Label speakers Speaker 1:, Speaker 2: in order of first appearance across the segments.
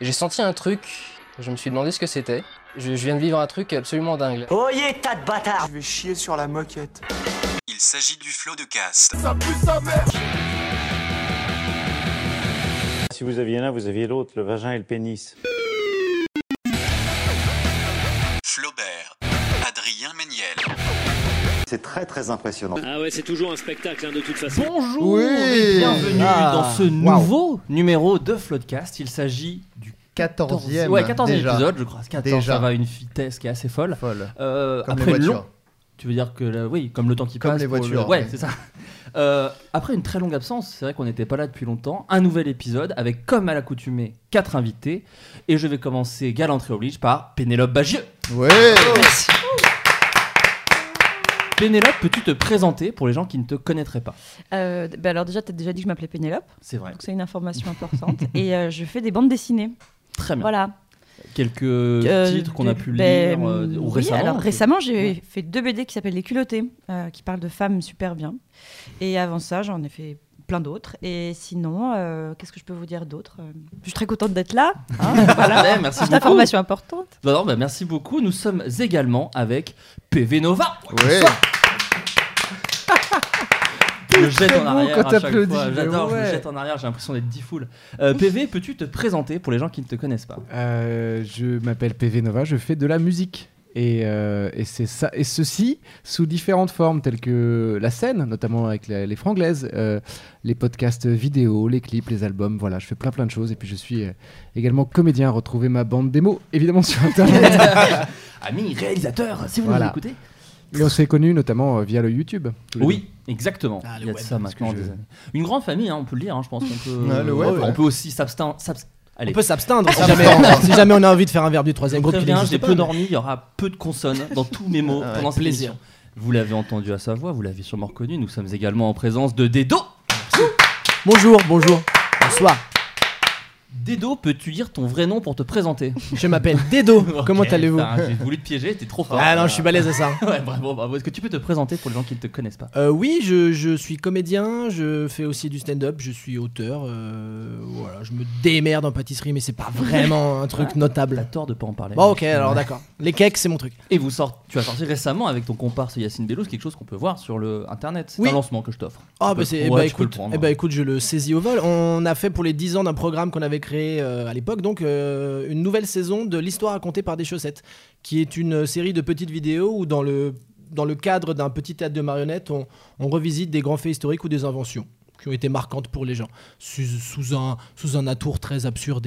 Speaker 1: J'ai senti un truc, je me suis demandé ce que c'était. Je, je viens de vivre un truc absolument dingue.
Speaker 2: Oyez, tas de bâtards
Speaker 3: Eh
Speaker 4: Je vais chier sur la moquette.
Speaker 5: Il s'agit du flot de cast.
Speaker 6: Si vous aviez l'un, vous aviez l'autre, le vagin et le pénis.
Speaker 5: Flaubert. Adrien Méniel.
Speaker 6: C'est très très impressionnant.
Speaker 7: Ah ouais, c'est toujours un spectacle hein, de toute façon.
Speaker 8: Bonjour
Speaker 9: Oui.
Speaker 8: et bienvenue
Speaker 2: Ah.
Speaker 8: dans ce
Speaker 9: Waouh.
Speaker 8: nouveau numéro de Floodcast. Il s'agit du
Speaker 9: 14e,
Speaker 8: ouais, 14e
Speaker 9: déjà.
Speaker 8: épisode, je crois. 14,
Speaker 9: Déjà.
Speaker 8: ça va à une vitesse qui est assez folle.
Speaker 9: Folle.
Speaker 8: Euh,
Speaker 9: Comme
Speaker 8: après
Speaker 9: les
Speaker 8: le long,
Speaker 9: voitures.
Speaker 8: tu veux dire que là, oui, comme le temps qui
Speaker 9: Comme
Speaker 8: passe.
Speaker 9: les
Speaker 8: pour le-
Speaker 9: voitures,
Speaker 8: Ouais,
Speaker 9: oui.
Speaker 8: c'est ça. Euh, après une très longue absence, c'est vrai qu'on n'était pas là depuis longtemps. Un nouvel épisode avec, comme à l'accoutumée, quatre invités. Et je vais commencer galanterie oblige par Pénélope Bagieux.
Speaker 9: Ouais
Speaker 8: Pénélope, peux-tu te présenter pour les gens qui ne te connaîtraient pas
Speaker 10: Euh, bah alors déjà, tu as déjà dit que je m'appelais Pénélope,
Speaker 8: C'est vrai.
Speaker 10: donc c'est une information importante. et euh, je fais des bandes dessinées.
Speaker 8: Très bien.
Speaker 10: Voilà.
Speaker 8: Quelques
Speaker 10: Euh,
Speaker 8: titres qu'on a pu
Speaker 10: ben,
Speaker 8: lire euh, ou
Speaker 10: oui,
Speaker 8: récemment.
Speaker 10: alors,
Speaker 8: en fait.
Speaker 10: récemment, j'ai
Speaker 8: Ouais.
Speaker 10: fait deux BD qui s'appellent Les culottés, euh, qui parlent de femmes super bien. Et avant ça, j'en ai fait plein d'autres. Et sinon, euh, qu'est-ce que je peux vous dire d'autre Euh, Je suis très contente d'être là. hein, voilà.
Speaker 8: Ouais, merci
Speaker 10: C'est une
Speaker 8: beaucoup.
Speaker 10: information importante.
Speaker 8: Non, non, bah, merci beaucoup. Nous sommes également avec PV Nova.
Speaker 9: Ouais
Speaker 8: Je jette en
Speaker 9: beau
Speaker 8: arrière.
Speaker 9: quand
Speaker 8: à chaque
Speaker 9: t'applaudis,
Speaker 8: fois.
Speaker 9: mais
Speaker 8: J'adore, je me
Speaker 9: ouais.
Speaker 8: jette en arrière, j'ai l'impression d'être 10 foules. Euh, PV, peux-tu te présenter pour les gens qui ne te connaissent pas
Speaker 11: Euh, je m'appelle PV Nova, je fais de la musique. Et, euh, et c'est ça, et ceci sous différentes formes telles que la scène, notamment avec la- les franglaises, euh, les podcasts vidéo, les clips, les albums. Voilà, je fais plein plein de choses. Et puis je suis euh, également comédien. Retrouvez ma bande démo évidemment sur internet.
Speaker 8: Amis réalisateurs, si vous
Speaker 11: Voilà.
Speaker 8: nous écoutez.
Speaker 11: et on s'est connus notamment euh, via le YouTube. tous les
Speaker 8: Oui, exactement.
Speaker 11: Ah, le
Speaker 8: Il y a de
Speaker 11: web,
Speaker 8: ça
Speaker 11: parce que
Speaker 8: maintenant
Speaker 11: je-
Speaker 8: des années. Une grande famille, hein, on peut le dire, hein, je pense. qu'on peut...
Speaker 3: Ah,
Speaker 9: Ouais, le web,
Speaker 8: on peut-
Speaker 9: ouais.
Speaker 8: on peut aussi s'abstenir. s'abs- Allez. Ah,
Speaker 3: On peut s'abstindre si,
Speaker 9: s'abstindre.
Speaker 3: jamais, si jamais on a envie de faire un verbe du troisième groupe. qui
Speaker 8: Préviens, j'ai
Speaker 3: n'existe
Speaker 8: peu
Speaker 3: pas,
Speaker 8: dormi, il y aura peu de consonnes dans tous mes mots
Speaker 9: Ah ouais,
Speaker 8: pendant cette
Speaker 3: plaisir.
Speaker 8: émission. Vous l'avez entendu à sa voix, vous l'avez sûrement reconnu. Nous sommes également en présence de Dedo.
Speaker 3: mais- Bonjour, bonjour, bonsoir.
Speaker 8: Dedo, peux-tu dire ton vrai nom pour te présenter
Speaker 3: Je m'appelle Dedo. Comment
Speaker 8: Ok,
Speaker 3: allez-vous
Speaker 8: ça, J'ai voulu te piéger, t'es trop fort.
Speaker 3: Ah non, je suis balèze à ça.
Speaker 8: Ouais, bravo, bravo. Est-ce que tu peux te présenter pour les gens qui ne te connaissent pas
Speaker 3: Euh, oui, je, je suis comédien, je fais aussi du stand-up, je suis auteur. euh, voilà, je me démerde en pâtisserie, mais c'est pas vraiment un truc
Speaker 8: T'as
Speaker 3: notable.
Speaker 8: tort de pas en parler.
Speaker 3: Bon, ok, alors d'accord. Les cakes, c'est mon truc.
Speaker 8: Et vous sort, tu as sorti récemment avec ton comparse Yacine Bellouz quelque chose qu'on peut voir sur le internet. C'est
Speaker 3: Oui.
Speaker 8: un lancement que je t'offre.
Speaker 3: Ah
Speaker 8: Tu peux-
Speaker 3: bah, c'est,
Speaker 8: ouais,
Speaker 3: eh bah,
Speaker 8: tu peux le
Speaker 3: écoute,
Speaker 8: prendre.
Speaker 3: eh bah écoute, je le saisis au vol. On a fait pour les 10 ans d'un programme qu'on avait créé euh, à l'époque, donc euh, une nouvelle saison de l'histoire racontée par des chaussettes, qui est une euh, série de petites vidéos où dans le, dans le cadre d'un petit théâtre de marionnettes, on, on revisite des grands faits historiques ou des inventions qui ont été marquantes pour les gens, sous, sous un, sous un atour très absurde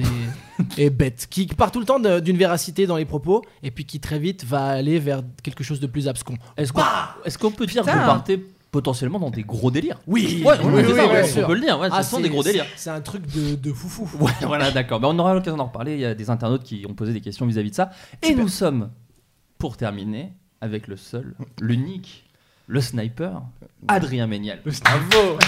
Speaker 3: et, et bête, qui part tout le temps de- d'une véracité dans les propos, et puis qui très vite va aller vers quelque chose de plus abscon.
Speaker 8: Est-ce qu'on
Speaker 3: bah.
Speaker 8: est-ce qu'on peut dire que
Speaker 10: Putain.
Speaker 8: vous partez potentiellement dans des gros délires
Speaker 3: Oui,
Speaker 8: Ouais, on,
Speaker 3: oui,
Speaker 8: peut
Speaker 3: oui,
Speaker 8: dire,
Speaker 3: bien
Speaker 8: on
Speaker 3: sûr.
Speaker 8: peut le dire. Ouais,
Speaker 3: Ah,
Speaker 8: ce sont
Speaker 3: c'est-
Speaker 8: des gros délires.
Speaker 3: c'est- C'est un truc de, de foufou.
Speaker 8: Ouais, voilà, d'accord. Ben, on aura l'occasion d'en reparler. Il y a des internautes qui ont posé des questions vis-à-vis de ça. Et nous sommes, pour terminer, avec le seul, l'unique, le sniper, Adrien Méniel.
Speaker 3: Ah,
Speaker 9: Bravo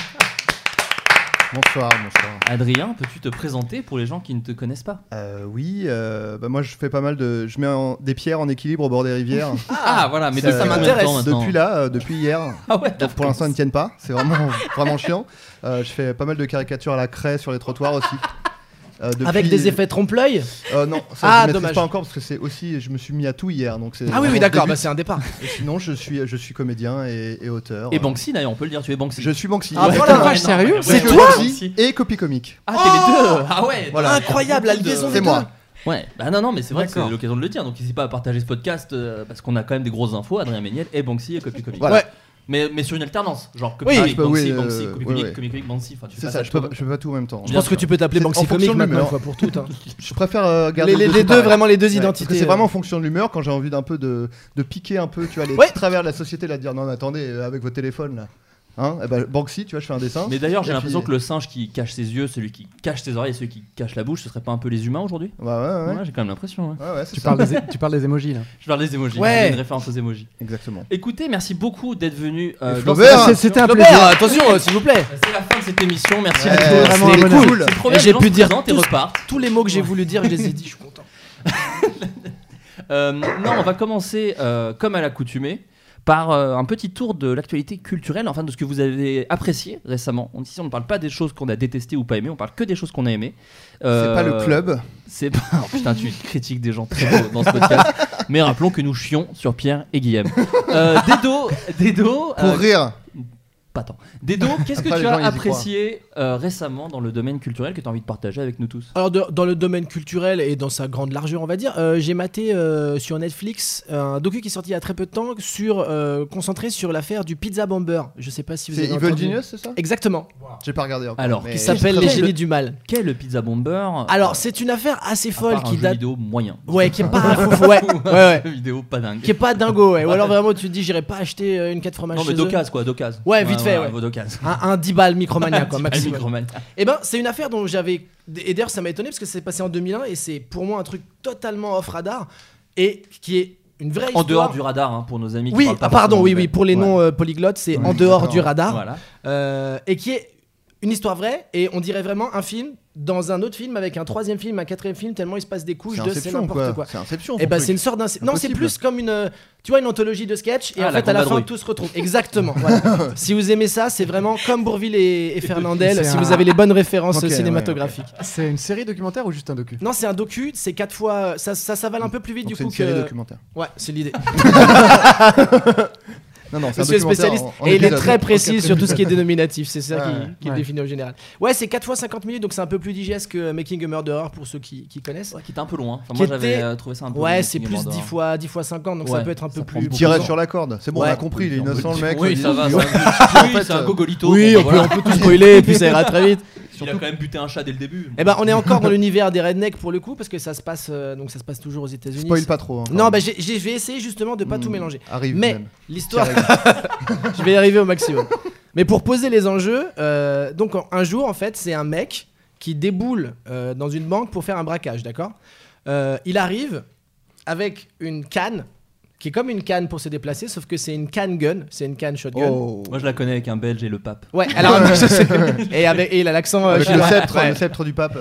Speaker 9: Bonsoir, bonsoir.
Speaker 8: Adrien, peux-tu te présenter pour les gens qui ne te connaissent pas
Speaker 12: Euh, oui, euh, bah moi je fais pas mal de. Je mets en- des pierres en équilibre au bord des rivières.
Speaker 8: ah, voilà, mais
Speaker 12: Ça-
Speaker 8: depuis
Speaker 12: ça
Speaker 8: combien de
Speaker 3: m'intéresse.
Speaker 8: temps maintenant
Speaker 12: depuis là, euh, depuis hier.
Speaker 8: Ah ouais,
Speaker 12: Pour l'instant, ils ne tiennent pas. C'est vraiment, vraiment chiant. Euh, je fais pas mal de caricatures à la craie sur les trottoirs aussi. Euh, depuis-
Speaker 3: Avec des effets trompe-l'œil
Speaker 12: Euh, Non, ça
Speaker 3: Ah,
Speaker 12: je maîtrise
Speaker 3: dommage.
Speaker 12: pas encore parce que c'est aussi. Je me suis mis à tout hier. Donc c'est
Speaker 3: Ah oui,
Speaker 12: vraiment
Speaker 3: oui,
Speaker 12: le
Speaker 3: d'accord,
Speaker 12: début.
Speaker 3: bah, c'est un départ.
Speaker 12: Et Sinon, je suis, je suis comédien et, et auteur.
Speaker 8: Et Banksy d'ailleurs, on peut le dire, tu es Banksy.
Speaker 12: Je suis Banksy.
Speaker 3: Ah,
Speaker 12: Ouais.
Speaker 3: voilà.
Speaker 8: Ouais, non,
Speaker 11: sérieux
Speaker 8: ouais,
Speaker 12: Je
Speaker 8: ouais,
Speaker 12: suis
Speaker 8: ouais,
Speaker 12: Banksy et copie comique.
Speaker 8: Ah,
Speaker 3: Oh
Speaker 8: t'es les deux Ah ouais
Speaker 12: Voilà.
Speaker 3: Incroyable, la liaison
Speaker 12: C'est
Speaker 3: des
Speaker 12: moi.
Speaker 3: deux.
Speaker 8: Ouais, bah non, non, mais c'est vrai que c'est
Speaker 11: D'accord.
Speaker 8: l'occasion de le dire. Donc, n'hésitez pas à partager ce podcast euh, parce qu'on a quand même des grosses infos. Adrien Méniel et Banksy et Copy Comic.
Speaker 12: Voilà.
Speaker 3: Ouais.
Speaker 8: Mais, mais sur une alternance. Genre Copy
Speaker 3: Oui,
Speaker 8: Comic,
Speaker 12: je peux-
Speaker 8: Banksy,
Speaker 12: oui,
Speaker 8: Banksy,
Speaker 12: euh,
Speaker 8: Copy
Speaker 12: oui,
Speaker 8: Comic,
Speaker 12: oui.
Speaker 8: Copy Comic, Banksy. Enfin, tu fais
Speaker 12: C'est
Speaker 8: pas
Speaker 12: ça,
Speaker 8: ça,
Speaker 12: je peux,
Speaker 8: tout
Speaker 12: pas-
Speaker 8: le
Speaker 12: je peux pas tout en même temps.
Speaker 3: Je
Speaker 8: Bien
Speaker 3: pense que
Speaker 8: sûr.
Speaker 3: tu peux t'appeler
Speaker 12: C'est en
Speaker 3: Banksy
Speaker 12: fonction
Speaker 3: Comic
Speaker 12: de
Speaker 3: maintenant, une
Speaker 12: l'humeur.
Speaker 3: fois pour toutes. hein.
Speaker 12: Je préfère euh, garder
Speaker 3: Les, les-
Speaker 12: deux
Speaker 3: les deux,
Speaker 12: séparés.
Speaker 3: vraiment, les
Speaker 12: Ouais,
Speaker 3: deux
Speaker 12: parce que
Speaker 3: identités. euh.
Speaker 12: c'est vraiment en fonction de l'humeur quand j'ai envie d'un peu de, de piquer un peu, tu vois, les
Speaker 3: Ouais.
Speaker 12: petits travers de la société, là, de dire non, mais attendez, euh, avec vos téléphones là. Hein eh ben, Banksy, tu vois, je fais un dessin.
Speaker 8: Mais d'ailleurs, j'ai
Speaker 12: Et
Speaker 8: l'impression
Speaker 12: puis-
Speaker 8: que le singe qui cache ses yeux, celui qui cache ses oreilles et celui qui cache la bouche, ce serait pas un peu les humains aujourd'hui
Speaker 12: Ouais, ouais, ouais.
Speaker 8: Ouais, j'ai quand même l'impression. ouais.
Speaker 12: Ouais, ouais, c'est
Speaker 11: Tu
Speaker 12: ça.
Speaker 11: parles, des, tu parles des émojis là.
Speaker 8: Je parle des emojis.
Speaker 3: Ouais.
Speaker 8: j'ai Une référence aux emojis.
Speaker 12: Exactement.
Speaker 8: Écoutez, merci beaucoup d'être venu. euh,
Speaker 12: Et
Speaker 8: dans
Speaker 12: Flaubert,
Speaker 8: cette
Speaker 11: C'est-
Speaker 8: émission.
Speaker 11: C'était un
Speaker 3: Flaubert,
Speaker 11: plaisir.
Speaker 3: attention, euh, s'il vous plaît.
Speaker 8: C'est la fin de cette émission. Merci
Speaker 12: Ouais,
Speaker 8: à
Speaker 12: c'était
Speaker 8: tous.
Speaker 12: vraiment
Speaker 3: c'était
Speaker 12: un bon
Speaker 3: cool.
Speaker 12: coup.
Speaker 8: C'est trop
Speaker 3: Et
Speaker 8: bien.
Speaker 3: j'ai pu dire
Speaker 8: et
Speaker 3: tous-
Speaker 8: repartent.
Speaker 3: Tous les mots que j'ai voulu dire, je les ai dit, je suis content.
Speaker 8: Euh, non, on va commencer euh, comme à l'accoutumée par euh, un petit tour de l'actualité culturelle, enfin de ce que vous avez apprécié récemment. On, ici, on ne parle pas des choses qu'on a détestées ou pas aimées, on parle que des choses qu'on a aimées.
Speaker 3: Euh,
Speaker 12: C'est pas le club.
Speaker 8: C'est pas. oh, putain, tu critiques des gens très beaux dans ce podcast. Mais rappelons que nous chions sur Pierre et Guillaume. Euh, Dedo, Dedo.
Speaker 3: ah,
Speaker 8: euh,
Speaker 12: Pour rire.
Speaker 8: Pas tant. Dedo, qu'est-ce que
Speaker 12: Après,
Speaker 8: tu
Speaker 12: les gens, ils
Speaker 8: as
Speaker 12: y
Speaker 8: apprécié euh, récemment dans le domaine culturel que tu as envie de partager avec nous tous
Speaker 3: Alors, de- dans le domaine culturel et dans sa grande largeur, on va dire, euh, j'ai maté euh, sur Netflix un docu qui est sorti il y a très peu de temps, sur, euh, concentré sur l'affaire du Pizza Bomber. Je sais pas si vous
Speaker 12: C'est
Speaker 3: avez
Speaker 12: Evil
Speaker 3: entendu.
Speaker 12: Genius, c'est ça
Speaker 3: Exactement.
Speaker 12: J'ai pas regardé encore.
Speaker 8: Alors,
Speaker 12: mais-
Speaker 3: Qui s'appelle Les
Speaker 8: Quel-
Speaker 3: Génies du Mal.
Speaker 8: Quel est le pizza bomber
Speaker 3: Alors, c'est une affaire assez
Speaker 8: à
Speaker 3: folle
Speaker 8: part un
Speaker 3: qui
Speaker 8: jeu
Speaker 3: date.
Speaker 8: vidéo moyen.
Speaker 3: Ouais, qui est pas un fou- ouais,
Speaker 8: Ou un
Speaker 3: ouais, ouais.
Speaker 8: jeu vidéo pas dingue.
Speaker 3: Qui est pas dingo, ouais. Ou alors vraiment, tu te dis, j'irai pas acheter euh, une 4 fromage
Speaker 8: Non mais
Speaker 3: chez eux.
Speaker 8: d'occasion quoi, d'occasion.
Speaker 3: Ouais, vite fait, ouais.
Speaker 8: vos d'occasion.
Speaker 3: Un, un 10 balles Micromania, quoi,
Speaker 8: Petit
Speaker 3: maximum.
Speaker 8: micromania.
Speaker 3: Eh ben, c'est une affaire dont j'avais. Et d'ailleurs, ça m'a étonné parce que c'est passé en 2001 et c'est pour moi un truc totalement off radar et qui est une vraie
Speaker 8: En
Speaker 3: histoire.
Speaker 8: dehors du radar hein, pour nos amis. qui
Speaker 3: Oui,
Speaker 8: parlent pas
Speaker 3: ah, pardon,
Speaker 8: forcément
Speaker 3: oui,
Speaker 8: anglais.
Speaker 3: oui, pour les noms euh, polyglottes, c'est
Speaker 12: Ouais,
Speaker 3: en dehors
Speaker 12: d'accord.
Speaker 3: du radar.
Speaker 8: Voilà.
Speaker 3: Euh, et qui est une histoire vraie et on dirait vraiment un film dans un autre film avec un troisième film, un quatrième film, tellement il se passe des couches
Speaker 12: C'est
Speaker 3: de c'est
Speaker 12: Inception,
Speaker 3: n'importe quoi.
Speaker 12: quoi. C'est Inception.
Speaker 3: Et
Speaker 12: son
Speaker 3: bah
Speaker 12: truc.
Speaker 3: c'est une sorte d'un non c'est
Speaker 12: Impossible.
Speaker 3: plus comme une euh, tu vois une anthologie de sketch et
Speaker 8: Ah,
Speaker 3: en
Speaker 8: la
Speaker 3: fait à la fin
Speaker 8: Gandadrouille.
Speaker 3: tout se retrouve exactement voilà. si vous aimez ça c'est vraiment comme Bourville et, et Fernandel
Speaker 11: C'est
Speaker 3: si
Speaker 11: un-
Speaker 3: vous avez les bonnes références
Speaker 12: Ok, ouais,
Speaker 3: cinématographiques
Speaker 11: C'est une série documentaire ou juste un docu
Speaker 3: non c'est un docu c'est quatre fois ça, ça s'avale un peu plus vite
Speaker 12: Donc
Speaker 3: du
Speaker 12: c'est
Speaker 3: coup
Speaker 12: une série
Speaker 3: que
Speaker 12: documentaire.
Speaker 3: ouais c'est l'idée
Speaker 12: Non, non, c'est un
Speaker 3: Monsieur le
Speaker 12: documentaire
Speaker 3: spécialiste.
Speaker 12: en- en
Speaker 3: et il est
Speaker 12: épisode.
Speaker 3: très
Speaker 12: En
Speaker 3: précis
Speaker 12: quatre
Speaker 3: sur tout ce qui est dénominatif, c'est ça
Speaker 12: Ouais,
Speaker 3: qui, qui le
Speaker 11: ouais.
Speaker 3: définit en général. Ouais, c'est 4 fois 50 minutes, donc c'est un peu plus digeste que Making a Murderer pour ceux qui, qui connaissent.
Speaker 8: Ouais, qui était un peu loin. Enfin,
Speaker 3: Qui
Speaker 8: moi j'avais
Speaker 3: était-
Speaker 8: euh, trouvé ça un peu.
Speaker 3: Ouais,
Speaker 8: long,
Speaker 3: c'est
Speaker 8: King
Speaker 3: plus
Speaker 8: Murderer.
Speaker 3: 10 fois, 10 fois 50, donc
Speaker 8: Ouais,
Speaker 3: ça peut être un peu
Speaker 8: ça prend
Speaker 3: plus.
Speaker 8: beaucoup.
Speaker 12: Tirage sur la corde. C'est bon, on
Speaker 3: Ouais.
Speaker 12: a compris, il est
Speaker 8: On peut
Speaker 12: innocent
Speaker 8: le
Speaker 12: le
Speaker 8: dire.
Speaker 12: mec.
Speaker 8: Oui,
Speaker 12: il-
Speaker 8: ça va.
Speaker 12: il-
Speaker 8: ça va. Oui, c'est un gogolito.
Speaker 3: euh, Oui,
Speaker 8: bon,
Speaker 3: on peut,
Speaker 8: voilà.
Speaker 3: on peut tout spoiler, puis ça ira très vite.
Speaker 8: Il a quand même buté un chat dès le début.
Speaker 3: Et ben, on est encore dans l'univers des rednecks pour le coup, parce que ça se passe, euh, donc ça se passe toujours aux États-Unis.
Speaker 12: Spoil pas trop. hein, quand
Speaker 3: Non,
Speaker 12: même.
Speaker 3: bah j'ai- j'ai- je vais essayer justement de pas tout
Speaker 12: Hmm,
Speaker 3: mélanger.
Speaker 12: Arrive.
Speaker 3: Mais-
Speaker 12: même.
Speaker 3: L'histoire,
Speaker 12: T'y arrives.
Speaker 3: je vais y arriver au maximum. Mais pour poser les enjeux, euh, donc en- un jour, en fait, c'est un mec qui déboule euh, dans une banque pour faire un braquage, d'accord Euh, Il arrive avec une canne, qui est comme une canne pour se déplacer, sauf que c'est une canne gun, c'est une canne shotgun.
Speaker 12: Oh.
Speaker 8: Moi je la connais avec un belge et le pape.
Speaker 3: Ouais, alors, je sais. et, avec, et il a l'accent euh,
Speaker 12: Avec le
Speaker 3: chinois.
Speaker 12: sceptre,
Speaker 3: Ouais.
Speaker 12: le sceptre du pape.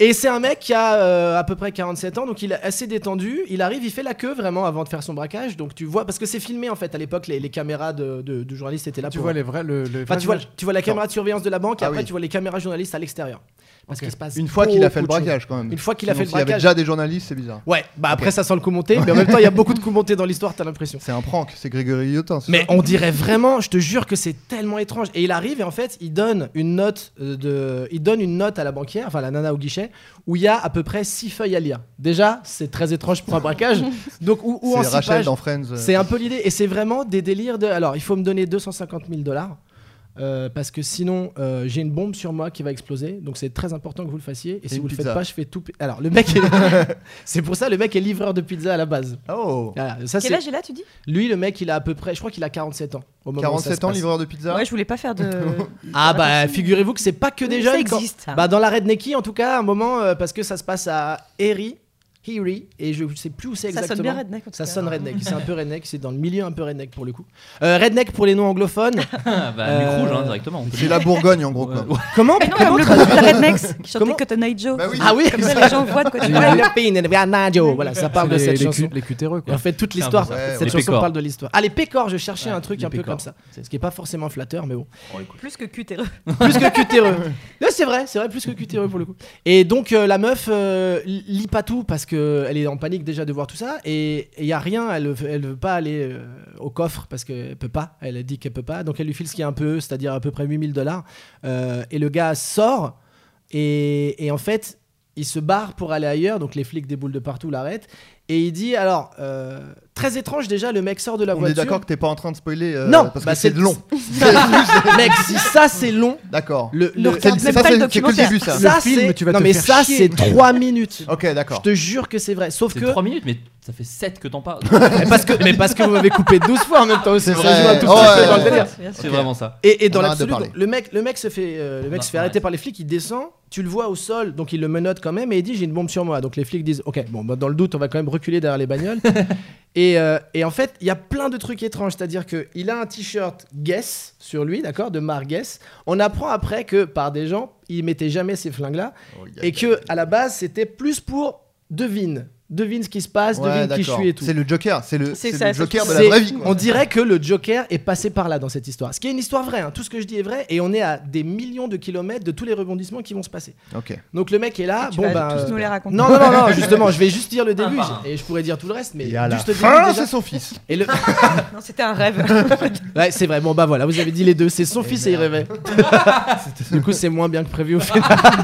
Speaker 3: Et c'est un mec qui a euh, à peu près 47 ans, donc il est assez détendu. Il arrive, il fait la queue vraiment avant de faire son braquage. Donc tu vois, parce que c'est filmé en fait à l'époque, les, les caméras de, de- de journalistes étaient là
Speaker 11: Tu
Speaker 3: pour.
Speaker 11: vois les vrais. Le, le
Speaker 3: Enfin,
Speaker 11: vrai
Speaker 3: Bah, tu vois,
Speaker 11: visage
Speaker 3: tu vois la caméra de surveillance de la banque et
Speaker 12: Ah
Speaker 3: après
Speaker 12: oui.
Speaker 3: tu vois les caméras journalistes à l'extérieur. Parce
Speaker 11: Ok.
Speaker 3: qu'il se passe
Speaker 12: Une fois qu'il a fait le
Speaker 3: beaucoup de
Speaker 12: braquage, quand
Speaker 3: choses.
Speaker 12: même.
Speaker 3: Une fois qu'il a fait le
Speaker 12: Sinon, S'il y avait
Speaker 3: braquage.
Speaker 12: déjà des journalistes, c'est bizarre.
Speaker 3: Ouais, bah après ça sent le coup monté, mais en même temps il y a beaucoup de coups montés dans l'histoire, t'as l'impression.
Speaker 12: C'est un prank, c'est Grégory Yotin. c'est
Speaker 3: Mais
Speaker 12: ça
Speaker 3: on dirait vraiment, je te jure que c'est tellement étrange. Et il arrive et en fait, il donne une note euh, de, il donne une note à la banquière, enfin la nana au guichet, où il y a à peu près 6 feuilles à lire. Déjà, c'est très étrange pour un braquage. Donc ou, ou en
Speaker 12: C'est
Speaker 3: six
Speaker 12: Rachel
Speaker 3: pages.
Speaker 12: dans Friends. euh,
Speaker 3: C'est un peu l'idée. Et c'est vraiment des délires de. Alors, il faut me donner 250 000 dollars. parce que sinon, euh, j'ai une bombe sur moi qui va exploser. Donc, c'est très important que vous le fassiez. Et si
Speaker 12: une
Speaker 3: vous le faites
Speaker 12: pizza.
Speaker 3: pas, je fais tout. pi- Alors, le mec, est- c'est pour ça, le mec est livreur de pizza à la base.
Speaker 12: Oh
Speaker 3: Voilà, ça,
Speaker 10: Quel
Speaker 3: c'est-
Speaker 10: âge est là, tu dis
Speaker 3: Lui, le mec, il a à peu près. Je crois qu'il a 47 ans. Au moment où ça se
Speaker 12: 47 ans,
Speaker 3: passe.
Speaker 12: livreur de pizza
Speaker 10: Ouais, je voulais pas faire de.
Speaker 3: Ah, bah, figurez-vous que c'est pas que des jeunes.
Speaker 10: Ça
Speaker 3: quand-
Speaker 10: existe. hein. ça.
Speaker 3: Bah, dans la Rednecky, en tout cas, un moment, euh, parce que ça se passe à Erie. Erie. Et je sais plus où c'est
Speaker 10: ça
Speaker 3: exactement.
Speaker 10: sonne bien redneck. hein. en tout
Speaker 3: Ça
Speaker 10: cas.
Speaker 3: sonne redneck, c'est un peu redneck, c'est dans le milieu un peu redneck pour le coup. Euh, redneck pour les noms anglophones.
Speaker 8: Ah, bah, le
Speaker 3: Euh,
Speaker 8: micro rouge hein, directement. on peut
Speaker 12: C'est
Speaker 8: dire.
Speaker 12: la Bourgogne en gros.
Speaker 8: Ouais,
Speaker 12: quoi.
Speaker 8: ouais.
Speaker 3: Comment
Speaker 10: Mais non, comme le groupe de Rednecks qui chantait
Speaker 3: Comment
Speaker 10: Cotton Eye Joe.
Speaker 12: Bah oui.
Speaker 3: Ah oui,
Speaker 10: Comme ça, les gens voient de quoi tu parles.
Speaker 3: Philippine and Bernardo. Voilà, ça parle de
Speaker 11: les,
Speaker 3: cette
Speaker 11: les,
Speaker 3: chanson.
Speaker 11: cu- les cutéreux,
Speaker 3: Et en
Speaker 11: E, quoi.
Speaker 3: fait, toute l'histoire,
Speaker 12: Ouais, ouais.
Speaker 3: cette
Speaker 8: Les
Speaker 3: chanson
Speaker 8: pécores.
Speaker 3: parle de l'histoire. Ah, les pécores, je cherchais un truc
Speaker 8: les
Speaker 3: un peu
Speaker 8: pécores.
Speaker 3: comme ça. Ce qui est pas forcément flatteur, mais bon.
Speaker 10: Plus que cutéreux.
Speaker 3: Plus que cutéreux. Là, c'est vrai, c'est vrai, plus que cutéreux pour le coup. Et donc, euh, la meuf euh, lit pas tout parce qu'elle est en panique déjà de voir tout ça. Et il y a rien, elle, veut- elle veut pas aller euh, au coffre parce qu'elle peut pas. Elle dit qu'elle peut pas. Donc, elle lui file ce qui est un peu, c'est-à-dire à peu près 8000 dollars. Euh, et le gars sort. Et, et en fait, il se barre pour aller ailleurs. Donc, les flics déboulent de partout, l'arrêtent. Et il dit alors, euh, très étrange déjà, le mec sort de la
Speaker 12: On est
Speaker 3: voiture.
Speaker 12: d'accord que t'es pas en train de spoiler. euh,
Speaker 3: non,
Speaker 12: parce
Speaker 3: bah,
Speaker 12: que c'est long.
Speaker 3: Mec, si ça c'est long,
Speaker 12: D'accord.
Speaker 3: le,
Speaker 10: Ne
Speaker 3: le-
Speaker 10: regarde
Speaker 12: c'est-
Speaker 10: même
Speaker 12: ça,
Speaker 10: pas le
Speaker 12: c'est- c'est que le
Speaker 10: documentaire.
Speaker 12: début, ça.
Speaker 3: ça
Speaker 11: Le film,
Speaker 3: c'est
Speaker 11: tu vas
Speaker 3: non
Speaker 11: te
Speaker 3: mais
Speaker 11: faire
Speaker 3: ça
Speaker 11: chier.
Speaker 3: c'est 3 minutes
Speaker 12: Ok,
Speaker 3: je
Speaker 12: d'accord.
Speaker 3: te jure que c'est vrai sauf
Speaker 8: C'est
Speaker 3: que
Speaker 8: 3 minutes, mais ça fait 7 que t'en parles.
Speaker 3: mais parce que mais parce que vous m'avez coupé 12 fois en même temps aussi,
Speaker 12: C'est
Speaker 3: ça
Speaker 12: vrai.
Speaker 3: joue un tout
Speaker 12: Oh,
Speaker 3: petit peu
Speaker 12: ouais,
Speaker 3: dans le
Speaker 12: ouais,
Speaker 3: délire.
Speaker 8: C'est
Speaker 12: Ok.
Speaker 8: vraiment ça.
Speaker 3: et, et dans
Speaker 12: On arrête de
Speaker 3: l'absolu
Speaker 12: parler.
Speaker 3: donc, le mec le mec se fait euh, le mec
Speaker 8: On
Speaker 3: se fait
Speaker 8: arrête.
Speaker 3: arrêter par les flics il descend tu le vois au sol donc il le menotte quand même et il dit j'ai une bombe sur moi donc les flics disent ok bon bah, dans le doute on va quand même reculer derrière les bagnoles et, euh, et en fait il y a plein de trucs étranges c'est à dire que il a un t-shirt Guess sur lui d'accord de Mar Guess on apprend après que par des gens il mettait jamais ces flingues là
Speaker 12: Oh, y a-
Speaker 3: et que à la base c'était plus pour devine devine ce qui se passe,
Speaker 12: Ouais,
Speaker 3: devine qui je
Speaker 12: d'accord.
Speaker 3: suis et tout.
Speaker 12: C'est le Joker, c'est le,
Speaker 10: C'est
Speaker 12: c'est
Speaker 10: ça,
Speaker 12: le
Speaker 10: c'est
Speaker 12: Joker de
Speaker 10: ça.
Speaker 12: la
Speaker 3: C'est-
Speaker 12: vraie vie. quoi.
Speaker 3: On dirait que le Joker est passé par là dans cette histoire. Ce qui est une histoire vraie, hein. tout ce que je dis est vrai, et on est à des millions de kilomètres de tous les rebondissements qui vont se passer.
Speaker 12: Ok.
Speaker 3: Donc le mec est là,
Speaker 10: Tu
Speaker 3: bon
Speaker 10: vas
Speaker 3: bah.
Speaker 10: tous
Speaker 3: euh,
Speaker 10: nous les raconter. Ah,
Speaker 3: Non, non, non, non, justement, je vais juste dire le début, j- et je pourrais dire tout le reste, mais
Speaker 12: Et à la
Speaker 3: juste le
Speaker 12: fin,
Speaker 3: début. déjà.
Speaker 12: Ah, c'est son fils.
Speaker 3: Et le...
Speaker 10: Non, c'était un rêve.
Speaker 3: Ouais, c'est vrai, bon bah voilà, vous avez dit les deux, c'est son fils et il rêvait. du coup, c'est moins bien que prévu au final.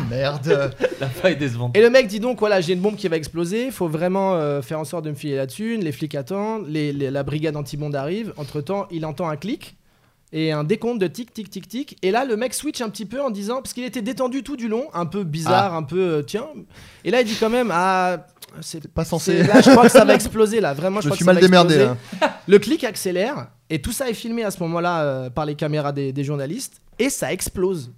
Speaker 12: Merde.
Speaker 8: La faille décevante.
Speaker 3: Et le mec dit donc voilà j'ai une bombe qui va exploser, faut vraiment euh, faire en sorte de me filer la thune, les flics attendent, les- les- la brigade anti-bombe arrive, entre temps il entend un clic et un décompte de tic tic tic tic et là le mec switch un petit peu en disant parce qu'il était détendu tout du long, un peu
Speaker 12: Ah.
Speaker 3: bizarre, un peu euh, tiens et là il dit quand même ah c'est
Speaker 12: Pas
Speaker 3: c'est-
Speaker 12: censé.
Speaker 3: là je crois que ça va exploser là vraiment
Speaker 12: Je
Speaker 3: je,
Speaker 12: me
Speaker 3: crois
Speaker 12: suis
Speaker 3: que ça
Speaker 12: mal
Speaker 3: va
Speaker 12: démerdé
Speaker 3: exploser.
Speaker 12: là.
Speaker 3: Le clic accélère et tout ça est filmé à ce moment-là euh, par les caméras des, des journalistes et ça explose.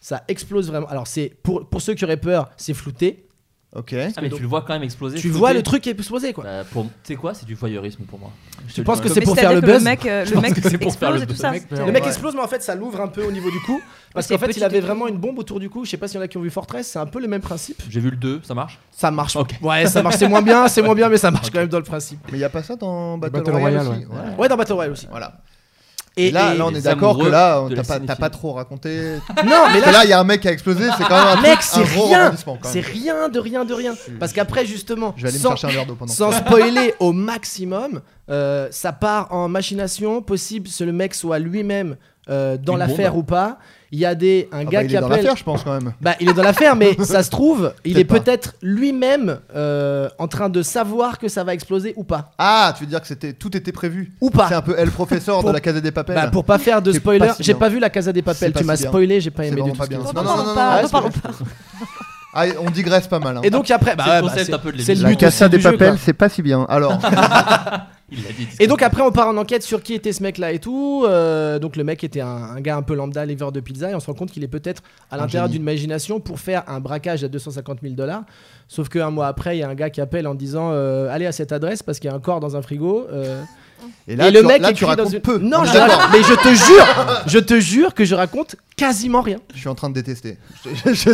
Speaker 3: Ça explose vraiment. Alors c'est pour, pour ceux qui auraient peur, c'est flouté.
Speaker 12: Ok.
Speaker 8: Ah, mais tu le vois quand même exploser.
Speaker 3: Tu
Speaker 8: flotter.
Speaker 3: vois le truc exploser quoi.
Speaker 8: Bah, pour... Tu sais quoi C'est du voyeurisme pour moi. Je te
Speaker 3: Tu
Speaker 8: le
Speaker 3: penses
Speaker 8: dis.
Speaker 3: que c'est
Speaker 10: Mais
Speaker 3: pour
Speaker 10: c'est-à-dire
Speaker 3: faire le
Speaker 10: que
Speaker 3: buzz
Speaker 10: Le mec, euh,
Speaker 8: Je
Speaker 10: le
Speaker 8: pense
Speaker 10: mec
Speaker 8: que c'est pour faire
Speaker 10: explose
Speaker 8: le
Speaker 10: et tout
Speaker 8: buzz.
Speaker 10: ça.
Speaker 8: Le mec
Speaker 3: Le
Speaker 10: c'était-
Speaker 3: mec
Speaker 12: Bah, Ouais.
Speaker 3: explose, mais en fait ça l'ouvre un peu au niveau du cou. Parce
Speaker 10: c'est
Speaker 3: qu'en fait
Speaker 10: petit
Speaker 3: il avait
Speaker 10: et tout.
Speaker 3: vraiment une bombe autour du cou. Je sais pas si on a qui ont vu Fortress, c'est un peu le même principe.
Speaker 8: J'ai vu le 2, ça marche
Speaker 3: Ça marche.
Speaker 8: Ok.
Speaker 3: Ouais, ça marche. C'est moins bien, c'est moins bien, mais ça marche quand même dans le principe.
Speaker 12: Mais y a pas ça dans Battle,
Speaker 11: Battle
Speaker 12: Royale,
Speaker 11: Royale,
Speaker 12: aussi
Speaker 11: ouais.
Speaker 12: Voilà.
Speaker 3: Ouais, dans Battle Royale aussi.
Speaker 12: Voilà.
Speaker 3: Et,
Speaker 12: Et là,
Speaker 3: et-
Speaker 12: là, on
Speaker 8: les
Speaker 12: est d'accord que là, on-
Speaker 8: amoureux de
Speaker 12: t'as
Speaker 8: la
Speaker 12: pas, t'as
Speaker 8: cinéphilie.
Speaker 12: pas trop raconté.
Speaker 3: Non,
Speaker 12: Parce
Speaker 3: mais là,
Speaker 12: que là, il y a un mec qui a explosé, c'est quand même un
Speaker 3: mec,
Speaker 12: truc,
Speaker 3: c'est
Speaker 12: un gros
Speaker 3: rien.
Speaker 12: rebondissement, quand
Speaker 3: C'est
Speaker 12: même.
Speaker 3: rien de rien de rien. Parce qu'après justement,
Speaker 12: Je vais aller
Speaker 3: sans-
Speaker 12: me chercher un verre d'eau pendant.
Speaker 3: Sans spoiler au maximum, euh, ça part en machination. Possible que le mec soit lui-même euh, dans
Speaker 8: Une
Speaker 3: l'affaire
Speaker 8: bombe.
Speaker 3: ou pas. Il y a des, un
Speaker 12: Ah
Speaker 3: gars
Speaker 12: bah, il
Speaker 3: qui
Speaker 12: est dans
Speaker 3: appelle.
Speaker 12: l'affaire, je pense quand même.
Speaker 3: Bah, il est dans l'affaire, mais ça se trouve, il est
Speaker 12: Peut-être pas.
Speaker 3: peut-être lui-même euh, en train de savoir que ça va exploser ou pas.
Speaker 12: Ah, tu veux dire que c'était tout était prévu.
Speaker 3: Ou
Speaker 12: C'est
Speaker 3: pas.
Speaker 12: un peu elle professeur
Speaker 3: Pour-
Speaker 12: de la Casa des Papels.
Speaker 3: Bah, pour pas faire de
Speaker 12: C'est
Speaker 3: spoiler,
Speaker 12: pas si
Speaker 3: j'ai
Speaker 12: bien.
Speaker 3: pas vu la Casa des Papels.
Speaker 12: C'est pas
Speaker 3: Tu
Speaker 12: si
Speaker 3: m'as
Speaker 12: bien.
Speaker 3: spoilé, j'ai pas
Speaker 12: C'est
Speaker 3: aimé du
Speaker 12: vraiment
Speaker 3: tout.
Speaker 12: pas
Speaker 3: ce qui
Speaker 12: bien.
Speaker 3: se
Speaker 10: Non,
Speaker 12: Non,
Speaker 10: non,
Speaker 3: passe.
Speaker 12: non,
Speaker 10: non,
Speaker 12: non,
Speaker 10: pas-
Speaker 3: non,
Speaker 10: non,
Speaker 3: reste-
Speaker 10: parlons pas.
Speaker 12: Ah, et on digresse pas mal. hein.
Speaker 3: Et donc après, bah,
Speaker 8: C'est le
Speaker 3: ouais, bah,
Speaker 8: concept
Speaker 3: c'est-
Speaker 8: un peu de
Speaker 3: c'est le
Speaker 8: l'émission.
Speaker 3: but
Speaker 8: La
Speaker 3: aussi du jeu, quoi.
Speaker 12: c'est pas si bien. Alors,
Speaker 8: Il l'a dit.
Speaker 3: Et donc après on part en enquête sur qui était ce mec là et tout. Euh, donc le mec était un, un gars un peu lambda, livreur de pizza, et on se rend compte qu'il est peut-être à
Speaker 12: Un
Speaker 3: l'intérieur
Speaker 12: génie.
Speaker 3: d'une imagination pour faire un braquage à 250 000 dollars. Sauf qu'un mois après, il y a un gars qui appelle en disant euh, allez à cette adresse parce qu'il y a un corps dans un frigo. euh.
Speaker 12: et là,
Speaker 3: et le
Speaker 12: tu,
Speaker 3: mec
Speaker 12: là,
Speaker 3: écrit
Speaker 12: tu
Speaker 3: dans
Speaker 12: racontes
Speaker 3: une...
Speaker 12: peu.
Speaker 3: Non,
Speaker 12: On est
Speaker 3: je
Speaker 12: d'accord.
Speaker 3: raconte- mais je te jure, je te jure que je raconte quasiment rien.
Speaker 12: je suis en train de détester. Je- je-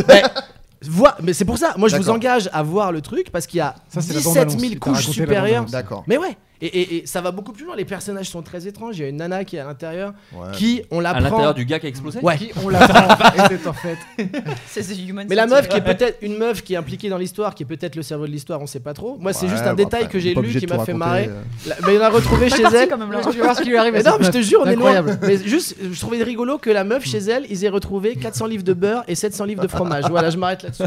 Speaker 3: Vois, mais c'est pour ça. Moi, je vous
Speaker 12: D'accord.
Speaker 3: engage à voir le truc parce qu'il y a
Speaker 11: Ça, c'est la
Speaker 3: 17
Speaker 11: bande-annonce.
Speaker 3: 000
Speaker 11: T'as
Speaker 3: couches
Speaker 11: raconté la
Speaker 3: supérieures.
Speaker 11: bande-annonce.
Speaker 12: D'accord.
Speaker 3: Mais ouais. Et, et- et ça va beaucoup plus loin. Les personnages sont très étranges. Il y a une nana qui est à l'intérieur.
Speaker 12: Ouais.
Speaker 3: qui on
Speaker 8: À
Speaker 3: l'apprend.
Speaker 8: l'intérieur du gars qui a explosé
Speaker 3: Ouais.
Speaker 11: Qui on l'apprend était en fait.
Speaker 10: C'est The Human
Speaker 3: Mais la
Speaker 10: Centipede.
Speaker 3: meuf qui est peut-être une meuf qui est impliquée dans l'histoire, qui est peut-être le cerveau de l'histoire, on sait pas trop. Moi, c'est
Speaker 12: Ouais,
Speaker 3: juste
Speaker 12: bah,
Speaker 3: un détail
Speaker 12: après,
Speaker 3: que
Speaker 12: on est
Speaker 3: j'ai
Speaker 12: pas
Speaker 3: lu
Speaker 12: obligé
Speaker 3: qui
Speaker 12: de
Speaker 3: m'a
Speaker 12: tout
Speaker 3: fait
Speaker 12: raconter,
Speaker 3: marrer.
Speaker 12: euh.
Speaker 3: La- mais il l'a retrouvé chez elle.
Speaker 10: quand même là.
Speaker 3: veux voir ce qui lui arrive. Non, mais je te jure, on est loin.
Speaker 11: Incroyable.
Speaker 3: Mais juste, je trouvais rigolo que la meuf chez elle, ils aient retrouvé 400 livres de beurre et 700 livres de fromage. Voilà, je m'arrête là-dessus.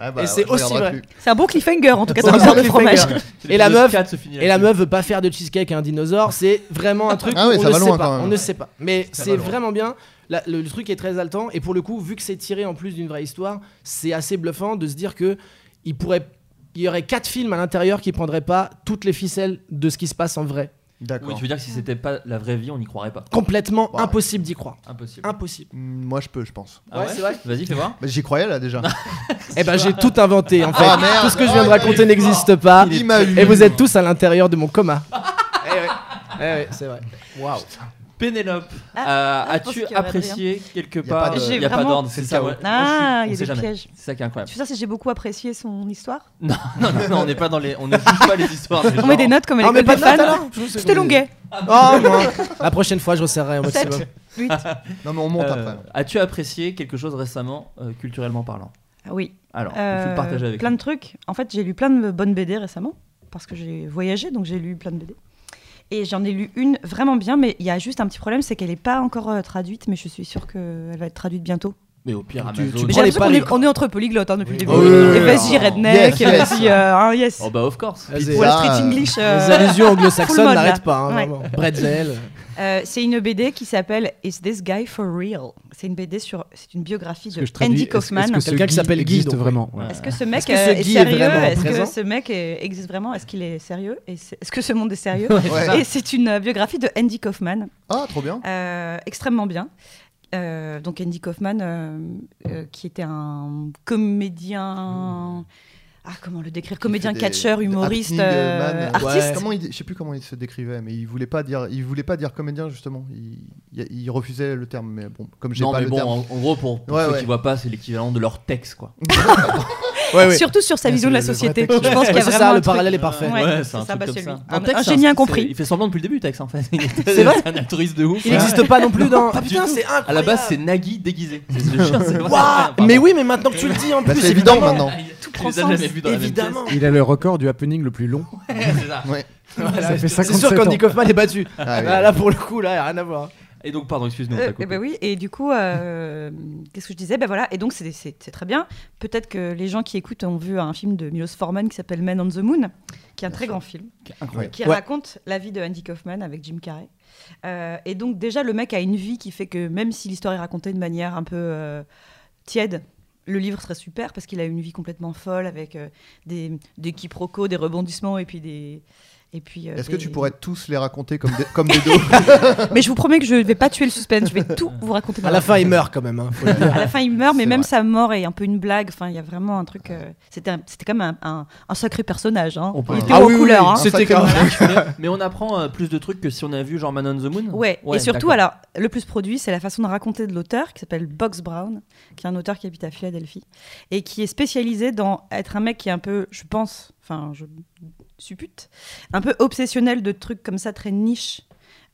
Speaker 12: Ouais, bah,
Speaker 3: Et c'est
Speaker 12: on regardera
Speaker 3: aussi vrai.
Speaker 12: plus.
Speaker 10: C'est un bon cliffhanger en tout cas,
Speaker 3: C'est
Speaker 10: dans
Speaker 3: un
Speaker 10: le
Speaker 3: bon
Speaker 10: genre de
Speaker 3: cliffhanger.
Speaker 10: fromage.
Speaker 3: Et la meuf- Et la
Speaker 8: meuf
Speaker 3: meuf veut pas faire de cheesecake à un dinosaure, c'est vraiment un truc.
Speaker 12: Ah ouais,
Speaker 3: on
Speaker 12: ça
Speaker 3: ne
Speaker 12: va
Speaker 3: sait
Speaker 12: loin,
Speaker 3: pas,
Speaker 12: quand même.
Speaker 3: on ne sait pas. Mais c'est
Speaker 12: va loin.
Speaker 3: vraiment bien. La- le, le truc est très haletant et pour le coup, vu que c'est tiré en plus d'une vraie histoire, c'est assez bluffant de se dire que il pourrait, il y aurait quatre films à l'intérieur qui prendraient pas toutes les ficelles de ce qui se passe en vrai.
Speaker 8: Oui,
Speaker 12: D'accord.
Speaker 8: tu veux dire que si c'était pas la vraie vie, on n'y croirait pas.
Speaker 3: Complètement
Speaker 12: Ouais.
Speaker 3: impossible d'y croire.
Speaker 8: Impossible.
Speaker 3: Impossible.
Speaker 12: Hmm, Moi, je peux, je pense.
Speaker 8: Ah
Speaker 3: Ah, ouais, c'est vrai
Speaker 8: Vas-y, fais voir.
Speaker 12: Bah, J'y croyais là déjà.
Speaker 3: Eh ben, j'ai tout inventé en fait.
Speaker 12: Ah, merde.
Speaker 3: tout ce que je viens de
Speaker 12: Ah, il
Speaker 3: raconter
Speaker 12: est
Speaker 3: n'existe pas.
Speaker 12: Il m'a eu.
Speaker 3: Et vous êtes tous à l'intérieur de mon coma. eh ouais, Eh ouais, c'est vrai. Waouh.
Speaker 8: Pénélope,
Speaker 10: Ah,
Speaker 8: euh,
Speaker 10: ah, je pense
Speaker 8: tu
Speaker 10: qu'il y aurait
Speaker 8: apprécié quelque
Speaker 12: Y a pas
Speaker 8: part euh,
Speaker 12: de- J'ai
Speaker 8: Il n'y a pas
Speaker 10: vraiment-
Speaker 8: d'ordre,
Speaker 12: C'est
Speaker 8: c'est
Speaker 12: le
Speaker 8: ça.
Speaker 12: chaos.
Speaker 8: ouais.
Speaker 10: Ah,
Speaker 8: On
Speaker 10: il y a
Speaker 8: sait
Speaker 10: des
Speaker 8: jamais.
Speaker 10: pièges.
Speaker 8: C'est ça qui est incroyable.
Speaker 10: Tu veux dire si j'ai beaucoup apprécié son histoire
Speaker 8: Non, non, non, non, on n'est pas dans les. On ne juge pas les histoires. des
Speaker 10: On
Speaker 8: gens.
Speaker 10: met des notes comme à
Speaker 3: Ah, mais
Speaker 10: l'école
Speaker 3: pas
Speaker 10: des
Speaker 3: de notes,
Speaker 10: fans.
Speaker 3: alors
Speaker 10: C'était longuet.
Speaker 3: Oh, moi. La prochaine fois, je resserrerai au maximum.
Speaker 10: Sept, huit.
Speaker 12: Non, mais on monte
Speaker 8: Euh,
Speaker 12: après.
Speaker 8: As-tu apprécié quelque chose récemment, euh, culturellement parlant
Speaker 10: Ah Oui.
Speaker 8: Alors, tu
Speaker 10: Euh,
Speaker 8: le partages avec
Speaker 10: plein
Speaker 8: nous.
Speaker 10: de trucs. En fait, j'ai lu plein de bonnes BD récemment parce que j'ai voyagé, donc j'ai lu plein de BD. Et j'en ai lu une vraiment bien, mais il y a juste un petit problème, c'est qu'elle n'est pas encore euh, traduite, mais je suis sûre qu'elle va être traduite bientôt.
Speaker 8: Mais au pire,
Speaker 3: Tu-
Speaker 8: Amazon.
Speaker 3: tu
Speaker 10: Mais
Speaker 3: prends
Speaker 10: j'ai
Speaker 3: les
Speaker 10: l'impression qu'on est,
Speaker 3: paris.
Speaker 10: on est entre polyglottes hein, depuis le début.
Speaker 12: Oui, oui, oui, oui.
Speaker 10: et vas-y,
Speaker 12: Yes,
Speaker 10: redneck,
Speaker 12: yes.
Speaker 10: vas-y, euh, hein, yes.
Speaker 8: Oh bah, of course.
Speaker 3: Vas-y.
Speaker 10: Wall
Speaker 12: Ça,
Speaker 10: Street
Speaker 12: euh,
Speaker 10: English. euh,
Speaker 3: Les allusions
Speaker 10: full
Speaker 3: anglo-saxonnes
Speaker 10: mode,
Speaker 3: n'arrêtent
Speaker 10: là.
Speaker 3: pas, hein,
Speaker 10: Ouais.
Speaker 3: vraiment. Bretzel.
Speaker 10: Euh, c'est une BD qui s'appelle Is This Guy for Real C'est une BD sur, c'est une biographie de
Speaker 11: que je traduis,
Speaker 10: Andy
Speaker 11: est-ce-
Speaker 10: Kaufman.
Speaker 11: est-ce que ce
Speaker 3: Quelqu'un qui
Speaker 11: Guy
Speaker 3: s'appelle Guy,
Speaker 11: existe
Speaker 3: donc, oui.
Speaker 11: vraiment. ouais.
Speaker 10: Est-ce que ce mec
Speaker 3: Est-ce que ce
Speaker 10: euh, est,
Speaker 3: Guy est
Speaker 10: sérieux
Speaker 3: vraiment
Speaker 10: Est-ce
Speaker 3: présent
Speaker 10: que ce mec est- existe vraiment Est-ce qu'il est sérieux Et c'est- Est-ce que ce monde est sérieux
Speaker 12: Ouais.
Speaker 10: Et c'est une euh, biographie de Andy Kaufman,
Speaker 12: Ah, trop bien.
Speaker 10: euh, extrêmement bien. Euh, donc Andy Kaufman, euh, euh, qui était un comédien, ah comment le décrire, comédien,
Speaker 12: des-
Speaker 10: catcheur,
Speaker 12: des
Speaker 10: humoriste,
Speaker 12: happening, euh, man,
Speaker 10: euh,
Speaker 12: euh,
Speaker 10: artiste.
Speaker 3: Ouais.
Speaker 12: Comment il, je sais plus comment il se décrivait, mais il voulait pas dire, il voulait pas dire comédien justement. Il, il- il refusait le terme, mais bon, comme j'ai
Speaker 8: Non,
Speaker 12: pas
Speaker 8: mais
Speaker 12: le
Speaker 8: bon, en,
Speaker 12: terme.
Speaker 8: en gros, pour, pour
Speaker 12: Ouais,
Speaker 8: ceux
Speaker 12: ouais.
Speaker 8: qui voient pas, c'est l'équivalent de leur texte, quoi.
Speaker 3: Ouais, ouais.
Speaker 10: Surtout sur sa
Speaker 3: Ouais,
Speaker 10: vision
Speaker 3: c'est
Speaker 10: de la
Speaker 3: le- le vrai
Speaker 10: société.
Speaker 3: texte.
Speaker 10: Je pense qu'il y a
Speaker 3: C'est ça,
Speaker 10: vraiment
Speaker 3: le
Speaker 10: un truc.
Speaker 3: parallèle est parfait.
Speaker 10: Ouais,
Speaker 3: Ouais,
Speaker 10: c'est
Speaker 3: c'est
Speaker 10: un
Speaker 3: un
Speaker 10: ça, bah,
Speaker 3: truc comme
Speaker 10: celui.
Speaker 3: ça.
Speaker 10: Un,
Speaker 3: Un texte,
Speaker 10: un
Speaker 3: c'est
Speaker 10: génie
Speaker 3: un-
Speaker 10: incompris.
Speaker 8: Il fait semblant depuis le début, Tex, en fait.
Speaker 10: C'est vrai
Speaker 8: C'est un altruiste de ouf.
Speaker 3: Il n'existe pas non plus dans.
Speaker 8: Pas du
Speaker 3: Ah, putain,
Speaker 8: tout.
Speaker 3: c'est incroyable.
Speaker 8: À la base, c'est Nagui déguisé. C'est le chien, c'est vrai.
Speaker 3: Waouh
Speaker 8: Pardon.
Speaker 3: Mais oui, mais maintenant que tu le dis, en
Speaker 12: Bah,
Speaker 3: plus,
Speaker 12: c'est évident
Speaker 3: évidemment.
Speaker 12: maintenant.
Speaker 8: Tout
Speaker 10: prend
Speaker 8: les a
Speaker 10: sens.
Speaker 8: jamais vus dans la même
Speaker 3: Évidemment.
Speaker 11: Il a le record du happening le plus long.
Speaker 8: pièce. C'est ça.
Speaker 12: Ouais.
Speaker 11: ça fait
Speaker 3: Ah, C'est sûr
Speaker 11: 57
Speaker 3: qu'Andy
Speaker 11: ans.
Speaker 3: Kaufman est battu.
Speaker 12: Ah oui.
Speaker 3: Là, là, pour le coup, là, y a rien à voir.
Speaker 8: Et donc, pardon, excuse-nous. on t'a
Speaker 10: Euh,
Speaker 8: coupé.
Speaker 10: eh ben oui, et du coup, euh, qu'est-ce que je disais Ben voilà, et donc c'est c'est- c'est très bien. Peut-être que les gens qui écoutent ont vu un film de Milos Forman qui s'appelle Men on the Moon, qui est un très grand film,
Speaker 8: incroyable.
Speaker 10: qui
Speaker 3: Ouais.
Speaker 10: raconte la vie de Andy Kaufman avec Jim Carrey. Euh, et donc déjà, le mec a une vie qui fait que même si l'histoire est racontée de manière un peu euh, tiède, le livre serait super parce qu'il a une vie complètement folle avec euh, des, des quiproquos, des rebondissements et puis des... et puis, euh,
Speaker 12: Est-ce que
Speaker 10: des-
Speaker 12: tu pourrais tous les raconter comme des, comme des dos
Speaker 10: Mais je vous promets que je ne vais pas tuer le suspense, je vais tout vous raconter. dans
Speaker 3: À la fin, il meurt quand même. hein, faut le dire.
Speaker 10: À la fin, il meurt, mais
Speaker 3: C'est
Speaker 10: même
Speaker 3: vrai.
Speaker 10: sa mort est un peu une blague. Enfin, il y a vraiment un truc. euh, C'était, un- c'était quand même un, un- un sacré personnage. Hein.
Speaker 8: On peut-
Speaker 10: Il était
Speaker 3: Ah
Speaker 10: haut en
Speaker 3: oui, oui,
Speaker 10: couleur.
Speaker 3: oui,
Speaker 10: hein.
Speaker 3: c'est- C'était
Speaker 12: Sacré
Speaker 3: grave.
Speaker 12: monarque.
Speaker 8: Mais on apprend euh, plus de trucs que si on a vu genre Man on the Moon.
Speaker 10: Ouais. et surtout,
Speaker 8: d'accord.
Speaker 10: alors, le plus produit, c'est la façon de raconter de l'auteur qui s'appelle Box Brown, qui est un auteur qui habite à Philadelphie et qui est spécialisé dans être un mec qui est un peu, je pense, enfin, je suppute, un peu obsessionnel de trucs comme ça, très niche.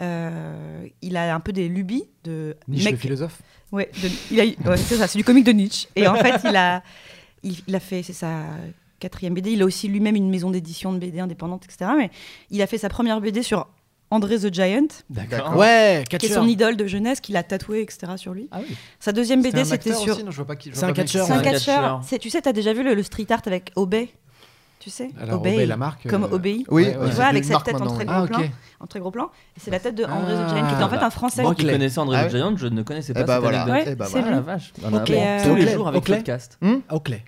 Speaker 10: Euh, il a un peu des lubies de
Speaker 11: Niche
Speaker 10: mec
Speaker 11: le philosophe.
Speaker 10: Ouais, de- il a eu- ouais, c'est ça, c'est du comique de Nietzsche. Et en fait, il a, il, il a fait, c'est sa quatrième BD. Il a aussi lui-même une maison d'édition de BD indépendante, etc. Mais il a fait sa première BD sur André the Giant,
Speaker 12: D'accord.
Speaker 3: Ouais,
Speaker 10: qui est
Speaker 3: catcheur.
Speaker 10: son idole de jeunesse, qu'il a tatoué, etc. sur lui.
Speaker 8: Ah oui.
Speaker 10: Sa deuxième
Speaker 11: C'était
Speaker 10: BD,
Speaker 11: un
Speaker 10: c'était
Speaker 11: acteur
Speaker 10: sur.
Speaker 11: aussi Non, je vois pas qui- je
Speaker 3: C'est
Speaker 11: vois
Speaker 3: un
Speaker 11: pas mec.
Speaker 3: catcheur,
Speaker 10: C'est un
Speaker 3: ouais.
Speaker 10: catcheur.
Speaker 8: catcheur.
Speaker 10: C'est- Tu sais, t'as déjà vu le, le street art avec Obey Tu sais
Speaker 11: Alors,
Speaker 10: Obey,
Speaker 11: Obey, la marque.
Speaker 10: Comme
Speaker 11: euh,
Speaker 10: Obey.
Speaker 12: Oui,
Speaker 11: Ouais, ouais.
Speaker 10: Tu
Speaker 12: c'est
Speaker 10: vois, avec
Speaker 12: une
Speaker 10: cette
Speaker 12: marque
Speaker 10: tête en
Speaker 12: maintenant,
Speaker 10: très,
Speaker 12: ouais.
Speaker 11: Ah,
Speaker 10: gros
Speaker 11: ok.
Speaker 10: plan, en très gros plan. Et c'est la tête de André
Speaker 11: Ah. bah,
Speaker 10: the Giant, qui était en fait un français.
Speaker 8: Moi qui
Speaker 11: Oakley.
Speaker 8: connaissais André
Speaker 12: Ah
Speaker 8: the
Speaker 12: ouais.
Speaker 8: Giant, je ne connaissais pas
Speaker 12: Eh bah
Speaker 8: cette
Speaker 12: voilà.
Speaker 8: anecdote.
Speaker 10: Ouais,
Speaker 12: Eh bah
Speaker 10: c'est
Speaker 12: voilà.
Speaker 8: Ah la vache. On en
Speaker 3: Oakley.
Speaker 8: apprend Tous les
Speaker 3: Oakley.
Speaker 8: jours avec
Speaker 3: Oakley.
Speaker 8: le podcast.
Speaker 3: Oakley.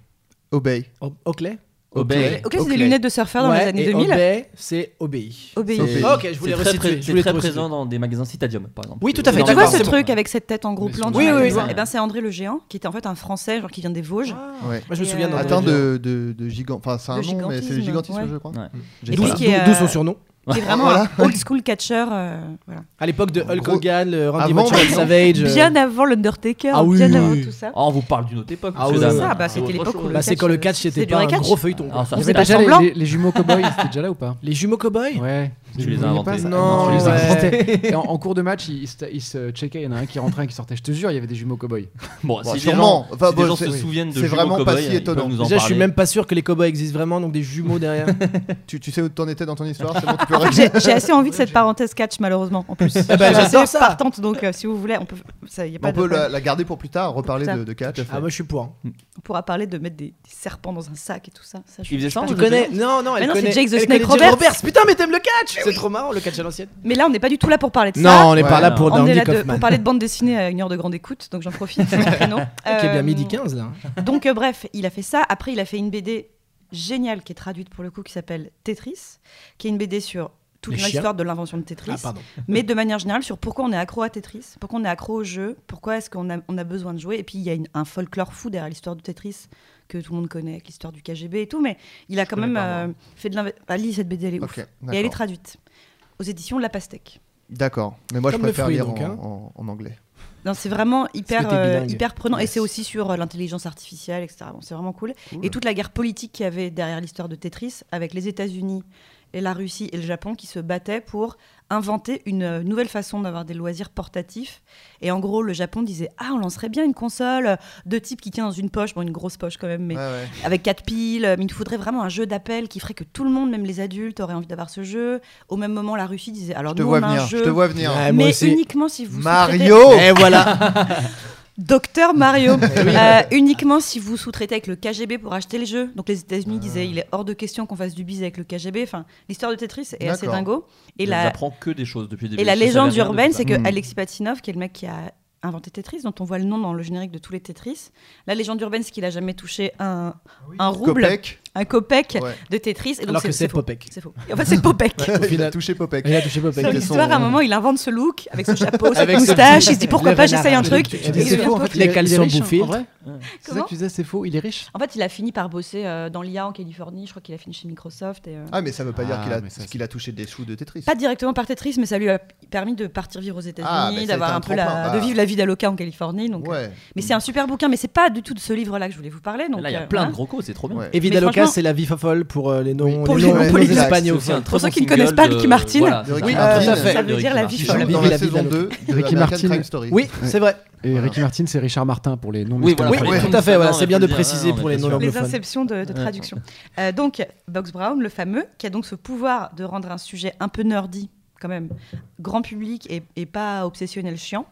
Speaker 12: Obey.
Speaker 3: O- Oakley.
Speaker 8: Obey.
Speaker 10: Ok, c'est des
Speaker 12: Oakley.
Speaker 10: lunettes de surfeur dans
Speaker 3: Ouais,
Speaker 10: les années
Speaker 3: et
Speaker 10: 2000.
Speaker 3: Obey, c'est obéi.
Speaker 10: Obey.
Speaker 12: C'est-
Speaker 3: Ah, Ok, je
Speaker 8: C'est
Speaker 3: voulais
Speaker 8: très,
Speaker 3: resituer.
Speaker 8: pré-
Speaker 3: je
Speaker 8: c'est
Speaker 3: voulais
Speaker 8: très
Speaker 3: te resituer.
Speaker 8: présent dans des magasins Citadium, par exemple.
Speaker 3: Oui, tout à fait.
Speaker 8: Non,
Speaker 10: Tu
Speaker 3: D'accord,
Speaker 10: vois
Speaker 3: c'est
Speaker 10: ce
Speaker 3: bon.
Speaker 10: truc avec cette tête en gros
Speaker 11: Mais
Speaker 10: plan
Speaker 11: c'est
Speaker 10: dans
Speaker 3: bon.
Speaker 10: la
Speaker 3: Oui, oui,
Speaker 10: maison
Speaker 3: oui.
Speaker 10: Eh ben c'est André le géant qui était en fait un français genre qui vient des Vosges.
Speaker 3: Moi,
Speaker 12: Ouais.
Speaker 3: je
Speaker 10: Et,
Speaker 3: me souviens
Speaker 10: euh,
Speaker 3: d'un
Speaker 12: Atteint
Speaker 3: autre jeu.
Speaker 12: de, de, de gigant. Enfin, c'est un
Speaker 10: De
Speaker 12: nom, mais c'est le
Speaker 10: gigantisme,
Speaker 12: gigantisme,
Speaker 10: ouais.
Speaker 12: je crois.
Speaker 8: Ouais.
Speaker 10: Et
Speaker 8: J'ai
Speaker 10: puis
Speaker 3: D'où
Speaker 8: pas-
Speaker 10: qui est,
Speaker 3: d'où son
Speaker 10: euh,
Speaker 3: surnom.
Speaker 10: Qui est vraiment
Speaker 12: Voilà.
Speaker 10: un old school catcher euh, voilà.
Speaker 3: À l'époque de Hulk
Speaker 12: gros-
Speaker 3: Hogan, le Randy
Speaker 12: Avant,
Speaker 3: Macho,
Speaker 12: ouais.
Speaker 3: le Savage. euh,
Speaker 10: Bien avant l'Undertaker,
Speaker 3: Ah oui,
Speaker 10: bien
Speaker 3: oui,
Speaker 10: avant
Speaker 3: oui.
Speaker 10: tout ça.
Speaker 8: Ah, on vous parle d'une autre époque.
Speaker 3: Ah
Speaker 8: monsieur, dame.
Speaker 3: ouais.
Speaker 10: Ça, bah,
Speaker 8: C'est
Speaker 10: c'était
Speaker 8: autre
Speaker 10: l'époque
Speaker 8: chose.
Speaker 10: où le
Speaker 3: Là, c'est
Speaker 10: catch,
Speaker 3: quand le
Speaker 10: euh,
Speaker 3: catch,
Speaker 10: c'était
Speaker 3: c'était
Speaker 10: du
Speaker 3: pas un
Speaker 10: récatch.
Speaker 3: gros feuilleton.
Speaker 8: Alors, ça
Speaker 11: Il y
Speaker 8: fait
Speaker 11: avait
Speaker 10: pas
Speaker 11: déjà
Speaker 10: semblant.
Speaker 11: les, les- les jumeaux cowboys, c'était déjà là ou pas
Speaker 3: Les jumeaux cow-boys
Speaker 11: Ouais.
Speaker 8: Tu les
Speaker 11: Vous
Speaker 8: as
Speaker 11: voyez pas
Speaker 8: inventés.
Speaker 11: ça
Speaker 3: Non,
Speaker 11: tu les as
Speaker 3: ouais.
Speaker 11: inventés. Et en, en cours de match, ils se, ils se checkaient. Il y en a un qui rentrait, un qui sortait. Je te jure, il y avait des jumeaux cowboys.
Speaker 8: Bon,
Speaker 12: Bon,
Speaker 8: si les
Speaker 12: sûrement.
Speaker 8: gens,
Speaker 12: Enfin,
Speaker 8: si les
Speaker 12: bon,
Speaker 8: gens
Speaker 12: c'est-
Speaker 8: se souviennent de
Speaker 12: c'est
Speaker 8: Jumeau
Speaker 12: vraiment pas
Speaker 8: Cowboy,
Speaker 12: si
Speaker 8: ils peuvent
Speaker 12: étonnant.
Speaker 8: nous en
Speaker 3: Déjà, je suis
Speaker 8: parler.
Speaker 3: même pas sûr que les cow-boys existent vraiment, donc des jumeaux derrière.
Speaker 12: Tu, tu sais où t'en étais dans ton histoire C'est bon, tu peux
Speaker 10: J'ai
Speaker 12: répondre.
Speaker 10: j'ai assez envie de cette parenthèse catch malheureusement en plus.
Speaker 3: ben,
Speaker 10: Je suis
Speaker 3: j'adore
Speaker 10: assez
Speaker 3: ça.
Speaker 10: partante donc euh, si vous voulez on peut ça y a pas
Speaker 12: On
Speaker 10: de
Speaker 12: peut
Speaker 10: problème.
Speaker 12: la, la garder pour plus tard, reparler
Speaker 10: Pour plus
Speaker 12: de, de catch.
Speaker 3: Ah, moi, je suis pour. hein.
Speaker 10: on pourra parler de mettre des, des serpents dans un sac et tout ça. ça je-
Speaker 8: Il faisait
Speaker 10: je
Speaker 8: ça,
Speaker 10: suis
Speaker 8: on
Speaker 10: pas-
Speaker 3: Tu connais Non, non,
Speaker 10: Mais
Speaker 3: elle
Speaker 10: non, c'est
Speaker 3: connaît.
Speaker 10: Jake the
Speaker 3: elle
Speaker 10: Snake
Speaker 3: connaît Jake
Speaker 10: Roberts.
Speaker 3: Putain, mais t'aimes le catch C'est trop marrant, le catch à l'ancienne.
Speaker 10: Mais là on n'est pas du tout là pour parler de ça.
Speaker 3: Non, on est pas
Speaker 12: Ouais,
Speaker 3: là
Speaker 8: non.
Speaker 3: pour
Speaker 10: on est
Speaker 3: Dandy
Speaker 10: là de-
Speaker 3: Kaufman.
Speaker 10: pour parler de bande dessinée à une heure de grande écoute donc j'en profite. c'est mon créneau.
Speaker 3: Qui est bien
Speaker 10: Euh,
Speaker 3: midi 15, là.
Speaker 10: Donc euh, bref, il a fait ça. Après, il a fait une BD géniale qui est traduite pour le coup, qui s'appelle Tetris, qui est une BD sur toute
Speaker 3: Les chiens.
Speaker 10: l'histoire de l'invention de Tetris,
Speaker 3: Ah, pardon.
Speaker 10: mais de manière générale sur pourquoi on est accro à Tetris, pourquoi on est accro au jeu, pourquoi est-ce qu'on a, on a besoin de jouer. Et puis il y a une- un folklore fou derrière l'histoire de Tetris que tout le monde connaît, avec l'histoire du KGB et tout, mais il a quand
Speaker 8: connais
Speaker 10: même
Speaker 8: pas,
Speaker 10: euh, fait de l'investissement. lis cette BD, elle est
Speaker 12: Ok,
Speaker 10: ouf. Et elle est
Speaker 12: d'accord.
Speaker 10: traduite aux éditions La Pastèque.
Speaker 12: D'accord. Mais moi, je
Speaker 3: Comme le
Speaker 12: préfère
Speaker 3: fruit,
Speaker 12: lire
Speaker 3: donc,
Speaker 12: en-
Speaker 3: hein.
Speaker 12: en- en anglais.
Speaker 10: Non, c'est vraiment
Speaker 3: que
Speaker 10: hyper,
Speaker 3: t'es
Speaker 10: euh,
Speaker 3: bilingue.
Speaker 10: hyper prenant.
Speaker 3: Yes.
Speaker 10: Et c'est aussi sur euh, l'intelligence artificielle, etc. Bon, c'est vraiment cool.
Speaker 12: Cool.
Speaker 10: Et toute la guerre politique qu'il y avait derrière l'histoire de Tetris, avec les États-Unis et la Russie et le Japon qui se battaient pour inventer une euh, nouvelle façon d'avoir des loisirs portatifs. Et en gros, le Japon disait Ah, on lancerait bien une console de type qui tient dans une poche, bon, une grosse poche quand même, mais
Speaker 12: Ouais, ouais.
Speaker 10: avec quatre piles. Mais il nous faudrait vraiment un jeu d'appel qui ferait que tout le monde, même les adultes, aurait envie d'avoir ce jeu. Au même moment, la Russie disait Alors,
Speaker 12: Je te
Speaker 10: nous,
Speaker 12: vois
Speaker 10: on a un
Speaker 12: venir. Je
Speaker 10: jeu,
Speaker 12: te vois venir.
Speaker 3: Ouais, Ah, moi
Speaker 10: mais
Speaker 3: aussi.
Speaker 10: uniquement si vous sous-traitez-
Speaker 12: Mario
Speaker 3: Et voilà.
Speaker 10: Docteur Mario, Euh, uniquement si vous sous-traitez avec le KGB pour acheter les jeux. Donc les États-Unis disaient il est hors de question qu'on fasse du bise avec le KGB. Enfin, l'histoire de Tetris est assez
Speaker 12: D'accord.
Speaker 10: dingo. Et
Speaker 8: On
Speaker 10: la,
Speaker 8: apprend que des choses depuis le début.
Speaker 10: et la
Speaker 8: Je savais
Speaker 10: légende
Speaker 8: rien de
Speaker 10: urbaine,
Speaker 8: tout
Speaker 10: c'est que
Speaker 12: Mm.
Speaker 10: Alexis Patinov, qui est le mec qui a inventé Tetris, dont on voit le nom dans le générique de tous les Tetris, la légende urbaine, c'est qu'il a jamais touché un, un rouble.
Speaker 12: Copec
Speaker 10: un copec
Speaker 12: Ouais.
Speaker 10: de Tetris. Et donc
Speaker 3: Alors que c'est
Speaker 10: faux.
Speaker 3: Popek.
Speaker 10: C'est faux. Et En fait, c'est Popek.
Speaker 3: Au
Speaker 12: Il a
Speaker 3: final.
Speaker 12: touché Popek.
Speaker 3: Il a touché Popek.
Speaker 10: Dans
Speaker 12: C'était
Speaker 10: l'histoire,
Speaker 12: son-
Speaker 10: à un moment, il invente ce look avec ce chapeau, cette
Speaker 3: Avec ce
Speaker 10: moustache.
Speaker 3: petit-
Speaker 10: Il se dit pourquoi
Speaker 3: le
Speaker 10: pas, j'essaye un
Speaker 3: renard.
Speaker 10: truc.
Speaker 3: Tu
Speaker 10: Et
Speaker 3: dis,
Speaker 10: il
Speaker 3: c'est
Speaker 10: devient
Speaker 3: faux, en
Speaker 10: Popek.
Speaker 3: fait, Les cales sont bouffées.
Speaker 11: C'est ça que tu disais, c'est faux, il est riche.
Speaker 10: En fait, il a fini par bosser euh, dans l'IA en Californie. Je crois qu'il a fini chez Microsoft. Et, euh,
Speaker 12: Ah, mais ça veut pas dire
Speaker 11: Ah,
Speaker 12: qu'il a,
Speaker 11: mais ça, c'est-
Speaker 12: qu'il a touché des sous de Tetris.
Speaker 10: Pas directement par Tetris, mais ça lui a permis de partir vivre aux États-Unis,
Speaker 12: Ah, bah, ça a été
Speaker 10: d'avoir
Speaker 12: un
Speaker 10: un peu la-
Speaker 12: tremplin, bah.
Speaker 10: de vivre la vie d'Aloca en Californie. Donc, euh,
Speaker 12: Ouais.
Speaker 10: Mais c'est un super bouquin, mais c'est pas du tout de ce livre-là que je voulais vous parler. Donc,
Speaker 8: Là, il y a
Speaker 10: euh,
Speaker 8: plein de gros
Speaker 10: voilà.
Speaker 8: cos, c'est trop bien.
Speaker 12: Ouais.
Speaker 3: Et
Speaker 10: franchement-
Speaker 3: Vidaloca, c'est la vie folle pour euh, les noms
Speaker 10: Pour
Speaker 3: les
Speaker 10: les
Speaker 3: noms-
Speaker 10: noms
Speaker 3: les noms
Speaker 10: politiques.
Speaker 3: espagnols.
Speaker 8: C'est aussi un très
Speaker 10: Pour ceux
Speaker 8: bon
Speaker 10: qui ne
Speaker 8: single
Speaker 10: connaissent pas
Speaker 8: de-
Speaker 10: Ricky Martin.
Speaker 8: voilà, c'est
Speaker 12: Ricky
Speaker 8: ça.
Speaker 12: Martin.
Speaker 3: tout à fait.
Speaker 10: Ça veut dire la vie
Speaker 12: Il joue
Speaker 10: folle.
Speaker 12: dans
Speaker 3: Vive
Speaker 12: la
Speaker 3: la
Speaker 12: saison
Speaker 3: vie
Speaker 12: 2 de
Speaker 11: Ricky
Speaker 12: American
Speaker 11: Martin.
Speaker 12: Crime Story.
Speaker 3: Oui, c'est vrai.
Speaker 11: Et
Speaker 12: Voilà.
Speaker 11: Ricky Martin, c'est Richard Martin pour les non
Speaker 8: Oui, voilà,
Speaker 3: Oui,
Speaker 8: fallait
Speaker 3: tout
Speaker 8: tout
Speaker 3: à fait. Voilà,
Speaker 8: savoir,
Speaker 3: c'est bien
Speaker 8: mais
Speaker 3: de
Speaker 8: faut le dire,
Speaker 3: préciser
Speaker 8: hein,
Speaker 3: pour
Speaker 8: on
Speaker 3: les
Speaker 8: est sûr.
Speaker 10: Les
Speaker 3: non-anglophones.
Speaker 10: inceptions de, de traduction. Euh, donc, Box Brown, le fameux, qui a donc ce pouvoir de rendre un sujet un peu nerdy, quand même, grand public et, et pas obsessionnel chiant.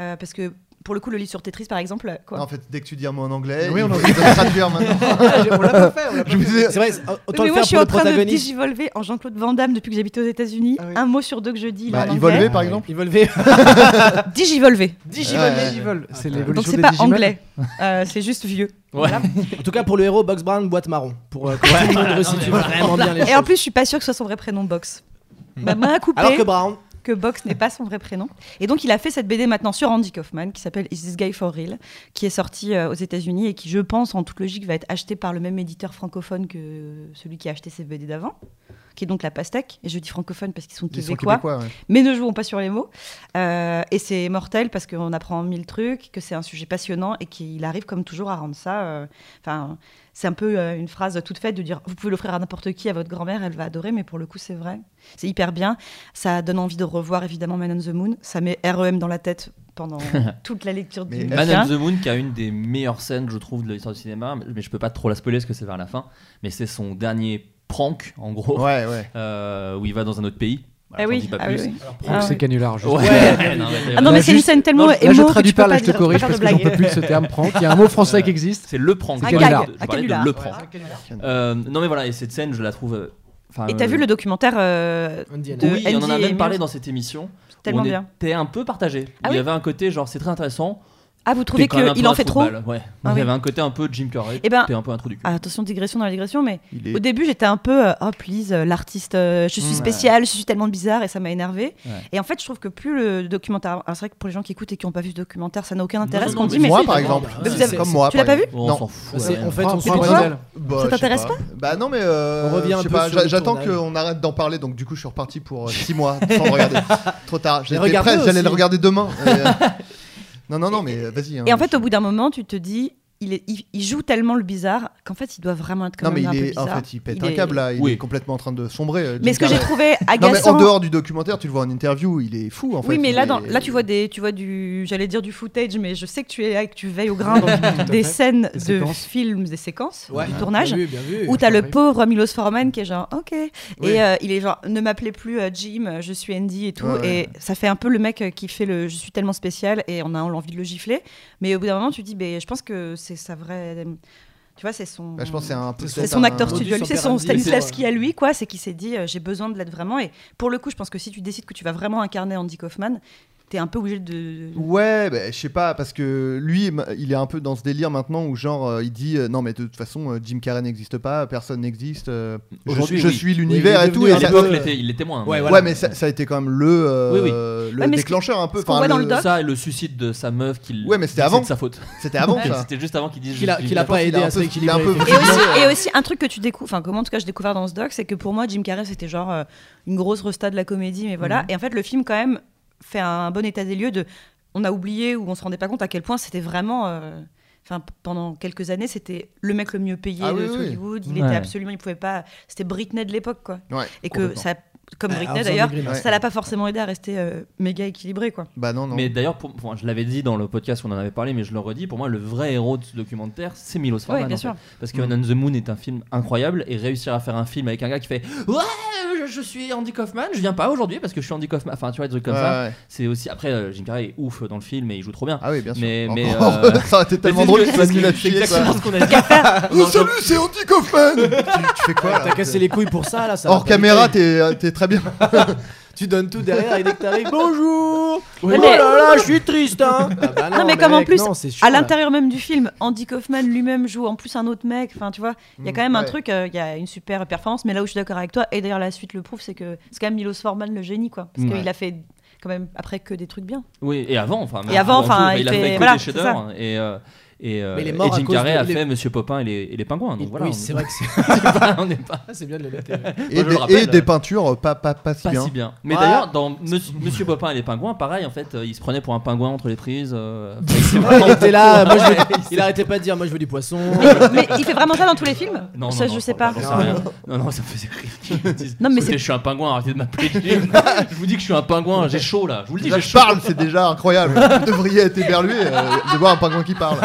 Speaker 10: euh, parce que, pour le coup, le livre sur Tetris, par exemple, quoi.
Speaker 12: Non, En fait, dès que tu dis un mot en anglais,
Speaker 11: Oui,
Speaker 12: oui,
Speaker 11: on
Speaker 12: on
Speaker 11: en-
Speaker 12: va le traduire maintenant.
Speaker 3: On l'a pas fait. on l'a pas
Speaker 12: Je me disais,
Speaker 3: fait. C'est vrai, c'est- autant
Speaker 10: Oui,
Speaker 3: le
Speaker 10: mais moi,
Speaker 3: faire
Speaker 10: je suis en
Speaker 3: pour le
Speaker 10: train de
Speaker 3: protagoniste.
Speaker 10: digivolver en Jean-Claude Van Damme depuis que j'habite aux États-Unis.
Speaker 3: Ah oui.
Speaker 10: Un mot sur deux que je dis, il
Speaker 12: Bah,
Speaker 10: est en
Speaker 12: Evolver
Speaker 10: anglais.
Speaker 12: par
Speaker 11: Ah,
Speaker 12: exemple.
Speaker 3: Ils veulent vivre.
Speaker 10: Digivolver.
Speaker 12: Ouais.
Speaker 11: Evil, c'est
Speaker 10: Donc,
Speaker 11: l'évolution
Speaker 10: c'est
Speaker 11: des
Speaker 10: pas
Speaker 11: Digimon.
Speaker 10: anglais. Euh, c'est juste vieux. Voilà.
Speaker 3: En tout cas, pour le héros, Box Brown, boîte marron. Pour euh, que tout le monde resitue vraiment bien les
Speaker 10: Et en
Speaker 3: choses.
Speaker 10: plus, je suis pas sûre que ce soit son vrai prénom, Box. Bah, Ma main a coupé.
Speaker 3: Hmm. Alors que Brown,
Speaker 10: que Box n'est pas son vrai prénom. Et donc, il a fait cette BD maintenant sur Andy Kaufman qui s'appelle Is This Guy for Real, qui est sorti euh, aux États-Unis et qui, je pense, en toute logique, va être acheté par le même éditeur francophone que celui qui a acheté ses BD d'avant, qui est donc la Pastèque. Et je dis francophone parce qu'ils sont
Speaker 12: Ils sont
Speaker 10: québécois,
Speaker 12: québécois, ouais.
Speaker 10: mais ne jouons pas sur les mots. Euh, et c'est mortel parce qu'on apprend mille trucs, que c'est un sujet passionnant et qu'il arrive, comme toujours, à rendre ça. euh, Enfin, c'est un peu euh, une phrase toute faite de dire vous pouvez l'offrir à n'importe qui, à votre grand-mère, elle va adorer, mais pour le coup, c'est vrai. C'est hyper bien. Ça donne envie de revoir évidemment Man on the Moon. Ça met REM dans la tête pendant toute la lecture
Speaker 12: Mais
Speaker 10: du
Speaker 12: est-ce
Speaker 8: Man
Speaker 10: bouquin.
Speaker 8: on the Moon qui a une des meilleures scènes je trouve de l'histoire du cinéma mais je peux pas trop la spoiler parce que c'est vers la fin mais c'est son dernier prank en gros
Speaker 12: Ouais, ouais.
Speaker 8: euh, où il va dans un autre pays Voilà,
Speaker 10: Ah
Speaker 8: j'en
Speaker 10: oui,
Speaker 8: dis pas
Speaker 10: ah
Speaker 8: plus.
Speaker 10: oui, oui.
Speaker 11: Prank,
Speaker 10: Ah
Speaker 11: c'est
Speaker 10: ouais.
Speaker 11: canular. juste.
Speaker 8: Ouais,
Speaker 10: Ouais.
Speaker 8: non, mais-
Speaker 10: Ah non,
Speaker 11: Là,
Speaker 10: mais c'est une
Speaker 11: juste-
Speaker 10: scène tellement
Speaker 11: Là, je
Speaker 10: émo que
Speaker 11: traduis
Speaker 10: tu
Speaker 11: pas,
Speaker 10: peux
Speaker 11: là,
Speaker 10: pas
Speaker 11: je te
Speaker 10: dire-
Speaker 11: corrige
Speaker 10: pas
Speaker 11: parce
Speaker 10: faire
Speaker 11: que j'en
Speaker 10: de
Speaker 11: peux plus de ce terme prank. Il y a un mot français qui existe.
Speaker 8: c'est le prank
Speaker 10: Un
Speaker 8: voilà,
Speaker 10: gag,
Speaker 8: je- je
Speaker 10: un
Speaker 8: parlais de
Speaker 10: canular.
Speaker 8: le prank Euh, non mais voilà et cette scène je la trouve euh, enfin,
Speaker 10: Et t'as
Speaker 8: euh,
Speaker 10: vu le documentaire euh,
Speaker 3: Indiana.
Speaker 10: de
Speaker 8: oui, on en a
Speaker 10: Andy
Speaker 8: même
Speaker 10: et
Speaker 8: parlé
Speaker 10: Mur
Speaker 8: dans cette émission. où
Speaker 10: Tellement
Speaker 8: on
Speaker 10: bien.
Speaker 8: était un peu partagé.
Speaker 10: Ah
Speaker 8: il y
Speaker 10: oui
Speaker 8: avait un côté genre c'est très intéressant.
Speaker 10: Ah, vous trouvez
Speaker 8: t'es quand même un
Speaker 10: qu'il
Speaker 8: peu
Speaker 10: en
Speaker 8: un
Speaker 10: fait
Speaker 8: trou
Speaker 10: trop
Speaker 8: de balle, Ouais.
Speaker 10: Ah
Speaker 8: il y
Speaker 10: oui.
Speaker 8: avait un côté un peu Jim Carrey.
Speaker 10: Eh ben-
Speaker 8: t'es un peu un trou du cul.
Speaker 10: Ah, Attention, digression dans la digression, mais
Speaker 12: Il est-
Speaker 10: Au début, j'étais un peu euh, oh please, euh, l'artiste, euh, je suis
Speaker 8: Mm.
Speaker 10: spécial, je suis tellement bizarre et ça m'a énervé.
Speaker 8: Ouais.
Speaker 10: Et en fait, je trouve que plus le documentaire, alors, c'est vrai que pour les gens qui écoutent et qui n'ont pas vu ce documentaire, ça n'a aucun intérêt
Speaker 8: Non,
Speaker 10: ce
Speaker 8: non,
Speaker 10: qu'on
Speaker 8: mais
Speaker 10: dit, mais
Speaker 12: moi
Speaker 8: c'est-
Speaker 12: par exemple,
Speaker 8: Mais vous
Speaker 3: avez-
Speaker 12: comme moi.
Speaker 10: Tu l'as
Speaker 12: par
Speaker 8: Bon,
Speaker 12: exemple.
Speaker 8: on
Speaker 12: Non.
Speaker 8: s'en fout.
Speaker 3: C'est-
Speaker 8: ouais.
Speaker 3: en fait, on
Speaker 11: Prank,
Speaker 3: s'en
Speaker 11: Prank,
Speaker 3: fout.
Speaker 11: Brésil.
Speaker 12: Bah,
Speaker 10: Ça
Speaker 12: je sais
Speaker 10: t'intéresse
Speaker 12: pas Bah non mais euh,
Speaker 3: On revient un
Speaker 12: je sais
Speaker 3: peu
Speaker 12: pas,
Speaker 3: sur
Speaker 12: j'a-
Speaker 3: le
Speaker 12: j'attends
Speaker 3: tournage.
Speaker 12: qu'on arrête d'en parler donc du coup je suis reparti pour 6 mois sans le regarder. Trop tard, j'étais
Speaker 3: regarde-le
Speaker 12: prêt, j'allais
Speaker 3: aussi.
Speaker 12: le regarder demain. Et, euh, Non non non mais euh, vas-y. hein,
Speaker 10: Et en fait,
Speaker 12: je-
Speaker 10: au bout d'un moment, tu te dis, il, est, il, il joue tellement le bizarre qu'en fait, il doit vraiment être quand
Speaker 12: non mais
Speaker 10: même un
Speaker 12: il
Speaker 10: peu
Speaker 12: est en
Speaker 10: bizarre.
Speaker 12: fait il pète
Speaker 10: Il
Speaker 12: un
Speaker 10: est-
Speaker 12: câble là, il
Speaker 8: Oui.
Speaker 12: est complètement en train de sombrer. euh,
Speaker 10: Mais ce que j'ai
Speaker 12: Jim Carrey.
Speaker 10: trouvé
Speaker 12: Non mais
Speaker 10: agaçant.
Speaker 12: en dehors du documentaire, tu le vois en interview, il est fou en fait.
Speaker 10: oui, mais
Speaker 12: il
Speaker 10: là, dans-
Speaker 12: est-
Speaker 10: là, tu vois des, tu vois du, j'allais dire du footage, mais je sais que tu es là, et que tu veilles au grain donc, des scènes
Speaker 11: Des
Speaker 10: de
Speaker 11: séquences.
Speaker 10: films, des séquences,
Speaker 3: Ouais,
Speaker 10: du tournage.
Speaker 12: Ah
Speaker 3: Bien vu, bien vu.
Speaker 10: Où t'as le pauvre Milos Forman qui est genre ok
Speaker 3: Oui.
Speaker 10: et euh, il est genre ne m'appelez plus euh, Jim je suis Andy et tout
Speaker 12: Ouais, ouais.
Speaker 10: et ça fait un peu le mec euh, qui fait le je suis tellement spécial et on a envie de le gifler mais au bout d'un moment tu te dis ben je pense que c'est sa vraie tu vois c'est son
Speaker 12: Bah, je pense que c'est un peu-
Speaker 10: c'est
Speaker 12: peut-être
Speaker 10: son
Speaker 12: un-
Speaker 10: acteur
Speaker 3: modus
Speaker 10: studio à lui, c'est son
Speaker 3: operandi,
Speaker 10: Stanislavski
Speaker 3: quoi.
Speaker 10: à lui, quoi. C'est qu'il s'est dit, euh, j'ai besoin de l'être vraiment. Et pour le coup, je pense que si tu décides que tu vas vraiment incarner Andy Kaufman, t'es un peu obligé de.
Speaker 12: Ouais, bah, je sais pas, parce que lui, m- il est un peu dans ce délire maintenant où genre euh, il dit euh, non mais de toute façon euh, Jim Carrey n'existe pas, personne n'existe, euh, je
Speaker 8: Aujourd'hui,
Speaker 12: suis- je,
Speaker 8: oui.
Speaker 12: suis l'univers
Speaker 3: Oui, il
Speaker 12: et
Speaker 3: est
Speaker 12: tout.
Speaker 3: devenu
Speaker 12: Et
Speaker 3: un
Speaker 8: À
Speaker 12: ça-
Speaker 3: peu-
Speaker 8: l'époque, il était- il était moins.
Speaker 12: Ouais,
Speaker 3: Ouais, voilà.
Speaker 12: mais ça, ça a été quand même le, euh,
Speaker 8: Oui, oui.
Speaker 12: le
Speaker 10: Ouais, mais ce
Speaker 12: déclencheur un peu.
Speaker 10: ce qu'on
Speaker 12: enfin,
Speaker 10: voit dans
Speaker 12: le-
Speaker 10: le doc-
Speaker 8: Ça et le suicide de sa meuf qu'il.
Speaker 12: Ouais, mais c'était
Speaker 8: c'est
Speaker 12: avant.
Speaker 8: de sa faute.
Speaker 12: C'était avant
Speaker 10: Ouais.
Speaker 12: ça.
Speaker 8: C'était juste avant qu'il dise.
Speaker 3: Qu'il a-
Speaker 8: je suis
Speaker 3: qu'il a
Speaker 8: vivant.
Speaker 3: pas aidé
Speaker 12: Il a
Speaker 3: à
Speaker 12: un
Speaker 3: se
Speaker 12: peu- il a un peu
Speaker 3: rééquilibrer.
Speaker 10: Et aussi, et aussi, un truc que tu découvres, enfin, comment en tout cas, j'ai découvert dans ce doc, c'est que pour moi, Jim Carrey, c'était genre euh, une grosse resta de la comédie, mais
Speaker 12: Mhm.
Speaker 10: voilà. Et en fait, le film, quand même, fait un bon état des lieux de. On a oublié ou on se rendait pas compte à quel point c'était vraiment. euh, Enfin, p- pendant quelques années, c'était le mec le mieux payé
Speaker 12: Ah
Speaker 10: de
Speaker 12: oui, oui, oui.
Speaker 10: Hollywood. Il
Speaker 8: Ouais.
Speaker 10: était absolument, il pouvait pas. C'était Britney de l'époque, quoi.
Speaker 12: Ouais,
Speaker 10: et que
Speaker 12: complètement.
Speaker 10: ça, comme
Speaker 3: Ah,
Speaker 10: Britney
Speaker 3: House on
Speaker 10: d'ailleurs,
Speaker 3: the Green,
Speaker 12: ouais.
Speaker 10: ça l'a pas forcément aidé à rester euh, méga équilibré, quoi.
Speaker 12: Bah non non.
Speaker 8: Mais d'ailleurs, pour- enfin, je l'avais dit dans le podcast, on en avait parlé, mais je le redis. Pour moi, le vrai héros de ce documentaire, c'est Milos Forman.
Speaker 10: Ouais, bien
Speaker 8: en fait.
Speaker 10: sûr.
Speaker 8: Parce que
Speaker 3: Mm.
Speaker 8: Man on the Moon est un film incroyable et réussir à faire un film avec un gars qui fait Ouais, je, je suis Andy Kaufman, je viens pas aujourd'hui parce que je suis Andy Kaufman. Enfin, tu vois, des trucs comme
Speaker 12: Ouais,
Speaker 8: ça.
Speaker 12: ouais.
Speaker 8: C'est aussi. Après, euh, Jim Carrey est ouf dans le film et il joue trop bien.
Speaker 12: Ah oui, bien sûr.
Speaker 8: Mais-
Speaker 12: Encore.
Speaker 8: mais, euh,
Speaker 12: ça a été tellement
Speaker 8: Mais
Speaker 12: drôle
Speaker 8: c'est-
Speaker 12: qu'il a
Speaker 8: c'est
Speaker 12: mis la chier.
Speaker 8: exactement
Speaker 12: quoi.
Speaker 8: ce qu'on a dit.
Speaker 12: Oh, salut, c'est Andy Kaufman. tu, tu fais quoi là
Speaker 3: T'as cassé les couilles pour ça, là. ça va
Speaker 12: Hors
Speaker 3: pas du
Speaker 12: caméra,
Speaker 3: tout.
Speaker 12: t'es euh, t'es très bien.
Speaker 3: tu donnes tout derrière et dès que t'arrives, bonjour
Speaker 10: Ouais,
Speaker 3: Oh
Speaker 10: mais-
Speaker 3: là là, je suis triste, hein Ah bah
Speaker 10: non, mais comme en
Speaker 3: mec,
Speaker 10: plus,
Speaker 3: non, c'est chiant,
Speaker 10: à
Speaker 3: là.
Speaker 10: l'intérieur même du film, Andy Kaufman lui-même joue en plus un autre mec. Enfin, tu vois, il y a
Speaker 12: Mm,
Speaker 10: quand même un
Speaker 12: ouais.
Speaker 10: truc, euh, il y a une super performance. Mais là où je suis d'accord avec toi, et d'ailleurs la suite le prouve, c'est que c'est quand même Milos Forman le génie, quoi. Parce
Speaker 8: Ouais.
Speaker 10: qu'il a fait quand même après que des trucs bien.
Speaker 8: Oui, et avant, enfin.
Speaker 10: Et
Speaker 8: même
Speaker 10: avant, enfin,
Speaker 8: tout,
Speaker 10: il
Speaker 8: il a
Speaker 10: fait-
Speaker 8: fait que
Speaker 10: voilà,
Speaker 8: des
Speaker 10: c'est
Speaker 8: chefs-d'œuvre. Et. euh, Et, euh,
Speaker 3: Mais il est
Speaker 8: et
Speaker 3: mort à
Speaker 8: Jim
Speaker 3: cause
Speaker 8: Carrey
Speaker 3: de-
Speaker 8: a
Speaker 3: il est-
Speaker 8: fait Monsieur Popin et les, et les pingouins. Donc voilà, on
Speaker 3: oui, c'est
Speaker 8: est-
Speaker 3: vrai que c'est.
Speaker 8: on n'est pas
Speaker 3: Ah, c'est bien de le noter.
Speaker 12: Et,
Speaker 8: Moi, je le
Speaker 12: des,
Speaker 8: rappelle,
Speaker 12: et des
Speaker 8: euh,
Speaker 12: peintures pas, pas, pas si
Speaker 8: pas
Speaker 12: bien.
Speaker 8: si bien. Mais
Speaker 3: Ouais.
Speaker 8: d'ailleurs, dans Monsieur, Monsieur Popin et les pingouins, pareil, en fait, euh, il se prenait pour un pingouin entre les prises. euh, c'est vraiment-
Speaker 3: il était là, moi, je veux- il arrêtait pas de dire, moi je veux du poisson.
Speaker 10: mais il fait vraiment ça dans tous les films
Speaker 8: Non, non,
Speaker 10: Ça,
Speaker 8: non,
Speaker 10: je sais
Speaker 8: crois
Speaker 10: pas.
Speaker 8: J'en sais rien. Non, non, ça me faisait rire. qu'ils disent,
Speaker 10: Non, mais
Speaker 8: Écoutez,
Speaker 10: c'est-
Speaker 8: Je suis un pingouin, arrêtez de m'appeler Jim. je vous dis que je suis un pingouin, j'ai chaud là. Je vous le dis,
Speaker 12: Déjà,
Speaker 8: j'ai
Speaker 12: je
Speaker 8: chaud.
Speaker 12: parle, c'est déjà incroyable. Vous devriez être éberlué euh, de voir un pingouin qui parle.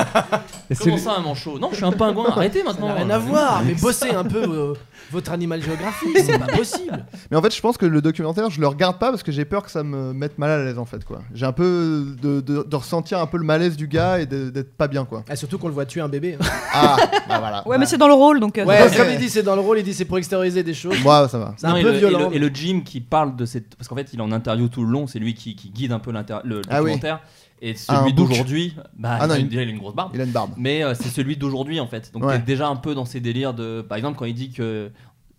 Speaker 11: Et c'est
Speaker 8: Comment
Speaker 11: le-
Speaker 8: ça, un manchot Non, je suis un pingouin, arrêtez
Speaker 3: Ça n'a
Speaker 8: maintenant.
Speaker 3: rien à voir, mais bossez un peu euh, votre animal géographique, c'est pas possible.
Speaker 12: Mais en fait, je pense que le documentaire, je le regarde pas parce que j'ai peur que ça me mette mal à l'aise en fait. quoi. J'ai un peu de, de- de ressentir un peu le malaise du gars et de- d'être pas bien quoi.
Speaker 3: Ah, surtout qu'on le voit tuer un bébé.
Speaker 12: Ah, bah voilà.
Speaker 10: Ouais, mais c'est dans le rôle, donc. euh,
Speaker 3: Ouais,
Speaker 12: Ouais.
Speaker 3: comme il dit, c'est dans le rôle, il dit c'est pour extérioriser des choses.
Speaker 12: Moi, ça va.
Speaker 3: C'est un
Speaker 8: Non, et
Speaker 3: peu
Speaker 8: le- et
Speaker 3: violent.
Speaker 8: le- Et le, Jim qui parle de cette. Parce qu'en fait, il est en interview tout le long, c'est lui qui, qui guide un peu l'inter- le
Speaker 12: Ah oui.
Speaker 8: documentaire. Et
Speaker 12: Ah, un
Speaker 8: celui d'aujourd'hui, bah,
Speaker 12: Ah non,
Speaker 8: il, a
Speaker 12: il-
Speaker 8: une- déjà, il a une grosse barbe.
Speaker 12: Il a une barbe.
Speaker 8: Mais euh, c'est celui d'aujourd'hui en fait. Donc
Speaker 12: Ouais.
Speaker 8: t'es déjà un peu dans ces délires de. Par exemple, quand il dit que.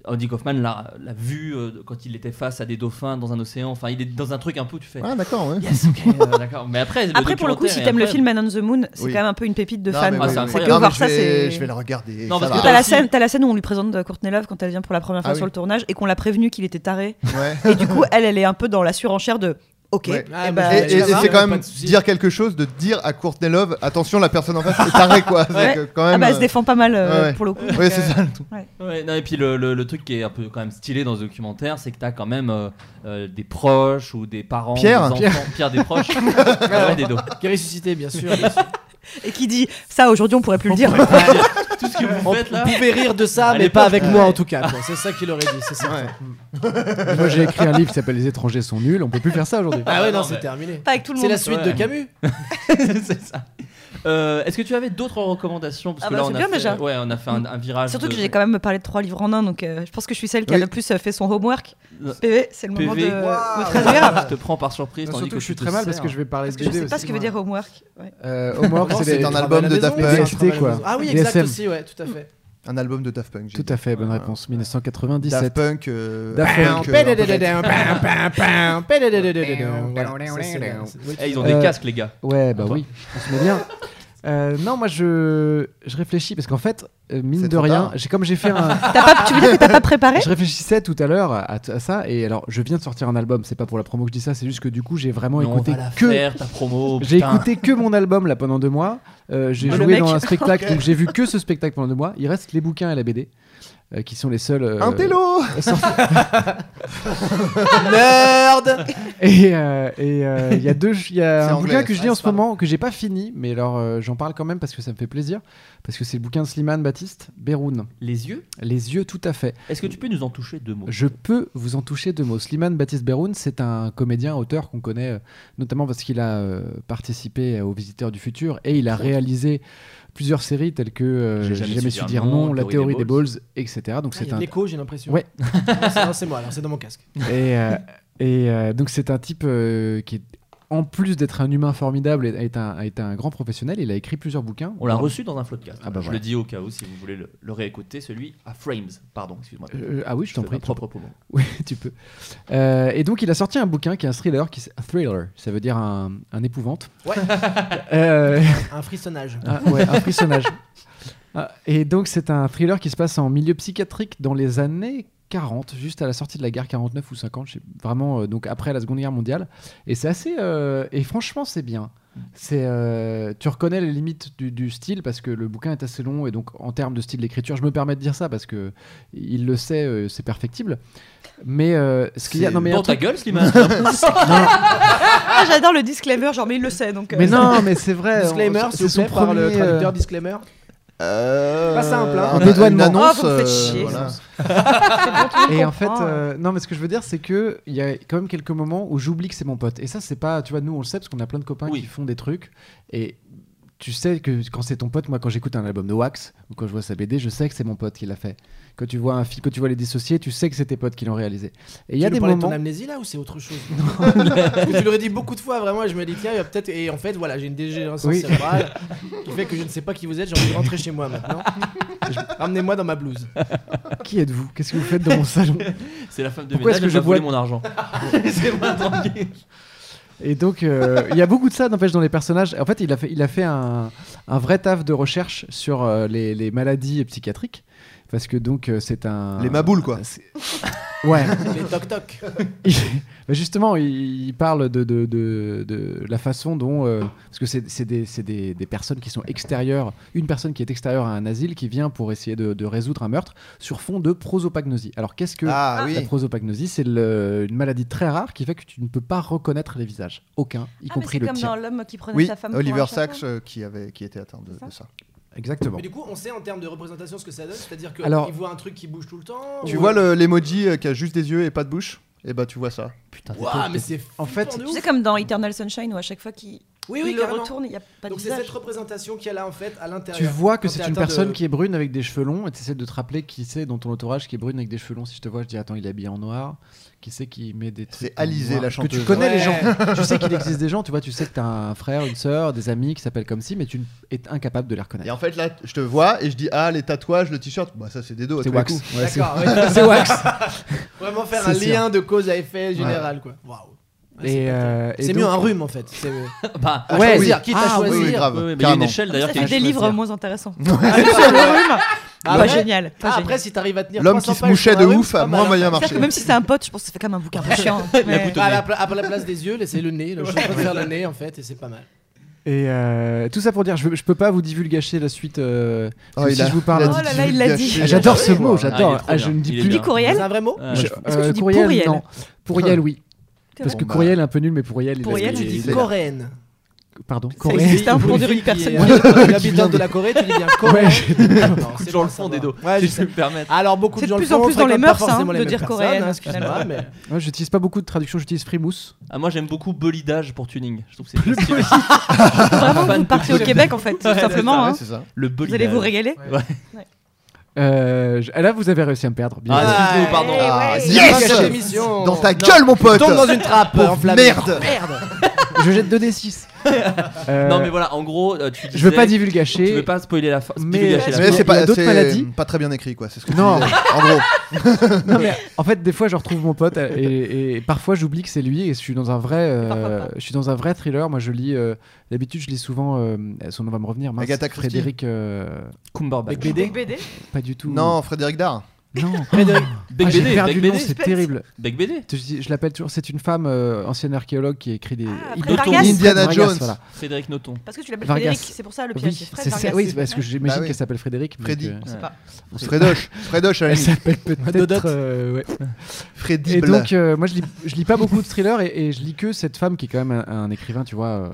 Speaker 8: Andy Kaufman l'a l'a vu euh, quand il était face à des dauphins dans un océan. Enfin, il est dans un truc un peu où tu fais.
Speaker 12: Ah, d'accord, ouais.
Speaker 8: Yes, ok, euh, d'accord. Mais après, le
Speaker 10: Après, pour le coup,
Speaker 8: documentaire
Speaker 10: si
Speaker 8: est
Speaker 10: t'aimes le
Speaker 8: incroyable.
Speaker 10: film Man on the Moon, c'est
Speaker 12: Oui.
Speaker 10: quand même un peu une pépite de
Speaker 12: Non,
Speaker 10: fan.
Speaker 12: mais
Speaker 8: Ah,
Speaker 12: oui,
Speaker 8: c'est
Speaker 12: oui,
Speaker 8: incroyable.
Speaker 12: oui.
Speaker 8: Que
Speaker 12: Non, mais
Speaker 10: voir
Speaker 12: je
Speaker 10: ça,
Speaker 12: vais-
Speaker 10: c'est-
Speaker 12: Je vais le regarder.
Speaker 8: Non,
Speaker 12: ça
Speaker 8: parce que
Speaker 10: T'as
Speaker 12: va.
Speaker 10: la,
Speaker 8: aussi-
Speaker 10: scène, t'as la scène où on lui présente euh, Courtney Love quand elle vient pour la première fois
Speaker 12: Ah
Speaker 10: sur
Speaker 12: oui.
Speaker 10: le tournage et qu'on l'a prévenu qu'il était taré.
Speaker 12: Ouais.
Speaker 10: Et du coup, elle, elle est un peu dans la surenchère de Ok,
Speaker 12: Ouais.
Speaker 10: eh
Speaker 3: Ah, mais
Speaker 10: ben,
Speaker 3: je
Speaker 12: Et,
Speaker 3: vais
Speaker 12: et-
Speaker 3: aller
Speaker 12: et
Speaker 3: la voir,
Speaker 12: c'est
Speaker 3: y a
Speaker 12: quand
Speaker 3: pas
Speaker 12: même
Speaker 3: de souci.
Speaker 12: dire quelque chose, de dire à Courtney Love, attention, la personne en face est tarée, quoi. C'est
Speaker 10: Ouais.
Speaker 12: que quand
Speaker 10: ah
Speaker 12: même,
Speaker 10: bah, elle se
Speaker 12: euh,
Speaker 10: défend pas mal euh,
Speaker 12: ouais, ouais.
Speaker 10: pour le coup.
Speaker 12: ouais, c'est ça. le truc.
Speaker 8: Ouais, non, et puis le, le- le truc qui est un peu quand même stylé dans ce documentaire, c'est que t'as quand même euh, euh, des proches ou des parents,
Speaker 12: Pierre.
Speaker 8: des enfants, Pierre des proches, Ah ouais, des dos.
Speaker 3: Qui est ressuscité, bien sûr. bien sûr.
Speaker 10: Et qui dit Ça, aujourd'hui, on pourrait plus le dire.
Speaker 8: Tout ce que vous
Speaker 3: On
Speaker 8: faites là.
Speaker 3: pouvait rire de ça,
Speaker 8: À
Speaker 3: mais
Speaker 8: l'époque,
Speaker 3: pas avec
Speaker 8: ouais.
Speaker 3: moi en tout cas. quoi. C'est ça qu'il aurait dit, c'est ça.
Speaker 12: Ouais.
Speaker 11: Moi j'ai écrit un livre qui s'appelle Les étrangers sont nuls, on peut plus faire ça aujourd'hui.
Speaker 3: Ah ouais, non,
Speaker 8: Non,
Speaker 3: c'est
Speaker 8: mais-
Speaker 3: terminé.
Speaker 10: Pas avec tout le
Speaker 3: C'est
Speaker 10: monde.
Speaker 3: la suite de
Speaker 8: Ouais.
Speaker 3: Camus.
Speaker 8: c'est ça. Euh, Est-ce que tu avais d'autres recommandations Parce
Speaker 10: Ah
Speaker 8: que
Speaker 10: bah,
Speaker 8: là,
Speaker 10: c'est
Speaker 8: on a
Speaker 10: bien
Speaker 8: fait,
Speaker 10: déjà.
Speaker 8: Ouais, on a fait un, un virage.
Speaker 10: Surtout
Speaker 8: de-
Speaker 10: que j'ai quand même parlé de trois livres en un, donc euh, je pense que je suis celle qui a
Speaker 12: Oui.
Speaker 10: le plus euh, fait son homework.
Speaker 8: Euh,
Speaker 10: PV, c'est le moment
Speaker 8: PV.
Speaker 10: de me
Speaker 8: Je
Speaker 10: traduire.
Speaker 8: te prends par surprise.
Speaker 11: Non,
Speaker 8: tandis
Speaker 11: Ah, Bah, surtout que
Speaker 8: tu
Speaker 11: je suis
Speaker 8: te
Speaker 11: très mal parce
Speaker 8: sers.
Speaker 11: que je vais parler de
Speaker 10: Je sais
Speaker 11: BD
Speaker 10: pas ce
Speaker 11: aussi,
Speaker 10: que veut
Speaker 11: moi.
Speaker 10: dire homework. Ouais.
Speaker 11: Euh, Homework,
Speaker 3: Non,
Speaker 11: c'est les-
Speaker 12: un
Speaker 3: des
Speaker 12: album
Speaker 3: travaux à
Speaker 12: de
Speaker 3: la
Speaker 12: Daft
Speaker 3: maison,
Speaker 11: Punk.
Speaker 3: des travaux à la
Speaker 11: DST, quoi.
Speaker 3: maison. Ah oui,
Speaker 11: DSM.
Speaker 3: exact aussi, ouais, tout à fait.
Speaker 12: Un album de Daft Punk. j'ai
Speaker 11: Tout
Speaker 12: dit.
Speaker 11: à fait, bonne réponse. 1997.
Speaker 12: Daft Punk. euh,
Speaker 11: Daft
Speaker 12: Punk,
Speaker 11: Punk.
Speaker 12: euh, un peu de-
Speaker 3: Voilà, ça, c'est- oui,
Speaker 8: Eh, ils
Speaker 3: tout
Speaker 8: ont
Speaker 3: à
Speaker 8: des
Speaker 11: Euh,
Speaker 8: casques, les gars.
Speaker 11: Ouais, bah
Speaker 8: Attends.
Speaker 11: oui, on se met bien. Euh, non, moi je, je réfléchis parce qu'en fait, euh, mine
Speaker 12: C'est
Speaker 11: de
Speaker 12: trop
Speaker 11: rien,
Speaker 12: tard.
Speaker 11: j'ai comme j'ai fait un.
Speaker 10: T'as pas- tu veux dire que t'as pas préparé
Speaker 11: Je réfléchissais tout à l'heure à, à ça et alors je viens de sortir un album, c'est pas pour la promo que je dis ça, c'est juste que du coup j'ai vraiment
Speaker 8: Non,
Speaker 11: écouté
Speaker 8: va la
Speaker 11: que.
Speaker 8: faire, ta promo.
Speaker 11: J'ai
Speaker 8: putain.
Speaker 11: écouté que mon album là pendant deux mois. Euh, j'ai
Speaker 10: Oh, le
Speaker 11: joué
Speaker 10: mec.
Speaker 11: dans un spectacle, donc j'ai vu que ce spectacle pendant deux mois. Il reste les bouquins et la BD, euh, qui sont les seuls. euh,
Speaker 12: Un télo
Speaker 11: sortis.
Speaker 3: fait. Nerd
Speaker 11: Et euh, et, euh, il y a deux, il y a
Speaker 12: C'est
Speaker 11: un
Speaker 12: anglais,
Speaker 11: bouquin que je
Speaker 12: ça,
Speaker 11: lis en
Speaker 3: c'est
Speaker 11: ce
Speaker 3: pas
Speaker 11: moment que j'ai pas fini, mais alors euh, j'en parle quand même parce que ça me fait plaisir, parce que c'est le bouquin de Slimane Baptiste Beroun.
Speaker 8: Les yeux
Speaker 11: Les yeux, tout à fait.
Speaker 8: Est-ce que tu peux nous en toucher deux mots
Speaker 11: Je peux vous en toucher deux mots. Slimane Baptiste Beroun, c'est un comédien, auteur qu'on connaît euh, notamment parce qu'il a euh, participé aux Visiteurs du Futur et il a réalisé plusieurs séries telles que euh, J'ai jamais, su dire non, La théorie des balls, etc. Donc
Speaker 3: Ah, Il y
Speaker 11: c'est
Speaker 3: a
Speaker 11: un
Speaker 3: de l'écho, j'ai l'impression.
Speaker 11: Ouais.
Speaker 3: Non, c'est- non, c'est moi, alors c'est dans mon casque.
Speaker 11: et, euh, et, euh, donc c'est un type euh, qui est en plus d'être un humain formidable est, est un, est un grand professionnel. Il a écrit plusieurs bouquins. Euh,
Speaker 8: On l'a reçu dans un floodcast.
Speaker 11: Ah bah
Speaker 8: je le
Speaker 11: voilà.
Speaker 8: dis au cas où si vous voulez le, le réécouter, celui à Frames. Pardon, excuse-moi.
Speaker 11: Euh, ah oui, je t'en
Speaker 8: fais
Speaker 11: prie.
Speaker 8: ma propre promo.
Speaker 11: Oui, tu peux. Euh, et donc, il a sorti un bouquin qui est un thriller, qui s- un thriller, ça veut dire un, un épouvante.
Speaker 3: Ouais.
Speaker 11: Euh,
Speaker 3: Un frissonnage.
Speaker 11: un- ouais, un frissonnage. Ah, Et donc, c'est un thriller qui se passe en milieu psychiatrique dans les années 40, juste à la sortie de la guerre 49 ou 50, je sais- vraiment, euh, donc après la Seconde Guerre mondiale. Et c'est assez. euh, et franchement, c'est bien. C'est, euh, tu reconnais les limites du, du style parce que le bouquin est assez long et donc en termes de style d'écriture, je me permets de dire ça parce que il le sait, euh, c'est perfectible. Mais euh, ce qu'il y a,
Speaker 12: C'est
Speaker 11: non mais un
Speaker 8: Dans ta
Speaker 11: truc-
Speaker 8: gueule, Slimane
Speaker 10: Ah, j'adore le disclaimer, genre, mais il le sait donc. euh,
Speaker 11: mais non, mais c'est vrai.
Speaker 3: Disclaimer,
Speaker 11: on-
Speaker 3: s'il vous plaît, par le
Speaker 11: premier,
Speaker 3: traducteur
Speaker 11: euh,
Speaker 3: disclaimer.
Speaker 12: Euh,
Speaker 3: Pas simple, hein.
Speaker 12: un-
Speaker 11: Un dédouanement.
Speaker 12: une annonce,
Speaker 10: Oh, vous me faites chier.
Speaker 12: voilà.
Speaker 11: Et en fait,
Speaker 10: comprend,
Speaker 11: euh, non, mais ce que je veux dire, c'est que il y a quand même quelques moments où j'oublie que c'est mon pote. Et ça, c'est pas, tu vois, nous on le sait parce qu'on a plein de copains
Speaker 8: Oui.
Speaker 11: qui font des trucs. Et tu sais que quand c'est ton pote, moi, quand j'écoute un album de Wax ou quand je vois sa BD, je sais que c'est mon pote qui l'a fait. Quand tu vois un film, quand tu vois les dissociés, tu sais que c'est tes potes qui l'ont réalisé. Et il y a
Speaker 3: tu
Speaker 11: des
Speaker 3: nous parlais de
Speaker 11: moments.
Speaker 3: ton amnésie là ou c'est autre chose Parce que Tu l'aurais dit beaucoup de fois vraiment et je me dis tiens il y a peut-être et en fait voilà j'ai une dégénérescence
Speaker 11: Oui.
Speaker 3: cérébrale qui fait que je ne sais pas qui vous êtes j'ai envie de rentrer chez moi maintenant Je- ramenez-moi dans ma blouse
Speaker 11: Qui êtes-vous Qu'est-ce que vous faites dans mon salon
Speaker 8: C'est la femme de
Speaker 11: Pourquoi
Speaker 8: ménage,
Speaker 11: est-ce que
Speaker 8: elle
Speaker 11: je
Speaker 8: m'a volé
Speaker 11: bois
Speaker 8: mon argent. Ah C'est moi, tranquille.
Speaker 11: Et donc, euh, il y a beaucoup de ça, n'empêche, dans les personnages. En fait, il a fait, il a fait un, un vrai taf de recherche sur euh, les, les maladies psychiatriques. Parce que donc, euh, c'est un.
Speaker 12: Les maboules, quoi.
Speaker 11: c'est- Ouais.
Speaker 3: les toc toc
Speaker 11: Il- Bah, justement, il il parle de, de, de- de la façon dont. euh, parce que c'est c'est des, c'est des- des personnes qui sont extérieures. Une personne qui est extérieure à un asile qui vient pour essayer de, de résoudre un meurtre sur fond de prosopagnosie. Alors, qu'est-ce que.
Speaker 12: Ah
Speaker 11: La
Speaker 12: oui.
Speaker 11: prosopagnosie, c'est le- une maladie très rare qui fait que tu ne peux pas reconnaître les visages. Aucun, y
Speaker 10: Ah, mais
Speaker 11: compris
Speaker 10: c'est
Speaker 11: le
Speaker 10: comme
Speaker 11: tien.
Speaker 10: dans l'homme qui prenait
Speaker 12: Oui,
Speaker 10: sa femme. pour
Speaker 12: Oliver
Speaker 10: un chapeau.
Speaker 12: Sacks euh, qui, avait, qui était atteint de,
Speaker 10: C'est ça
Speaker 12: de ça.
Speaker 11: Exactement.
Speaker 3: mais du coup on sait en termes de représentation ce que ça donne c'est-à-dire que
Speaker 11: Alors-
Speaker 3: il voit un truc qui bouge tout le temps
Speaker 12: Tu
Speaker 3: ou-
Speaker 12: vois le- l'emoji euh, qui a juste des yeux et pas de bouche Et bah tu vois ça.
Speaker 8: Putain, t'es
Speaker 3: Ouah,
Speaker 8: pauvre,
Speaker 3: mais
Speaker 8: t'es-
Speaker 3: c'est
Speaker 11: En fait-
Speaker 3: flippant de
Speaker 10: Tu sais,
Speaker 3: ouf.
Speaker 10: comme dans Eternal Sunshine, où à chaque fois qu'il
Speaker 3: oui
Speaker 10: il
Speaker 3: oui
Speaker 10: le
Speaker 3: carrément.
Speaker 10: retourne, il n'y a pas de
Speaker 3: donc c'est
Speaker 10: visage.
Speaker 3: cette représentation qu'elle a en fait à l'intérieur
Speaker 11: Tu vois que
Speaker 3: Quand
Speaker 11: c'est
Speaker 3: t'es
Speaker 11: une
Speaker 3: atteint de-
Speaker 11: personne qui est brune avec des cheveux longs et tu essaies de te rappeler qui c'est dans ton entourage qui est brune avec des cheveux longs. Si je te vois, je dis attends, il est habillé en noir. Qui c'est qui met des trucs
Speaker 12: C'est
Speaker 11: en
Speaker 12: Alizé,
Speaker 11: noir
Speaker 12: la
Speaker 11: Parce Que tu
Speaker 12: chanteuse.
Speaker 11: connais les
Speaker 3: Ouais.
Speaker 11: gens. tu sais qu'il existe des gens, tu vois, tu sais que t'as un frère, une sœur, des amis qui s'appellent comme si, mais tu n- es incapable de les
Speaker 12: Et
Speaker 11: reconnaître.
Speaker 12: en fait là, je te vois et je dis ah les tatouages, le t-shirt, bah ça c'est des dos. à
Speaker 11: C'est
Speaker 12: tous les
Speaker 11: wax.
Speaker 12: coups.
Speaker 11: Ouais, c'est-
Speaker 3: D'accord, ouais.
Speaker 11: c'est wax.
Speaker 3: vraiment faire
Speaker 11: C'est
Speaker 3: un
Speaker 11: sûr.
Speaker 3: lien de cause à effet général quoi waouh Ouais, c'est
Speaker 11: Et,
Speaker 3: pas terrible.
Speaker 11: euh, et
Speaker 3: c'est
Speaker 11: donc-
Speaker 3: mieux un rhume en fait c'est
Speaker 8: Bah,
Speaker 3: à
Speaker 11: Ouais,
Speaker 3: choisir
Speaker 11: oui.
Speaker 3: quitte à
Speaker 11: Ah, oui,
Speaker 12: Oui,
Speaker 3: choisir
Speaker 12: oui, grave.
Speaker 8: ouais, ouais, mais il y a une
Speaker 12: bah, carrément.
Speaker 8: échelle
Speaker 10: Ça
Speaker 8: d'ailleurs qui
Speaker 10: fait
Speaker 8: est à
Speaker 10: des livres
Speaker 8: choisir.
Speaker 10: moins intéressants.
Speaker 3: sur le rhume
Speaker 10: Pas
Speaker 11: Bah,
Speaker 10: génial. pas
Speaker 3: Ah,
Speaker 10: génial.
Speaker 3: après, si t'arrives à tenir
Speaker 12: L'homme qui
Speaker 3: 300
Speaker 12: se
Speaker 3: pages
Speaker 12: mouchait
Speaker 3: sur
Speaker 12: de
Speaker 3: un rhume,
Speaker 12: ouf
Speaker 3: c'est pas
Speaker 12: a moins
Speaker 3: mal, hein.
Speaker 12: moyen
Speaker 10: C'est-à-dire
Speaker 12: marché.
Speaker 10: que même si c'est un pote, je pense que ça fait quand même un bouquin un peu chiant. mais-
Speaker 3: Ah, à, la, pla- à la place des yeux, laissez le nez. Le je peux faire le nez en fait, et c'est pas mal.
Speaker 11: Et euh, tout ça pour dire, je, veux- je peux pas vous divulgacher la suite. euh, parce
Speaker 12: Oh,
Speaker 11: que
Speaker 12: il
Speaker 11: si
Speaker 12: a-
Speaker 11: je vous parle,
Speaker 12: il a
Speaker 10: Oh là là, il l'a
Speaker 12: gâché
Speaker 10: dit.
Speaker 12: la
Speaker 11: Ah, j'adore ce
Speaker 12: histoire.
Speaker 8: Ah,
Speaker 11: mot,
Speaker 8: il est
Speaker 11: j'adors.
Speaker 8: trop
Speaker 11: Ah, je
Speaker 8: bien.
Speaker 11: ne dis
Speaker 8: Il est
Speaker 11: plus.
Speaker 10: Tu dis
Speaker 8: bien.
Speaker 10: courriel
Speaker 3: C'est un vrai mot
Speaker 8: Euh,
Speaker 11: Je-
Speaker 8: je-
Speaker 10: Est-ce que tu dis
Speaker 11: courriel,
Speaker 10: pourriel
Speaker 11: non. Courriel, oui. Parce
Speaker 10: Bon,
Speaker 11: que
Speaker 12: bah.
Speaker 11: courriel est un peu nul, mais pourriel, il a-
Speaker 10: Courriel,
Speaker 11: il-
Speaker 3: Tu dis
Speaker 11: il a-
Speaker 3: Coréenne.
Speaker 11: Pardon.
Speaker 3: Ça
Speaker 11: Courriel.
Speaker 3: existe, hein,
Speaker 10: Pour
Speaker 3: une
Speaker 10: dire une
Speaker 3: fille qui est-
Speaker 10: personne.
Speaker 3: Une habitante de la Corée, tu dis bien Coréenne.
Speaker 11: Ouais.
Speaker 3: Non,
Speaker 8: Beaucoup de
Speaker 3: c'est
Speaker 8: gens
Speaker 3: bon
Speaker 8: le
Speaker 3: à
Speaker 8: font des dos.
Speaker 3: savoir.
Speaker 8: Ouais,
Speaker 3: Ouais,
Speaker 8: si
Speaker 3: je-
Speaker 8: je peux me permettre.
Speaker 3: Alors, beaucoup
Speaker 10: C'est
Speaker 3: de
Speaker 10: de
Speaker 3: gens le
Speaker 10: plus en
Speaker 3: font,
Speaker 10: plus dans les
Speaker 3: fréquentent
Speaker 10: mœurs,
Speaker 3: pas
Speaker 10: hein,
Speaker 3: forcément les
Speaker 10: de
Speaker 3: mêmes
Speaker 10: dire
Speaker 3: personnes,
Speaker 10: Coréenne,
Speaker 3: hein, Excuse-moi, mais.
Speaker 11: Ouais, J'utilise pas beaucoup de traduction, j'utilise frimousse.
Speaker 8: Ah, moi j'aime beaucoup bolidage pour tuning. Je trouve que c'est très stylé.
Speaker 10: Vraiment,
Speaker 8: Fan
Speaker 10: vous
Speaker 8: de
Speaker 10: partez au
Speaker 8: Courriel.
Speaker 10: Québec en fait, tout simplement.
Speaker 12: Ouais,
Speaker 10: hein.
Speaker 12: c'est ça.
Speaker 8: Le
Speaker 10: Vous
Speaker 8: bolidage.
Speaker 10: allez vous régaler.
Speaker 11: Euh, je- Là, vous avez réussi à me perdre. Bien
Speaker 8: Ah,
Speaker 11: joué.
Speaker 8: excuse-nous, pardon.
Speaker 11: Euh,
Speaker 12: Ah,
Speaker 3: ouais.
Speaker 12: yes
Speaker 3: Cette émission.
Speaker 12: Dans ta
Speaker 3: Non.
Speaker 12: gueule, mon pote
Speaker 3: Tombe dans une trappe
Speaker 12: Pauvre
Speaker 3: enflammée.
Speaker 12: merde.
Speaker 3: Merde
Speaker 11: Je jette 2d6. Euh,
Speaker 8: Non, mais voilà, en gros, euh, tu disais,
Speaker 11: Je veux pas
Speaker 8: Tu veux
Speaker 11: divulgacher.
Speaker 8: pas spoiler la fin.
Speaker 11: Mais-
Speaker 8: divulgacher la
Speaker 12: Mais
Speaker 11: Mais
Speaker 8: fin.
Speaker 11: il y
Speaker 12: c'est
Speaker 11: a
Speaker 12: pas,
Speaker 11: d'autres
Speaker 12: c'est
Speaker 11: maladies.
Speaker 12: pas très bien écrit, quoi. C'est ce que tu
Speaker 11: Non.
Speaker 12: disais. En gros,
Speaker 11: Non, mais en fait, des fois, je retrouve mon pote euh, et, et parfois j'oublie que c'est lui et je suis dans un vrai, euh,
Speaker 10: Parfois pas.
Speaker 11: je suis dans un vrai thriller. Moi, je lis. euh, D'habitude, je lis souvent. euh, son nom va me revenir. mince,
Speaker 12: Agatha Christie.
Speaker 11: Frédéric. euh,
Speaker 8: Cumberbatch.
Speaker 3: Avec BD.
Speaker 10: BD.
Speaker 11: pas du tout.
Speaker 12: non, Frédéric Dard.
Speaker 11: Non.
Speaker 8: Bec
Speaker 11: Ah, J'ai
Speaker 8: BD,
Speaker 11: perdu
Speaker 8: Bec
Speaker 11: le nom.
Speaker 8: BD.
Speaker 11: C'est terrible.
Speaker 8: Bec BD.
Speaker 11: Je, dis- je l'appelle toujours. C'est une femme euh, ancienne archéologue qui écrit des.
Speaker 10: Ah,
Speaker 8: Fred
Speaker 11: Vargas.
Speaker 8: Vargas.
Speaker 12: Indiana
Speaker 11: Vargas,
Speaker 12: Jones.
Speaker 11: voilà.
Speaker 8: Frédéric Noton.
Speaker 10: Parce que tu l'appelles
Speaker 11: Vargas.
Speaker 10: Frédéric, c'est pour ça le piège.
Speaker 11: Oui,
Speaker 10: c'est Fred
Speaker 11: c'est-
Speaker 10: Vargas.
Speaker 11: c'est- oui, parce que j'imagine
Speaker 12: Bah oui.
Speaker 11: qu'elle s'appelle Frédéric. mais
Speaker 12: Freddy.
Speaker 11: que-
Speaker 8: Ouais.
Speaker 11: on sait pas.
Speaker 12: Fredoche. Fredoche, à la
Speaker 11: Elle
Speaker 12: limite.
Speaker 11: s'appelle
Speaker 3: Dodotte.
Speaker 11: peut-être. euh, ouais.
Speaker 12: Freddy
Speaker 11: Et
Speaker 12: Bla.
Speaker 11: donc, euh, moi, je lis, je lis pas beaucoup de thrillers et, et je lis que cette femme qui est quand même un, un écrivain, tu vois, euh,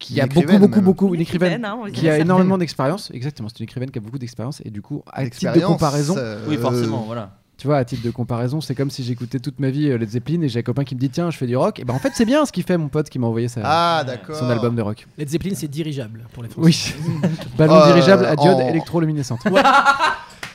Speaker 11: qui
Speaker 12: Une
Speaker 11: a beaucoup,
Speaker 12: écrivaine,
Speaker 11: beaucoup,
Speaker 12: même.
Speaker 11: beaucoup, une écrivaine,
Speaker 10: hein, on le
Speaker 11: qui
Speaker 10: dirait
Speaker 11: a
Speaker 10: ça.
Speaker 11: énormément d'expérience. Exactement, c'est une écrivaine qui a beaucoup d'expérience et du coup, à titre de
Speaker 12: Expérience,
Speaker 11: comparaison,
Speaker 12: euh,
Speaker 8: Oui, forcément, voilà.
Speaker 11: tu vois, à titre de comparaison, c'est comme si j'écoutais toute ma vie euh, Led Zeppelin et j'ai un copain qui me dit tiens, je fais du rock. Et ben en fait, c'est bien ce qu'il fait mon pote qui m'a envoyé sa-
Speaker 12: Ah, d'accord.
Speaker 11: son album de rock.
Speaker 3: Led Zeppelin, c'est dirigeable pour les Français.
Speaker 11: Oui, ballon
Speaker 12: Euh,
Speaker 11: dirigeable à diode
Speaker 12: en-
Speaker 11: électroluminescente.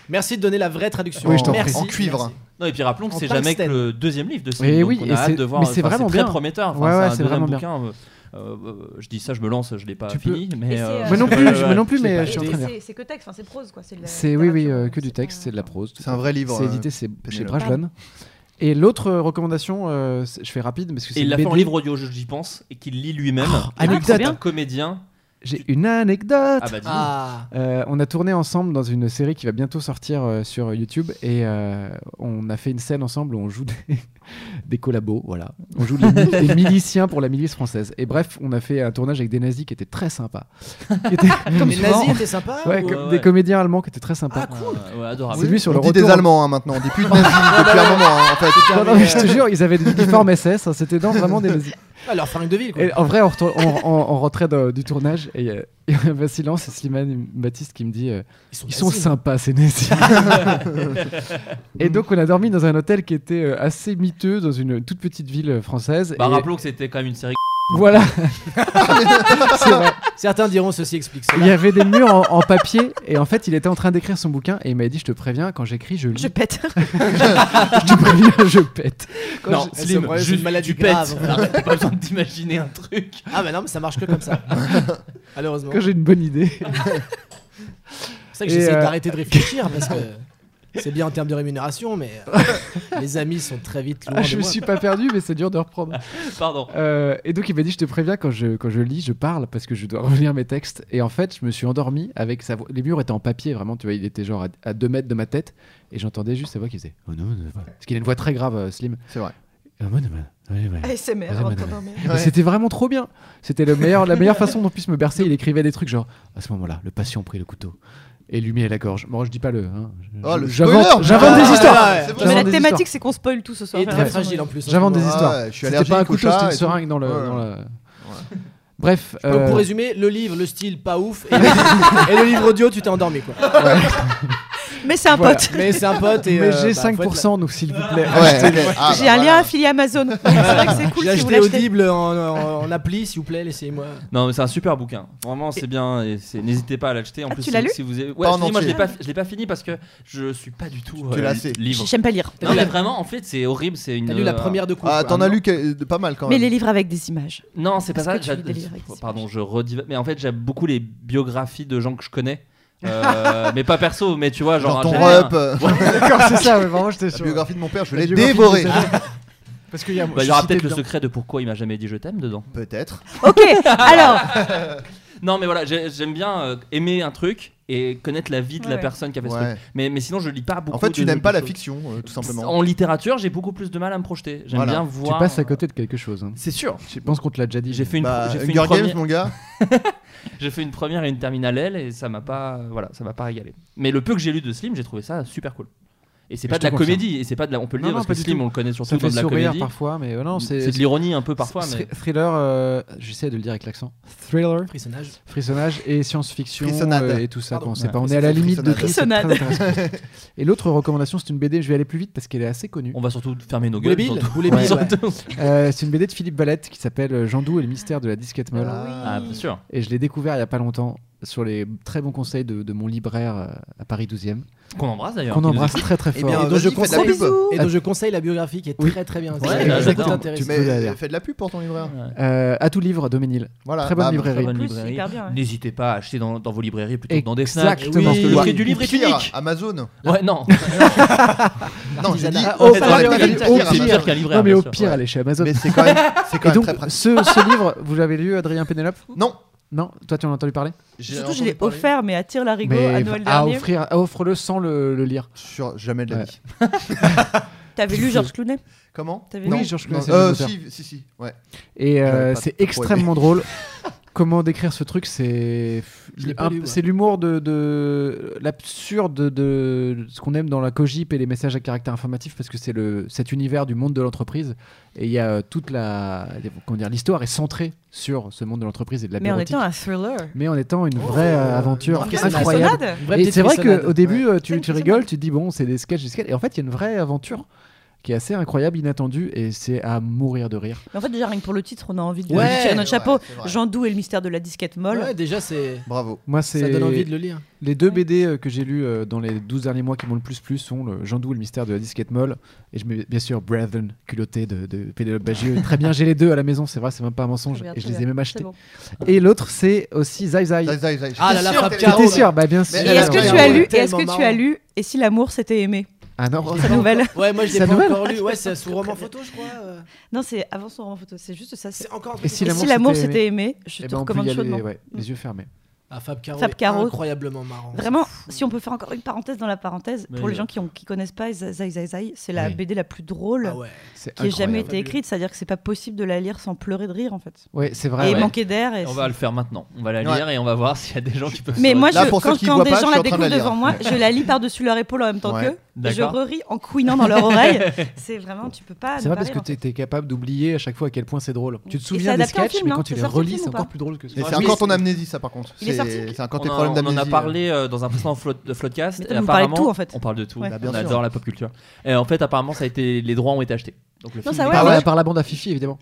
Speaker 3: Merci de donner la vraie traduction.
Speaker 11: Oui, je t'en prie.
Speaker 3: Merci.
Speaker 12: En cuivre.
Speaker 3: merci.
Speaker 8: Non, et puis rappelons que
Speaker 3: En
Speaker 8: c'est jamais que
Speaker 3: tungstène.
Speaker 8: le deuxième livre de ce
Speaker 11: Et
Speaker 8: livre.
Speaker 11: oui,
Speaker 8: donc
Speaker 11: et
Speaker 8: on a hâte
Speaker 11: c'est-
Speaker 8: de voir. euh,
Speaker 11: mais c'est
Speaker 8: enfin,
Speaker 11: vraiment
Speaker 8: très
Speaker 11: bien.
Speaker 8: prometteur. Enfin,
Speaker 11: Ouais, ouais, c'est
Speaker 8: c'est un deuxième
Speaker 11: vraiment bien.
Speaker 8: bouquin. euh, euh, euh, je dis ça, je me lance, je l'ai pas
Speaker 11: Tu peux-
Speaker 8: fini. Mais
Speaker 10: Et c'est,
Speaker 8: euh,
Speaker 10: euh,
Speaker 11: Moi non
Speaker 8: ouais,
Speaker 11: plus,
Speaker 8: ouais,
Speaker 11: moi
Speaker 8: ouais.
Speaker 11: non plus,
Speaker 3: Je l'ai
Speaker 11: mais
Speaker 3: pas
Speaker 11: je suis en
Speaker 3: acheté.
Speaker 11: train de lire.
Speaker 10: C'est c'est que texte, enfin, c'est prose quoi. C'est de la-
Speaker 11: C'est
Speaker 10: de
Speaker 11: oui,
Speaker 10: la
Speaker 11: oui,
Speaker 10: littérature, hein,
Speaker 11: euh, que du
Speaker 10: c'est
Speaker 11: texte,
Speaker 10: pas-
Speaker 11: c'est de la prose. tout
Speaker 12: C'est
Speaker 11: ça.
Speaker 12: un vrai livre.
Speaker 11: C'est
Speaker 12: euh,
Speaker 11: édité chez
Speaker 12: pêchez-le.
Speaker 11: Brajlon. Et l'autre euh, recommandation, euh, c'est- je fais rapide parce que c'est
Speaker 8: Et il l'a
Speaker 11: une
Speaker 8: fait en
Speaker 11: BD.
Speaker 8: livre audio, je- j'y pense, et qu'il lit lui-même. Et
Speaker 11: anecdote.
Speaker 8: c'est un comédien.
Speaker 11: J'ai une anecdote.
Speaker 8: Ah bah dis.
Speaker 3: Ah,
Speaker 11: Euh, on a tourné ensemble dans une série qui va bientôt sortir euh, sur YouTube et euh, on a fait une scène ensemble où on joue des, des collabos, voilà. On joue les, mi- les miliciens pour la milice française. Et bref, on a fait un tournage avec des nazis qui étaient très sympas. Qui étaient-
Speaker 3: mais Nazi était sympa.
Speaker 11: Ouais,
Speaker 3: ou- Ah,
Speaker 11: comme
Speaker 8: ouais. Ah,
Speaker 11: des comédiens allemands qui étaient très sympas.
Speaker 8: Ouais, ouais, ouais, adorable.
Speaker 11: C'est lui sur
Speaker 12: on
Speaker 11: le
Speaker 12: dit
Speaker 11: retour.
Speaker 12: des Allemands hein, maintenant, on dit plus de nazis depuis un moment hein, en fait.
Speaker 11: Non, non, mais je
Speaker 8: euh,
Speaker 11: te jure, ils avaient des uniformes SS, hein, c'était dans vraiment des nazis.
Speaker 3: Ah, leur fringue de ville, quoi.
Speaker 11: Et en vrai, on, retourne- on- on- on rentrait de- du tournage et euh, il y avait un silence et Slimane et Baptiste qui me dit euh, Ils sont
Speaker 3: nazi.
Speaker 11: sympas, ces nazis. et donc, on a dormi dans un hôtel qui était euh, assez miteux dans une toute petite ville française.
Speaker 8: Bah
Speaker 11: et-
Speaker 8: rappelons que c'était quand même une série
Speaker 11: Voilà. C'est vrai.
Speaker 3: Certains diront ceci explique
Speaker 11: Il
Speaker 3: cela.
Speaker 11: y avait des murs en, en papier et en fait il était en train d'écrire son bouquin et il m'avait dit je te préviens quand j'écris je lis.
Speaker 10: Je pète.
Speaker 11: je te préviens je pète. Quand
Speaker 8: Non,
Speaker 11: je-
Speaker 3: c'est
Speaker 8: Slim,
Speaker 3: vrai, c'est
Speaker 8: juste
Speaker 3: une maladie
Speaker 8: tu pètes.
Speaker 3: grave.
Speaker 8: Arrête, T'as pas besoin d'imaginer un truc.
Speaker 3: Ah bah non, mais ça marche que comme ça. Malheureusement.
Speaker 11: Quand j'ai une bonne idée.
Speaker 3: C'est vrai que
Speaker 11: Et,
Speaker 3: j'essaie
Speaker 11: euh,
Speaker 3: d'arrêter de réfléchir parce que c'est bien en termes de rémunération, mais euh, les amis sont très vite loin
Speaker 11: Ah,
Speaker 3: de
Speaker 11: je me
Speaker 3: moi.
Speaker 11: suis pas perdu mais c'est dur de reprendre.
Speaker 8: Pardon.
Speaker 11: Euh, et donc il m'a dit je te préviens quand je, quand je lis je parle parce que je dois relire mes textes et en fait je me suis endormi avec sa voix. Les murs étaient en papier vraiment tu vois il était genre à, à deux mètres de ma tête et j'entendais juste sa voix qui faisait oh non, non, non. parce qu'il a une voix très grave euh, Slim.
Speaker 12: C'est vrai.
Speaker 11: Oh, non, non, non, non.
Speaker 10: ASMR.
Speaker 11: Vas-y, madame.
Speaker 10: t'endormir.
Speaker 11: Et ben, C'était vraiment trop bien. C'était le meilleur, la meilleure façon dont puisse me bercer. Il écrivait des trucs genre à ce moment-là, le patient prit le couteau et lui mit à la gorge. Bon, je dis pas le. hein. Je-
Speaker 12: Oh, le
Speaker 11: j'invente,
Speaker 12: spoiler
Speaker 11: j'invente
Speaker 3: Ah,
Speaker 11: des
Speaker 3: ouais,
Speaker 11: histoires.
Speaker 3: ouais, ouais.
Speaker 12: C'est bon.
Speaker 11: J'invente
Speaker 10: Mais la
Speaker 11: des
Speaker 10: thématique,
Speaker 11: histoires.
Speaker 10: c'est qu'on spoil tout ce soir.
Speaker 3: Et très
Speaker 11: Ouais.
Speaker 3: fragile en plus. hein, en ce
Speaker 11: J'invente des
Speaker 3: moment.
Speaker 12: Ah
Speaker 11: histoires.
Speaker 12: ouais, je suis
Speaker 11: C'était pas un
Speaker 12: allergique au
Speaker 11: couteau,
Speaker 12: chat
Speaker 11: c'était une
Speaker 12: et tout.
Speaker 11: seringue dans le.
Speaker 12: Ouais.
Speaker 11: dans la- Bref.
Speaker 3: Je peux-
Speaker 11: euh,
Speaker 3: Pour résumer, le livre, le style pas ouf, et, et le livre audio, tu t'es endormi quoi.
Speaker 10: Mais c'est un
Speaker 11: voilà.
Speaker 10: pote.
Speaker 3: Mais c'est un pote et.
Speaker 11: Mais
Speaker 3: euh,
Speaker 11: j'ai
Speaker 3: bah,
Speaker 11: 5%, donc s'il vous plaît.
Speaker 12: Ouais, ok. Ah,
Speaker 10: J'ai
Speaker 12: bah,
Speaker 10: un lien
Speaker 12: voilà.
Speaker 10: affilié Amazon. C'est vrai que c'est
Speaker 3: faut
Speaker 10: cool
Speaker 3: être- J'ai
Speaker 10: si vous
Speaker 3: acheté
Speaker 10: l'achetez.
Speaker 3: Audible en, en- en appli, s'il vous plaît, laissez-moi.
Speaker 8: Non, mais c'est un super bouquin. Vraiment, c'est bien. et c'est- N'hésitez pas à l'acheter. En
Speaker 10: Ah,
Speaker 8: plus,
Speaker 10: tu l'as
Speaker 8: si-
Speaker 10: lu
Speaker 8: si vous avez-
Speaker 12: Pas
Speaker 8: ouais,
Speaker 12: en
Speaker 8: je te dis, moi, je l'ai
Speaker 12: entier.
Speaker 8: pas, je l'ai pas fini parce que je suis pas du tout euh,
Speaker 12: Tu l'as assez.
Speaker 8: livre.
Speaker 10: J'aime pas lire.
Speaker 8: Non, mais vraiment, en fait, c'est horrible. C'est une.
Speaker 3: T'as lu la
Speaker 8: euh,
Speaker 3: première de coup.
Speaker 12: Ah,
Speaker 3: quoi.
Speaker 12: t'en as lu que- de- pas mal quand
Speaker 10: Mais
Speaker 12: même.
Speaker 10: les livres avec des images.
Speaker 8: Non, c'est pas
Speaker 10: Est-ce
Speaker 8: ça.
Speaker 10: que tu lis
Speaker 8: j'ad-
Speaker 10: des livres avec des
Speaker 8: Pardon,
Speaker 10: images
Speaker 8: je redis. Mais en fait, j'aime beaucoup les biographies de gens que je connais. Euh, mais pas perso, mais tu vois, genre.
Speaker 12: Genre ton
Speaker 8: j'aime bien-
Speaker 12: rep, euh,
Speaker 11: D'accord, c'est ça, ouais, vraiment, j'étais
Speaker 12: la
Speaker 11: sûr.
Speaker 12: biographie de mon père, je
Speaker 11: La
Speaker 12: l'ai
Speaker 11: biographie de
Speaker 12: dévorée.
Speaker 11: Isabelle. Parce qu'il y a.
Speaker 8: Bah, Il y
Speaker 11: je
Speaker 8: aura
Speaker 11: citais
Speaker 8: peut-être le
Speaker 11: dedans.
Speaker 8: secret de pourquoi il m'a jamais dit je t'aime dedans.
Speaker 12: Peut-être.
Speaker 10: Ok, alors,
Speaker 8: Non, mais voilà, j'ai- j'aime bien euh, aimer un truc et connaître la vie de la
Speaker 10: Ouais.
Speaker 8: personne qui a fait ce
Speaker 12: Ouais.
Speaker 8: truc. Mais, mais sinon, je lis pas beaucoup.
Speaker 12: En fait, tu
Speaker 8: de-
Speaker 12: n'aimes
Speaker 8: de
Speaker 12: pas la
Speaker 8: choses.
Speaker 12: fiction, euh, tout simplement.
Speaker 8: En littérature, j'ai beaucoup plus de mal à me projeter. J'aime
Speaker 12: Voilà.
Speaker 8: bien
Speaker 11: Tu
Speaker 8: voir. euh,
Speaker 11: passes à côté de quelque chose. hein.
Speaker 8: C'est sûr.
Speaker 11: Je pense qu'on te l'a déjà dit.
Speaker 8: J'ai fait une,
Speaker 12: Bah,
Speaker 8: j'ai fait une
Speaker 12: Hunger
Speaker 8: première,
Speaker 12: Games, mon gars.
Speaker 8: j'ai fait une première et une terminale L et ça m'a pas, voilà, ça m'a pas régalé. Mais le peu que j'ai lu de Slim, j'ai trouvé ça super cool. Et c'est
Speaker 11: Mais
Speaker 8: pas
Speaker 11: je
Speaker 8: de
Speaker 11: te
Speaker 8: la
Speaker 11: confirme.
Speaker 8: comédie, et c'est pas de la, on peut le
Speaker 11: Non,
Speaker 8: dire
Speaker 11: non,
Speaker 8: parce
Speaker 11: pas
Speaker 8: que
Speaker 11: du
Speaker 8: Slim,
Speaker 11: tout.
Speaker 8: on le connaît surtout
Speaker 11: Ça fait
Speaker 8: comme de la
Speaker 11: sourire
Speaker 8: comédie.
Speaker 11: parfois, mais euh, non, c'est.
Speaker 8: C'est de l'ironie un peu parfois,
Speaker 11: Thr-
Speaker 8: mais
Speaker 11: Thriller, euh, j'essaie de le dire avec l'accent. Thriller,
Speaker 3: Frissonnage.
Speaker 11: frissonnage et science-fiction
Speaker 12: Frissonnade.
Speaker 11: euh, et tout ça.
Speaker 3: Pardon.
Speaker 11: quoi. On sait
Speaker 8: Ouais.
Speaker 11: pas, on est à la limite de tout. c'est
Speaker 10: Frissonnade.
Speaker 11: très intéressant. et l'autre recommandation, c'est une BD. Je vais aller plus vite parce qu'elle est assez connue.
Speaker 8: on va surtout fermer nos gueules.
Speaker 3: Boulet Bill
Speaker 8: surtout.
Speaker 3: Boulet Bill, ouais.
Speaker 8: Surtout.
Speaker 11: Euh, c'est une BD de Philippe Ballette qui s'appelle euh, Jean Doux et le mystère de la disquette molle.
Speaker 8: Ah, bien sûr.
Speaker 11: Et je l'ai découvert il y a pas longtemps sur les très bons conseils de, de mon libraire euh, à Paris 12e.
Speaker 8: Qu'on embrasse d'ailleurs.
Speaker 11: Qu'on
Speaker 8: qui nous
Speaker 11: embrasse
Speaker 8: écoute.
Speaker 11: très très
Speaker 12: Eh
Speaker 11: fort.
Speaker 12: bien,
Speaker 3: Et donc,
Speaker 12: vas-y,
Speaker 3: je
Speaker 12: fais de la
Speaker 3: conseille-
Speaker 12: pub.
Speaker 3: Et donc je conseille la biographie qui est
Speaker 11: Oui.
Speaker 3: très très bien.
Speaker 8: Ouais,
Speaker 3: C'est-
Speaker 8: bah,
Speaker 3: c'est
Speaker 8: j'adore.
Speaker 3: intéressant.
Speaker 12: Tu mets,
Speaker 11: derrière.
Speaker 12: fais de la pub pour ton libraire.
Speaker 11: Euh, à tout livre, Doménil.
Speaker 12: Voilà.
Speaker 11: Très bonne
Speaker 12: bam.
Speaker 11: librairie.
Speaker 8: Très bonne
Speaker 10: plus,
Speaker 8: librairie.
Speaker 10: hyper bien, ouais.
Speaker 8: N'hésitez pas à acheter dans, dans vos librairies plutôt que dans des snacks.
Speaker 11: Exactement.
Speaker 8: Parce que le
Speaker 12: Ouais.
Speaker 8: prix du livre est
Speaker 12: Pire,
Speaker 8: unique.
Speaker 12: Amazon.
Speaker 8: Ouais, non.
Speaker 12: Non, j'ai dit.
Speaker 3: Ah,
Speaker 11: au
Speaker 12: ça
Speaker 11: pire,
Speaker 12: aurait pu
Speaker 11: au
Speaker 12: être pire,
Speaker 11: pire, au
Speaker 8: C'est
Speaker 12: Amazon.
Speaker 11: pire.
Speaker 8: pire qu'un libraire.
Speaker 11: Non, mais
Speaker 8: bien
Speaker 11: au
Speaker 8: sûr.
Speaker 11: pire, allez chez Amazon.
Speaker 12: Mais c'est quand même, c'est quand
Speaker 11: Et
Speaker 12: même
Speaker 11: donc,
Speaker 12: très pratique.
Speaker 11: ce, ce livre, vous l'avez lu, Adrien Pénélope
Speaker 12: Non.
Speaker 11: Non Toi, tu en as entendu parler
Speaker 12: j'ai
Speaker 10: surtout je
Speaker 12: entendu
Speaker 10: l'ai
Speaker 12: parler.
Speaker 10: offert, mais à tire larigot à Noël
Speaker 11: à
Speaker 10: dernier.
Speaker 11: offrir, à offre-le sans le, le lire.
Speaker 12: Sur- jamais de la
Speaker 11: Ouais.
Speaker 12: vie.
Speaker 10: T'avais lu Georges Clooney
Speaker 12: Comment
Speaker 10: T'avais
Speaker 11: Oui,
Speaker 10: lu
Speaker 12: Non,
Speaker 11: Georges
Speaker 12: non,
Speaker 11: Clooney, c'est le
Speaker 12: euh,
Speaker 11: auteur.
Speaker 12: si, si, si, ouais.
Speaker 11: Et euh,
Speaker 12: J'avais pas
Speaker 11: c'est
Speaker 12: trop aimé.
Speaker 11: extrêmement drôle. Comment décrire ce truc C'est
Speaker 3: Je l'ai pas
Speaker 11: un-
Speaker 3: lu, ouais.
Speaker 11: c'est l'humour de, de- l'absurde de, de ce qu'on aime dans la cogip et les messages à caractère informatif parce que c'est le cet univers du monde de l'entreprise et il y a euh, toute la comment dire l'histoire est centrée sur ce monde de l'entreprise et de la
Speaker 10: Mais en
Speaker 11: bureautique.
Speaker 10: étant un thriller.
Speaker 11: mais en étant une vraie euh, aventure
Speaker 12: Une
Speaker 10: Une
Speaker 12: frissonnade.
Speaker 11: incroyable.
Speaker 10: frissonnade
Speaker 3: Une vraie
Speaker 11: Et
Speaker 3: petite
Speaker 11: c'est vrai
Speaker 3: frissonnade.
Speaker 11: qu'au début, euh,
Speaker 10: C'est
Speaker 11: tu,
Speaker 10: une
Speaker 11: tu
Speaker 10: petite
Speaker 11: rigoles, tu te dis, bon, c'est des sketchs, des sketchs. Et en fait, il y a une vraie aventure qui est assez incroyable, inattendue, et c'est à mourir de rire.
Speaker 10: Mais en fait, déjà, rien que pour le titre, on a envie de
Speaker 3: Ouais,
Speaker 10: lui tirer
Speaker 12: ouais,
Speaker 10: notre chapeau.
Speaker 12: c'est vrai.
Speaker 10: Jean Doux et le mystère de la disquette molle.
Speaker 3: Ouais, déjà c'est
Speaker 12: Bravo.
Speaker 11: Moi,
Speaker 3: ça
Speaker 11: c'est.
Speaker 3: donne envie de le lire.
Speaker 11: Les deux BD euh, que j'ai lus euh, dans les 12 derniers mois qui m'ont le plus plu sont le Jean Doux et le mystère de la disquette molle. Et je mets bien sûr Brethren, culotté de, de Pénélope Bagieux. très bien, j'ai les deux à la maison, c'est vrai, c'est même pas un mensonge.
Speaker 10: Très bien,
Speaker 11: et je
Speaker 10: très
Speaker 11: les ai
Speaker 10: bien,
Speaker 11: même
Speaker 10: c'est
Speaker 11: achetés.
Speaker 10: bon.
Speaker 11: Et l'autre, c'est aussi Zai Zai.
Speaker 12: Zai, zai, zai.
Speaker 3: Ah là
Speaker 12: J'étais
Speaker 3: là,
Speaker 12: sûr
Speaker 3: frappe
Speaker 12: qu'elle
Speaker 3: Caro.
Speaker 11: J'étais
Speaker 12: était-
Speaker 11: sûr, bah bien sûr.
Speaker 12: Mais
Speaker 10: Et est-ce que
Speaker 12: Ouais,
Speaker 10: tu as lu Et
Speaker 3: tellement
Speaker 10: est-ce que tu
Speaker 3: marrant.
Speaker 10: as lu Et si l'amour s'était aimé
Speaker 11: Ah non,
Speaker 10: Cette nouvelle
Speaker 3: Ouais, moi je l'ai
Speaker 11: Ça
Speaker 3: pas
Speaker 11: nouvelle
Speaker 3: Oh, encore lu. Ouais, c'est sous roman photo, je crois. euh.
Speaker 10: Non, c'est avant son roman photo. C'est juste ça. c'est-
Speaker 3: C'est encore. un
Speaker 11: Et
Speaker 3: truc
Speaker 11: si
Speaker 10: Et
Speaker 3: comme ça.
Speaker 10: si l'amour s'était aimé, je
Speaker 11: Eh
Speaker 10: te
Speaker 11: ben, on peut y
Speaker 10: recommande
Speaker 11: aller,
Speaker 10: chaudement. Mm.
Speaker 11: ouais, les yeux fermés.
Speaker 3: Ah, Fab Caro,
Speaker 10: Fab
Speaker 3: est
Speaker 10: Caro.
Speaker 3: incroyablement marrant. Ah
Speaker 10: Vraiment, si on peut faire encore une parenthèse dans la parenthèse,
Speaker 8: Mais
Speaker 10: pour les
Speaker 8: oui.
Speaker 10: gens qui ne connaissent pas Zai Zai Zai Zai, c'est la
Speaker 11: Oui.
Speaker 10: BD la plus drôle
Speaker 3: Ah ouais.
Speaker 11: C'est
Speaker 10: qui ait jamais
Speaker 11: incroyable.
Speaker 10: été écrite. C'est-à-dire que c'est pas possible de la lire sans pleurer de rire, en fait.
Speaker 11: Ouais, c'est vrai.
Speaker 10: et
Speaker 11: ouais.
Speaker 10: manquer d'air. et
Speaker 8: On
Speaker 10: c'est-
Speaker 8: va le faire maintenant. On va la
Speaker 12: Ouais.
Speaker 8: lire et on va voir s'il y a des gens qui peuvent.
Speaker 10: Mais
Speaker 8: se-
Speaker 10: moi,
Speaker 12: Là,
Speaker 10: je,
Speaker 12: pour ceux
Speaker 10: quand,
Speaker 12: qui
Speaker 10: quand
Speaker 12: voient
Speaker 10: des
Speaker 12: pas,
Speaker 10: gens
Speaker 12: je suis
Speaker 10: la
Speaker 12: en train de
Speaker 10: découvrent
Speaker 12: la lire.
Speaker 10: devant moi, je la lis par-dessus leur épaule en même temps
Speaker 12: Ouais.
Speaker 10: qu'eux. et Je
Speaker 8: D'accord.
Speaker 10: reris en couinant dans leur oreille. C'est vraiment, tu peux pas.
Speaker 11: C'est
Speaker 10: ne
Speaker 11: vrai
Speaker 10: pas
Speaker 11: parce que
Speaker 10: rire, en
Speaker 11: tu es, capable d'oublier à chaque fois à quel point c'est drôle. Tu te
Speaker 10: Et
Speaker 11: souviens
Speaker 10: c'est
Speaker 11: des
Speaker 10: adapté en
Speaker 11: sketchs,
Speaker 10: film,
Speaker 11: mais
Speaker 10: non
Speaker 11: quand tu
Speaker 10: C'est
Speaker 11: les
Speaker 10: sorti en
Speaker 11: relis,
Speaker 10: film ou
Speaker 11: c'est
Speaker 10: pas
Speaker 11: encore plus drôle que ça.
Speaker 12: Et c'est
Speaker 8: Ah, mais
Speaker 12: encore ton
Speaker 8: c'est-
Speaker 12: amnésie, ça par contre.
Speaker 10: Il est
Speaker 12: C'est-
Speaker 10: sorti le
Speaker 12: C'est encore tes
Speaker 8: On en-
Speaker 12: problèmes
Speaker 8: on en
Speaker 12: d'amnésie.
Speaker 8: a parlé euh, dans un précédent float, de Floatcast.
Speaker 10: Mais
Speaker 8: et
Speaker 10: toi, vous parlez de
Speaker 8: apparemment-
Speaker 10: tout, en fait.
Speaker 8: On parle de tout.
Speaker 10: Ouais. Bah,
Speaker 12: bien
Speaker 8: on
Speaker 12: sûr.
Speaker 8: adore la pop culture. Et en fait, apparemment, ça a été les droits ont été achetés. Donc le
Speaker 10: Non,
Speaker 8: film
Speaker 10: ça,
Speaker 8: n'est
Speaker 10: ouais,
Speaker 8: pas-
Speaker 11: Par,
Speaker 12: ouais.
Speaker 11: la, par la bande à Fifi, évidemment.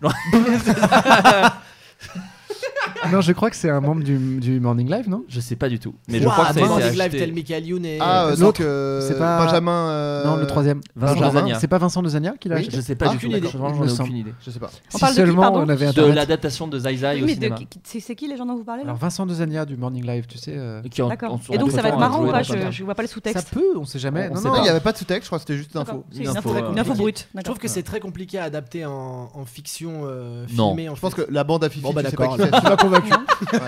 Speaker 11: non, je crois que c'est un membre du, du Morning Live, non
Speaker 8: Je sais pas du tout.
Speaker 11: Mais
Speaker 3: Mais
Speaker 11: je crois que ça a été
Speaker 3: Ah, Live
Speaker 8: acheté.
Speaker 3: tel Michael Youn et
Speaker 12: Ah, euh,
Speaker 11: L'autre,
Speaker 12: donc euh,
Speaker 11: c'est pas-
Speaker 12: Benjamin. euh,
Speaker 11: Non, le troisième.
Speaker 8: Vincent
Speaker 11: Benjamin.
Speaker 8: Lozania.
Speaker 11: C'est pas Vincent Lozania qui l'a
Speaker 3: Oui.
Speaker 11: acheté
Speaker 8: Je sais pas
Speaker 3: Ah,
Speaker 8: du tout.
Speaker 3: aucune idée.
Speaker 8: d'accord, J'en
Speaker 11: Il
Speaker 8: j'en
Speaker 11: me
Speaker 8: ai
Speaker 11: semble.
Speaker 8: aucune idée.
Speaker 12: Je sais pas.
Speaker 10: On
Speaker 11: Si
Speaker 10: parle de qui,
Speaker 11: seulement
Speaker 10: pardon
Speaker 11: on avait
Speaker 8: De
Speaker 11: internet.
Speaker 8: l'adaptation de Zai Zai au
Speaker 10: Oui, mais
Speaker 8: cinéma.
Speaker 10: de- qui- c'est c'est qui les gens dont vous parlez là
Speaker 11: Alors Vincent Lozania du Morning Live, tu sais. euh,
Speaker 8: Qui en-
Speaker 10: D'accord.
Speaker 8: en-
Speaker 10: Et donc ça
Speaker 8: entre-temps,
Speaker 10: va être
Speaker 8: a
Speaker 10: marrant
Speaker 8: joué
Speaker 10: ou pas
Speaker 8: dans pas
Speaker 10: je,
Speaker 8: mal.
Speaker 10: je vois pas le sous-texte.
Speaker 11: ça peut, on sait jamais.
Speaker 8: On
Speaker 11: non,
Speaker 8: sait
Speaker 12: Non,
Speaker 11: non.
Speaker 12: il
Speaker 8: pas.
Speaker 12: n'y avait pas de sous-texte, je crois que c'était juste une info.
Speaker 10: D'accord. C'est une
Speaker 8: Une
Speaker 10: info,
Speaker 8: info,
Speaker 10: une
Speaker 8: euh,
Speaker 10: info
Speaker 3: ok.
Speaker 10: brute.
Speaker 3: Je
Speaker 10: D'accord.
Speaker 3: trouve que c'est très compliqué à adapter en, en fiction euh,
Speaker 8: Non.
Speaker 3: filmée. En
Speaker 12: Je pense
Speaker 3: fait.
Speaker 12: que la bande à Fifi,
Speaker 3: Bon, bah,
Speaker 12: tu sais pas
Speaker 3: d'accord,
Speaker 12: qui c'est.
Speaker 3: alors.
Speaker 12: Tu m'as convaincu. Ouais.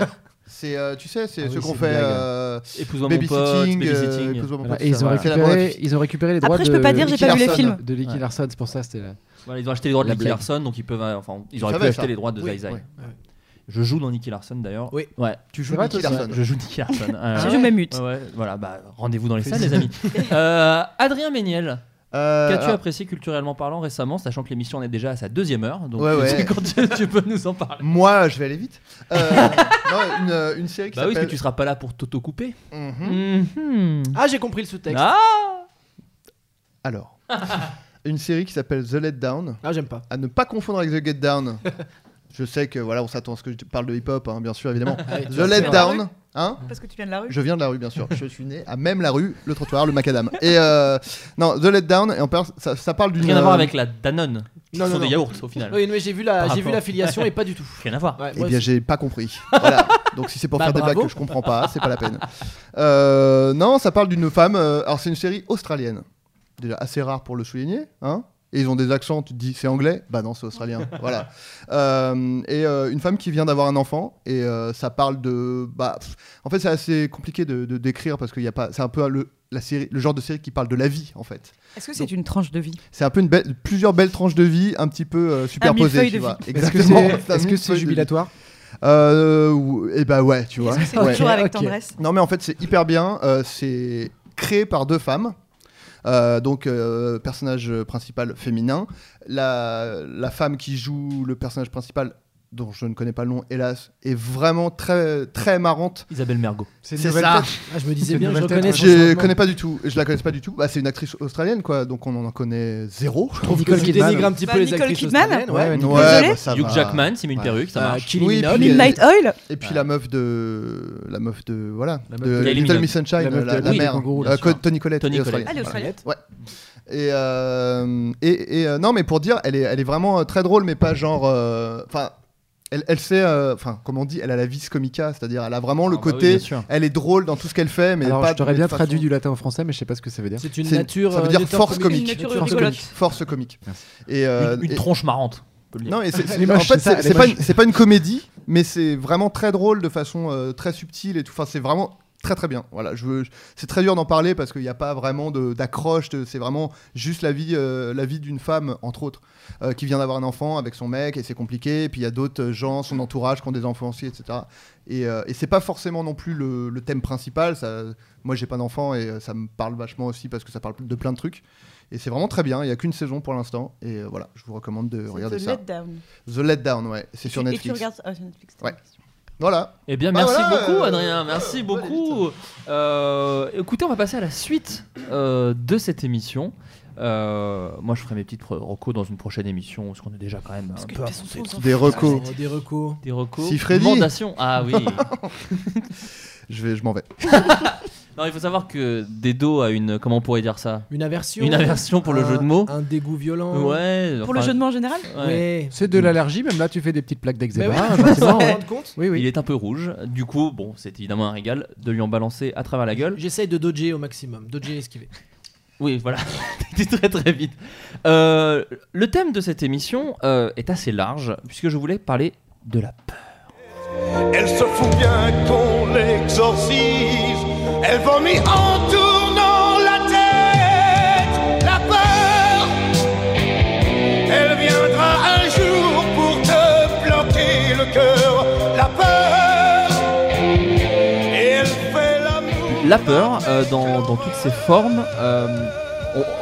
Speaker 12: C'est, euh, tu sais, c'est
Speaker 11: Ah
Speaker 12: ce
Speaker 11: oui,
Speaker 12: qu'on
Speaker 11: c'est
Speaker 12: fait.
Speaker 11: une blague.
Speaker 12: euh,
Speaker 8: Épouse-moi mon pote,
Speaker 12: babysitting, euh,
Speaker 8: babysitting.
Speaker 12: épouse-moi mon
Speaker 11: Voilà,
Speaker 12: pote,
Speaker 11: et ils ont,
Speaker 12: ça, voilà. C'est la bande à
Speaker 11: récupéré,
Speaker 12: Fifi.
Speaker 11: ils ont récupéré les droits
Speaker 10: Après,
Speaker 11: de.
Speaker 10: je peux pas dire, j'ai
Speaker 12: Nicky
Speaker 10: pas vu le
Speaker 12: Larson.
Speaker 10: film.
Speaker 11: De Nicky
Speaker 8: Ouais.
Speaker 11: Larson, c'est pour ça, c'était la.
Speaker 8: Voilà, ils ont acheté les droits de
Speaker 11: La
Speaker 8: Nicky
Speaker 11: blague.
Speaker 8: Larson, donc ils peuvent. euh, Enfin, ils
Speaker 12: Je
Speaker 8: auraient pu
Speaker 12: savais,
Speaker 8: acheter
Speaker 12: ça.
Speaker 8: les droits de
Speaker 3: Oui,
Speaker 8: Zai Zai.
Speaker 12: ouais,
Speaker 3: ouais.
Speaker 8: Je joue dans Nicky Larson d'ailleurs.
Speaker 3: Oui.
Speaker 8: Ouais.
Speaker 12: Tu
Speaker 11: C'est
Speaker 12: joues
Speaker 11: vrai,
Speaker 12: Nicky
Speaker 11: toi,
Speaker 12: Larson.
Speaker 8: Je joue Nicky Larson. Euh,
Speaker 10: Je me mute.
Speaker 8: ouais, ouais, voilà, bah, rendez-vous dans les salles, les amis. Euh, Adrien Méniel,
Speaker 12: Euh,
Speaker 8: qu'as-tu
Speaker 12: alors,
Speaker 8: apprécié culturellement parlant récemment, sachant que l'émission en est déjà à sa deuxième heure Donc, euh,
Speaker 12: Ouais, ouais.
Speaker 8: quand tu, tu peux nous en parler.
Speaker 12: Moi, je vais aller vite. Euh, non, une, euh, une série qui
Speaker 8: Bah oui, parce
Speaker 12: s'appelle.
Speaker 8: que tu seras pas là pour t'auto-couper.
Speaker 12: Mhm.
Speaker 8: Mhm.
Speaker 3: Ah, j'ai compris le sous-texte. Ah,
Speaker 8: Ah
Speaker 12: Alors, une série qui s'appelle The Let Down,
Speaker 3: Ah, j'aime pas.
Speaker 12: à ne pas confondre avec The Get Down. je sais que voilà, on s'attend à ce que je parle de hip-hop, hein, bien sûr, évidemment. The
Speaker 10: viens
Speaker 12: Let
Speaker 10: de la rue
Speaker 12: Down, hein
Speaker 10: Parce que tu viens de la rue.
Speaker 12: Je viens de la rue, bien sûr. Je suis né à même la rue, le trottoir, le macadam. Et euh, non, The Let Down, et on parle- ça, ça parle d'une.
Speaker 8: Rien à voir
Speaker 12: euh,
Speaker 8: avec la Danone. qui
Speaker 3: Non,
Speaker 8: sont
Speaker 3: non,
Speaker 8: des
Speaker 3: non.
Speaker 8: yaourts au final.
Speaker 3: Oui, mais j'ai vu la,
Speaker 8: Par
Speaker 3: j'ai vu
Speaker 8: rapport.
Speaker 3: la filiation et pas du tout.
Speaker 8: Rien à voir.
Speaker 3: Ouais,
Speaker 12: Eh
Speaker 3: moi,
Speaker 12: bien,
Speaker 3: c'est-
Speaker 12: j'ai pas compris. Voilà. Donc, si c'est pour
Speaker 3: Bah,
Speaker 12: faire des
Speaker 3: bravo.
Speaker 12: blagues que je comprends pas, c'est pas la peine. Euh, non, ça parle d'une femme. euh, alors, c'est une série australienne. Déjà assez rare pour le souligner. Hein et ils ont des accents, tu te dis c'est anglais Bah non, c'est australien. voilà. Euh, et euh, une femme qui vient d'avoir un enfant. Et euh, ça parle de. Bah, pff, en fait, c'est assez compliqué de de décrire parce qu'il y a pas. C'est un peu le, la série, le genre de série qui parle de la vie, en fait.
Speaker 10: Est-ce que c'est une tranche de vie
Speaker 12: C'est un peu une belle, plusieurs belles tranches de vie, un petit peu euh, superposées.
Speaker 10: millefeuille
Speaker 12: tu
Speaker 10: de
Speaker 12: vois.
Speaker 11: Est-ce que
Speaker 12: Exactement.
Speaker 11: c'est
Speaker 12: un
Speaker 11: est-ce que c'est
Speaker 12: millefeuille de vie.
Speaker 11: jubilatoire
Speaker 12: Euh, ou- eh ben ouais, tu vois.
Speaker 10: Est-ce que c'est
Speaker 12: Ouais.
Speaker 10: toujours avec
Speaker 11: ok.
Speaker 10: tendresse
Speaker 12: Non mais en fait c'est hyper bien. Euh, c'est créé par deux femmes. Euh, donc euh, personnage principal féminin. La, la femme qui joue le personnage principal dont je ne connais pas le nom hélas est vraiment très très marrante.
Speaker 8: Isabelle Mergo.
Speaker 11: C'est
Speaker 3: Ah, je me
Speaker 11: C'est
Speaker 3: disais bien,
Speaker 11: une
Speaker 3: je
Speaker 11: nouvelle
Speaker 3: reconnais.
Speaker 11: tête,
Speaker 3: son
Speaker 12: Je
Speaker 3: changement.
Speaker 12: connais pas du tout. Je la connais pas du tout. Bah, c'est une actrice australienne quoi. Donc on en connaît zéro.
Speaker 3: Je trouve
Speaker 11: Nicole
Speaker 3: que tu
Speaker 11: Kidman.
Speaker 3: dénigres un petit
Speaker 10: Bah,
Speaker 3: peu les
Speaker 10: Nicole
Speaker 3: actrices
Speaker 10: Kidman.
Speaker 3: australiennes. Ouais.
Speaker 11: Ouais,
Speaker 10: Désolé.
Speaker 12: bah, ça
Speaker 8: Hugh
Speaker 12: va.
Speaker 8: Jackman, c'est une
Speaker 12: Ouais.
Speaker 8: perruque, ça
Speaker 3: Bah,
Speaker 8: marche.
Speaker 3: Killing
Speaker 12: Oui,
Speaker 3: Eve.
Speaker 12: puis-
Speaker 10: Midnight Oil
Speaker 12: Et puis
Speaker 8: Ouais.
Speaker 12: la meuf de la meuf de voilà
Speaker 11: La meuf
Speaker 12: de,
Speaker 11: de
Speaker 8: Kylie
Speaker 12: Little
Speaker 8: Minogue.
Speaker 12: Miss Sunshine,
Speaker 11: La
Speaker 12: la,
Speaker 11: meuf de-
Speaker 12: la
Speaker 8: oui,
Speaker 12: mère,
Speaker 8: en gros,
Speaker 12: Euh,
Speaker 8: bien sûr.
Speaker 12: Co- Tony Collette,
Speaker 8: Tony
Speaker 12: et australienne.
Speaker 10: Allez,
Speaker 12: Voilà.
Speaker 10: Australienne.
Speaker 12: Et, euh, et, et, euh, non, mais pour dire, elle est, elle est vraiment euh, très drôle, mais pas genre. euh, Enfin, elle, elle sait. euh, Enfin, comme on dit, elle a la vis comica, c'est-à-dire elle a vraiment
Speaker 8: Ah
Speaker 12: le
Speaker 8: bah oui,
Speaker 12: côté.
Speaker 8: bien sûr.
Speaker 12: elle est drôle dans tout ce qu'elle fait, mais
Speaker 11: Alors,
Speaker 12: pas.
Speaker 11: je t'aurais
Speaker 12: de
Speaker 11: bien
Speaker 12: façon-
Speaker 11: traduit du latin au français, mais je sais pas ce que ça veut dire.
Speaker 3: C'est une
Speaker 12: C'est-
Speaker 3: nature.
Speaker 12: ça veut
Speaker 3: euh,
Speaker 12: dire
Speaker 3: nature
Speaker 12: force
Speaker 3: comique.
Speaker 10: Une
Speaker 12: comique.
Speaker 10: nature
Speaker 3: Force
Speaker 10: rigolote.
Speaker 12: Force comique.
Speaker 11: Merci.
Speaker 12: Et, euh,
Speaker 8: Une, une
Speaker 12: et-
Speaker 8: tronche marrante. on peut le dire.
Speaker 12: non, et c'est-
Speaker 11: Elle
Speaker 12: c'est-
Speaker 11: est
Speaker 12: en
Speaker 11: moche,
Speaker 12: fait,
Speaker 11: c'est ça,
Speaker 12: c'est
Speaker 11: elle est
Speaker 12: c'est pas,
Speaker 11: moche.
Speaker 12: une- c'est pas une comédie, mais c'est vraiment très drôle de façon euh, très subtile et tout. Enfin, c'est vraiment très très bien. Voilà, je veux, je- c'est très dur d'en parler parce qu'il n'y a pas vraiment de- d'accroche. de- C'est vraiment juste la vie, euh, la vie d'une femme, entre autres, euh, qui vient d'avoir un enfant avec son mec et c'est compliqué. Et puis il y a d'autres euh, gens, son entourage, qui ont des enfants aussi, etc. Et, euh, et c'est pas forcément non plus le, le thème principal. Ça, moi, j'ai pas d'enfant et euh, ça me parle vachement aussi parce que ça parle de plein de trucs. Et c'est vraiment très bien. Il y a qu'une saison pour l'instant. Et euh, voilà, je vous recommande de regarder ça.
Speaker 10: Letdown.
Speaker 12: The Letdown, ouais, c'est sur
Speaker 10: Et tu
Speaker 12: Netflix.
Speaker 10: regardes. Ah, sur Netflix.
Speaker 12: Ouais. Voilà.
Speaker 8: Eh bien,
Speaker 12: Bah
Speaker 8: merci
Speaker 12: voilà,
Speaker 8: beaucoup,
Speaker 12: euh,
Speaker 8: Adrien. Merci
Speaker 12: euh,
Speaker 8: beaucoup. Euh, écoutez, on va passer à la suite euh, de cette émission. Euh, moi, je ferai mes petites pro- recos dans une prochaine émission, parce qu'on est déjà quand même un peu avancé.
Speaker 12: Des recos.
Speaker 3: Oh, Des recours.
Speaker 8: Des recos.
Speaker 12: Si Freddy-
Speaker 8: Mandation. Ah oui.
Speaker 12: Je vais, je m'en vais.
Speaker 8: non, il faut savoir que Dedo a une. Comment on pourrait dire ça
Speaker 3: Une aversion.
Speaker 8: Une aversion pour le jeu de mots.
Speaker 3: Un dégoût violent.
Speaker 8: Ouais.
Speaker 10: Pour le
Speaker 8: enfin,
Speaker 10: jeu de mots en général
Speaker 8: ouais.
Speaker 3: Ouais.
Speaker 11: C'est de l'allergie, même là, tu fais des petites plaques
Speaker 3: Mais oui,
Speaker 11: d'eczéma.
Speaker 3: on s'en
Speaker 11: gentiment, ouais.
Speaker 3: rend compte.
Speaker 11: Oui,
Speaker 8: Il
Speaker 11: oui.
Speaker 8: est un peu rouge. Du coup, bon, c'est évidemment un régal de lui en balancer à travers la gueule.
Speaker 3: J'essaye de dodger au maximum, dodger et esquiver.
Speaker 8: Oui, voilà, c'était très très vite. Euh, le thème de cette émission euh, est assez large, puisque je voulais parler de la peur.
Speaker 2: Elle se fout bien qu'on l'exorcise. Elle vomit en tournant la tête. La peur, elle viendra un jour pour te planter le cœur. La peur, et elle fait l'amour.
Speaker 8: La peur, euh, dans, dans toutes ses formes, euh,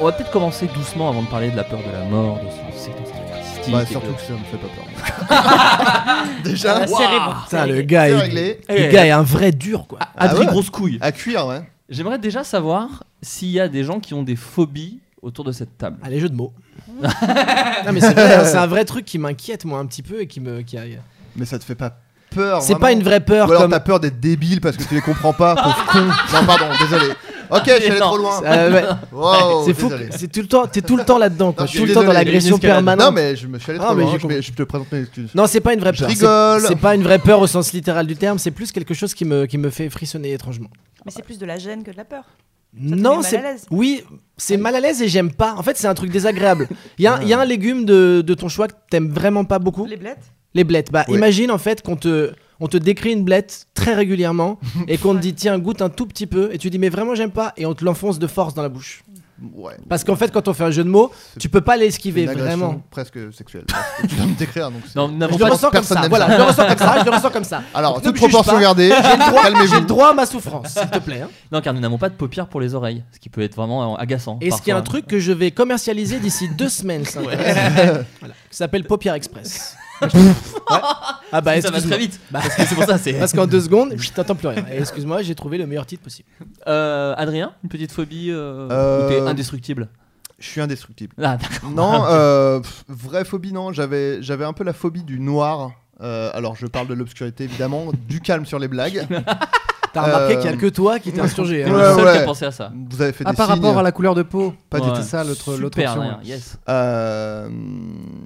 Speaker 8: on, on va peut-être commencer doucement avant de parler de la peur de la mort, de son séquence artistique.
Speaker 12: Bah,
Speaker 8: et
Speaker 12: surtout
Speaker 8: de-
Speaker 12: que ça me fait pas peur.
Speaker 10: Ah,
Speaker 12: Déjà,
Speaker 3: Ah,
Speaker 8: Waouh
Speaker 3: Putain, le gars,
Speaker 12: c'est
Speaker 3: il...
Speaker 12: réglé.
Speaker 8: Eh,
Speaker 3: le gars est un vrai dur quoi.
Speaker 8: Adrien
Speaker 12: Ah ouais.
Speaker 8: grosse couille.
Speaker 12: À cuire, ouais.
Speaker 8: J'aimerais déjà savoir s'il y a des gens qui ont des phobies autour de cette table.
Speaker 3: Ah, les jeux de mots. non, mais c'est vrai, hein, c'est un vrai truc qui m'inquiète, moi, un petit peu et qui me. Qui a-
Speaker 12: Mais ça te fait pas peur.
Speaker 3: C'est
Speaker 12: vraiment.
Speaker 3: pas une vraie peur
Speaker 12: Ou alors
Speaker 3: comme-
Speaker 12: t'as peur d'être débile parce que tu les comprends pas, pauvre con. Non, pardon, désolé. Ok, je suis allé
Speaker 3: Non,
Speaker 12: trop loin.
Speaker 3: euh, ouais.
Speaker 12: Wow,
Speaker 3: c'est fou.
Speaker 12: Oh, désolé.
Speaker 3: que- C'est tout le temps. T'es tout le temps là-dedans. quoi.
Speaker 12: Non, je suis
Speaker 3: Tout le temps dans
Speaker 12: désolé,
Speaker 3: l'agression
Speaker 12: l'escalade.
Speaker 3: permanente.
Speaker 12: Non, mais je me suis allé
Speaker 3: Ah,
Speaker 12: trop
Speaker 3: mais
Speaker 12: loin.
Speaker 3: j'ai
Speaker 12: je, vais- je te présente mes excuses.
Speaker 3: Non, c'est pas une vraie
Speaker 12: Je
Speaker 3: peur. c'est-
Speaker 12: rigole.
Speaker 3: C'est pas une vraie peur au sens littéral du terme. C'est plus quelque chose qui me, qui me fait frissonner étrangement.
Speaker 10: Mais c'est plus de la gêne que de la peur. met
Speaker 3: Non,
Speaker 10: mal
Speaker 3: c'est.
Speaker 10: à l'aise.
Speaker 3: Oui, c'est mal à l'aise et j'aime pas. En fait, c'est un truc désagréable. Il y,
Speaker 12: Ah.
Speaker 3: a un- il y a un légume de, de ton choix que t'aimes vraiment pas beaucoup. Les
Speaker 10: blettes
Speaker 3: Les blettes. Bah, imagine en fait qu'on te. On te décrit une blette très régulièrement et qu'on te dit tiens goûte un tout petit peu et tu dis mais vraiment j'aime pas et on te l'enfonce de force dans la bouche.
Speaker 12: Ouais.
Speaker 3: Parce qu'en fait quand on fait un jeu de mots tu peux pas l'esquiver
Speaker 12: Une agression
Speaker 3: vraiment.
Speaker 12: Presque sexuelle. tu viens de me décrire. Donc c'est-
Speaker 3: Non, nous n'avons Je le pas- ressens comme
Speaker 12: Personne
Speaker 3: ça,
Speaker 12: n'aime
Speaker 3: voilà, je le ressens comme ça, je le ressens comme ça.
Speaker 12: Alors,
Speaker 3: Donc, ne
Speaker 12: toute
Speaker 3: me juge
Speaker 12: proportion
Speaker 3: pas.
Speaker 12: gardée,
Speaker 3: J'ai le droit-
Speaker 12: calmez-vous.
Speaker 3: j'ai le droit à ma souffrance, s'il te plaît. hein.
Speaker 8: Non, car nous n'avons pas de paupières pour les oreilles, ce qui peut être vraiment euh, agaçant.
Speaker 3: Et ce qui est
Speaker 8: parfois.
Speaker 3: un truc que je vais commercialiser d'ici deux semaines, ça
Speaker 8: Ouais.
Speaker 3: intéresse. Voilà. Ça s'appelle Paupière Express. Ouais. Ah bah
Speaker 8: Ça va
Speaker 3: excuse-moi.
Speaker 8: très vite.
Speaker 3: Bah,
Speaker 8: Parce que c'est pour ça, c'est-
Speaker 3: Parce qu'en deux secondes, je t'entends plus rien. Et excuse-moi, j'ai trouvé le meilleur titre possible.
Speaker 8: Euh, Adrien, une petite phobie euh,
Speaker 12: Euh,
Speaker 8: où t'es indestructible
Speaker 12: Je suis indestructible.
Speaker 8: Ah, d'accord.
Speaker 12: Non, euh, pff, vraie phobie, non. J'avais, j'avais un peu la phobie du noir. Euh, alors, je parle de l'obscurité, évidemment, du calme sur les blagues.
Speaker 3: T'as remarqué qu'il y a que toi qui t'es insurgé, hein. T'es le seul qui a pensé à ça.
Speaker 12: Vous avez fait
Speaker 11: Ah,
Speaker 12: des
Speaker 11: par
Speaker 12: signes.
Speaker 11: rapport à la couleur de peau.
Speaker 12: Pas
Speaker 11: Ouais.
Speaker 12: du tout.
Speaker 11: C'est ça, l'autre- l'autre Super, option. Adrien, yes.
Speaker 12: Euh,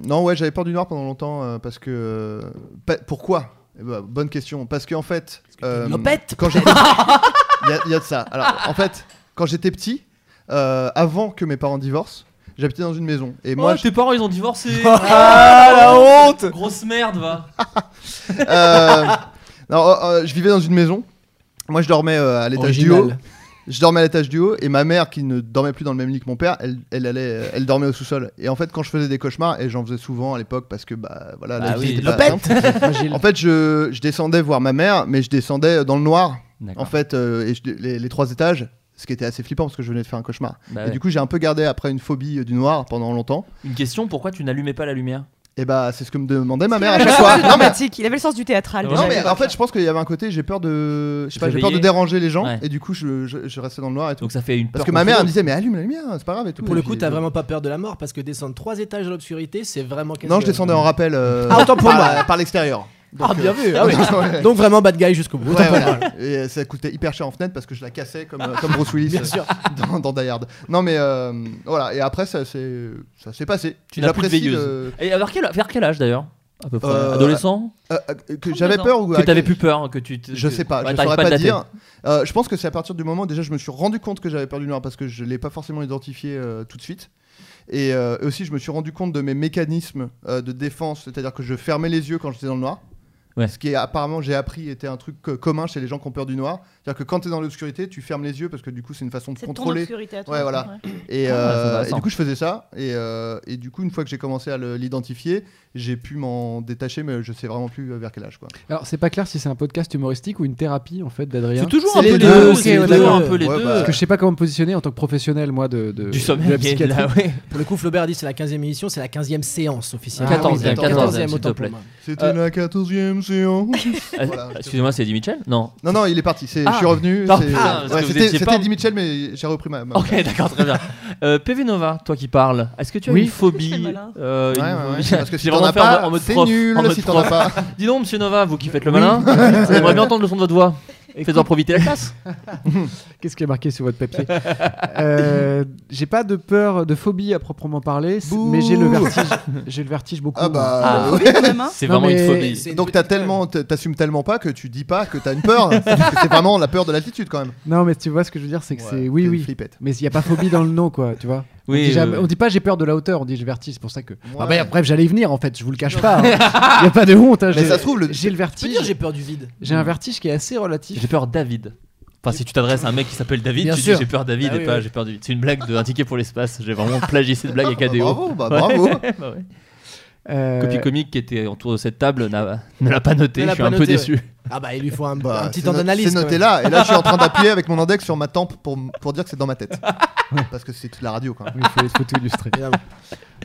Speaker 12: non, ouais, j'avais peur du noir pendant longtemps euh, parce que. euh, pa- pourquoi Eh ben, Bonne question. Parce que en fait. euh,
Speaker 3: une lopette,
Speaker 12: quand j'étais. Il y a- il y, a de ça. Alors, en fait, quand j'étais petit, euh, avant que mes parents divorcent, j'habitais dans une maison. Et moi,
Speaker 8: Oh,
Speaker 12: je-
Speaker 8: tes parents ils ont divorcé Oh,
Speaker 12: Ah, la honte
Speaker 8: Grosse merde, va
Speaker 12: Euh, non, euh, euh, je vivais dans une maison. Moi, je dormais euh, à l'étage du haut.
Speaker 3: Original. Ah
Speaker 12: Je dormais à l'étage du haut et ma mère, qui ne dormait plus dans le même lit que mon père, elle, elle allait, euh, elle dormait au sous-sol. Et en fait, quand je faisais des cauchemars, et j'en faisais souvent à l'époque parce que bah voilà, la
Speaker 3: Bah
Speaker 12: vie
Speaker 3: oui,
Speaker 12: était pas
Speaker 3: lopette.
Speaker 12: simple.
Speaker 3: Fragile.
Speaker 12: En fait, je, je descendais voir ma mère, mais je descendais euh, dans le noir.
Speaker 8: D'accord.
Speaker 12: En fait, euh, et je- les, les trois étages, ce qui était assez flippant parce que je venais de faire un cauchemar.
Speaker 8: Bah
Speaker 12: et
Speaker 8: ouais.
Speaker 12: du coup, j'ai un peu gardé après une phobie euh, du noir pendant longtemps.
Speaker 8: Une question, pourquoi tu n'allumais pas la lumière
Speaker 12: Et bah, c'est ce que me demandait ma mère à
Speaker 10: Il avait
Speaker 12: chaque
Speaker 10: le sens
Speaker 12: fois.
Speaker 10: du
Speaker 12: Non, mais
Speaker 10: dramatique, Il avait le sens du théâtral.
Speaker 12: non, mais en fait, je pense qu'il y avait un côté, j'ai peur de, je sais pas, j'ai peur de
Speaker 8: Réveiller.
Speaker 12: déranger les gens,
Speaker 8: Ouais.
Speaker 12: et du coup, je, je, je restais dans le noir et tout.
Speaker 8: Donc ça fait une
Speaker 12: Parce
Speaker 8: peur
Speaker 12: que ma mère elle
Speaker 8: confidente.
Speaker 12: me disait, mais allume la lumière, c'est pas grave et tout.
Speaker 3: Pour
Speaker 12: Et
Speaker 3: le
Speaker 12: puis,
Speaker 3: coup, t'as
Speaker 12: euh,
Speaker 3: vraiment pas peur de la mort parce que descendre trois étages dans l'obscurité, c'est vraiment quelque
Speaker 12: Non, je descendais en rappel. euh,
Speaker 3: Ah, autant pour
Speaker 12: par-
Speaker 3: moi.
Speaker 12: Par l'extérieur.
Speaker 3: Ah,
Speaker 12: Donc,
Speaker 3: bien
Speaker 12: euh,
Speaker 3: vu. ah oui.
Speaker 12: ouais.
Speaker 3: Donc vraiment bad guy jusqu'au
Speaker 12: Ouais,
Speaker 3: bout. autant pour
Speaker 12: voilà.
Speaker 3: moi.
Speaker 12: Et euh, ça coûtait hyper cher en fenêtre parce que je la cassais comme, euh, comme Bruce Willis
Speaker 3: Bien
Speaker 12: euh,
Speaker 3: sûr.
Speaker 12: dans, dans Die Hard. Non mais euh, voilà et après ça s'est ça s'est passé.
Speaker 8: Tu n'as plus de
Speaker 12: J'apprécie
Speaker 8: veilleuse.
Speaker 12: le-
Speaker 8: Et vers quel, vers quel âge d'ailleurs À peu près.
Speaker 12: Euh,
Speaker 8: Adolescent
Speaker 12: euh, euh, que j'avais peur ou
Speaker 8: Que
Speaker 12: à
Speaker 8: t'avais
Speaker 12: quel-
Speaker 8: plus peur, que tu. te-
Speaker 12: Je
Speaker 8: que-
Speaker 12: sais pas,
Speaker 8: Ouais,
Speaker 12: je
Speaker 8: t'arrives
Speaker 12: saurais
Speaker 8: à
Speaker 12: pas
Speaker 8: dater.
Speaker 12: dire. Euh, je pense que c'est à partir du moment déjà je me suis rendu compte que j'avais peur du noir parce que je l'ai pas forcément identifié euh, tout de suite. Et euh, aussi je me suis rendu compte de mes mécanismes euh, de défense, c'est-à-dire que je fermais les yeux quand j'étais dans le noir.
Speaker 8: Ouais.
Speaker 12: Ce qui est apparemment j'ai appris était un truc euh, commun chez les gens qui ont peur du noir, c'est-à-dire que quand tu es dans l'obscurité, tu fermes les yeux parce que du coup c'est une façon de
Speaker 10: C'est ton
Speaker 12: contrôler.
Speaker 10: obscurité à toi.
Speaker 12: Ouais, voilà.
Speaker 10: Ouais.
Speaker 12: Et,
Speaker 8: Ah,
Speaker 12: euh,
Speaker 8: c'est
Speaker 12: et
Speaker 8: intéressant.
Speaker 12: du coup je faisais ça et, euh, et du coup une fois que j'ai commencé à le- l'identifier, j'ai pu m'en détacher mais je sais vraiment plus euh, vers quel âge quoi.
Speaker 11: Alors, c'est pas clair si c'est un podcast humoristique ou une thérapie en fait d'Adrien.
Speaker 8: C'est toujours
Speaker 11: C'est euh,
Speaker 8: un peu
Speaker 11: les
Speaker 8: les
Speaker 11: deux,
Speaker 8: deux,
Speaker 11: ok,
Speaker 8: c'est
Speaker 11: ouais,
Speaker 8: toujours
Speaker 11: d'accord.
Speaker 8: un peu les
Speaker 12: Ouais,
Speaker 8: deux.
Speaker 12: bah,
Speaker 11: Parce que je sais pas comment me positionner en tant que professionnel, moi, de, de-
Speaker 8: Du
Speaker 11: de
Speaker 8: sommeil,
Speaker 11: la psychiatrie.
Speaker 8: là, ouais.
Speaker 3: Pour le coup, Flaubert a dit c'est la 15e émission, c'est la 15e séance officielle.
Speaker 8: Ah, 14e, 14e, s'il te
Speaker 3: autant pour
Speaker 8: plaît.
Speaker 3: moi.
Speaker 12: C'était
Speaker 8: Euh,
Speaker 12: la 14e séance.
Speaker 8: Ah,
Speaker 12: Voilà.
Speaker 8: Excusez-moi, c'est Eddie Mitchell Non.
Speaker 12: Non, non, il est parti. c'est-
Speaker 8: Ah,
Speaker 12: je suis revenu.
Speaker 8: par-
Speaker 12: c'est-
Speaker 8: Ah, parce
Speaker 12: ouais,
Speaker 8: que vous
Speaker 12: c'était
Speaker 8: étiez
Speaker 12: c'était
Speaker 8: pas-
Speaker 12: Eddie Mitchell, mais j'ai repris ma. ma-
Speaker 8: Ok, d'accord, très bien. Euh, PV Nova, toi qui parles, est-ce que tu as
Speaker 11: Oui.
Speaker 8: une phobie euh,
Speaker 12: Ouais,
Speaker 8: une
Speaker 12: ouais, ouais,
Speaker 8: phobie-
Speaker 12: parce que si
Speaker 8: J'ai
Speaker 12: t'en
Speaker 8: vraiment
Speaker 12: as
Speaker 8: fait en-
Speaker 12: pas,
Speaker 8: en mode
Speaker 12: c'est
Speaker 8: prof,
Speaker 12: nul
Speaker 8: en mode
Speaker 12: si t'en as
Speaker 8: prof.
Speaker 12: pas.
Speaker 8: Dis donc, monsieur Nova, vous qui faites le malin, j'aimerais bien entendre le son de votre voix. Faites-en profiter la classe.
Speaker 11: Qu'est-ce qui est marqué sur votre papier Euh, J'ai pas de peur, de phobie à proprement parler, c- mais j'ai le
Speaker 12: Bouh.
Speaker 11: vertige. J'ai le vertige beaucoup.
Speaker 12: Ah bah.
Speaker 8: Ah,
Speaker 12: ouais.
Speaker 8: C'est
Speaker 10: hein.
Speaker 11: Non,
Speaker 8: vraiment une
Speaker 11: mais-
Speaker 8: phobie.
Speaker 3: C'est une
Speaker 12: Donc t'as tellement, t'a- t'assumes tellement pas que tu dis pas que t'as une peur. Parce que c'est vraiment la peur de l'altitude quand même.
Speaker 11: Non, mais tu vois ce que je veux dire, c'est que
Speaker 12: Ouais,
Speaker 11: c'est oui,
Speaker 12: t'es
Speaker 11: oui.
Speaker 12: une flippette.
Speaker 11: Mais il y a pas phobie dans le nom, quoi, tu vois.
Speaker 8: Oui,
Speaker 11: on, dit
Speaker 8: oui,
Speaker 11: jamais-
Speaker 8: oui.
Speaker 11: on dit pas j'ai peur de la hauteur, on dit j'ai le vertige. C'est pour ça que. Ah
Speaker 12: Ouais.
Speaker 11: bah, bref, j'allais y venir en fait. Je vous le cache pas. Il y a pas de honte. hein,
Speaker 12: Mais
Speaker 11: j'ai-
Speaker 12: ça se trouve, le-
Speaker 11: j'ai le
Speaker 3: Tu peux
Speaker 11: vertige.
Speaker 3: dire j'ai peur du vide.
Speaker 11: J'ai un vertige qui est assez relatif.
Speaker 8: J'ai peur David. Enfin, si tu t'adresses à un mec qui s'appelle David,
Speaker 3: Bien
Speaker 8: tu
Speaker 3: sûr.
Speaker 8: dis j'ai peur David
Speaker 3: Ah
Speaker 8: et
Speaker 3: oui,
Speaker 8: pas
Speaker 3: oui.
Speaker 8: j'ai peur David. C'est une blague de un ticket pour l'espace. J'ai vraiment plagié cette blague à
Speaker 12: Bah,
Speaker 8: KDO.
Speaker 12: bravo, bah,
Speaker 8: Ouais.
Speaker 12: bravo.
Speaker 8: Bah ouais.
Speaker 11: Euh,
Speaker 8: Copie comique qui était autour de cette table n'a- ne l'a pas noté.
Speaker 3: Ne
Speaker 8: Je
Speaker 3: l'a
Speaker 8: suis
Speaker 3: pas
Speaker 8: un peu
Speaker 3: noté,
Speaker 8: déçu.
Speaker 3: Ah bah il lui faut un,
Speaker 12: Bah,
Speaker 3: un petit
Speaker 12: c'est
Speaker 3: temps
Speaker 12: no-
Speaker 3: d'analyse.
Speaker 12: C'est
Speaker 3: quand
Speaker 12: noté
Speaker 3: même.
Speaker 12: là, et là je suis en train d'appuyer avec mon index sur ma tempe pour, pour dire que c'est dans ma tête. Parce que c'est de la radio quand même.
Speaker 11: Oui, il faut, il faut tout illustrer.
Speaker 3: Évidemment.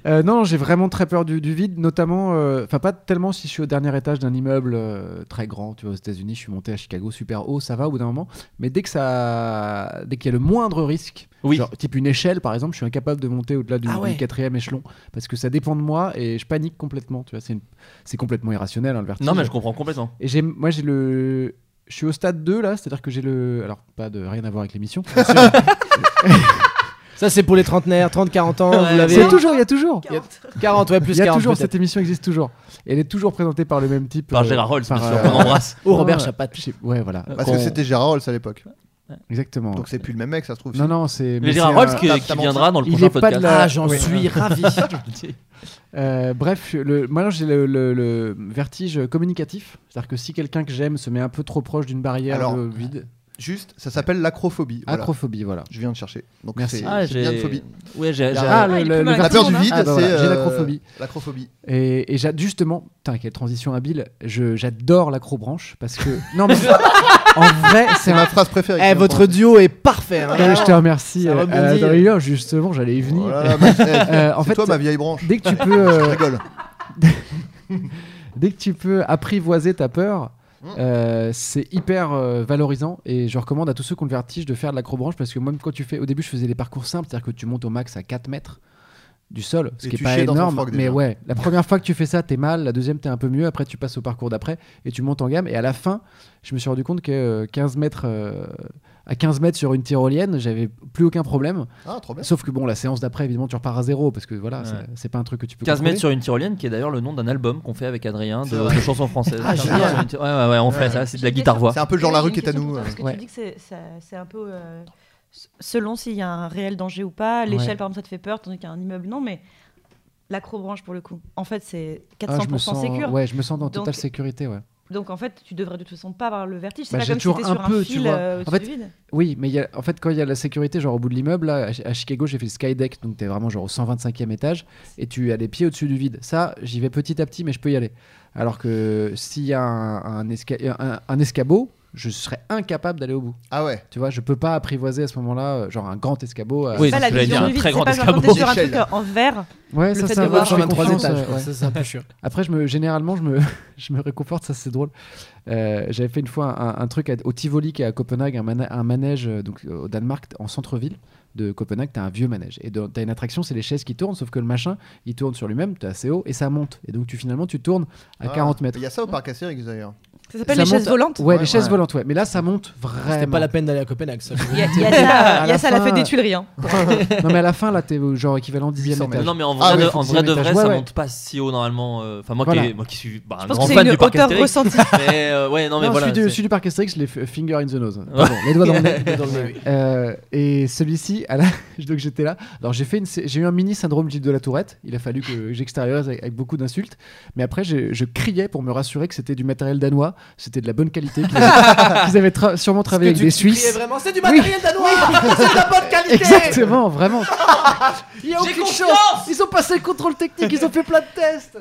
Speaker 11: Euh, non, j'ai vraiment très peur du, du vide, notamment, euh, enfin pas tellement si je suis au dernier étage d'un immeuble euh, très grand. Tu vois, aux États-Unis, je suis monté à Chicago super haut, ça va au bout d'un moment. Mais dès que ça, dès qu'il y a le moindre risque, genre, type une échelle par exemple, je suis incapable de monter au-delà du,
Speaker 3: Ah ouais.
Speaker 11: du quatrième échelon parce que ça dépend de moi et je panique complètement. Tu vois, c'est une- c'est complètement irrationnel hein, le vertige.
Speaker 8: Non, mais je comprends complètement.
Speaker 11: Et j'ai, moi, j'ai le. Je suis au stade 2 là, c'est-à-dire que j'ai le. Alors, pas de rien à voir avec l'émission. bien sûr.
Speaker 3: Ça, c'est pour les trentenaires, 30-40 ans.
Speaker 11: Ouais.
Speaker 3: vous l'avez.
Speaker 11: C'est toujours, il y a toujours.
Speaker 3: 40, ouais, plus
Speaker 11: Il y a
Speaker 3: 40,
Speaker 11: toujours,
Speaker 3: peut-être.
Speaker 11: cette émission existe toujours. Et elle est toujours présentée par le même type.
Speaker 8: Par
Speaker 11: euh,
Speaker 8: Gérard Rolls,
Speaker 11: par,
Speaker 8: bien sûr, qu'on embrasse.
Speaker 12: Ou Robert
Speaker 11: non,
Speaker 12: Chapat.
Speaker 11: je sais- Ouais, voilà.
Speaker 12: Parce que c'était Gérard Rolls à l'époque.
Speaker 11: Exactement.
Speaker 12: Donc c'est plus le même mec, ça se trouve.
Speaker 11: Non, non, c'est.
Speaker 12: Mais
Speaker 11: c'est
Speaker 12: Gérard
Speaker 11: un-
Speaker 12: Rolls qui- T'as- qui t'as viendra menti. dans le
Speaker 11: Il
Speaker 12: prochain
Speaker 11: est pas de
Speaker 12: podcast.
Speaker 11: la-
Speaker 12: Ah, j'en
Speaker 11: Ouais.
Speaker 12: suis ravi.
Speaker 11: Euh, bref, le, moi j'ai le, le- le vertige communicatif, c'est-à-dire que si quelqu'un que j'aime se met un peu trop proche d'une barrière
Speaker 12: Alors,
Speaker 11: euh, vide,
Speaker 12: Juste, ça s'appelle l'acrophobie. voilà.
Speaker 11: acrophobie, voilà.
Speaker 12: Je viens de chercher. Donc
Speaker 11: Merci.
Speaker 12: c'est
Speaker 11: Ah,
Speaker 12: c'est bien
Speaker 11: j'ai-
Speaker 12: de phobie.
Speaker 8: Ouais, j'ai- j'ai-
Speaker 11: Ah, le- le- le
Speaker 12: la peur du
Speaker 11: vertige.
Speaker 12: vide,
Speaker 11: Ah, bah
Speaker 12: c'est
Speaker 11: voilà, j'ai
Speaker 12: euh,
Speaker 11: l'acrophobie.
Speaker 12: L'acrophobie.
Speaker 11: Et, et j'a- justement, putain, quelle transition habile, je- j'adore l'acrobranche parce que. Non, mais en vrai, c'est
Speaker 12: C'est ma
Speaker 11: un-
Speaker 12: phrase préférée.
Speaker 3: Eh, votre duo est parfait. hein.
Speaker 11: Euh, je te remercie.
Speaker 3: Ça
Speaker 11: euh,
Speaker 3: rebondit. Oh
Speaker 11: euh, Adrien, justement, j'allais y venir.
Speaker 12: Voilà, ma-
Speaker 11: Euh,
Speaker 12: c'est toi, ma vieille branche.
Speaker 11: Dès que tu peux. euh,
Speaker 12: Je rigole.
Speaker 11: dès que tu peux apprivoiser ta peur,
Speaker 12: Hmm.
Speaker 11: euh, c'est hyper euh, valorisant. Et je recommande à tous ceux qui ont le vertige de faire de l'acrobranche parce que moi, quand tu fais. Au début, je faisais des parcours simples, c'est-à-dire que tu montes au max à 4 mètres du sol, ce
Speaker 12: Et
Speaker 11: qui
Speaker 12: tu
Speaker 11: est pas
Speaker 12: chies dans ton
Speaker 11: énorme,
Speaker 12: froc,
Speaker 11: mais
Speaker 12: déjà.
Speaker 11: ouais, la première fois que tu fais ça, t'es mal, la deuxième, t'es un peu mieux, après tu passes au parcours d'après et tu montes en gamme. Et à la fin, je me suis rendu compte que euh, 15 mètres, euh, à 15 mètres sur une tyrolienne, j'avais plus aucun problème.
Speaker 12: Ah, trop bien.
Speaker 11: Sauf que bon, la séance d'après, évidemment, tu repars à zéro parce que voilà,
Speaker 8: Ouais.
Speaker 11: c'est- c'est pas un truc que tu peux
Speaker 8: 15 mètres sur
Speaker 11: contrôler.
Speaker 8: une tyrolienne, qui est d'ailleurs le nom d'un album qu'on fait avec Adrien
Speaker 12: C'est
Speaker 8: de,
Speaker 12: vrai.
Speaker 8: de chansons françaises.
Speaker 12: Ah,
Speaker 8: 15
Speaker 12: génial.
Speaker 8: mètres sur une ty- Ouais, ouais, ouais, on fait ça, c'est de la guitare-voix.
Speaker 12: C'est un peu genre la rue qui est à
Speaker 10: Pour
Speaker 12: nous.
Speaker 10: toi,
Speaker 12: euh.
Speaker 10: Parce que
Speaker 8: Ouais.
Speaker 10: tu dis que c'est- ça- c'est un peu euh, s- selon s'il y a un réel danger ou pas. L'échelle,
Speaker 11: Ouais.
Speaker 10: par exemple, ça te fait peur, tandis qu'un immeuble, non, mais l'acrobranche, pour le coup. En fait,
Speaker 8: Ah,
Speaker 10: c'est 400%
Speaker 11: Ah, je me sens-
Speaker 10: sécure.
Speaker 11: ouais, je me sens dans
Speaker 10: Donc-
Speaker 11: totale sécurité, ouais.
Speaker 10: Donc, en fait, tu devrais de toute façon pas avoir le vertige. C'est
Speaker 11: Bah,
Speaker 10: pas
Speaker 11: j'ai
Speaker 10: comme si
Speaker 11: toujours
Speaker 10: t'étais
Speaker 11: un
Speaker 10: sur
Speaker 11: peu,
Speaker 10: un
Speaker 11: tu
Speaker 10: fil
Speaker 11: vois.
Speaker 10: euh,
Speaker 11: en
Speaker 10: au-dessus
Speaker 11: fait,
Speaker 10: du vide.
Speaker 11: oui, mais il y a- en fait, quand il y a la sécurité, genre au bout de l'immeuble, là, à, à Chicago, j'ai fait le skydeck, donc t'es vraiment genre au 125e étage, et tu as les pieds au-dessus du vide. Ça, j'y vais petit à petit, mais je peux y aller. Alors que s'il y a un, un esca- euh, un- un escabeau, je serais incapable d'aller au bout.
Speaker 12: Ah ouais.
Speaker 11: Tu vois, je peux pas apprivoiser à ce moment-là, euh, genre un grand escabeau. euh,
Speaker 8: Oui, c'est ce que j'allais dire, un très grand escabeau.
Speaker 10: t'es sur un truc euh, en verre.
Speaker 11: Ouais,
Speaker 10: le
Speaker 11: ça,
Speaker 10: fait
Speaker 11: ça
Speaker 10: de
Speaker 11: va,
Speaker 10: voir
Speaker 11: je
Speaker 10: un
Speaker 11: fais
Speaker 10: truc en
Speaker 11: confiance,
Speaker 10: verre.
Speaker 11: ouais, ouais.
Speaker 3: ça, c'est un peu chiant.
Speaker 11: Après, je me, généralement, je me, je me réconforte, ça c'est drôle. Euh, J'avais fait une fois un, un truc à- au Tivoli qui est à Copenhague, un, mana- un manège euh, donc, euh, au Danemark, en centre-ville de Copenhague, t'as un vieux manège. Et dans- t'as une attraction, c'est les chaises qui tournent, sauf que le machin, il tourne sur lui-même, t'es assez haut, et ça monte. Et donc tu finalement, tu tournes à
Speaker 12: Ah,
Speaker 11: 40 mètres.
Speaker 12: Il y a ça au parc Astérix d'ailleurs.
Speaker 10: Ça s'appelle les
Speaker 11: monte-
Speaker 10: chaises volantes
Speaker 11: Ouais, les chaises volantes, ouais. Mais là, ça monte vraiment.
Speaker 3: C'était pas la peine d'aller à Copenhague, ça.
Speaker 10: Il y a, il y a ça, il y a
Speaker 11: la
Speaker 10: ça à la
Speaker 11: fin,
Speaker 10: fête
Speaker 11: euh,
Speaker 10: des Tuileries. hein.
Speaker 11: non, mais à la fin, là, t'es au genre équivalent 10 e étage.
Speaker 8: Non, mais en vrai,
Speaker 11: Ah ouais,
Speaker 8: de,
Speaker 11: faut
Speaker 8: en
Speaker 11: 10e
Speaker 8: vrai, de
Speaker 11: étage.
Speaker 8: vrai,
Speaker 11: Ouais,
Speaker 8: ça
Speaker 11: ouais.
Speaker 8: monte pas si haut normalement. euh, Enfin, moi,
Speaker 11: Voilà.
Speaker 8: qui, moi qui suis bah, un
Speaker 10: Je pense
Speaker 8: grand
Speaker 10: que c'est
Speaker 8: fan
Speaker 10: une
Speaker 8: du parc
Speaker 10: hauteur hein.
Speaker 8: Astérix.
Speaker 10: ressentie.
Speaker 8: Mais euh, ouais, non, mais
Speaker 11: Non,
Speaker 8: voilà.
Speaker 11: celui, de-
Speaker 8: c'est-
Speaker 11: celui du parc Astérix, je l'ai fait finger in the nose. Pardon, les doigts dans le nez.
Speaker 8: Les doigts dans le nez, oui.
Speaker 11: Euh, et celui-ci, ah à la- donc j'étais là. Alors j'ai fait une, sé- j'ai eu un mini syndrome Gilles de la Tourette. Il a fallu que j'extériorise avec, avec beaucoup d'insultes. Mais après, j'ai- je criais pour me rassurer que c'était du matériel danois, c'était de la bonne qualité. Qu'ils avaient, qu'ils avaient tra- sûrement travaillé avec des Suisses.
Speaker 3: vraiment, c'est du matériel danois, c'est de la bonne qualité.
Speaker 11: Exactement, vraiment. Il y a aucune
Speaker 3: confiance.
Speaker 11: chance. Ils ont passé le contrôle technique, ils ont fait plein de tests.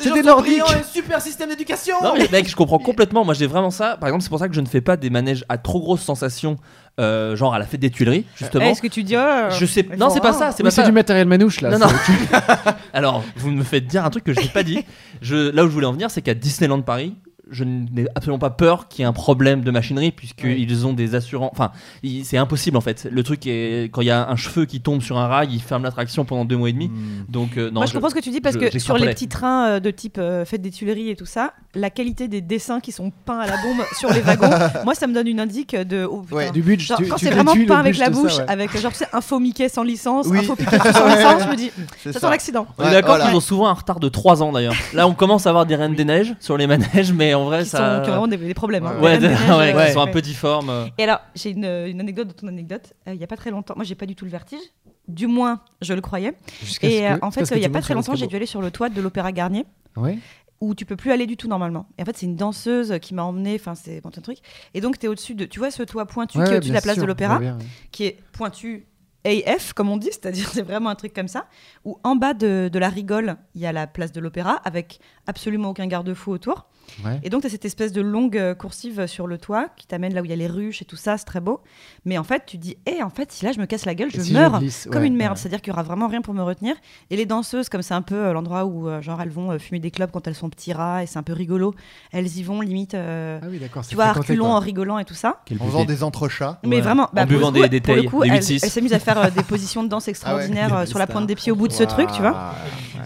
Speaker 3: Ces gens
Speaker 11: C'était
Speaker 3: sont
Speaker 11: nordique.
Speaker 3: brillants, un super système d'éducation.
Speaker 8: Non mais mec, je comprends complètement. Moi, j'ai vraiment ça. Par exemple, c'est pour ça que je ne fais pas des manèges à trop grosses sensations, euh, genre à la fête des Tuileries, justement.
Speaker 10: Eh, Est-ce que tu dis
Speaker 11: euh,
Speaker 10: oh,
Speaker 8: Je sais.
Speaker 10: elles
Speaker 8: Non,
Speaker 10: sont
Speaker 8: c'est pas
Speaker 10: rares.
Speaker 8: ça. C'est
Speaker 11: Oui,
Speaker 8: pas
Speaker 11: c'est
Speaker 8: ça.
Speaker 11: du matériel manouche là.
Speaker 8: Non, non.
Speaker 11: C'est-
Speaker 8: Alors, vous me faites dire un truc que je n'ai pas dit. Je, là où je voulais en venir, c'est qu'à Disneyland Paris, je n'ai absolument pas peur qu'il y ait un problème de machinerie, puisqu'ils ont des assurances. Enfin, il- c'est impossible en fait. Le truc est. Quand il y a un cheveu qui tombe sur un rail, ils ferment l'attraction pendant deux mois et
Speaker 11: Mm.
Speaker 8: demi. Donc, euh, non.
Speaker 10: Moi, je, comprends ce que tu dis parce
Speaker 8: je-
Speaker 10: que sur les
Speaker 8: j'extrapolais.
Speaker 10: petits trains euh, de type euh, fête des Tuileries et tout ça, la qualité des dessins qui sont peints à la bombe sur les wagons, moi, ça me donne une indique de. oh, putain.
Speaker 11: Ouais. Du budget,
Speaker 10: Genre,
Speaker 11: tu-
Speaker 10: quand
Speaker 11: tu
Speaker 10: c'est
Speaker 11: fais
Speaker 10: vraiment
Speaker 11: tuer le
Speaker 10: peint avec la
Speaker 11: budget de
Speaker 10: bouche,
Speaker 11: ça, ouais.
Speaker 10: avec euh, genre, tu sais, un faux Mickey sans licence,
Speaker 12: Oui.
Speaker 10: un faux Pikachu sans licence, je me dis,
Speaker 12: C'est
Speaker 10: ça,
Speaker 12: ça.
Speaker 10: sent l'accident.
Speaker 8: On est d'accord qu'ils ont souvent un retard de 3 ans d'ailleurs. Là, on commence à avoir des reines des neiges sur les manèges, mais en vrai,
Speaker 10: Qui,
Speaker 8: ça.
Speaker 10: sont, qui ont vraiment des, des problèmes. hein.
Speaker 8: Ouais,
Speaker 10: Les reines des neiges,
Speaker 8: ouais,
Speaker 10: euh,
Speaker 8: qui sont un
Speaker 10: ouais.
Speaker 8: peu difformes. euh.
Speaker 10: Et alors, j'ai une, une anecdote de ton anecdote. Euh, Il n'y a pas très longtemps, moi j'ai pas du tout le vertige, du moins je le croyais.
Speaker 11: Jusqu'à ce
Speaker 10: Et
Speaker 11: que-
Speaker 10: euh, en fait, euh,
Speaker 11: jusqu'à ce
Speaker 10: il
Speaker 11: que
Speaker 10: n'y a
Speaker 11: tu
Speaker 10: pas très
Speaker 11: montes sur
Speaker 10: longtemps, j'ai
Speaker 11: l'escabeau.
Speaker 10: dû aller sur le toit de l'Opéra Garnier.
Speaker 11: Ouais.
Speaker 10: Où tu peux plus aller du tout normalement. Et en fait, c'est une danseuse qui m'a emmené, enfin, c'est bon, un truc. Et donc, tu es au-dessus de. Tu vois ce toit pointu
Speaker 11: Ouais,
Speaker 10: qui est
Speaker 11: ouais,
Speaker 10: au-dessus de
Speaker 11: bien
Speaker 10: la place
Speaker 11: sûr,
Speaker 10: de
Speaker 11: je vois
Speaker 10: l'Opéra,
Speaker 11: bien, ouais.
Speaker 10: qui est pointu AF, comme on dit, c'est-à-dire c'est vraiment un truc comme ça, où en bas de, de la rigole, il y a la place de l'opéra avec absolument aucun garde-fou autour.
Speaker 4: Ouais.
Speaker 10: Et donc, tu as cette espèce de longue euh, coursive sur le toit qui t'amène là où il y a les ruches et tout ça, c'est très beau. Mais en fait, tu dis, hé, en fait, si là je me casse la gueule,
Speaker 4: Et
Speaker 10: je
Speaker 4: si je
Speaker 10: meurs
Speaker 4: glisse,
Speaker 10: comme
Speaker 4: ouais,
Speaker 10: une merde.
Speaker 4: ouais.
Speaker 10: C'est-à-dire qu'il y aura vraiment rien pour me retenir. Et les danseuses, comme c'est un peu euh, l'endroit où, euh, genre, elles vont euh, fumer des clubs quand elles sont petits rats et c'est un peu rigolo, elles y vont limite.
Speaker 11: Ah
Speaker 10: euh,
Speaker 12: c'est
Speaker 10: Tu vois, à
Speaker 12: fréquenté,
Speaker 10: reculons
Speaker 12: quoi.
Speaker 10: en rigolant et tout ça.
Speaker 12: En faisant des entrechats.
Speaker 10: Mais vraiment, bah,
Speaker 8: En
Speaker 10: pour le
Speaker 8: buvant
Speaker 10: coup-
Speaker 8: des- des
Speaker 10: pour le
Speaker 8: tailles,
Speaker 10: coup,
Speaker 8: des
Speaker 10: elle,
Speaker 8: 8-6.
Speaker 10: elle s'amuse à faire euh, des positions
Speaker 12: Ah
Speaker 10: de danse extraordinaires euh, sur la pointe des pieds au bout de ce
Speaker 4: Waouh.
Speaker 10: truc, tu vois.
Speaker 11: Ah,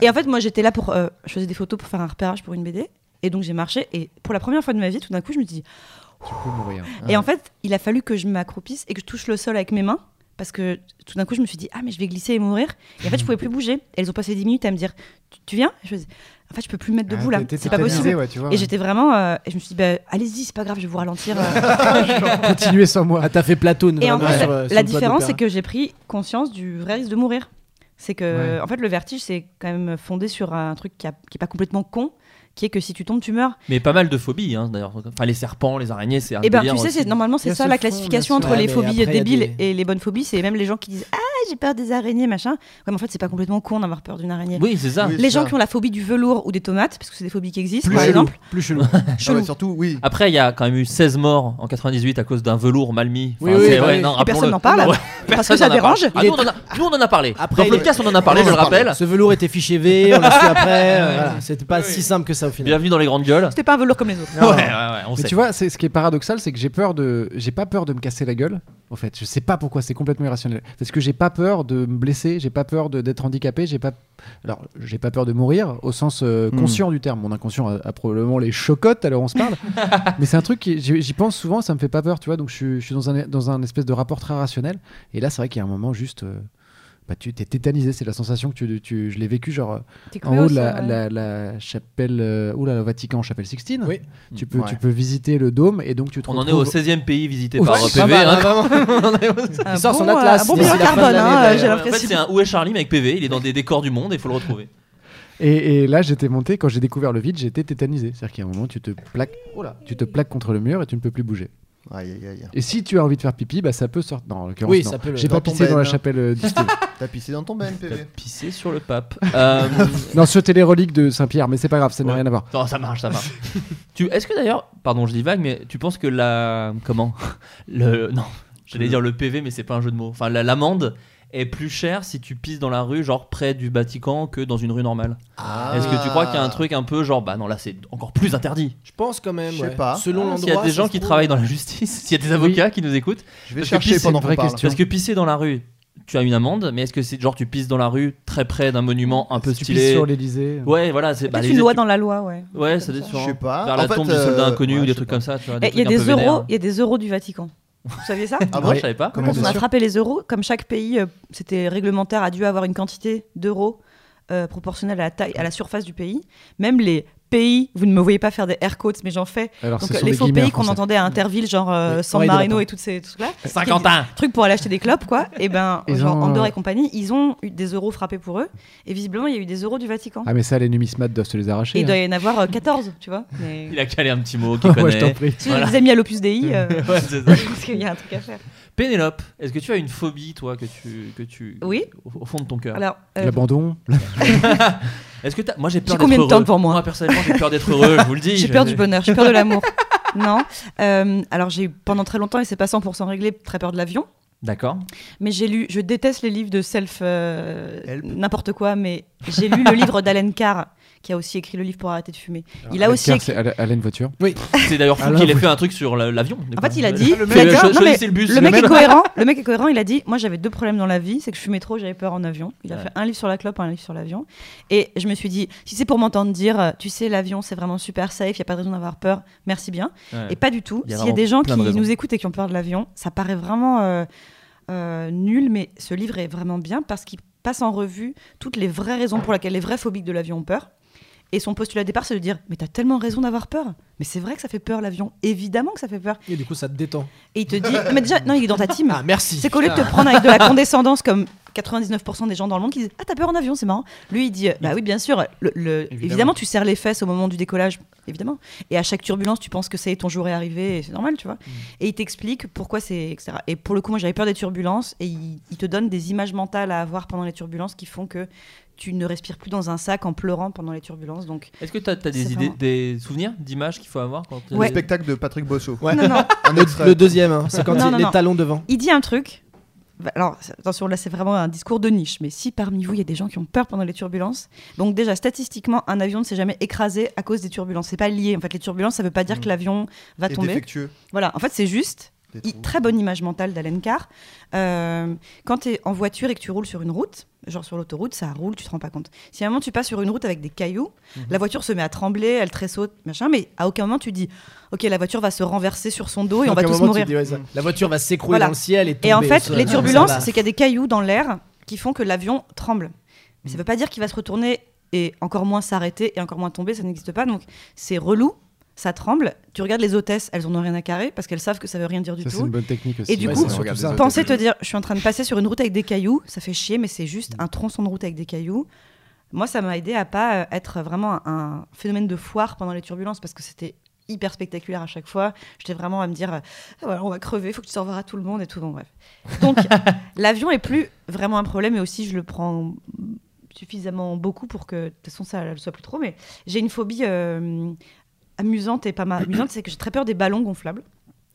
Speaker 10: Et en fait, moi, j'étais là pour, euh, je faisais des photos pour faire un repérage pour une BD, et donc j'ai marché, et pour la première fois de ma vie, tout d'un coup, je me dis.
Speaker 11: Tu peux mourir.
Speaker 10: Et en fait, il a fallu que je m'accroupisse et que je touche le sol avec mes mains. Parce que tout d'un coup, je me suis dit, ah, mais je vais glisser et mourir. Et en fait, je pouvais plus bouger. Et elles ont passé 10 minutes à me dire, tu, tu viens Et je faisais, en fait, je peux plus me mettre
Speaker 11: Ah,
Speaker 10: debout là.
Speaker 11: t'étais
Speaker 10: C'est pas
Speaker 11: tétanisée,
Speaker 10: possible.
Speaker 11: ouais, tu vois,
Speaker 10: et
Speaker 11: ouais.
Speaker 10: j'étais vraiment. euh, et je me suis dit, bah, allez-y, c'est pas grave, je vais vous ralentir. euh.
Speaker 11: Continuez sans moi.
Speaker 3: Ah, t'as fait Platoon.
Speaker 10: Et en
Speaker 3: vraiment,
Speaker 10: fait,
Speaker 3: sur, euh,
Speaker 10: la,
Speaker 3: sur le toit
Speaker 10: différence,
Speaker 3: d'opéra.
Speaker 10: c'est que j'ai pris conscience du vrai risque de mourir. C'est que,
Speaker 3: Ouais.
Speaker 10: en fait, le vertige, c'est quand même fondé sur un truc qui, a- qui est pas complètement con, qui est que si tu tombes, tu meurs.
Speaker 8: Mais pas mal de phobies, hein, d'ailleurs. Enfin, les serpents, les araignées, c'est un
Speaker 10: Et ben,
Speaker 8: délire
Speaker 10: tu sais,
Speaker 8: aussi.
Speaker 10: c'est- normalement,
Speaker 4: Il y
Speaker 10: c'est
Speaker 4: a
Speaker 10: ça
Speaker 4: ce
Speaker 10: la
Speaker 4: fond,
Speaker 10: classification
Speaker 4: bien
Speaker 10: entre
Speaker 4: sûr. Ouais,
Speaker 10: les
Speaker 4: mais
Speaker 10: phobies
Speaker 4: après, il y a
Speaker 10: débiles et les bonnes phobies. C'est même les gens qui disent Ah, j'ai peur des araignées, machin. Comme en fait, c'est pas complètement con d'avoir peur d'une araignée.
Speaker 8: Oui, c'est ça. Oui,
Speaker 10: Les
Speaker 8: c'est
Speaker 10: gens
Speaker 8: ça.
Speaker 10: qui ont la phobie du velours ou des tomates, parce que c'est des phobies qui existent,
Speaker 8: Plus
Speaker 10: par
Speaker 8: chelou,
Speaker 10: exemple.
Speaker 3: Plus chelou.
Speaker 10: Chelou.
Speaker 12: surtout, oui.
Speaker 8: Après, il y a quand même eu 16 morts en 98 à cause d'un velours mal mis.
Speaker 3: Oui, oui,
Speaker 8: c'est-
Speaker 3: bah
Speaker 8: ouais,
Speaker 3: oui.
Speaker 8: non,
Speaker 3: Et
Speaker 8: rappelons-le.
Speaker 3: personne n'en parle,
Speaker 8: Ouais,
Speaker 3: parce
Speaker 8: personne
Speaker 3: que ça
Speaker 8: n'en parle.
Speaker 3: dérange.
Speaker 8: Ah,
Speaker 3: Il
Speaker 8: nous, on en a- nous, on en a parlé. Dans
Speaker 3: il
Speaker 8: le
Speaker 3: est-
Speaker 8: podcast, on en a parlé,
Speaker 3: On
Speaker 8: je
Speaker 3: en
Speaker 8: le
Speaker 3: a parlé.
Speaker 8: rappelle.
Speaker 3: Ce velours était fiché V, on l'a su après. euh, voilà. C'était pas si simple que ça au final.
Speaker 8: Bienvenue dans les grandes gueules.
Speaker 10: C'était pas un velours comme les autres.
Speaker 8: Ouais, ouais, ouais, on
Speaker 11: Mais
Speaker 8: sait.
Speaker 11: tu vois, c'est ce qui est paradoxal, c'est que j'ai peur de, j'ai pas peur de me casser la gueule. En fait, je sais pas pourquoi, c'est complètement irrationnel. Parce que j'ai pas peur de me blesser, j'ai pas peur de- d'être handicapé, j'ai pas, alors j'ai pas peur de mourir au sens euh,
Speaker 9: Hmm.
Speaker 11: conscient du terme. Mon inconscient a, a probablement les chocottes alors on se parle. Mais c'est un truc qui, j'y j'y pense souvent, ça me fait pas peur, tu vois. Donc je suis, je suis dans un, dans un espèce de rapport très rationnel. Et là, c'est vrai qu'il y a un moment juste. euh, bah, tu t'es tétanisé, c'est la sensation que tu, tu- je l'ai vécu genre euh,
Speaker 9: T'es
Speaker 11: en haut de
Speaker 9: cloué au
Speaker 11: la,
Speaker 9: sol, ouais.
Speaker 11: la- la chapelle, euh, oula, le Vatican, chapelle Sixtine.
Speaker 3: Oui.
Speaker 11: Tu peux,
Speaker 8: Ouais.
Speaker 11: tu peux visiter le dôme et donc tu te
Speaker 8: On en est
Speaker 11: retrouves-
Speaker 8: au 16e pays visité
Speaker 11: Oh,
Speaker 8: par
Speaker 11: c'est
Speaker 8: PV.
Speaker 11: pas mal,
Speaker 8: hein.
Speaker 11: hein, vraiment.
Speaker 8: On est au-
Speaker 11: Un Il sort son bon, atlas euh, un bon d'ici bilan la fin de carbone, l'année, hein, d'ailleurs.
Speaker 8: En
Speaker 11: j'ai
Speaker 8: fait,
Speaker 11: l'impression.
Speaker 8: c'est un Où est Charlie mais avec PV. Il est dans des décors du monde et il faut le retrouver.
Speaker 11: Et, et là, j'étais monté, quand j'ai découvert le vide, j'étais tétanisé. C'est-à-dire qu'il y a un moment, tu te plaques, tu te plaques contre le mur et tu ne peux plus bouger. Et si tu as envie de faire pipi, bah ça peut sortir. Non, en l'occurrence,
Speaker 12: Oui,
Speaker 11: non.
Speaker 12: ça peut le-
Speaker 11: J'ai
Speaker 12: Dans
Speaker 11: pas
Speaker 12: ton
Speaker 11: pissé dans la
Speaker 12: ben.
Speaker 11: chapelle euh, du style.
Speaker 12: T'as pissé dans ton ben, PV.
Speaker 8: Pissé sur le pape. Euh,
Speaker 11: non, c'était les reliques de Saint-Pierre, mais c'est pas grave, ça n'a rien à voir.
Speaker 8: Non, ça marche, ça marche. tu, est-ce que d'ailleurs, pardon, je dis vague, mais tu penses que la, comment, le, non, j'allais dire le PV, mais c'est pas un jeu de mots. Enfin, la- l'amende est plus chère si tu pisses dans la rue, genre près du Vatican, que dans une rue normale.
Speaker 3: Ah.
Speaker 8: Est-ce que tu crois qu'il y a un truc un peu genre, bah non, là c'est encore plus interdit.
Speaker 3: Je pense quand même.
Speaker 8: Je sais
Speaker 3: ouais.
Speaker 8: pas.
Speaker 3: Selon l'endroit.
Speaker 8: S'il y a des
Speaker 3: ça
Speaker 8: gens
Speaker 3: se
Speaker 8: qui
Speaker 3: trouve.
Speaker 8: travaillent dans la justice, s'il y a des avocats qui nous écoutent,
Speaker 12: Je vais
Speaker 8: parce que
Speaker 12: chercher
Speaker 8: pisser, c'est
Speaker 12: pendant
Speaker 8: une
Speaker 12: qu'on
Speaker 8: vraie
Speaker 12: parle.
Speaker 8: question. Parce que pisser dans la rue, tu as une amende, mais est-ce que c'est genre tu pisses dans la rue très près d'un monument un peu
Speaker 11: tu
Speaker 8: stylé
Speaker 11: pisses sur l'Élysée.
Speaker 8: Ouais, voilà, c'est bah,
Speaker 10: Peut-être une
Speaker 8: l'Élysée,
Speaker 10: loi
Speaker 8: tu-
Speaker 10: dans la loi, ouais.
Speaker 8: Ouais, ça dépend.
Speaker 12: Je sais pas.
Speaker 8: Vers la
Speaker 12: En fait,
Speaker 8: tombe du soldat
Speaker 12: euh,
Speaker 8: inconnu
Speaker 12: ouais,
Speaker 8: ou
Speaker 12: je
Speaker 8: des
Speaker 12: sais
Speaker 8: trucs
Speaker 12: pas.
Speaker 8: comme ça, tu vois.
Speaker 10: Eh, Il y a
Speaker 8: trucs
Speaker 10: des
Speaker 8: un peu vénères. hein.
Speaker 10: euros, il y a des euros du Vatican. Vous saviez ça
Speaker 8: Ah bon Non, je savais pas. Comment
Speaker 10: Quand on
Speaker 8: ça
Speaker 10: a
Speaker 8: se
Speaker 10: frappé les euros, comme chaque pays, euh, c'était réglementaire, a dû avoir une quantité d'euros euh, proportionnelle à la taille, à la surface du pays. Même les pays, vous ne me voyez pas faire des air quotes, mais j'en fais.
Speaker 4: Alors,
Speaker 10: Donc
Speaker 4: Ah, ce
Speaker 10: euh,
Speaker 4: sont
Speaker 10: les
Speaker 4: des
Speaker 10: faux
Speaker 4: guillemets en
Speaker 10: pays qu'on
Speaker 4: français.
Speaker 10: entendait à Interville, genre euh,
Speaker 4: Oui.
Speaker 10: San
Speaker 4: Oreille de
Speaker 10: Marino
Speaker 4: lapin.
Speaker 10: et tout ces trucs-là.
Speaker 4: Saint-Quentin.
Speaker 10: Truc pour aller acheter des clopes, quoi. Et ben,
Speaker 11: Ils
Speaker 10: genre
Speaker 11: ont,
Speaker 10: Andorre
Speaker 11: euh,
Speaker 10: et compagnie, ils ont eu des euros frappés pour eux. Et visiblement, il y a eu des euros du Vatican.
Speaker 11: Ah, mais ça, les numismates doivent se les
Speaker 10: et
Speaker 11: arracher.
Speaker 10: il
Speaker 11: hein.
Speaker 10: doit y en avoir euh, 14, tu vois. Mais...
Speaker 8: Il a calé un petit mot qui
Speaker 11: Ouais,
Speaker 8: connaît.
Speaker 11: je t'en prie.
Speaker 10: Si je les ai mis à l'Opus Dei, euh,
Speaker 8: Ouais, c'est ça.
Speaker 10: je pense qu'il y a un truc à faire.
Speaker 8: Pénélope, est-ce que tu as une phobie, toi, que tu, que tu,
Speaker 10: Oui.
Speaker 8: au, au fond de ton cœur
Speaker 10: Alors, euh,
Speaker 11: L'abandon.
Speaker 8: Est-ce que t'as- moi j'ai peur
Speaker 10: J'ai
Speaker 8: d'être
Speaker 10: combien de temps
Speaker 8: heureux.
Speaker 10: devant moi
Speaker 8: Moi personnellement j'ai peur d'être heureux, je vous le dis.
Speaker 10: J'ai
Speaker 8: je-
Speaker 10: peur du bonheur, j'ai peur de l'amour. non. Euh, alors j'ai eu pendant très longtemps, et c'est pas 100% réglé, très peur de l'avion.
Speaker 8: D'accord.
Speaker 10: Mais j'ai lu, je déteste les livres de self, euh, n'importe quoi, mais j'ai lu le livre d'Alan Carr, qui a aussi écrit le livre pour arrêter de fumer. Il a
Speaker 11: Alan
Speaker 10: aussi
Speaker 11: Carr,
Speaker 10: écrit-
Speaker 11: c'est Alan- Alan Voiture.
Speaker 10: Oui.
Speaker 8: C'est d'ailleurs fou
Speaker 11: Alain
Speaker 8: qu'il ait fait
Speaker 11: Voiture.
Speaker 8: un truc sur la- l'avion.
Speaker 10: En fait, il a dit.
Speaker 8: le
Speaker 10: Faites-
Speaker 8: mec,
Speaker 10: non, mais
Speaker 8: le bus.
Speaker 10: le mec est cohérent. Le mec est cohérent. Il a dit Moi, j'avais deux problèmes dans la vie. C'est que je fumais trop, j'avais peur en avion. Il a
Speaker 4: Ouais.
Speaker 10: fait un livre sur la clope, un livre sur l'avion. Et je me suis dit Si c'est pour m'entendre dire, euh, tu sais, l'avion, c'est vraiment super safe, il n'y a pas de raison d'avoir peur, merci bien.
Speaker 4: Ouais.
Speaker 10: Et pas du tout.
Speaker 4: Il y a
Speaker 10: S'il y a
Speaker 4: vraiment
Speaker 10: des gens qui
Speaker 4: plein de raisons.
Speaker 10: nous écoutent et qui ont peur de l'avion, ça paraît vraiment euh, euh, nul, mais ce livre est vraiment bien parce qu'il passe en revue toutes les vraies raisons pour lesquelles les vrais phobiques de l'avion ont peur. Et son postulat de départ, c'est de dire Mais t'as tellement raison d'avoir peur. Mais c'est vrai que ça fait peur l'avion. Évidemment que ça fait peur.
Speaker 3: Et du coup, ça te détend.
Speaker 10: Et il te dit. Mais déjà, non, il est dans ta team.
Speaker 3: Ah, merci.
Speaker 10: C'est qu'au lieu de te prendre avec de la condescendance comme 99% des gens dans le monde qui disent Ah, t'as peur en avion, c'est marrant. Lui, il dit Bah oui, bien sûr. Le, le- évidemment. tu serres les fesses au moment du décollage, évidemment. Et à chaque turbulence, tu penses que ça y est, ton jour est arrivé, et c'est normal, tu vois. Et il t'explique pourquoi c'est. etc. Et pour le coup, moi, j'avais peur des turbulences, et il, il te donne des images mentales à avoir pendant les turbulences qui font que tu ne respires plus dans un sac en pleurant pendant les turbulences. Donc,
Speaker 8: Est-ce que t'as as
Speaker 10: C'est
Speaker 8: des idées, des souvenirs, d'images qu'il faut avoir quand
Speaker 10: Ouais. Le
Speaker 12: spectacle de Patrick Bosso.
Speaker 10: Non, non.
Speaker 12: Un extrait.
Speaker 3: Le deuxième, hein, c'est quand
Speaker 10: Non,
Speaker 3: il-
Speaker 10: non,
Speaker 3: les
Speaker 10: non.
Speaker 3: talons devant.
Speaker 10: Il dit un truc. Bah, Alors, c'est- attention, là, c'est vraiment un discours de niche. Mais si parmi vous, il y a des gens qui ont peur pendant les turbulences, donc déjà, statistiquement, un avion ne s'est jamais écrasé à cause des turbulences. C'est pas lié. En fait, les turbulences, ça veut pas dire
Speaker 3: Mmh.
Speaker 10: que l'avion va
Speaker 12: Est
Speaker 10: tomber.
Speaker 12: défectueux.
Speaker 10: Voilà. En fait, c'est juste.
Speaker 12: Des
Speaker 10: il- très bonne image mentale d'Alain Carr. Euh, quand tu es en voiture et que tu roules sur une route, genre sur l'autoroute, ça roule, tu te rends pas compte. Si à un moment tu passes sur une route avec des cailloux,
Speaker 3: Mmh.
Speaker 10: la voiture se met à trembler, elle tressaute, machin, mais à aucun moment tu dis, ok, la voiture va se renverser sur son dos et on
Speaker 3: Donc,
Speaker 10: va
Speaker 3: à un
Speaker 10: tous
Speaker 3: moment, tu
Speaker 10: mourir.
Speaker 3: dis, ouais, ça- La voiture va s'écrouler
Speaker 10: Voilà.
Speaker 3: dans le ciel et tomber.
Speaker 10: en
Speaker 3: au
Speaker 10: fait,
Speaker 3: sol. Ah,
Speaker 10: les
Speaker 3: Ça
Speaker 10: turbulences,
Speaker 3: va.
Speaker 10: c'est qu'il y a des cailloux dans l'air qui font que l'avion tremble. Mais
Speaker 3: Mm.
Speaker 10: ça ne veut pas dire qu'il va se retourner et encore moins s'arrêter et encore moins tomber, ça n'existe pas. Donc c'est relou, ça tremble. Tu regardes les hôtesses, elles en ont rien à carrer parce qu'elles savent que ça veut rien dire du
Speaker 11: Ça,
Speaker 10: tout.
Speaker 11: c'est une bonne technique aussi.
Speaker 10: Et du
Speaker 11: Ouais,
Speaker 10: coup,
Speaker 11: c'est surtout ça.
Speaker 10: penser te dire, je suis en train de passer sur une route avec des cailloux, ça fait chier, mais c'est juste un tronçon de route avec des cailloux. Moi, ça m'a aidé à pas euh, être vraiment un, un phénomène de foire pendant les turbulences parce que c'était hyper spectaculaire à chaque fois. J'étais vraiment à me dire, euh, Ah, voilà, on va crever, faut que tu s'en à tout le monde et tout. Bon, bref. Donc, l'avion est plus vraiment un problème, et aussi je le prends suffisamment beaucoup pour que de toute façon ça ne le soit plus trop. Mais j'ai une phobie euh, amusante et pas mal amusante, c'est que j'ai très peur des ballons gonflables.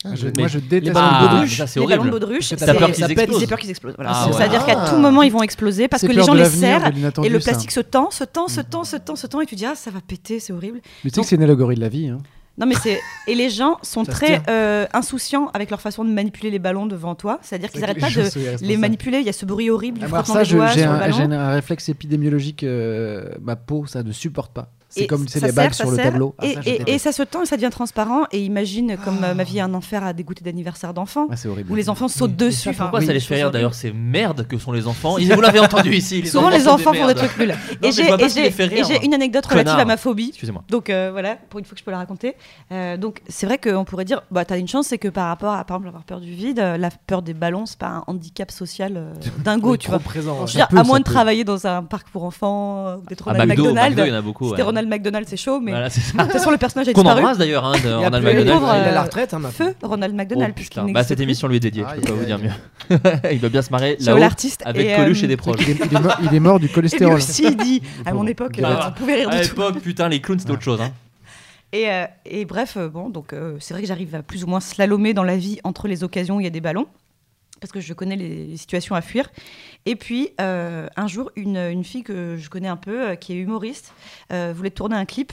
Speaker 11: Ah, je-
Speaker 8: Mais
Speaker 11: moi, je déteste
Speaker 8: les ballons
Speaker 11: Ah,
Speaker 8: de baudruche.
Speaker 11: ça, c'est
Speaker 10: les
Speaker 11: horrible.
Speaker 10: ballons de baudruche,
Speaker 11: Parce que t'as
Speaker 10: c'est-
Speaker 11: peur qu'ils
Speaker 10: ça pète,
Speaker 11: explosent.
Speaker 10: j'ai peur qu'ils explosent. Voilà,
Speaker 11: Ah
Speaker 10: c'est-
Speaker 11: ouais.
Speaker 10: C'est-à-dire qu'à
Speaker 11: Ah.
Speaker 10: tout moment ils vont exploser parce
Speaker 11: C'est
Speaker 10: que les
Speaker 11: peur
Speaker 10: gens
Speaker 11: de
Speaker 10: les
Speaker 11: l'avenir,
Speaker 10: serrent
Speaker 11: de hein. l'inattendu,
Speaker 10: et le
Speaker 11: ça.
Speaker 10: plastique se tend, se tend, se tend, se tend, se tend et tu dis ah ça va péter, c'est horrible.
Speaker 11: Mais tu sais que c'est une allégorie de la vie. hein.
Speaker 10: Non, mais c'est. Et les gens sont
Speaker 11: Ça se
Speaker 10: très
Speaker 11: tient.
Speaker 10: euh, insouciants avec leur façon de manipuler les ballons devant toi. C'est-à-dire qu'ils
Speaker 11: C'est
Speaker 10: n'arrêtent
Speaker 11: que
Speaker 10: pas
Speaker 11: les gens sont
Speaker 10: de
Speaker 11: irresponsables.
Speaker 10: les manipuler. Il y a ce bruit horrible du
Speaker 11: Alors
Speaker 10: frottement
Speaker 11: Ah, ça,
Speaker 10: des
Speaker 11: je-
Speaker 10: doigts
Speaker 11: j'ai
Speaker 10: sur le
Speaker 11: un, j'ai
Speaker 10: ballon.
Speaker 11: un réflexe épidémiologique. euh, ma peau, ça ne supporte pas. C'est
Speaker 10: Et
Speaker 11: comme c'est
Speaker 10: ça
Speaker 11: les
Speaker 10: serre,
Speaker 11: balles
Speaker 10: ça
Speaker 11: sur le
Speaker 10: serre,
Speaker 11: tableau. Ah,
Speaker 10: et,
Speaker 11: ça, je
Speaker 10: et-
Speaker 11: déteste.
Speaker 10: et ça se tend et ça devient transparent. Et imagine comme euh, ma vie est un enfer à dégoûter d'anniversaire d'enfants.
Speaker 11: Ah, c'est horrible.
Speaker 10: Où les enfants sautent dessus. enfin,
Speaker 8: Pourquoi
Speaker 10: oui,
Speaker 8: ça les
Speaker 10: je
Speaker 8: fait
Speaker 10: trouve
Speaker 8: rire d'ailleurs ces merdes que sont les enfants Ils- Vous l'avez entendu ici.
Speaker 10: Souvent, les enfants font des
Speaker 8: merdes.
Speaker 10: trucs nuls.
Speaker 8: Non,
Speaker 10: Et
Speaker 8: mais je vois
Speaker 10: j'ai-
Speaker 8: pas
Speaker 10: et
Speaker 8: ce qui les fait
Speaker 10: j'ai et
Speaker 8: rire. hein.
Speaker 10: j'ai une anecdote relative
Speaker 8: Connard.
Speaker 10: à ma phobie.
Speaker 8: Excusez-moi.
Speaker 10: Donc euh, voilà, pour une fois que je peux la raconter. Euh, donc c'est vrai qu'on pourrait dire, bah t'as une chance, c'est que par rapport à par exemple avoir peur du vide, euh, la peur des ballons, c'est pas un handicap social euh, dingo,
Speaker 3: Oui,
Speaker 10: tu
Speaker 3: trop
Speaker 10: vois.
Speaker 3: présent, ouais.
Speaker 10: Je veux
Speaker 3: Ça
Speaker 10: dire,
Speaker 3: peut,
Speaker 10: à
Speaker 3: ça
Speaker 10: moins de
Speaker 3: peut.
Speaker 10: travailler dans un parc pour enfants, euh, ou d'être
Speaker 8: Ah,
Speaker 10: Ronald
Speaker 8: McDo,
Speaker 10: McDonald.
Speaker 8: McDo, il y en a beaucoup,
Speaker 10: Si t'es
Speaker 8: ouais.
Speaker 10: Ronald McDonald, c'est chaud, mais
Speaker 8: Voilà, c'est ça.
Speaker 10: de toute façon le personnage a
Speaker 8: Qu'on
Speaker 10: disparu.
Speaker 8: embrasse, d'ailleurs, hein, de
Speaker 3: Il y a
Speaker 8: Ronald
Speaker 3: plus-
Speaker 8: McDonald.
Speaker 3: Le pauvre,
Speaker 8: Il est
Speaker 3: euh,
Speaker 8: à la
Speaker 3: retraite, hein, maintenant.
Speaker 10: Feu Ronald McDonald.
Speaker 8: Oh,
Speaker 10: puisqu'il
Speaker 8: putain. Bah,
Speaker 10: n'existe
Speaker 8: cette
Speaker 10: plus.
Speaker 8: émission lui est dédiée, je peux pas vous dire mieux. il doit bien se marrer
Speaker 10: Sur
Speaker 8: là-haut
Speaker 10: l'artiste et,
Speaker 8: avec
Speaker 10: euh,
Speaker 8: Coluche et des proches.
Speaker 11: Il est, il est mort, il est mort du
Speaker 10: Et
Speaker 11: cholestérol.
Speaker 10: lui aussi, il dit, à mon époque,
Speaker 11: Il
Speaker 10: euh,
Speaker 11: arrête.
Speaker 10: on pouvait rire
Speaker 8: À
Speaker 10: de tout.
Speaker 8: l'époque, putain, les clowns, c'était autre chose. hein.
Speaker 10: Et, euh, et bref, euh, bon, donc euh, c'est vrai que j'arrive à plus ou moins slalomer dans la vie entre les occasions où il y a des ballons, parce que je connais les, les situations à fuir. Et puis, euh, un jour, une, une fille que je connais un peu, euh, qui est humoriste, euh, voulait tourner un clip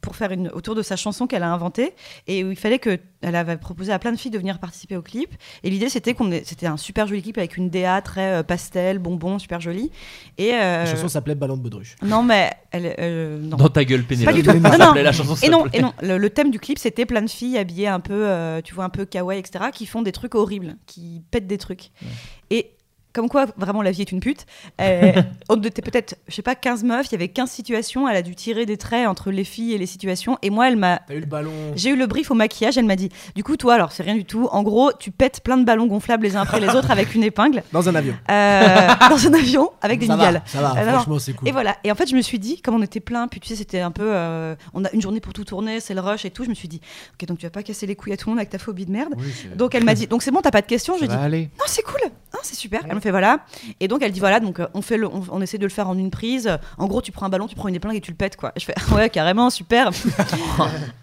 Speaker 10: pour faire une autour de sa chanson qu'elle a inventée et où il fallait que elle avait proposé à plein de filles de venir participer au clip et l'idée c'était qu'on ait- c'était un super joli clip avec une DA très euh, pastel bonbon super joli et euh,
Speaker 3: La chanson s'appelait Ballon de Baudruche.
Speaker 10: non, mais. Elle, euh, non.
Speaker 8: Dans ta gueule,
Speaker 10: C'est
Speaker 8: Pénélope.
Speaker 10: Pas du tout.
Speaker 8: Ça
Speaker 10: Non, non.
Speaker 8: s'appelait- la chanson
Speaker 10: et non,
Speaker 8: s'appelait.
Speaker 10: et non. Le, le thème du clip, c'était plein de filles habillées un peu, euh, tu vois, un peu kawaii, etc., qui font des trucs horribles, qui pètent des trucs. Et. Comme quoi, vraiment, la vie est une pute. Euh, on était peut-être, je sais pas, 15 meufs, il y avait 15 situations, elle a dû tirer des traits entre les filles et les situations. Et moi, elle m'a.
Speaker 3: T'as eu le ballon.
Speaker 10: J'ai eu le brief au maquillage, elle m'a dit Du coup, toi, alors, c'est rien du tout. En gros, tu pètes plein de ballons gonflables les uns après les autres avec une épingle.
Speaker 3: Dans un avion.
Speaker 10: Euh, dans un avion avec des
Speaker 3: Ça va,
Speaker 10: migales.
Speaker 3: ça va,
Speaker 10: Euh, non, non.
Speaker 3: franchement, c'est cool.
Speaker 10: Et voilà. Et en fait, je me suis dit, comme on était plein, puis tu sais, c'était un peu. euh, on a une journée pour tout tourner, c'est le rush et tout. Je me suis dit, ok, donc tu vas pas casser les couilles à tout le monde avec ta phobie de merde. donc elle m'a dit, donc c'est bon, t'as pas de questions. J'ai dit,
Speaker 11: va aller.
Speaker 10: non, c'est cool, hein, c'est super. Elle me fait voilà. Et donc elle dit voilà, donc euh, on fait le, on, on essaie de le faire en une prise. En gros, tu prends un ballon, tu prends une épingle et tu le pètes quoi. Et je fais ouais, carrément, super.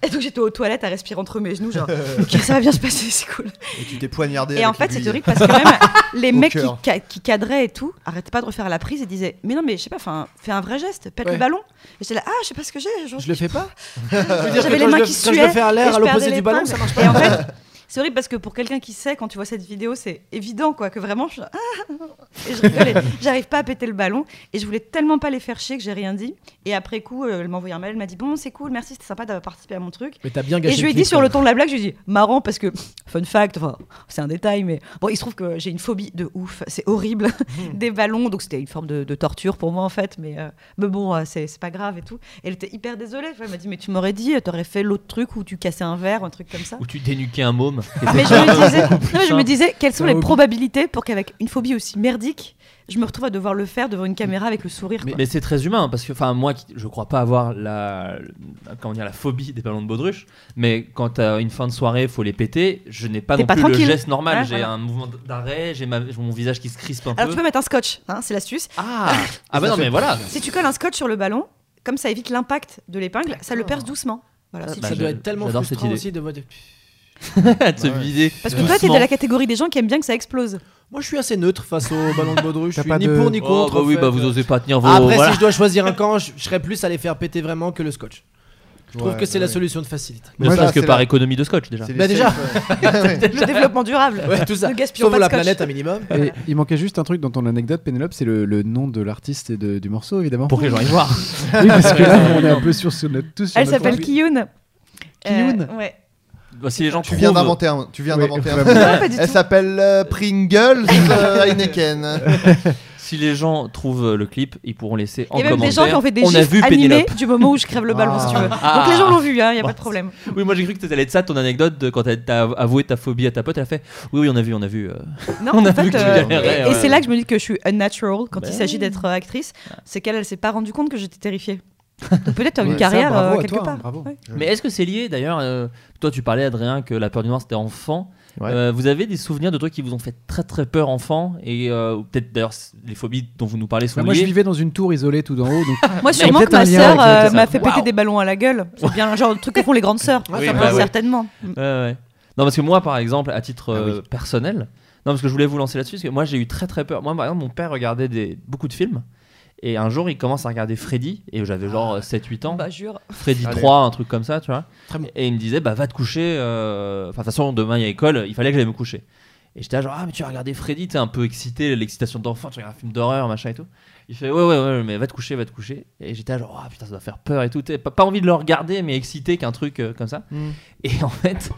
Speaker 10: et donc j'étais aux toilettes à respirer entre mes genoux, genre ok, ça va bien se passer, c'est cool.
Speaker 12: Et tu t'es poignardé.
Speaker 10: Et en
Speaker 12: avec
Speaker 10: fait,
Speaker 12: l'aiguille.
Speaker 10: c'est horrible parce que même les
Speaker 12: Au
Speaker 10: mecs qui,
Speaker 12: cœur.
Speaker 10: ca- qui cadraient et tout, arrêtaient pas de refaire la prise et disaient Mais non, mais je sais pas, enfin, fais un vrai geste, pète
Speaker 3: Ouais.
Speaker 10: le ballon. Et j'étais là Ah, je sais pas ce que j'ai. genre,
Speaker 3: Je le fais pas.
Speaker 10: J'avais les mains qui suaient.
Speaker 3: Je le fais à
Speaker 10: et
Speaker 3: l'air
Speaker 10: je
Speaker 3: à l'opposé
Speaker 10: perdais
Speaker 3: du ballon,
Speaker 10: l'épingle.
Speaker 3: ça marche
Speaker 10: Et
Speaker 3: pas.
Speaker 10: en fait, C'est horrible parce que pour quelqu'un qui sait, quand tu vois cette vidéo, c'est évident quoi, que vraiment, je... et je rigolais. j'arrive pas à péter le ballon. Et je voulais tellement pas les faire chier que j'ai rien dit. Et après coup, euh, elle m'a envoyé un mail, elle m'a dit Bon, c'est cool, merci, c'était sympa d'avoir participé à mon truc.
Speaker 3: Mais t'as bien
Speaker 10: Et
Speaker 3: gâché.
Speaker 10: je lui ai
Speaker 3: le
Speaker 10: dit
Speaker 3: clip,
Speaker 10: sur
Speaker 3: quoi.
Speaker 10: le ton de la blague, je lui ai dit marrant parce que, fun fact, enfin, c'est un détail, mais bon, il se trouve que j'ai une phobie de ouf, c'est horrible,
Speaker 8: Hmm.
Speaker 10: des ballons, donc c'était une forme de, de torture pour moi en fait, mais, euh, mais bon, euh, c'est c'est pas grave et tout. Et elle était hyper désolée, elle m'a dit, mais tu m'aurais dit, euh, t'aurais fait l'autre truc où tu cassais un verre, un truc comme ça.
Speaker 8: Ou tu dénuquais un môme.
Speaker 10: Ah, Mais je me disais, non, mais je me disais quelles sont
Speaker 8: Ça
Speaker 10: les
Speaker 8: vaut-
Speaker 10: probabilités pour qu'avec une phobie aussi merdique, je me retrouve à devoir le faire devant une caméra avec le sourire.
Speaker 8: Mais,
Speaker 10: quoi.
Speaker 8: mais c'est très humain parce que, enfin, moi, qui- je crois pas avoir la, la- comment dire, la phobie des ballons de baudruche, mais quand t'as une fin de soirée, faut les péter. Je n'ai pas
Speaker 10: T'es
Speaker 8: non
Speaker 10: pas
Speaker 8: plus
Speaker 10: tranquille.
Speaker 8: le geste normal.
Speaker 10: Ouais,
Speaker 8: j'ai
Speaker 10: voilà.
Speaker 8: un mouvement d'arrêt, j'ai ma- j'ai mon visage qui se crispe un
Speaker 10: Alors
Speaker 8: peu.
Speaker 10: tu peux mettre un scotch, hein, c'est l'astuce.
Speaker 8: Ah, Ah bah non, mais voilà.
Speaker 10: Si tu colles un scotch sur le ballon, comme ça évite l'impact de l'épingle, ça le perce doucement. Voilà.
Speaker 3: Ça,
Speaker 8: Bah,
Speaker 3: ça
Speaker 8: je-
Speaker 3: doit être tellement
Speaker 8: j'adore cette
Speaker 3: frustrant
Speaker 8: idée.
Speaker 3: aussi de voir des-
Speaker 8: de se vider.
Speaker 10: Parce que toi, t'es
Speaker 8: doucement.
Speaker 10: de la catégorie des gens qui aiment bien que ça explose.
Speaker 3: Moi, je suis assez neutre face au ballon de baudruche. Je
Speaker 8: T'as
Speaker 3: suis
Speaker 8: pas
Speaker 3: ni
Speaker 8: de-
Speaker 3: pour ni
Speaker 8: Oh,
Speaker 3: contre.
Speaker 8: bah
Speaker 3: en
Speaker 8: oui,
Speaker 3: fait.
Speaker 8: bah vous osez pas tenir vos-
Speaker 3: Après,
Speaker 8: voilà.
Speaker 3: si je dois choisir un camp, je, je serais plus à les faire péter vraiment que le scotch. Je trouve
Speaker 8: Ouais,
Speaker 3: que c'est
Speaker 8: bah
Speaker 3: la
Speaker 8: oui.
Speaker 3: solution de facilité.
Speaker 8: Ne Moi, serait-ce ça, que c'est par la- économie de scotch, déjà. c'est les
Speaker 3: Bah déjà.
Speaker 8: safe, ouais.
Speaker 10: Le développement durable.
Speaker 3: Ouais, tout ça.
Speaker 10: Ne gaspillons
Speaker 3: Sauvons
Speaker 10: pas de
Speaker 3: la
Speaker 10: scotch.
Speaker 3: planète un minimum.
Speaker 11: Et il manquait juste un truc dans ton anecdote, Pénélope, c'est le, le nom de l'artiste et de- du morceau, évidemment.
Speaker 8: Pour que les gens aillent voir.
Speaker 11: oui, parce que là, on est un peu sur, sur notre, tous sur
Speaker 10: Elle
Speaker 11: notre-
Speaker 10: s'appelle Kiyoun. Kiyoun Ouais.
Speaker 8: Bah, si les gens
Speaker 12: Tu viens
Speaker 8: trouvent-
Speaker 12: d'inventer un. Tu viens
Speaker 8: Oui,
Speaker 12: d'inventer un.
Speaker 8: vraiment. Non, pas du
Speaker 12: Elle
Speaker 8: tout.
Speaker 12: s'appelle euh, Pringles euh, Heineken.
Speaker 8: Si les gens trouvent le clip, ils pourront laisser en
Speaker 10: Il y a même des
Speaker 8: commentaire.
Speaker 10: gens qui ont fait des
Speaker 8: on a vu
Speaker 10: gifs animés
Speaker 8: Pénélope.
Speaker 10: du moment où je crève le ballon, si tu veux.
Speaker 8: Ah.
Speaker 10: Donc les gens l'ont vu, il n'y a pas de problème.
Speaker 8: Oui, moi j'ai cru que t'allais de ça ton anecdote de quand t'as- t'as avoué ta phobie à ta pote, elle a fait Oui, oui, on a vu, on a vu. euh,
Speaker 10: Non,
Speaker 8: on a
Speaker 10: en fait,
Speaker 8: vu que tu
Speaker 10: euh,
Speaker 8: galérais,
Speaker 10: et,
Speaker 8: ouais.
Speaker 10: et c'est là que je me dis que je suis unnatural quand
Speaker 8: Bah
Speaker 10: il s'agit
Speaker 8: oui.
Speaker 10: d'être euh, actrice. C'est qu'elle, elle s'est pas rendue compte que j'étais terrifiée. Donc peut-être t'as une
Speaker 8: Ouais, ça,
Speaker 10: carrière
Speaker 8: bravo
Speaker 10: euh,
Speaker 8: à
Speaker 10: quelque
Speaker 8: toi, hein,
Speaker 10: part.
Speaker 8: bravo.
Speaker 10: Ouais.
Speaker 8: Mais est-ce que c'est lié d'ailleurs euh, Toi, tu parlais, Adrien, que la peur du noir c'était enfant. Euh, vous avez des souvenirs de trucs qui vous ont fait très très peur enfant et euh, ou peut-être d'ailleurs c- les phobies dont vous nous parlez sont
Speaker 11: Bah, moi, je
Speaker 8: liées.
Speaker 11: vivais dans une tour isolée tout d'en haut. Donc...
Speaker 10: Moi,
Speaker 11: Il y a
Speaker 10: sûrement que
Speaker 11: peut-être un
Speaker 10: ma
Speaker 11: lien
Speaker 10: sœur
Speaker 11: avec
Speaker 10: euh,
Speaker 11: notre-
Speaker 10: m'a fait péter des ballons à la gueule. C'est bien le genre de truc que font les grandes sœurs.
Speaker 8: Oui,
Speaker 10: Ça
Speaker 8: bah
Speaker 10: peut-
Speaker 8: oui.
Speaker 10: Certainement.
Speaker 8: Ouais, ouais. Non, parce que moi, par exemple, à titre
Speaker 10: Ah
Speaker 8: euh, personnel, non, parce que je voulais vous lancer là-dessus, parce que moi, j'ai eu très très peur. Moi, par exemple, mon père regardait des, beaucoup de films. Et un jour, il commence à regarder Freddy, et j'avais genre 7-8 ans.
Speaker 10: Bah, jure.
Speaker 8: Freddy
Speaker 10: Allez.
Speaker 8: 3, un truc comme ça, tu vois. Et il me disait, bah va te coucher. euh, Enfin, de toute façon, demain, il y a école, il fallait que j'aille me coucher. Et j'étais là, genre, ah, mais tu as regardé Freddy, t'es un peu excité, l'excitation d'enfant, tu regardes un film d'horreur, machin et tout. Il fait, ouais, ouais, ouais, mais va te coucher, va te coucher. Et j'étais là, genre, ah putain, ça doit faire peur et tout. T'es Pas, pas envie de le regarder, mais excité qu'un truc euh, comme ça.
Speaker 11: Mm.
Speaker 8: Et en fait,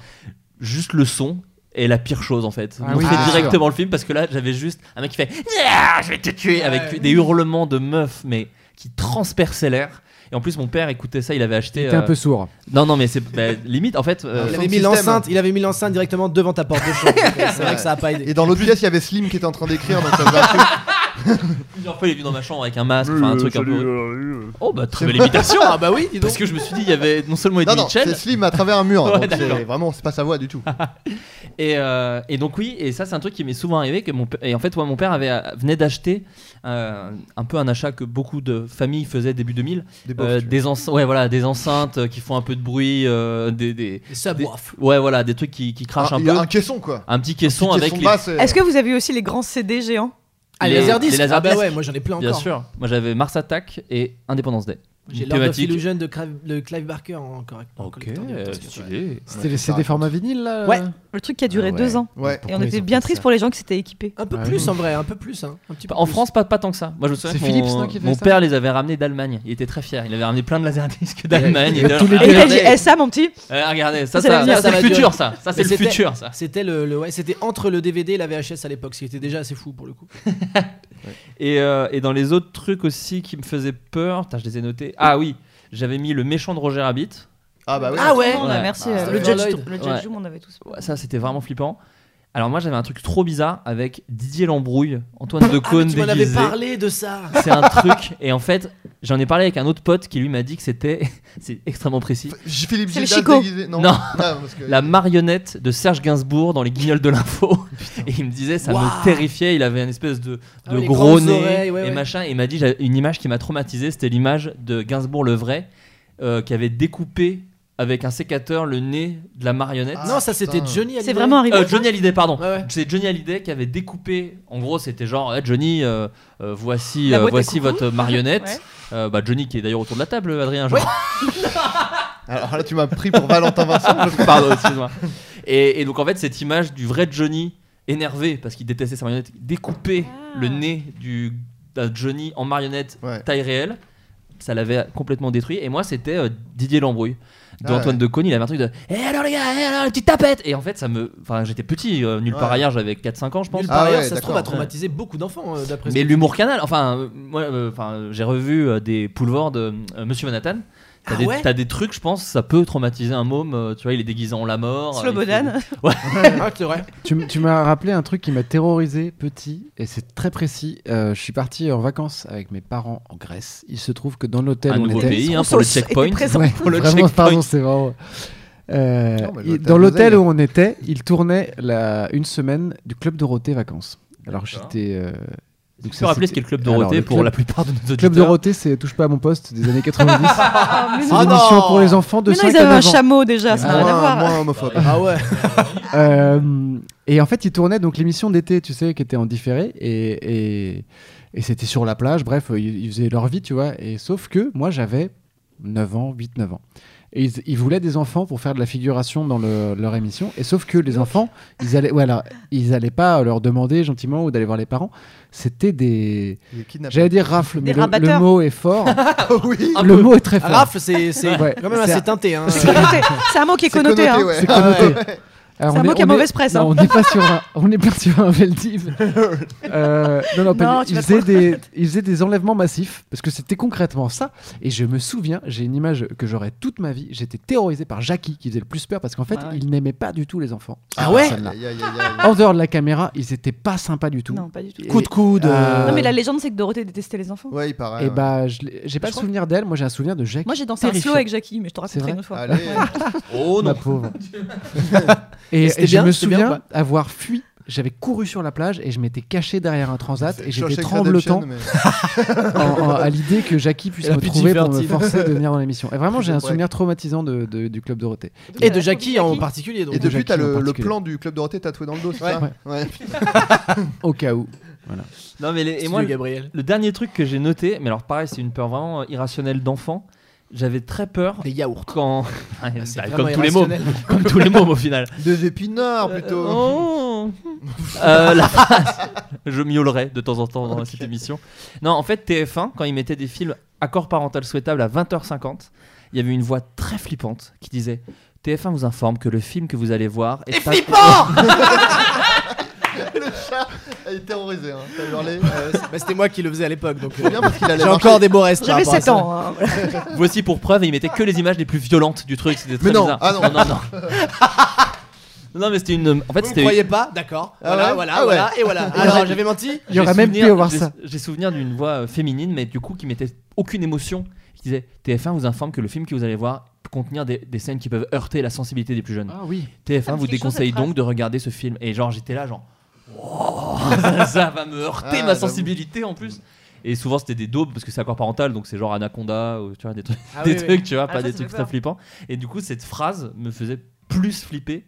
Speaker 8: juste le son est la pire chose, en fait.
Speaker 11: Ah
Speaker 8: On
Speaker 11: oui,
Speaker 8: fait
Speaker 11: bien sûr.
Speaker 8: directement le film parce que là, j'avais juste un mec qui fait, ah, je vais te tuer,
Speaker 11: Ouais.
Speaker 8: avec des hurlements de meufs, mais qui transperçaient l'air. Et en plus, mon père écoutait ça, il avait acheté. euh,
Speaker 11: Il était un peu sourd.
Speaker 8: Non, non, mais c'est bah, limite, en fait.
Speaker 12: Ah.
Speaker 8: euh,
Speaker 3: Il avait mis l'enceinte, il avait mis l'enceinte directement devant ta porte de chambre. Donc, euh, C'est vrai que ça a pas aidé.
Speaker 12: Et dans l'autre pièce, il y avait Slim qui était en train d'écrire. Donc ça faisait un truc.
Speaker 8: Plusieurs fois, il est venu dans ma chambre avec un masque, enfin un
Speaker 12: Euh,
Speaker 8: truc un
Speaker 12: salut,
Speaker 8: peu. Oh, bah, très
Speaker 12: C'est
Speaker 8: belle
Speaker 12: vrai.
Speaker 8: imitation!
Speaker 12: Ah bah oui, dis donc.
Speaker 8: Parce que je me suis dit, il y avait non seulement Eddie
Speaker 12: Non, non,
Speaker 8: Mitchell.
Speaker 12: c'est Slim à travers un mur.
Speaker 8: Ouais,
Speaker 12: donc c'est-
Speaker 8: d'accord.
Speaker 12: vraiment, c'est pas sa voix du tout.
Speaker 8: Et, euh, et donc oui, et ça c'est un truc qui m'est souvent arrivé que mon p- et en fait moi mon père avait euh, venait d'acheter euh, un peu un achat que beaucoup de familles faisaient début 2000
Speaker 3: Des
Speaker 8: euh,
Speaker 3: box, tu
Speaker 8: des ence- ouais voilà des enceintes euh, qui font un peu de bruit euh, des des, des- ouais voilà des trucs qui, qui crachent
Speaker 12: Un-
Speaker 8: un,
Speaker 12: Ah, il y
Speaker 8: peu
Speaker 12: a un caisson, quoi.
Speaker 8: un petit caisson
Speaker 12: petit
Speaker 8: avec
Speaker 12: caisson
Speaker 8: les-
Speaker 12: basse, euh,
Speaker 10: Est-ce que vous avez eu aussi les grands CD géants
Speaker 3: Ah, les laserdiscs. Ah bah ouais, moi, j'en ai plein
Speaker 8: Bien
Speaker 3: encore.
Speaker 8: sûr. Moi j'avais Mars Attack et Independence Day.
Speaker 3: J'ai
Speaker 8: Une
Speaker 3: Lord of
Speaker 8: thématique.
Speaker 3: Illusion de, Cra- de Clive Barker en correct. Ok,
Speaker 8: euh, stylé.
Speaker 11: C'était les CD formats vinyles là
Speaker 3: Ouais.
Speaker 10: Le truc qui a duré
Speaker 3: Ah ouais.
Speaker 10: deux ans.
Speaker 3: Ouais.
Speaker 10: Et
Speaker 3: Pourquoi
Speaker 10: on
Speaker 3: ils
Speaker 10: était
Speaker 3: ont
Speaker 10: bien
Speaker 3: fait
Speaker 10: triste
Speaker 3: ça
Speaker 10: pour les gens qui s'étaient équipés.
Speaker 3: Un peu
Speaker 8: Ah
Speaker 3: plus
Speaker 8: oui.
Speaker 3: en vrai, un peu plus. Hein. Un petit peu
Speaker 8: En
Speaker 3: plus.
Speaker 8: France, pas, pas tant que ça. Moi, je me souviens
Speaker 3: C'est
Speaker 8: que
Speaker 3: Philips,
Speaker 8: mon,
Speaker 3: non, qui faisait
Speaker 8: mon
Speaker 3: ça
Speaker 8: père les avait ramenés d'Allemagne. Il était très fier. Il avait ramené plein de laserdiscs d'Allemagne.
Speaker 3: Et tous les
Speaker 8: regardez.
Speaker 3: deux. Et t'as dit,
Speaker 10: Eh, ça, mon petit
Speaker 8: Euh, regardez, ça,
Speaker 3: Ça,
Speaker 8: ça,
Speaker 3: va
Speaker 8: ça,
Speaker 3: durer,
Speaker 8: c'est
Speaker 3: va
Speaker 8: le futur,
Speaker 3: durer.
Speaker 8: ça. Ça,
Speaker 3: Mais
Speaker 8: c'est le
Speaker 3: c'était-
Speaker 8: futur, ça.
Speaker 3: C'était le, le- ouais, c'était entre le DVD et la VHS à l'époque, ce qui était déjà assez fou pour le coup.
Speaker 8: Et, euh, et dans les autres trucs aussi qui me faisaient peur, putain, je les ai notés. Ah oui, j'avais mis le méchant de Roger Rabbit.
Speaker 12: Ah bah
Speaker 10: oui. Ah ouais, bah, merci, euh, le Judge Doom- le Judge Doom, on avait tous peur.
Speaker 8: Ouais, ça, c'était vraiment flippant. Alors moi j'avais un truc trop bizarre avec Didier Lambrouille, Antoine Decaune
Speaker 3: Ah, tu m'en avais
Speaker 8: déguisé.
Speaker 3: parlé de ça.
Speaker 8: C'est un truc et en fait j'en ai parlé avec un autre pote qui lui m'a dit que c'était c'est extrêmement précis.
Speaker 12: Philippe
Speaker 8: C'est
Speaker 12: C'est le Gildas Chico. déguisé, non
Speaker 8: non.
Speaker 12: Ah, parce que-
Speaker 8: la marionnette de Serge Gainsbourg dans les Guignols de l'info. et il me disait ça
Speaker 3: Waouh.
Speaker 8: me terrifiait. Il avait une espèce de, de
Speaker 3: Ah oui, les
Speaker 8: gros
Speaker 3: grandes
Speaker 8: nez
Speaker 3: oreilles, ouais,
Speaker 8: et
Speaker 3: ouais.
Speaker 8: machin. Et il m'a dit j'ai une image qui m'a traumatisé. C'était l'image de Gainsbourg le vrai euh, qui avait découpé avec un sécateur le nez de la marionnette.
Speaker 3: Ah, Non, ça, c'était putain. Johnny Hallyday. C'est
Speaker 10: vraiment arrivé,
Speaker 8: Euh,
Speaker 10: ça
Speaker 8: Johnny Hallyday, pardon. C'est Johnny Hallyday qui avait découpé. En gros, c'était genre Eh, Johnny, euh, euh, voici,
Speaker 3: La
Speaker 8: euh,
Speaker 3: boîte à
Speaker 8: voici
Speaker 3: coucou.
Speaker 8: votre marionnette.
Speaker 3: Ouais.
Speaker 8: Euh, bah, Johnny qui est d'ailleurs autour de la table, Adrien. Genre.
Speaker 12: Alors là, tu m'as pris pour Valentin Vincent.
Speaker 8: Pardon, excuse-moi. Et, et donc en fait cette image du vrai Johnny énervé parce qu'il détestait sa marionnette, découper
Speaker 3: Ah.
Speaker 8: le nez du d'un Johnny en marionnette taille réelle, ça l'avait complètement détruit. Et moi c'était euh, Didier Lambrouille.
Speaker 3: Ah
Speaker 8: De Antoine
Speaker 3: ouais.
Speaker 8: de Caunes, il avait un truc de Eh alors les gars, eh alors les petites tapettes Et en fait, ça me. Enfin, j'étais petit, euh, nulle part
Speaker 3: Ouais.
Speaker 8: ailleurs, j'avais 4-5 ans, je pense.
Speaker 3: Nulle part ailleurs, ça se trouve à traumatiser beaucoup d'enfants, euh, d'après ce
Speaker 8: Mais
Speaker 3: que-
Speaker 8: l'humour canal, enfin, euh, moi, euh, enfin, euh, j'ai revu euh, des Poulevards de euh, Monsieur Manhattan. T'as
Speaker 3: Ah
Speaker 8: des,
Speaker 3: ouais
Speaker 8: t'as des trucs, je pense, ça peut traumatiser un môme. euh, tu vois, il est déguisé en la mort. euh, il
Speaker 10: Slobodan.
Speaker 8: fait- Ouais.
Speaker 3: Ah, c'est vrai.
Speaker 11: Tu, m- tu m'as rappelé un truc qui m'a terrorisé petit, et c'est très précis. Euh, je suis parti en vacances avec mes parents en Grèce. Il se trouve que dans l'hôtel
Speaker 8: Un
Speaker 11: où on
Speaker 8: nouveau
Speaker 11: était...
Speaker 8: pays, hein, pour le checkpoint.
Speaker 11: Ouais,
Speaker 8: Pour le
Speaker 11: vraiment,
Speaker 8: checkpoint.
Speaker 11: pardon, c'est vraiment... Euh,
Speaker 8: Non, mais
Speaker 11: il-
Speaker 8: l'hôtel
Speaker 11: dans l'hôtel
Speaker 8: d'Oseille.
Speaker 11: où on était, il tournait la, une semaine du Club Dorothée Vacances. Alors j'étais... euh, donc
Speaker 8: tu
Speaker 11: ça,
Speaker 8: peux rappeler
Speaker 11: c'était-
Speaker 8: ce qu'est le Club Dorothée
Speaker 11: le
Speaker 8: pour la plupart de nos
Speaker 11: Club
Speaker 8: auditeurs
Speaker 11: Dorothée, c'est Touche pas à mon poste des années 90.
Speaker 10: Ah, mais
Speaker 11: C'est
Speaker 10: non.
Speaker 11: une émission pour les enfants de
Speaker 10: Mais non,
Speaker 11: 5
Speaker 10: ils
Speaker 11: à
Speaker 10: avaient un
Speaker 11: 9 ans.
Speaker 10: chameau déjà, ça n'a rien à voir.
Speaker 3: Ah ouais.
Speaker 11: Euh, et en fait, il tournait donc l'émission d'été, tu sais, qui était en différé, et, et, et c'était sur la plage. Bref, ils, ils faisaient leur vie, tu vois. Et sauf que moi, j'avais 9 ans, 8, 9 ans. Et ils, ils voulaient des enfants pour faire de la figuration dans le- leur émission. Et sauf que les enfants, ils allaient, voilà, ils allaient pas leur demander gentiment ou d'aller voir les parents. C'était des,
Speaker 12: Des kidnappeurs.
Speaker 11: j'allais dire rafles, mais
Speaker 3: Des
Speaker 11: le- le,
Speaker 3: rabatteurs. Ah
Speaker 11: mot est fort.
Speaker 3: oui.
Speaker 11: le mot est très fort.
Speaker 3: Rafle, c'est c'est
Speaker 11: Ouais.
Speaker 3: quand même assez
Speaker 11: C'est-
Speaker 3: teinté. Hein.
Speaker 11: C'est connoté.
Speaker 10: C'est un mot qui est connoté. hein.
Speaker 11: C'est connoté. Alors,
Speaker 10: C'est un
Speaker 11: on
Speaker 10: mot
Speaker 11: est-
Speaker 10: qui a
Speaker 11: on est-
Speaker 10: mauvaise presse.
Speaker 11: non,
Speaker 10: hein.
Speaker 11: on n'est pas sur un, on n'est pas sur un Veldiv. Euh, non, non, pas
Speaker 10: Non,
Speaker 11: du-
Speaker 10: tu
Speaker 11: ils,
Speaker 10: vas
Speaker 11: faisaient
Speaker 10: trop
Speaker 11: des, ils faisaient des enlèvements massifs parce que c'était concrètement ça. Et je me souviens, j'ai une image que j'aurai toute ma vie. J'étais terrorisé par Jackie qui faisait le plus peur parce qu'en fait,
Speaker 10: Ah ouais. Ah.
Speaker 11: il n'aimait pas du tout les enfants.
Speaker 3: Ah
Speaker 11: Cette
Speaker 3: ouais
Speaker 11: personne-là.
Speaker 3: Aïe, aïe, aïe, aïe,
Speaker 11: En dehors de la caméra, ils étaient pas sympas du tout.
Speaker 10: Non, pas du tout.
Speaker 11: Coup de coude. euh,
Speaker 10: Non, mais la légende, c'est que Dorothée détestait les enfants.
Speaker 12: Ouais, il paraît.
Speaker 11: Et bah, je l'ai- j'ai pas
Speaker 10: Je
Speaker 11: le souvenir d'elle. Moi, j'ai un souvenir de Jackie.
Speaker 10: Moi, j'ai dansé un
Speaker 11: terrifiant.
Speaker 10: slow avec Jackie, mais je te
Speaker 11: C'est
Speaker 10: raconterai
Speaker 11: vrai
Speaker 10: une autre fois.
Speaker 11: Allez.
Speaker 8: Oh
Speaker 11: Ma
Speaker 8: non.
Speaker 11: pauvre.
Speaker 8: Et
Speaker 11: et
Speaker 8: c'était
Speaker 11: et je
Speaker 8: bien,
Speaker 11: me
Speaker 8: c'était bien ou
Speaker 11: souviens
Speaker 8: pas
Speaker 11: avoir fui. J'avais couru sur la plage et je m'étais caché derrière un transat et j'étais
Speaker 12: Shawshank
Speaker 11: tremblotant
Speaker 12: Redemption, mais-
Speaker 11: en- en- à l'idée que Jackie puisse
Speaker 12: Elle a
Speaker 11: me
Speaker 12: pu
Speaker 11: trouver pour me
Speaker 12: divertir.
Speaker 11: forcer de venir dans l'émission. Et vraiment, j'ai un
Speaker 12: Ouais.
Speaker 11: souvenir traumatisant de, de- du club Dorothée.
Speaker 3: Et de Jackie en particulier. donc.
Speaker 12: Et depuis, t'as
Speaker 11: Jackie en
Speaker 12: le, le
Speaker 11: particulier.
Speaker 12: plan du club Dorothée tatoué dans le dos, c'est
Speaker 3: Ouais.
Speaker 12: ça Ouais.
Speaker 11: Au cas où. Voilà.
Speaker 8: Non, mais les- et
Speaker 3: Studio
Speaker 8: moi, le-
Speaker 3: Gabriel.
Speaker 8: le dernier truc que j'ai noté, mais alors pareil, c'est une peur vraiment euh, irrationnelle d'enfant. J'avais très peur. Les
Speaker 3: yaourts.
Speaker 8: Quand. Ouais, bah, comme
Speaker 3: vraiment
Speaker 8: tous les mots.
Speaker 3: irrationnel.
Speaker 8: Comme tous les mots au final.
Speaker 12: Des épinards plutôt.
Speaker 8: Euh, la phrase, je miaulerai de temps en temps dans cette émission. Non, en fait, TF1, quand ils mettaient des films accord parental souhaitable à 20h50, il y avait une voix très flippante qui disait TF1 vous informe que le film que vous allez voir est, pas-
Speaker 10: Oh,
Speaker 12: Le chat, il est terrorisé. Hein. T'as hurlé.
Speaker 3: Euh, c'est- bah, C'était moi qui le faisais à l'époque. donc euh,
Speaker 12: C'est bien parce qu'il allait
Speaker 3: J'ai
Speaker 12: marcher.
Speaker 3: encore des beaux restes. par
Speaker 10: J'avais
Speaker 3: rapport à
Speaker 10: 7
Speaker 3: ça.
Speaker 10: ans. hein, voilà.
Speaker 8: Voici pour preuve, et ils mettaient que les images les plus violentes du truc, c'était très
Speaker 12: Mais non,
Speaker 8: bizarre.
Speaker 12: ah non.
Speaker 8: non, non. Non, mais c'était une. En fait,
Speaker 3: Vous ne
Speaker 8: c'était.
Speaker 3: croyez pas D'accord.
Speaker 12: Ah
Speaker 3: voilà,
Speaker 12: ouais
Speaker 3: voilà,
Speaker 12: Ah ouais.
Speaker 3: voilà, et voilà.
Speaker 12: Il y aurait-
Speaker 3: Alors, j'avais menti
Speaker 11: Il y aurait
Speaker 8: J'ai
Speaker 11: même
Speaker 8: souvenir-
Speaker 11: pu avoir
Speaker 8: j'ai-
Speaker 11: ça.
Speaker 8: J'ai souvenir d'une voix euh, féminine, mais du coup qui mettait aucune émotion. Qui disait TF1 vous informe que le film que vous allez voir peut contenir des, des scènes qui peuvent heurter la sensibilité des plus jeunes.
Speaker 11: Ah oui.
Speaker 10: Ça
Speaker 8: TF1 vous
Speaker 10: me dit quelque chose,
Speaker 8: déconseille
Speaker 10: cette phrase.
Speaker 8: donc de regarder ce film. Et genre j'étais là genre Wow, ça, ça va me heurter
Speaker 12: Ah,
Speaker 8: ma
Speaker 12: j'avoue.
Speaker 8: sensibilité en plus. Et souvent c'était des daubes parce que c'est accord parental donc c'est genre Anaconda ou tu vois des trucs,
Speaker 3: Ah
Speaker 8: des
Speaker 3: oui, oui.
Speaker 8: trucs tu vois
Speaker 3: Ah,
Speaker 8: pas
Speaker 3: ça,
Speaker 8: des
Speaker 3: ça
Speaker 8: trucs
Speaker 3: fait
Speaker 8: très
Speaker 3: peur.
Speaker 8: flippants. Et du coup cette phrase me faisait plus flipper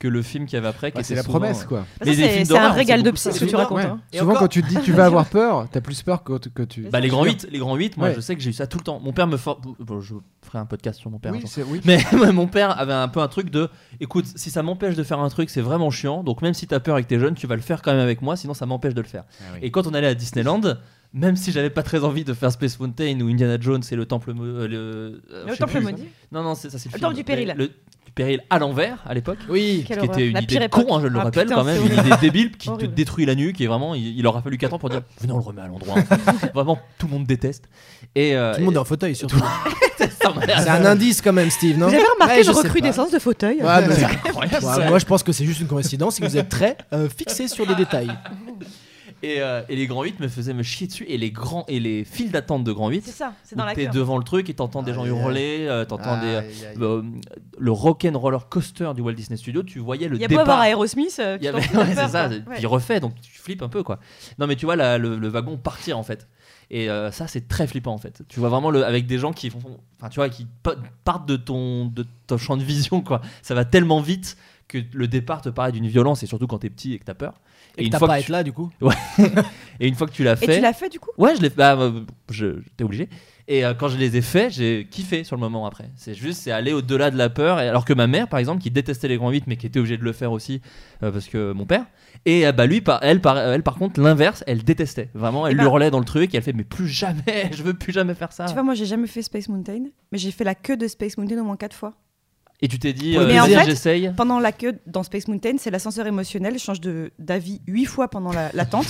Speaker 8: que le film qu'il y avait après. qui
Speaker 11: Bah, c'est
Speaker 8: était
Speaker 11: la
Speaker 8: souvent,
Speaker 11: promesse,
Speaker 8: euh,
Speaker 11: quoi.
Speaker 8: mais les films
Speaker 10: C'est un
Speaker 8: d'horreur,
Speaker 10: régal de
Speaker 8: beaucoup
Speaker 10: psy
Speaker 8: ça.
Speaker 10: ce que tu racontes. hein.
Speaker 3: Et
Speaker 11: Souvent,
Speaker 3: encore-
Speaker 11: quand tu te dis tu vas avoir peur, t'as plus peur que, que tu.
Speaker 8: Bah les grands 8, les grands 8, moi
Speaker 11: Ouais.
Speaker 8: je sais que j'ai eu ça tout le temps. Mon père me for... bon, je ferai un podcast sur mon père.
Speaker 11: Oui,
Speaker 8: un jour.
Speaker 11: c'est- oui.
Speaker 8: Mais mon père avait un peu un truc de écoute, si ça m'empêche de faire un truc, c'est vraiment chiant. Donc même si t'as peur et que t'es jeune, tu vas le faire quand même avec moi, sinon ça m'empêche de le faire.
Speaker 11: Ah oui.
Speaker 8: Et quand on allait à Disneyland, même si j'avais pas très envie de faire Space Mountain ou Indiana Jones et le temple mo- euh, le, euh, je sais
Speaker 10: temple
Speaker 8: plus.
Speaker 10: maudit
Speaker 8: Non non, c'est ça c'est le,
Speaker 10: Le
Speaker 8: film.
Speaker 10: temple du péril.
Speaker 8: Mais Le du péril à l'envers à l'époque.
Speaker 3: Oui,
Speaker 8: ce
Speaker 10: Quelle
Speaker 8: qui
Speaker 10: horreur.
Speaker 8: était une
Speaker 10: La
Speaker 8: idée
Speaker 10: pire
Speaker 8: de
Speaker 10: époque.
Speaker 8: con, hein, je le
Speaker 10: Ah,
Speaker 8: rappelle
Speaker 10: putain,
Speaker 8: quand même,
Speaker 10: c'est
Speaker 8: une idée
Speaker 10: horrible.
Speaker 8: débile qui te
Speaker 10: Horrible.
Speaker 8: détruit la nuque et vraiment il, il aura fallu 4 ans pour dire venez on le remet à l'endroit. vraiment tout le monde déteste. Et, euh,
Speaker 3: Tout le monde est
Speaker 8: et-
Speaker 3: en fauteuil surtout.
Speaker 8: ça m'a l'air-
Speaker 3: C'est un indice quand même, Steve, non
Speaker 10: Vous avez remarqué
Speaker 3: Ouais,
Speaker 10: une
Speaker 3: je sais
Speaker 10: recrudescence de euh, fauteuils
Speaker 3: pas. Ouais, mais-
Speaker 10: C'est
Speaker 8: incroyable,
Speaker 3: Ouais,
Speaker 8: ça.
Speaker 3: Moi, je pense que c'est juste une coïncidence et que vous êtes très euh, fixé sur des détails.
Speaker 8: Et, euh, et les grands 8 me faisaient me chier dessus et les grands et les files d'attente de grands 8
Speaker 10: C'est ça, c'est
Speaker 8: où
Speaker 10: dans la
Speaker 8: t'es
Speaker 10: queue.
Speaker 8: devant le truc et t'entends des gens
Speaker 12: Aïe, aïe.
Speaker 8: hurler euh, t'entends des
Speaker 12: Aïe, aïe.
Speaker 8: euh, le rock'n'roller coaster du Walt Disney Studio tu voyais le
Speaker 10: Il y a beau
Speaker 8: départ
Speaker 10: avoir Aerosmith. euh,
Speaker 8: Il y
Speaker 10: tu t'en
Speaker 8: avait-
Speaker 10: fous, t'as
Speaker 8: ouais,
Speaker 10: peur,
Speaker 8: c'est ça,
Speaker 10: quoi.
Speaker 8: puis
Speaker 10: Ouais.
Speaker 8: il refait, donc tu flippes un peu quoi. Non mais tu vois la- le, le wagon partir en fait. Et euh, ça c'est très flippant en fait. Tu vois vraiment le, avec des gens qui font, enfin tu vois qui pa- partent de ton de ton champ de vision quoi. Ça va tellement vite que le départ te paraît d'une violence et surtout quand t'es petit et que t'as peur.
Speaker 3: Et que
Speaker 8: une
Speaker 3: t'as
Speaker 8: fois
Speaker 3: pas à
Speaker 8: que
Speaker 3: être là, du coup
Speaker 8: Ouais. et une fois que tu l'as
Speaker 3: Et
Speaker 8: fait.
Speaker 3: tu l'as fait, du coup
Speaker 8: Ouais, je l'ai fait. Bah, euh, je, j'étais obligé. Et euh, quand je les ai faits, j'ai kiffé sur le moment après. C'est juste, c'est aller au-delà de la peur. Et alors que ma mère, par exemple, qui détestait les grands 8, mais qui était obligée de le faire aussi euh, parce que mon père. Et euh, bah lui, par, elle, par, elle, par contre, l'inverse, elle détestait. Vraiment, elle
Speaker 10: ben-
Speaker 8: hurlait dans le truc. Et elle fait, mais plus jamais, je veux plus jamais faire ça.
Speaker 10: Tu vois, moi, j'ai jamais fait Space Mountain, mais j'ai fait la queue de Space Mountain au moins quatre fois.
Speaker 8: Et tu t'es dit,
Speaker 10: mais
Speaker 8: euh,
Speaker 10: en
Speaker 8: vas-y,
Speaker 10: fait,
Speaker 8: j'essaye.
Speaker 10: pendant la queue dans Space Mountain, c'est l'ascenseur émotionnel. Je change de- d'avis huit fois pendant la- l'attente.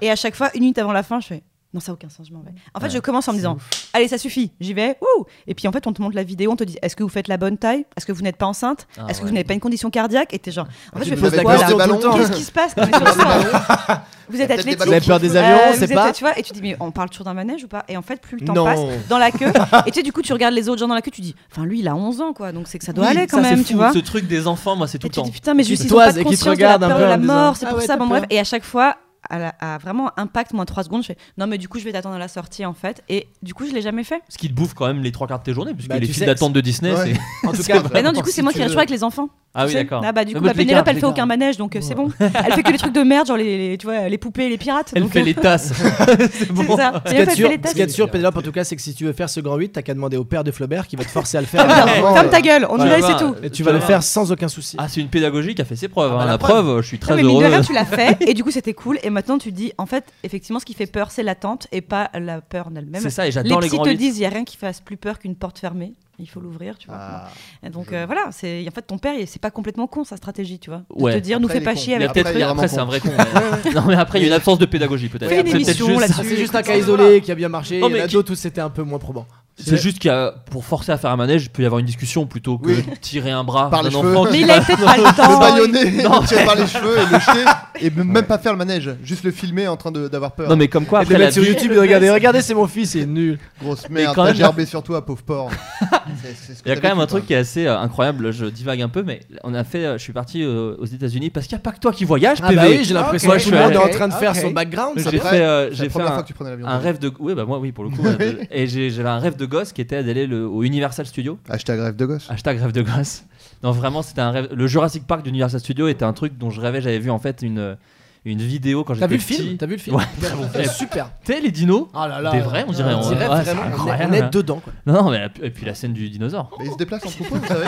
Speaker 10: et à chaque fois, une minute avant la fin, je fais Non, ça n'a aucun sens, je m'en vais. En fait,
Speaker 8: Ouais,
Speaker 10: je commence en me
Speaker 8: c'est
Speaker 10: disant Allez, ça suffit, j'y vais. Wouh et puis en fait, on te montre la vidéo, on te dit Est-ce que vous faites la bonne taille Est-ce que vous n'êtes pas enceinte
Speaker 8: Ah
Speaker 10: Est-ce que
Speaker 8: ouais.
Speaker 10: vous n'avez pas une condition cardiaque Et t'es genre En fait,
Speaker 3: Tu
Speaker 10: je
Speaker 3: nous
Speaker 10: fais
Speaker 3: poses la
Speaker 10: quoi,
Speaker 3: question
Speaker 10: là
Speaker 3: tout le temps.
Speaker 10: Qu'est-ce qui se passe Vous êtes
Speaker 3: Vous
Speaker 10: athlétique Vous êtes athlétique
Speaker 3: avez peur des Vous avez peur des avions,
Speaker 10: Euh,
Speaker 3: on sait
Speaker 10: vous êtes-
Speaker 3: pas.
Speaker 10: Tu vois, et tu te dis Mais on parle toujours d'un manège ou pas Et en fait, plus le temps
Speaker 3: Non.
Speaker 10: passe dans la queue. Et tu sais, du coup, tu regardes les autres gens dans la queue, tu dis Enfin, lui, il a 11 ans, quoi. Donc c'est que ça doit
Speaker 8: Oui,
Speaker 10: aller quand
Speaker 8: ça, c'est
Speaker 10: même,
Speaker 8: fou,
Speaker 10: tu vois.
Speaker 8: Ce truc des enfants, moi, c'est tout le temps.
Speaker 10: Putain, mais juste, ils ont
Speaker 3: toise
Speaker 10: pas de
Speaker 3: et qui te
Speaker 10: conscience de la
Speaker 3: regarde un
Speaker 10: peur
Speaker 3: peu
Speaker 10: de
Speaker 3: en
Speaker 10: la
Speaker 3: disant,
Speaker 10: mort, c'est
Speaker 3: Ah
Speaker 10: pour
Speaker 3: ouais,
Speaker 10: ça.
Speaker 3: t'as
Speaker 10: Bon, bref,
Speaker 3: peur.
Speaker 10: et à chaque fois, à, la- à vraiment un pacte, moins 3 secondes, je fais non, mais du coup, je vais t'attendre à la sortie en fait. Et du coup, je l'ai jamais fait.
Speaker 8: Ce qui te bouffe quand même les trois quarts de tes journées, puisque
Speaker 3: Bah,
Speaker 8: les
Speaker 3: tu
Speaker 8: files
Speaker 3: sais-
Speaker 8: d'attente de Disney,
Speaker 3: Ouais.
Speaker 8: c'est.
Speaker 3: En tout
Speaker 8: c'est
Speaker 3: cas,
Speaker 8: pas
Speaker 10: Mais
Speaker 8: vrai.
Speaker 10: Bah non, du coup,
Speaker 3: Bah, si
Speaker 10: c'est moi
Speaker 3: tu
Speaker 10: qui ai le
Speaker 3: veux.
Speaker 10: choix avec les enfants.
Speaker 8: Ah
Speaker 10: tu
Speaker 8: oui,
Speaker 10: sais.
Speaker 8: d'accord.
Speaker 10: Ah bah, du
Speaker 8: Non,
Speaker 10: coup,
Speaker 8: mais
Speaker 10: la
Speaker 8: les
Speaker 10: Pénélope,
Speaker 8: cartes,
Speaker 10: elle fait aucun manège, donc euh, c'est bon. Elle fait que les trucs de merde, genre les, les- tu vois, les poupées, les pirates.
Speaker 8: Elle
Speaker 10: donc,
Speaker 8: fait
Speaker 10: euh,
Speaker 8: les tasses.
Speaker 10: c'est ça. Elle
Speaker 3: Ce qu'il y a de
Speaker 10: fait
Speaker 3: sûr-
Speaker 10: les
Speaker 3: ce qu'il y a de
Speaker 10: tasses.
Speaker 3: sûr, Pénélope, en tout cas, c'est que si tu veux faire ce grand 8, t'as qu'à demander au père de Flaubert qui va te forcer à le faire.
Speaker 10: Ferme ta- ferme ta gueule, on y va et c'est tout.
Speaker 3: Et tu vas le faire sans aucun souci.
Speaker 8: Ah, c'est une pédagogie qui a fait ses preuves.
Speaker 3: Ah bah,
Speaker 8: hein.
Speaker 3: la
Speaker 8: La
Speaker 3: preuve.
Speaker 8: preuve, je suis
Speaker 10: Non,
Speaker 8: très
Speaker 10: mais mine de rien,
Speaker 8: heureux.
Speaker 10: tu l'as fait, et du coup, c'était cool. Et maintenant, tu te dis, en fait, effectivement, ce qui fait peur, c'est l'attente et pas la peur en elle-même.
Speaker 8: C'est ça, et j'adore les
Speaker 10: psys
Speaker 8: grands
Speaker 10: te
Speaker 8: huit.
Speaker 10: disent, il n'y a rien qui fasse plus peur qu'une porte fermée. Il faut l'ouvrir, tu vois.
Speaker 8: Ah.
Speaker 10: Et donc euh, voilà, c'est en fait ton père, il- c'est pas complètement con sa stratégie, tu vois. De
Speaker 8: Ouais.
Speaker 10: te dire, nous fais pas chier
Speaker 8: Il y a
Speaker 10: avec tes
Speaker 8: peut-être-
Speaker 10: trucs.
Speaker 8: Après, c'est un vrai con. ouais. Non, mais après, il y a une absence de pédagogie, peut-être.
Speaker 10: Fais une
Speaker 8: C'est peut-être
Speaker 10: émission
Speaker 8: juste-
Speaker 10: là-dessus.
Speaker 3: Ah, C'est juste un
Speaker 10: écoute,
Speaker 3: cas
Speaker 10: ça va.
Speaker 3: isolé qui a bien marché.
Speaker 8: Non,
Speaker 3: Il y
Speaker 8: mais
Speaker 3: en a
Speaker 8: qui-
Speaker 3: d'autres où c'était un peu moins probant.
Speaker 8: C'est juste qu'il y a, pour forcer à faire un manège, il peut y avoir une discussion plutôt que
Speaker 3: Oui.
Speaker 8: de tirer un bras
Speaker 12: Par les
Speaker 8: d'un
Speaker 12: cheveux.
Speaker 8: enfant. qui
Speaker 12: Mais il
Speaker 8: va-
Speaker 12: a peut-être pas le temps. Le baïonner,
Speaker 8: Non,
Speaker 12: le tirer par les cheveux et le jeter, et même pas faire le manège, juste le filmer en train de- d'avoir peur.
Speaker 8: Non, mais comme quoi,
Speaker 3: Et de
Speaker 8: après,
Speaker 3: le
Speaker 8: la
Speaker 3: mettre sur
Speaker 8: vie-
Speaker 3: YouTube et de regarder, regardez, c'est mon fils, il est nul.
Speaker 12: Grosse
Speaker 8: Mais
Speaker 12: merde,
Speaker 8: quand
Speaker 12: t'as
Speaker 8: même-
Speaker 12: gerbé sur toi, pauvre porc. C'est- c'est ce que
Speaker 8: Il y a
Speaker 12: t'as
Speaker 8: quand même
Speaker 12: vécu,
Speaker 8: un truc qui est assez euh, incroyable, je divague un peu, mais on a fait, euh, je suis parti euh, aux États-Unis parce qu'il n'y a pas que toi qui voyage,
Speaker 3: Ah
Speaker 8: PV.
Speaker 3: bah oui, j'ai l'impression
Speaker 8: Moi,
Speaker 3: que
Speaker 8: je
Speaker 3: tout le
Speaker 8: suis
Speaker 3: monde est
Speaker 8: allé-
Speaker 3: en train de faire son background, ça
Speaker 8: J'ai
Speaker 3: peut
Speaker 8: fait,
Speaker 3: être.
Speaker 8: euh,
Speaker 3: C'est
Speaker 8: j'ai
Speaker 3: la
Speaker 8: fait
Speaker 3: première
Speaker 8: un,
Speaker 3: fois que tu prenais l'avion,
Speaker 8: un
Speaker 3: d'ailleurs.
Speaker 8: rêve de, ouais bah moi oui pour le coup, euh, de- et j'ai- j'avais un rêve de gosse qui était d'aller le- au Universal Studios.
Speaker 12: Hashtag rêve de gosse.
Speaker 8: Hashtag rêve de gosse. Non vraiment c'était un rêve. Le Jurassic Park d'Universal Studios était un truc dont je rêvais, j'avais vu en fait une une vidéo quand j'étais
Speaker 3: T'as vu le
Speaker 8: petit.
Speaker 3: film T'as vu le film
Speaker 8: Ouais, très bon film.
Speaker 3: Super.
Speaker 8: Tu sais, les dinos
Speaker 3: Ah là là.
Speaker 8: Des vrais, on dirait.
Speaker 3: On dirait
Speaker 8: ouais,
Speaker 3: vraiment,
Speaker 8: c'est
Speaker 3: on est-
Speaker 8: incroyable. hein.
Speaker 3: on est dedans, quoi.
Speaker 8: Non, non, mais la- et puis la scène du dinosaure.
Speaker 12: Mais il se déplace en troupeau, vous savez.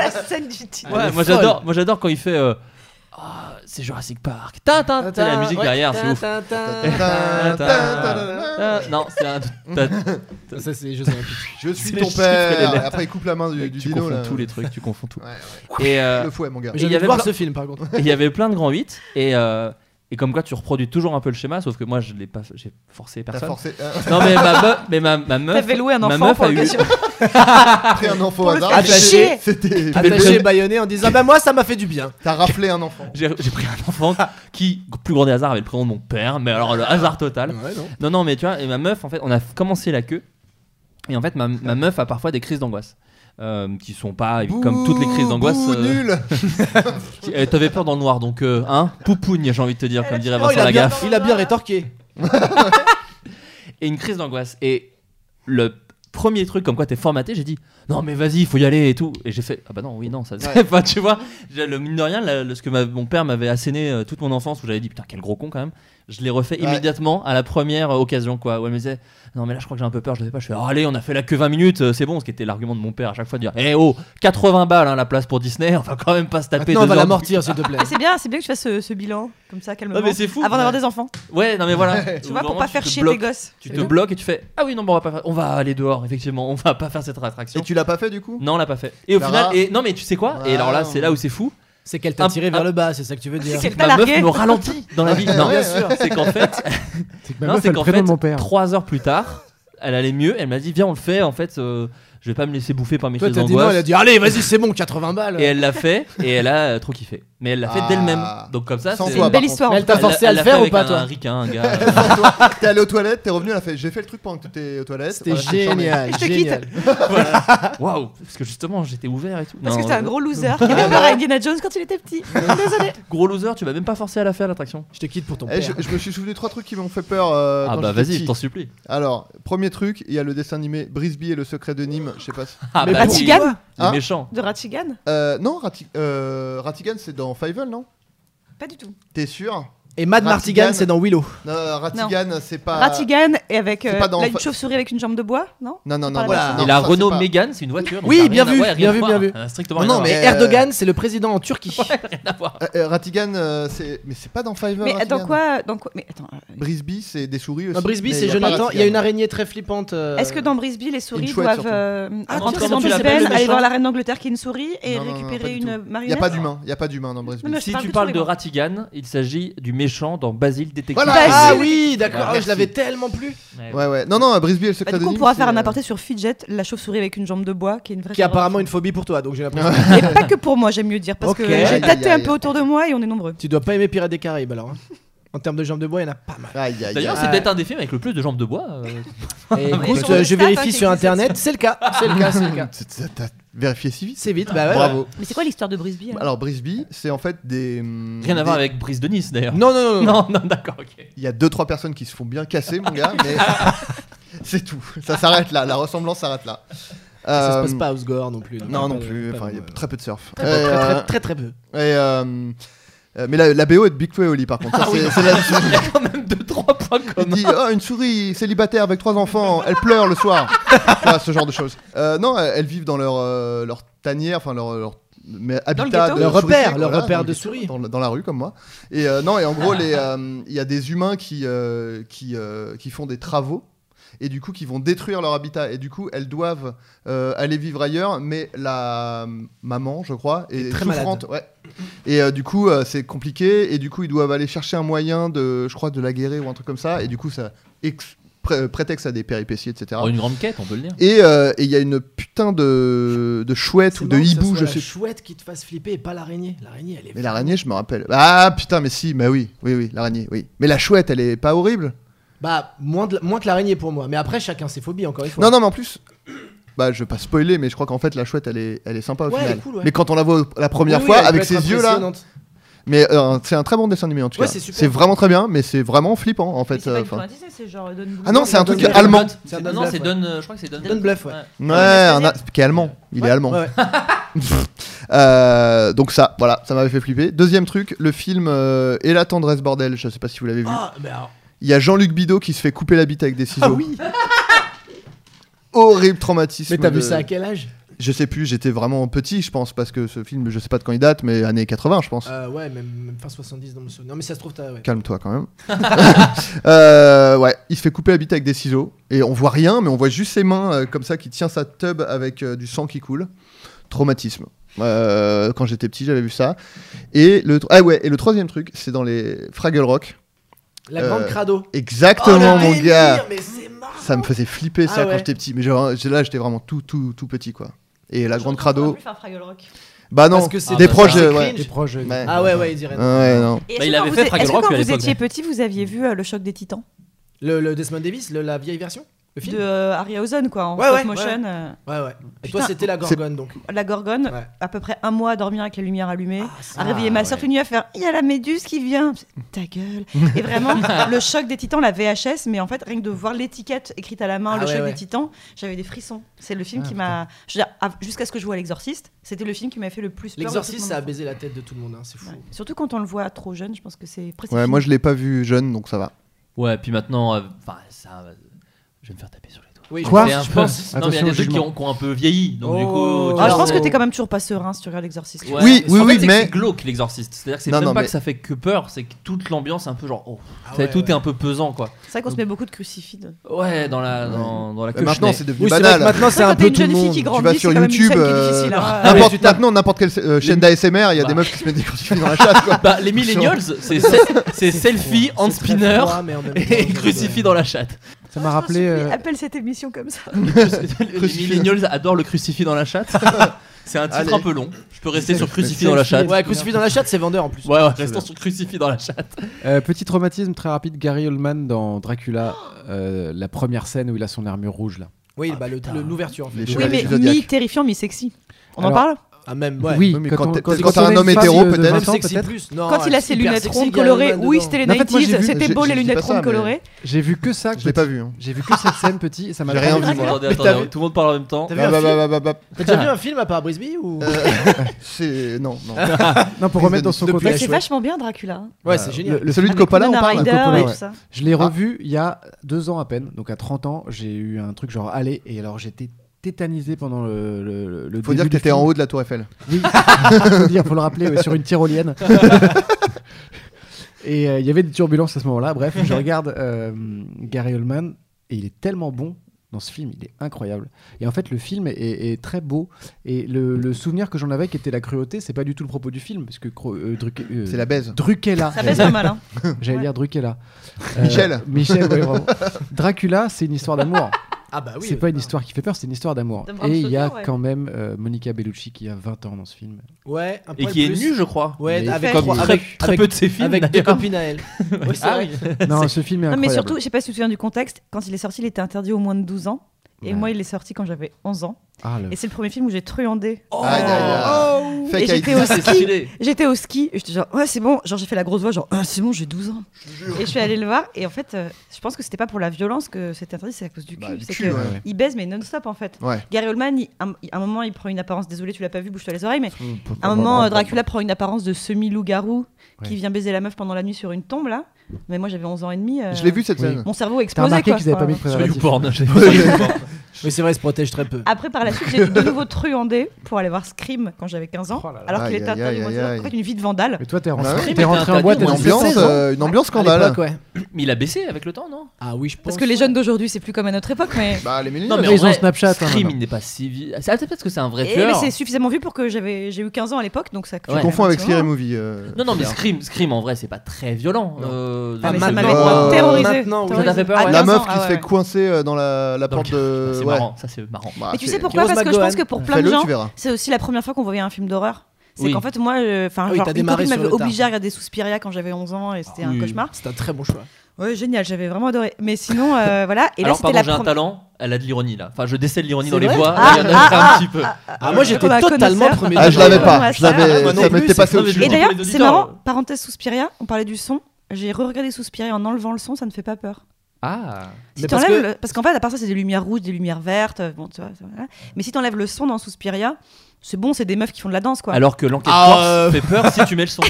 Speaker 10: La scène du titre.
Speaker 8: Ouais, moi j'adore, moi j'adore quand il fait. euh, Ah, c'est Jurassic Park. Tin, tin, tin, la musique
Speaker 3: ouais.
Speaker 8: derrière, c'est
Speaker 3: Tin,
Speaker 8: ouf.
Speaker 3: tin, tin,
Speaker 8: Tin, tin,
Speaker 3: tin, tin.
Speaker 8: tin. Non, c'est un.
Speaker 3: Ça, c'est les Jeux Olympiques.
Speaker 12: Je suis
Speaker 8: C'est
Speaker 12: ton
Speaker 8: les chiffres et les
Speaker 12: père.
Speaker 8: lettres.
Speaker 12: Et après, il coupe la main du-
Speaker 8: Mec,
Speaker 12: du
Speaker 8: tu
Speaker 12: dino,
Speaker 8: confonds
Speaker 12: là.
Speaker 8: tous les trucs, tu confonds tout.
Speaker 12: Ouais,
Speaker 8: Et, euh,
Speaker 12: Le fouet, mon gars.
Speaker 8: et il
Speaker 3: J'ai
Speaker 8: y
Speaker 3: envie de
Speaker 8: avait
Speaker 3: voir
Speaker 8: plein-
Speaker 3: ce film, par contre.
Speaker 8: Et il y avait plein de grands 8 et euh, et comme quoi tu reproduis toujours un peu le schéma, sauf que moi je l'ai pas, fait- j'ai forcé personne.
Speaker 12: forcé, euh.
Speaker 8: Non mais ma, meuf- mais ma, ma meuf,
Speaker 10: T'avais loué un
Speaker 8: ma
Speaker 10: enfant
Speaker 8: meuf
Speaker 10: pour
Speaker 8: a
Speaker 10: le
Speaker 8: eu.
Speaker 10: cautionner.
Speaker 12: Pris un enfant au
Speaker 3: Pour le
Speaker 12: hasard.
Speaker 3: faire chier.
Speaker 12: C'était.
Speaker 3: Attaché, baïonné en disant Bah, moi, ça m'a fait du bien.
Speaker 12: T'as raflé un enfant.
Speaker 8: J'ai j'ai pris un enfant qui, plus grand des hasards, avait le prénom de mon père, mais alors le hasard total.
Speaker 3: non.
Speaker 8: non, mais tu vois, et ma meuf, en fait, on a commencé la queue, et en fait, ma, ma meuf a parfois des crises d'angoisse. euh, qui sont pas comme toutes les crises d'angoisse.
Speaker 12: Bouh, nul.
Speaker 8: qui- euh, T'avais peur dans le noir, donc euh, hein, poupougne, j'ai envie de te dire, comme dirait
Speaker 3: Oh, il,
Speaker 8: Vincent
Speaker 3: a bien,
Speaker 8: Lagaffe.
Speaker 3: il a bien rétorqué.
Speaker 8: et une crise d'angoisse. Et le premier truc comme quoi t'es formaté, j'ai dit non mais vas-y, il faut y aller et tout. Et j'ai fait ah bah non, oui, non, ça
Speaker 12: Ouais.
Speaker 8: enfin, tu vois, j'ai- le mine de rien, la- le- ce que ma- mon père m'avait asséné euh, toute mon enfance où j'avais dit putain, quel gros con quand même. Je l'ai refait
Speaker 12: Ouais.
Speaker 8: immédiatement à la première euh, occasion quoi. Où elle me disait non mais là je crois que j'ai un peu peur, je le fais pas. Je fais oh, allez, on a fait la queue 20 minutes, euh, c'est bon, ce qui était l'argument de mon père à chaque fois de dire eh oh, 80 balles hein, la place pour Disney, on va quand même pas se taper
Speaker 3: Maintenant, on
Speaker 8: deux
Speaker 3: va la
Speaker 8: heures de-
Speaker 3: mortir, s'il te plaît.
Speaker 10: Ah, c'est bien, c'est bien que tu fasses ce, ce bilan comme ça calmement.
Speaker 8: Non, mais c'est fou.
Speaker 10: Avant d'avoir
Speaker 8: Ouais.
Speaker 10: des enfants.
Speaker 8: Ouais, non mais voilà.
Speaker 10: Tu vois, pour
Speaker 8: Vraiment,
Speaker 10: pas
Speaker 8: tu
Speaker 10: faire
Speaker 8: te
Speaker 10: chier
Speaker 8: bloques.
Speaker 10: tes gosses.
Speaker 8: Tu
Speaker 10: C'est
Speaker 8: te
Speaker 10: bien.
Speaker 8: bloques et tu fais Ah oui, non, bon, on va pas faire- On va aller dehors, effectivement, on va pas faire cette attraction.
Speaker 12: Et tu l'as pas fait du coup
Speaker 8: Non, on l'a pas fait. Et au
Speaker 12: Clara
Speaker 8: final, et non, mais tu sais quoi Et alors là,
Speaker 12: Wow.
Speaker 8: c'est là où c'est fou.
Speaker 3: C'est qu'elle t'a
Speaker 8: Un-
Speaker 3: tiré
Speaker 8: un-
Speaker 3: vers le bas, c'est ça que tu veux dire.
Speaker 10: C'est qu'elle t'a
Speaker 8: Ma meuf
Speaker 10: largué.
Speaker 8: me ralentit dans la vie.
Speaker 12: Ouais,
Speaker 8: Non,
Speaker 12: ouais,
Speaker 8: c'est qu'en fait,
Speaker 11: C'est que ma
Speaker 8: non,
Speaker 11: meuf
Speaker 8: c'est
Speaker 11: a le
Speaker 8: qu'en
Speaker 11: prénom
Speaker 8: fait,
Speaker 11: de mon père.
Speaker 8: trois heures plus tard, elle allait mieux. Elle m'a dit, viens, on le fait. En fait, euh, je vais pas me laisser bouffer par mes
Speaker 3: Toi,
Speaker 8: crises
Speaker 3: t'as dit non, elle a
Speaker 8: d'angoisse.
Speaker 3: dit Allez, vas-y, c'est bon, 80 balles.
Speaker 8: Et elle l'a fait. Et elle a euh, trop kiffé. Mais elle l'a fait
Speaker 12: Ah.
Speaker 8: d'elle-même. Donc comme ça,
Speaker 12: Sans
Speaker 8: c'est
Speaker 10: C'est une
Speaker 12: Toi, par
Speaker 10: belle
Speaker 12: contre.
Speaker 10: histoire.
Speaker 3: Mais
Speaker 10: en
Speaker 3: elle
Speaker 10: fait.
Speaker 3: t'a forcé à le faire ou pas,
Speaker 8: Un
Speaker 3: toi
Speaker 8: ricain, un gars. euh,
Speaker 12: T'es allé aux toilettes, t'es revenu, elle a fait. J'ai fait le truc pendant que t'étais aux toilettes.
Speaker 3: C'était
Speaker 12: Voilà, c'est charmé.
Speaker 3: génial.
Speaker 10: Et je te
Speaker 3: génial.
Speaker 8: Waouh. Parce que justement, j'étais ouvert et tout.
Speaker 10: Parce que
Speaker 8: Non, Ah Bah
Speaker 10: t'es un gros loser qui avait peur à Indiana Jones quand il était petit. Désolé.
Speaker 8: gros loser. Tu m'as même pas forcé à la faire l'attraction.
Speaker 3: Je te quitte pour ton
Speaker 12: Eh,
Speaker 3: père.
Speaker 12: je, je me suis souvenu de trois trucs qui m'ont fait peur. euh,
Speaker 8: Ah
Speaker 12: quand
Speaker 8: bah
Speaker 12: j'étais
Speaker 8: vas-y,
Speaker 12: petit.
Speaker 8: je t'en supplie.
Speaker 12: Alors, premier truc, il y a le dessin animé Brisby et le secret de Nîmes. Je sais pas si.
Speaker 8: Ah
Speaker 3: Mais
Speaker 8: bah
Speaker 3: pour-
Speaker 8: oui,
Speaker 10: Ratigan
Speaker 8: il est
Speaker 12: Hein
Speaker 8: méchant.
Speaker 10: De Ratigan
Speaker 12: Euh, non, Rati- euh, Ratigan, c'est dans Fievel, non
Speaker 10: Pas du tout.
Speaker 12: T'es sûr
Speaker 3: Et Mad Martigan, c'est dans Willow.
Speaker 12: Non, euh, Ratigan, c'est pas.
Speaker 10: Ratigan et avec
Speaker 12: C'est
Speaker 10: euh,
Speaker 12: pas dans-
Speaker 10: la- une chauve-souris avec une jambe de bois, non
Speaker 12: Non, non, non.
Speaker 10: Pas
Speaker 3: Ah,
Speaker 12: voilà, non,
Speaker 8: Et la
Speaker 12: ça,
Speaker 8: Renault
Speaker 12: c'est pas-
Speaker 8: Mégane, c'est une voiture. donc ça
Speaker 3: Oui,
Speaker 8: a
Speaker 3: bien
Speaker 8: rien à
Speaker 3: vu,
Speaker 8: voir et rien
Speaker 3: bien
Speaker 8: à
Speaker 3: vu,
Speaker 8: voir.
Speaker 3: bien vu.
Speaker 8: Ça a Euh, strictement
Speaker 3: Non,
Speaker 8: rien à
Speaker 3: non, mais
Speaker 8: voir.
Speaker 3: Erdogan, c'est le président en Turquie.
Speaker 12: Euh, euh, Ratigan, euh, c'est. Mais c'est pas dans Fiverr.
Speaker 10: Mais euh,
Speaker 12: Ratigan.
Speaker 10: dans quoi, dans quoi Mais attends. euh,
Speaker 12: Brisby, c'est des souris aussi.
Speaker 3: À Brisby,
Speaker 12: Mais
Speaker 3: c'est
Speaker 12: y a pas
Speaker 3: Jonathan.
Speaker 12: Ratigan.
Speaker 3: Il y a une araignée très flippante. euh,
Speaker 10: Est-ce que dans Brisby, les souris
Speaker 12: une chouette,
Speaker 10: doivent
Speaker 12: surtout.
Speaker 10: euh,
Speaker 3: Ah,
Speaker 10: rentrer
Speaker 3: comment
Speaker 10: dans
Speaker 3: tu
Speaker 10: une
Speaker 3: l'appelles, le
Speaker 10: peine, aller
Speaker 3: méchant
Speaker 10: voir la reine d'Angleterre qui est une souris et
Speaker 12: Non, non, non, pas
Speaker 10: récupérer
Speaker 12: du
Speaker 10: une
Speaker 12: tout. Y a
Speaker 10: marionnette
Speaker 12: pas d'humain, y a pas d'humain dans Brisby.
Speaker 10: Non, mais je
Speaker 8: Si
Speaker 10: parle
Speaker 8: tu
Speaker 10: que
Speaker 8: parles
Speaker 10: sur
Speaker 8: de
Speaker 10: les-
Speaker 8: Ratigan, il s'agit du méchant dans Basile Détective.
Speaker 12: Voilà.
Speaker 10: Basile
Speaker 3: Ah
Speaker 10: Basile.
Speaker 3: oui, d'accord.
Speaker 12: Voilà,
Speaker 3: Je l'avais
Speaker 12: merci.
Speaker 3: tellement plu.
Speaker 8: Ouais.
Speaker 12: Ouais, ouais. Non, non, à Brisby, elle se euh,
Speaker 10: Bah,
Speaker 12: crée
Speaker 10: du coup, on pourra faire un aparté sur Fidget, la chauve-souris avec une jambe de bois, qui est une vraie.
Speaker 3: Qui est
Speaker 10: terreur.
Speaker 3: apparemment une phobie pour toi, donc j'ai l'impression.
Speaker 10: Et pas que pour moi, j'aime mieux dire, parce
Speaker 3: Ok.
Speaker 10: que
Speaker 3: Aïe,
Speaker 10: j'ai tâté
Speaker 12: aïe,
Speaker 10: un
Speaker 12: aïe.
Speaker 10: peu autour de moi et on est nombreux.
Speaker 3: Tu dois pas aimer Pirates des Caraïbes alors. hein. En termes de jambes de bois, il y en a pas mal.
Speaker 12: Aïe, aïe,
Speaker 8: D'ailleurs,
Speaker 12: aïe.
Speaker 8: c'est peut-être un des films avec le plus de jambes de bois. euh.
Speaker 1: Et écoute,
Speaker 3: Écoute,
Speaker 10: sur
Speaker 3: euh,
Speaker 10: le
Speaker 3: je
Speaker 10: staff, hein,
Speaker 3: vérifie
Speaker 10: qui
Speaker 3: sur
Speaker 10: existe,
Speaker 3: internet. C'est le cas. C'est le cas. C'est le cas.
Speaker 12: T'as- T'as vérifié si vite
Speaker 3: C'est vite. Bah ouais.
Speaker 12: Bravo.
Speaker 10: Mais c'est quoi l'histoire de Brisby hein alors
Speaker 12: Alors, Brisby, c'est Bah, en fait des. hum,
Speaker 8: Rien à
Speaker 12: des-
Speaker 8: voir avec Brise de Nice d'ailleurs.
Speaker 3: Non, non, non, non.
Speaker 8: Non, non, d'accord, ok.
Speaker 12: Il y a 2-3 personnes qui se font bien casser, mon gars, mais c'est tout. Ça s'arrête là, la ressemblance s'arrête là.
Speaker 3: Ça se
Speaker 12: Euh,
Speaker 3: passe pas à Osgore non plus. donc
Speaker 12: Non,
Speaker 3: pas
Speaker 12: non
Speaker 3: de-
Speaker 12: plus,
Speaker 3: pas
Speaker 12: enfin,
Speaker 3: de-
Speaker 12: il y a très peu de surf.
Speaker 3: Très, peu,
Speaker 12: Et,
Speaker 3: très,
Speaker 12: euh,
Speaker 3: très, très, très peu.
Speaker 12: et, euh, euh, mais la, la BO est de Big Flo et Oli par contre. Ça,
Speaker 3: Ah
Speaker 12: c'est- c'est la-
Speaker 8: Il y a quand même 2-3 points
Speaker 12: Il
Speaker 8: communs.
Speaker 12: dit oh, une souris célibataire avec trois enfants, elle pleure le soir. Enfin, ce genre de choses. Euh, non, elles elles vivent dans leur, euh, leur tanière, enfin leur, leur mais habitat,
Speaker 10: ghetto.
Speaker 12: de
Speaker 3: Leur
Speaker 12: souricier,
Speaker 3: repère,
Speaker 12: quoi,
Speaker 3: leur
Speaker 12: voilà,
Speaker 3: repère
Speaker 12: dans le
Speaker 3: de
Speaker 12: ghetto,
Speaker 3: souris.
Speaker 12: Dans, le- dans la rue, comme moi. Et euh, non, et en gros, les, euh, il y a des humains qui, euh, qui, euh, qui font des travaux. Et du coup, qui vont détruire leur habitat. Et du coup, elles doivent euh, aller vivre ailleurs. Mais la euh, maman, je crois, est,
Speaker 3: Est très
Speaker 12: souffrante. Ouais. Et euh, du coup, euh, c'est compliqué. Et du coup, ils doivent aller chercher un moyen de, je crois, de la guérir ou un truc comme ça. Et du coup, ça ex- pré- euh, prétexte à des péripéties, etc.
Speaker 8: Oh, une grande quête, on peut le dire.
Speaker 12: Et euh, et il y a une putain de, de chouette
Speaker 3: C'est
Speaker 12: ou de
Speaker 3: marrant que ça
Speaker 12: hibou,
Speaker 3: soit
Speaker 12: je
Speaker 3: la
Speaker 12: sais
Speaker 3: Chouette qui te fasse flipper et pas l'araignée. L'araignée, elle est.
Speaker 12: mais l'araignée, je me rappelle. Ah putain, mais si, mais oui, oui, oui, l'araignée, oui. Mais la chouette, elle est pas horrible
Speaker 3: Bah moins, de- moins que l'araignée pour moi. Mais après, chacun ses phobies encore une fois.
Speaker 12: Non, non, mais en plus, bah je vais pas spoiler, mais je crois qu'en fait la chouette, elle est, elle est sympa au
Speaker 3: Ouais,
Speaker 12: final.
Speaker 3: elle est cool, ouais.
Speaker 12: Mais quand on la voit au- la
Speaker 3: Oui,
Speaker 12: première
Speaker 3: oui,
Speaker 12: fois
Speaker 3: elle peut
Speaker 12: avec
Speaker 3: être
Speaker 12: ses yeux là,
Speaker 3: impressionnante.
Speaker 12: mais euh, c'est un très bon dessin animé en tout
Speaker 3: Ouais,
Speaker 12: cas.
Speaker 3: c'est super.
Speaker 12: vraiment très bien, mais c'est vraiment flippant en
Speaker 10: Mais
Speaker 12: fait.
Speaker 10: c'est pas
Speaker 12: euh,
Speaker 10: du tout
Speaker 12: enfin.
Speaker 10: un Disney, c'est genre Don Bluth.
Speaker 12: Ah non, c'est un truc
Speaker 3: Don-
Speaker 12: allemand.
Speaker 3: C'est un
Speaker 8: Non,
Speaker 3: Don
Speaker 8: non, c'est
Speaker 3: Bluff, ouais.
Speaker 8: Don. euh, Je crois que c'est Don.
Speaker 3: Don Bluff, ouais.
Speaker 12: Ouais, un a- qui est allemand. Il est allemand.
Speaker 3: Ouais, ouais.
Speaker 12: Euh, donc ça, voilà, ça m'avait fait flipper. Deuxième truc, le film euh, Et la tendresse bordel. Je sais pas si vous l'avez vu.
Speaker 3: Ah, mais alors,
Speaker 12: Il y a Jean-Luc Bidot qui se fait couper la bite avec des ciseaux.
Speaker 3: ah oui.
Speaker 12: Horrible traumatisme.
Speaker 3: Mais t'as vu
Speaker 12: de-
Speaker 3: ça à quel âge
Speaker 12: Je sais plus, j'étais vraiment petit, je pense, parce que ce film, je sais pas de quand il date, mais années 80, je pense.
Speaker 3: Euh, Ouais, même, même fin 70 dans mon souvenir. Non, mais ça se trouve t'as. Ouais.
Speaker 12: Calme-toi quand même. Euh, ouais, il se fait couper la bite avec des ciseaux et on voit rien, mais on voit juste ses mains euh, comme ça qui tient sa tub avec euh, du sang qui coule. Traumatisme. Euh, quand j'étais petit, j'avais vu ça. Et le, ah ouais, et le troisième truc, c'est dans les Fraggle Rock.
Speaker 3: La
Speaker 12: Euh,
Speaker 3: grande crado.
Speaker 12: Exactement,
Speaker 3: Oh, le
Speaker 12: mon
Speaker 3: délire,
Speaker 12: gars.
Speaker 3: Mais c'est marrant.
Speaker 12: Ça me faisait flipper ça
Speaker 3: Ah ouais.
Speaker 12: quand j'étais petit, mais genre, hein, là, j'étais vraiment tout, tout, tout petit quoi. Et la grande
Speaker 10: On va
Speaker 12: crado.
Speaker 10: plus faire Fraggle Rock.
Speaker 12: Bah non,
Speaker 3: Parce que c'est
Speaker 12: des
Speaker 8: bah,
Speaker 12: proches.
Speaker 3: c'est
Speaker 12: euh, ouais.
Speaker 3: cringe.
Speaker 11: Les proches. euh,
Speaker 12: Ouais.
Speaker 3: Ah ouais, ouais, il dirait. non.
Speaker 12: Ouais, non.
Speaker 10: Et
Speaker 8: Bah,
Speaker 10: Est-ce
Speaker 8: il
Speaker 10: que
Speaker 8: avait
Speaker 10: quand
Speaker 8: fait
Speaker 10: vous-
Speaker 8: Fraggle
Speaker 10: est-ce que
Speaker 8: Rock,
Speaker 10: quand
Speaker 8: lui, à
Speaker 10: vous
Speaker 8: l'époque,
Speaker 10: étiez petit, vous aviez vu euh, le choc des titans
Speaker 3: Le, le Desmond Davis, le- la vieille version Le film
Speaker 10: de euh, Harry Ozone quoi en
Speaker 3: Ouais,
Speaker 10: stop
Speaker 3: ouais,
Speaker 10: motion euh,
Speaker 3: Ouais, ouais. Et
Speaker 10: Putain.
Speaker 3: toi, c'était la gorgone donc.
Speaker 10: la gorgone
Speaker 3: Ouais. Ah,
Speaker 10: à peu près un mois à dormir avec la lumière allumée
Speaker 3: ça-
Speaker 10: à réveiller ma soeur
Speaker 8: ouais.
Speaker 10: toute nuit à faire il y a la méduse qui vient ta gueule et vraiment le choc des titans la VHS mais en fait rien que de voir l'étiquette écrite à la main
Speaker 3: Ah
Speaker 10: le
Speaker 3: ouais,
Speaker 10: choc
Speaker 3: ouais. Ah,
Speaker 10: des titans j'avais des frissons c'est le film qui m'a je veux dire, av- jusqu'à ce que je vois l'exorciste c'était le film qui m'a fait le plus peur de toute
Speaker 3: L'exorciste,
Speaker 10: mon
Speaker 3: ça a
Speaker 10: enfance.
Speaker 3: baisé la tête de tout le monde, hein, c'est fou.
Speaker 10: Ouais. surtout quand on le voit trop jeune je pense que c'est presque
Speaker 12: Ouais,
Speaker 10: fini.
Speaker 12: moi je l'ai pas vu jeune, donc ça va.
Speaker 8: Ouais, puis maintenant, euh, enfin, ça. euh, Je vais me faire taper sur les doigts.
Speaker 3: Oui,
Speaker 11: Quoi
Speaker 8: C'est
Speaker 3: je-
Speaker 8: un
Speaker 11: Je
Speaker 8: peu-
Speaker 11: pense.
Speaker 8: Non, mais il y a
Speaker 11: Attention au
Speaker 8: des trucs qui
Speaker 11: jugement.
Speaker 8: ont, qui ont un peu vieilli. Donc, du coup. tu
Speaker 10: Ah, je
Speaker 8: vois,
Speaker 10: pense que
Speaker 8: on-
Speaker 10: t'es quand même toujours pas serein si tu regardes l'exorciste
Speaker 8: Ouais.
Speaker 12: Oui,
Speaker 8: En
Speaker 12: oui,
Speaker 8: fait,
Speaker 12: oui,
Speaker 8: c'est que
Speaker 12: mais-
Speaker 8: C'est glauque l'exorciste. C'est-à-dire que c'est
Speaker 12: Non,
Speaker 8: même
Speaker 12: non,
Speaker 8: pas
Speaker 12: mais-
Speaker 8: que ça fait que peur, c'est que toute l'ambiance est un peu genre. Oh.
Speaker 3: Ah
Speaker 8: Tu sais,
Speaker 3: ouais,
Speaker 8: tout
Speaker 3: ouais.
Speaker 8: est un peu pesant quoi.
Speaker 10: c'est vrai qu'on se met beaucoup de crucifix de-
Speaker 8: Ouais, dans la, dans, dans la
Speaker 12: Mais
Speaker 8: queue.
Speaker 12: maintenant,
Speaker 8: mais-
Speaker 12: c'est devenu
Speaker 3: Oui, c'est vrai
Speaker 12: banal.
Speaker 3: que maintenant, c'est
Speaker 10: Quand
Speaker 3: un
Speaker 10: t'es
Speaker 3: peu
Speaker 10: une
Speaker 3: tout le
Speaker 10: jeune fille
Speaker 3: monde.
Speaker 10: qui
Speaker 12: tu
Speaker 10: grandit,
Speaker 12: vas sur
Speaker 10: c'est quand même une
Speaker 12: YouTube,
Speaker 10: scène qui est
Speaker 12: euh,
Speaker 10: difficile. hein.
Speaker 12: N'importe-
Speaker 3: Ouais, tu tapes-
Speaker 12: maintenant, n'importe quelle euh, chaîne d'ASMR, il y a des
Speaker 8: Bah.
Speaker 12: meufs qui se mettent des crucifix dans la chatte. Quoi.
Speaker 8: Bah, les millennials, c'est se- c'est selfie, hand spinner et crucifix dans la chatte.
Speaker 11: Ça m'a rappelé. euh,
Speaker 10: Appelle cette émission comme ça.
Speaker 8: les millennials adorent le crucifix dans la chatte. C'est un titre
Speaker 12: Allez.
Speaker 8: un peu long. Je peux rester sur crucifix
Speaker 11: Selfie
Speaker 8: dans la chatte.
Speaker 3: Ouais, crucifix dans la chatte, c'est vendeur en plus.
Speaker 8: Ouais, ouais, restons sur crucifix dans la chatte.
Speaker 11: euh, petit traumatisme très rapide. Gary Oldman dans Dracula, euh, la première scène où il a son armure rouge là.
Speaker 8: Ah,
Speaker 3: Oui, bah le- le- l'ouverture en fait.
Speaker 12: Les
Speaker 3: Ouais.
Speaker 10: Oui,
Speaker 12: chevaliers
Speaker 10: mais
Speaker 12: du Zodiac.
Speaker 10: mi-terrifiant, mi-sexy. On en
Speaker 11: Alors,
Speaker 10: parle
Speaker 3: Ah, même, ouais.
Speaker 11: Oui,
Speaker 12: mais
Speaker 11: quand
Speaker 12: quand
Speaker 11: on-
Speaker 12: t'es-
Speaker 11: quand-
Speaker 12: peut-être
Speaker 11: quand
Speaker 12: quand t'es
Speaker 11: on
Speaker 12: un
Speaker 11: est
Speaker 12: homme
Speaker 11: une
Speaker 12: hétéro,
Speaker 11: femme de
Speaker 12: peut-être.
Speaker 11: 20 ans,
Speaker 3: Sexy
Speaker 11: peut-être.
Speaker 3: plus,
Speaker 12: Oh,
Speaker 3: non,
Speaker 10: Quand il a
Speaker 3: ouais,
Speaker 10: ses
Speaker 3: hyper
Speaker 10: lunettes
Speaker 3: sexy,
Speaker 10: rondes
Speaker 3: il y a
Speaker 10: colorées,
Speaker 3: Iron Man
Speaker 10: oui,
Speaker 3: dedans.
Speaker 10: c'était les
Speaker 11: Non, en fait,
Speaker 10: 90s,
Speaker 11: moi, j'ai vu-
Speaker 10: c'était
Speaker 11: j'ai-
Speaker 10: beau les
Speaker 11: j'ai
Speaker 10: lunettes
Speaker 11: pas ça,
Speaker 10: rondes
Speaker 11: mais-
Speaker 10: colorées.
Speaker 11: J'ai vu que ça.
Speaker 12: Je l'ai
Speaker 11: petit.
Speaker 12: pas vu, hein.
Speaker 11: J'ai vu que cette scène petit et ça m'a
Speaker 12: J'ai rien
Speaker 11: traumatisé.
Speaker 12: vu, moi.
Speaker 8: Attendez,
Speaker 12: Mais
Speaker 8: attendez,
Speaker 12: t'as vu-
Speaker 8: tout le monde parle en même temps.
Speaker 3: T'as vu
Speaker 12: Bah,
Speaker 3: un
Speaker 12: bah,
Speaker 3: film
Speaker 12: bah, bah, bah, bah.
Speaker 3: T'as déjà vu un film à part Brisby ou
Speaker 12: C'est. Non, non.
Speaker 11: Non, pour
Speaker 12: Prise
Speaker 11: remettre
Speaker 12: de
Speaker 11: dans son
Speaker 12: nuit.
Speaker 10: Mais
Speaker 11: contexte.
Speaker 10: c'est vachement bien Dracula.
Speaker 3: Ouais, c'est génial.
Speaker 11: Le- le-
Speaker 12: Celui de
Speaker 10: Avec
Speaker 12: Coppola, on
Speaker 10: Winona
Speaker 12: parle
Speaker 10: Ryder
Speaker 11: Coppola,
Speaker 10: et
Speaker 11: ouais.
Speaker 10: tout ça.
Speaker 11: Je l'ai
Speaker 12: Ah.
Speaker 11: revu il y a deux ans à peine, donc à 30 ans, j'ai eu un truc genre allez, et alors j'étais tétanisé pendant le, le, le
Speaker 12: Faut dire
Speaker 11: début
Speaker 12: que
Speaker 11: du
Speaker 12: t'étais
Speaker 11: film.
Speaker 12: en haut de la Tour Eiffel.
Speaker 11: Oui, faut dire, faut le rappeler, ouais, sur une tyrolienne. et euh, il y avait des turbulences à ce moment-là. Bref, je regarde euh, Gary Oldman et il est tellement bon dans ce film, il est incroyable. Et en fait, le film est, est très beau. Et le, le souvenir que j'en avais, qui était la cruauté, c'est pas du tout le propos du film, parce que cro- euh, Druck- euh,
Speaker 12: C'est la baise.
Speaker 11: Druckella.
Speaker 10: Ça pèse pas mal, hein.
Speaker 11: J'allais
Speaker 10: Ouais.
Speaker 11: dire Druckella.
Speaker 12: Michel.
Speaker 11: Michel, ouais, vraiment. Dracula, c'est une histoire d'amour.
Speaker 3: Ah bah oui.
Speaker 11: c'est pas une
Speaker 3: euh,
Speaker 11: histoire qui fait peur, c'est une histoire d'amour.
Speaker 10: De Bram
Speaker 11: Et il y a
Speaker 10: Stoker, ouais.
Speaker 11: quand même euh, Monica Bellucci qui a 20 ans dans ce film.
Speaker 3: Ouais, un
Speaker 8: Et
Speaker 3: poil
Speaker 8: qui est
Speaker 3: plus.
Speaker 8: nu, je crois.
Speaker 3: Ouais,
Speaker 11: Mais
Speaker 3: avec
Speaker 10: Comme
Speaker 3: trois-
Speaker 8: très,
Speaker 3: avec-
Speaker 8: très
Speaker 3: avec-
Speaker 8: peu de ses films.
Speaker 3: Avec deux
Speaker 8: d'ailleurs.
Speaker 3: copines à elle. Ouais, c'est
Speaker 8: Ah
Speaker 3: vrai.
Speaker 11: Non, ce film est
Speaker 10: Non,
Speaker 11: incroyable.
Speaker 10: mais surtout, je sais pas si tu te souviens du contexte, quand il est sorti, il était interdit au moins de 12 ans. Et
Speaker 11: Ouais.
Speaker 10: moi, il est sorti quand j'avais 11 ans.
Speaker 11: Ah, le-
Speaker 10: Et c'est le premier film où j'ai truandé.
Speaker 12: Aïe, aïe, aïe. Fake
Speaker 10: Et j'étais
Speaker 12: ID.
Speaker 10: au
Speaker 8: C'est
Speaker 10: ski.
Speaker 8: stylé.
Speaker 10: J'étais au ski. Et j'étais genre, ouais, c'est bon. Genre, j'ai fait la grosse voix, genre, ah, c'est bon, j'ai 12 ans. Et je suis allée le voir. Et en fait, euh, je pense que c'était pas pour la violence que c'était interdit, c'est à cause du cul.
Speaker 12: Bah, du
Speaker 10: c'est
Speaker 12: cul,
Speaker 10: que
Speaker 12: ouais.
Speaker 10: il baise, mais non-stop, en fait.
Speaker 12: Ouais.
Speaker 10: Gary Oldman, il- un- il- à un moment, il prend une apparence. Désolé, tu l'as pas vu, bouge-toi les oreilles. Mais
Speaker 11: Mm.
Speaker 10: à un moment, euh, Dracula prend une apparence de semi-loup-garou
Speaker 11: Ouais.
Speaker 10: qui vient baiser la meuf pendant la nuit sur une tombe, là. Mais moi, j'avais 11 ans et demi. euh,
Speaker 12: Je l'ai vu cette
Speaker 11: oui.
Speaker 12: scène.
Speaker 10: Mon cerveau a
Speaker 11: T'as
Speaker 10: explosé.
Speaker 11: remarqué
Speaker 10: quoi.
Speaker 11: qu'ils avaient pas mis de
Speaker 8: Sur
Speaker 11: préservatif.
Speaker 8: YouPorn. j'ai vu sur YouPorn.
Speaker 3: Mais c'est vrai, il se protège très peu.
Speaker 10: Après, par la suite, j'ai de nouveau truandé pour aller voir Scream quand j'avais 15 ans,
Speaker 11: Oh là là.
Speaker 10: alors qu'il
Speaker 12: Aïe,
Speaker 10: était
Speaker 12: aïe,
Speaker 10: interdit.
Speaker 12: aïe,
Speaker 10: moi,
Speaker 12: aïe,
Speaker 10: c'est
Speaker 12: aïe.
Speaker 10: En fait, une vie de vandale.
Speaker 11: Mais toi, t'es rentré,
Speaker 12: Bah
Speaker 8: oui,
Speaker 11: t'es
Speaker 8: mais
Speaker 11: rentré
Speaker 8: t'as
Speaker 11: en
Speaker 8: interdit
Speaker 11: boîte
Speaker 8: au
Speaker 11: à
Speaker 12: Une
Speaker 8: moins
Speaker 11: 17
Speaker 12: ambiance,
Speaker 11: ans.
Speaker 12: euh, une ambiance
Speaker 3: À
Speaker 12: scandale.
Speaker 3: l'époque, ouais.
Speaker 8: Mais il a baissé avec le temps, non
Speaker 3: Ah oui, je pense.
Speaker 10: Parce que les jeunes d'aujourd'hui, c'est plus comme à notre époque, mais.
Speaker 12: Bah, les milléniaux.
Speaker 8: Non, mais en
Speaker 11: ils ont
Speaker 8: vrai,
Speaker 11: Snapchat, hein,
Speaker 8: Scream,
Speaker 11: maintenant.
Speaker 8: il n'est pas si vieux. Ah, c'est peut-être que c'est un vrai
Speaker 10: Et Eh, mais
Speaker 8: tueur.
Speaker 10: c'est suffisamment vu pour que j'avais j'ai eu 15 ans à l'époque, donc ça. fait
Speaker 8: Ouais.
Speaker 12: Bah, Tu confonds avec
Speaker 10: un petit
Speaker 12: Scary
Speaker 10: moment.
Speaker 12: Movie. euh,
Speaker 8: Non, non, mais
Speaker 12: Pierre.
Speaker 8: Scream, Scream en vrai, c'est pas très violent. Euh,
Speaker 10: Ah, mais ça
Speaker 3: Maintenant,
Speaker 10: m'avait
Speaker 12: euh,
Speaker 10: terrorisé.
Speaker 3: maintenant, oui.
Speaker 8: Ça t'a fait peur,
Speaker 10: Ah,
Speaker 8: ouais.
Speaker 12: La
Speaker 10: 15
Speaker 12: meuf
Speaker 10: ans,
Speaker 12: qui
Speaker 10: ah
Speaker 12: se fait
Speaker 10: ouais.
Speaker 12: coincer euh, dans la la porte de.
Speaker 8: C'est
Speaker 12: ouais.
Speaker 8: marrant, ça c'est marrant.
Speaker 12: Bah,
Speaker 10: Mais tu
Speaker 12: c'est-
Speaker 10: sais pourquoi
Speaker 3: Ah, Rose
Speaker 10: Parce que je
Speaker 3: McGowan.
Speaker 10: pense que pour plein de
Speaker 12: Fais-le,
Speaker 10: gens,
Speaker 12: tu verras.
Speaker 10: c'est aussi la première fois qu'on voyait un film d'horreur. C'est
Speaker 8: Oui.
Speaker 10: qu'en fait, moi, euh, enfin,
Speaker 3: Ah oui,
Speaker 10: genre,
Speaker 3: t'as
Speaker 10: une
Speaker 3: démarré
Speaker 10: copine
Speaker 3: sur
Speaker 10: m'avait
Speaker 3: le tard.
Speaker 10: obligé à regarder Suspiria quand j'avais 11 ans et c'était un
Speaker 8: Oui.
Speaker 10: cauchemar.
Speaker 3: C'est un très bon choix.
Speaker 10: Ouais, génial, j'avais vraiment adoré. Mais sinon, euh, voilà. Et là,
Speaker 8: Alors,
Speaker 10: c'était
Speaker 8: pardon,
Speaker 10: la
Speaker 8: j'ai un
Speaker 10: première.
Speaker 8: talent, elle a de l'ironie là. Enfin, je décèle l'ironie
Speaker 3: C'est
Speaker 8: dans les
Speaker 3: vrai
Speaker 8: voix,
Speaker 10: Ah,
Speaker 8: il y en a
Speaker 10: ah,
Speaker 8: un
Speaker 10: ah,
Speaker 8: petit peu.
Speaker 3: Ah, moi j'étais
Speaker 10: Comme un
Speaker 3: totalement
Speaker 10: connaisseur.
Speaker 3: premier
Speaker 12: Ah, je
Speaker 3: degré.
Speaker 12: l'avais
Speaker 10: Ouais,
Speaker 12: pas. Je
Speaker 10: ça.
Speaker 12: l'avais.
Speaker 3: Ah, moi
Speaker 12: Ça
Speaker 3: non
Speaker 12: m'était
Speaker 3: plus,
Speaker 12: passé
Speaker 8: c'est
Speaker 12: au-dessus.
Speaker 8: ça,
Speaker 10: Et
Speaker 8: Pour
Speaker 10: d'ailleurs,
Speaker 8: les
Speaker 10: c'est
Speaker 8: auditeurs,
Speaker 10: marrant,
Speaker 8: euh.
Speaker 10: parenthèse Suspiria, on parlait du son. J'ai re-regardé Suspiria en enlevant le son, ça ne fait pas peur.
Speaker 8: Ah,
Speaker 10: Si
Speaker 3: Mais
Speaker 10: t'enlèves
Speaker 3: parce
Speaker 10: le- parce,
Speaker 3: que-
Speaker 10: qu'en fait, à part ça, c'est des lumières rouges, des lumières vertes. euh, Bon, tu vois, ça, voilà. Mais si t'enlèves le son dans Suspiria, c'est bon, c'est des meufs qui font de la danse, quoi.
Speaker 8: alors que l'enquête
Speaker 3: Ah,
Speaker 8: corse
Speaker 3: euh.
Speaker 8: fait peur si tu mets le son.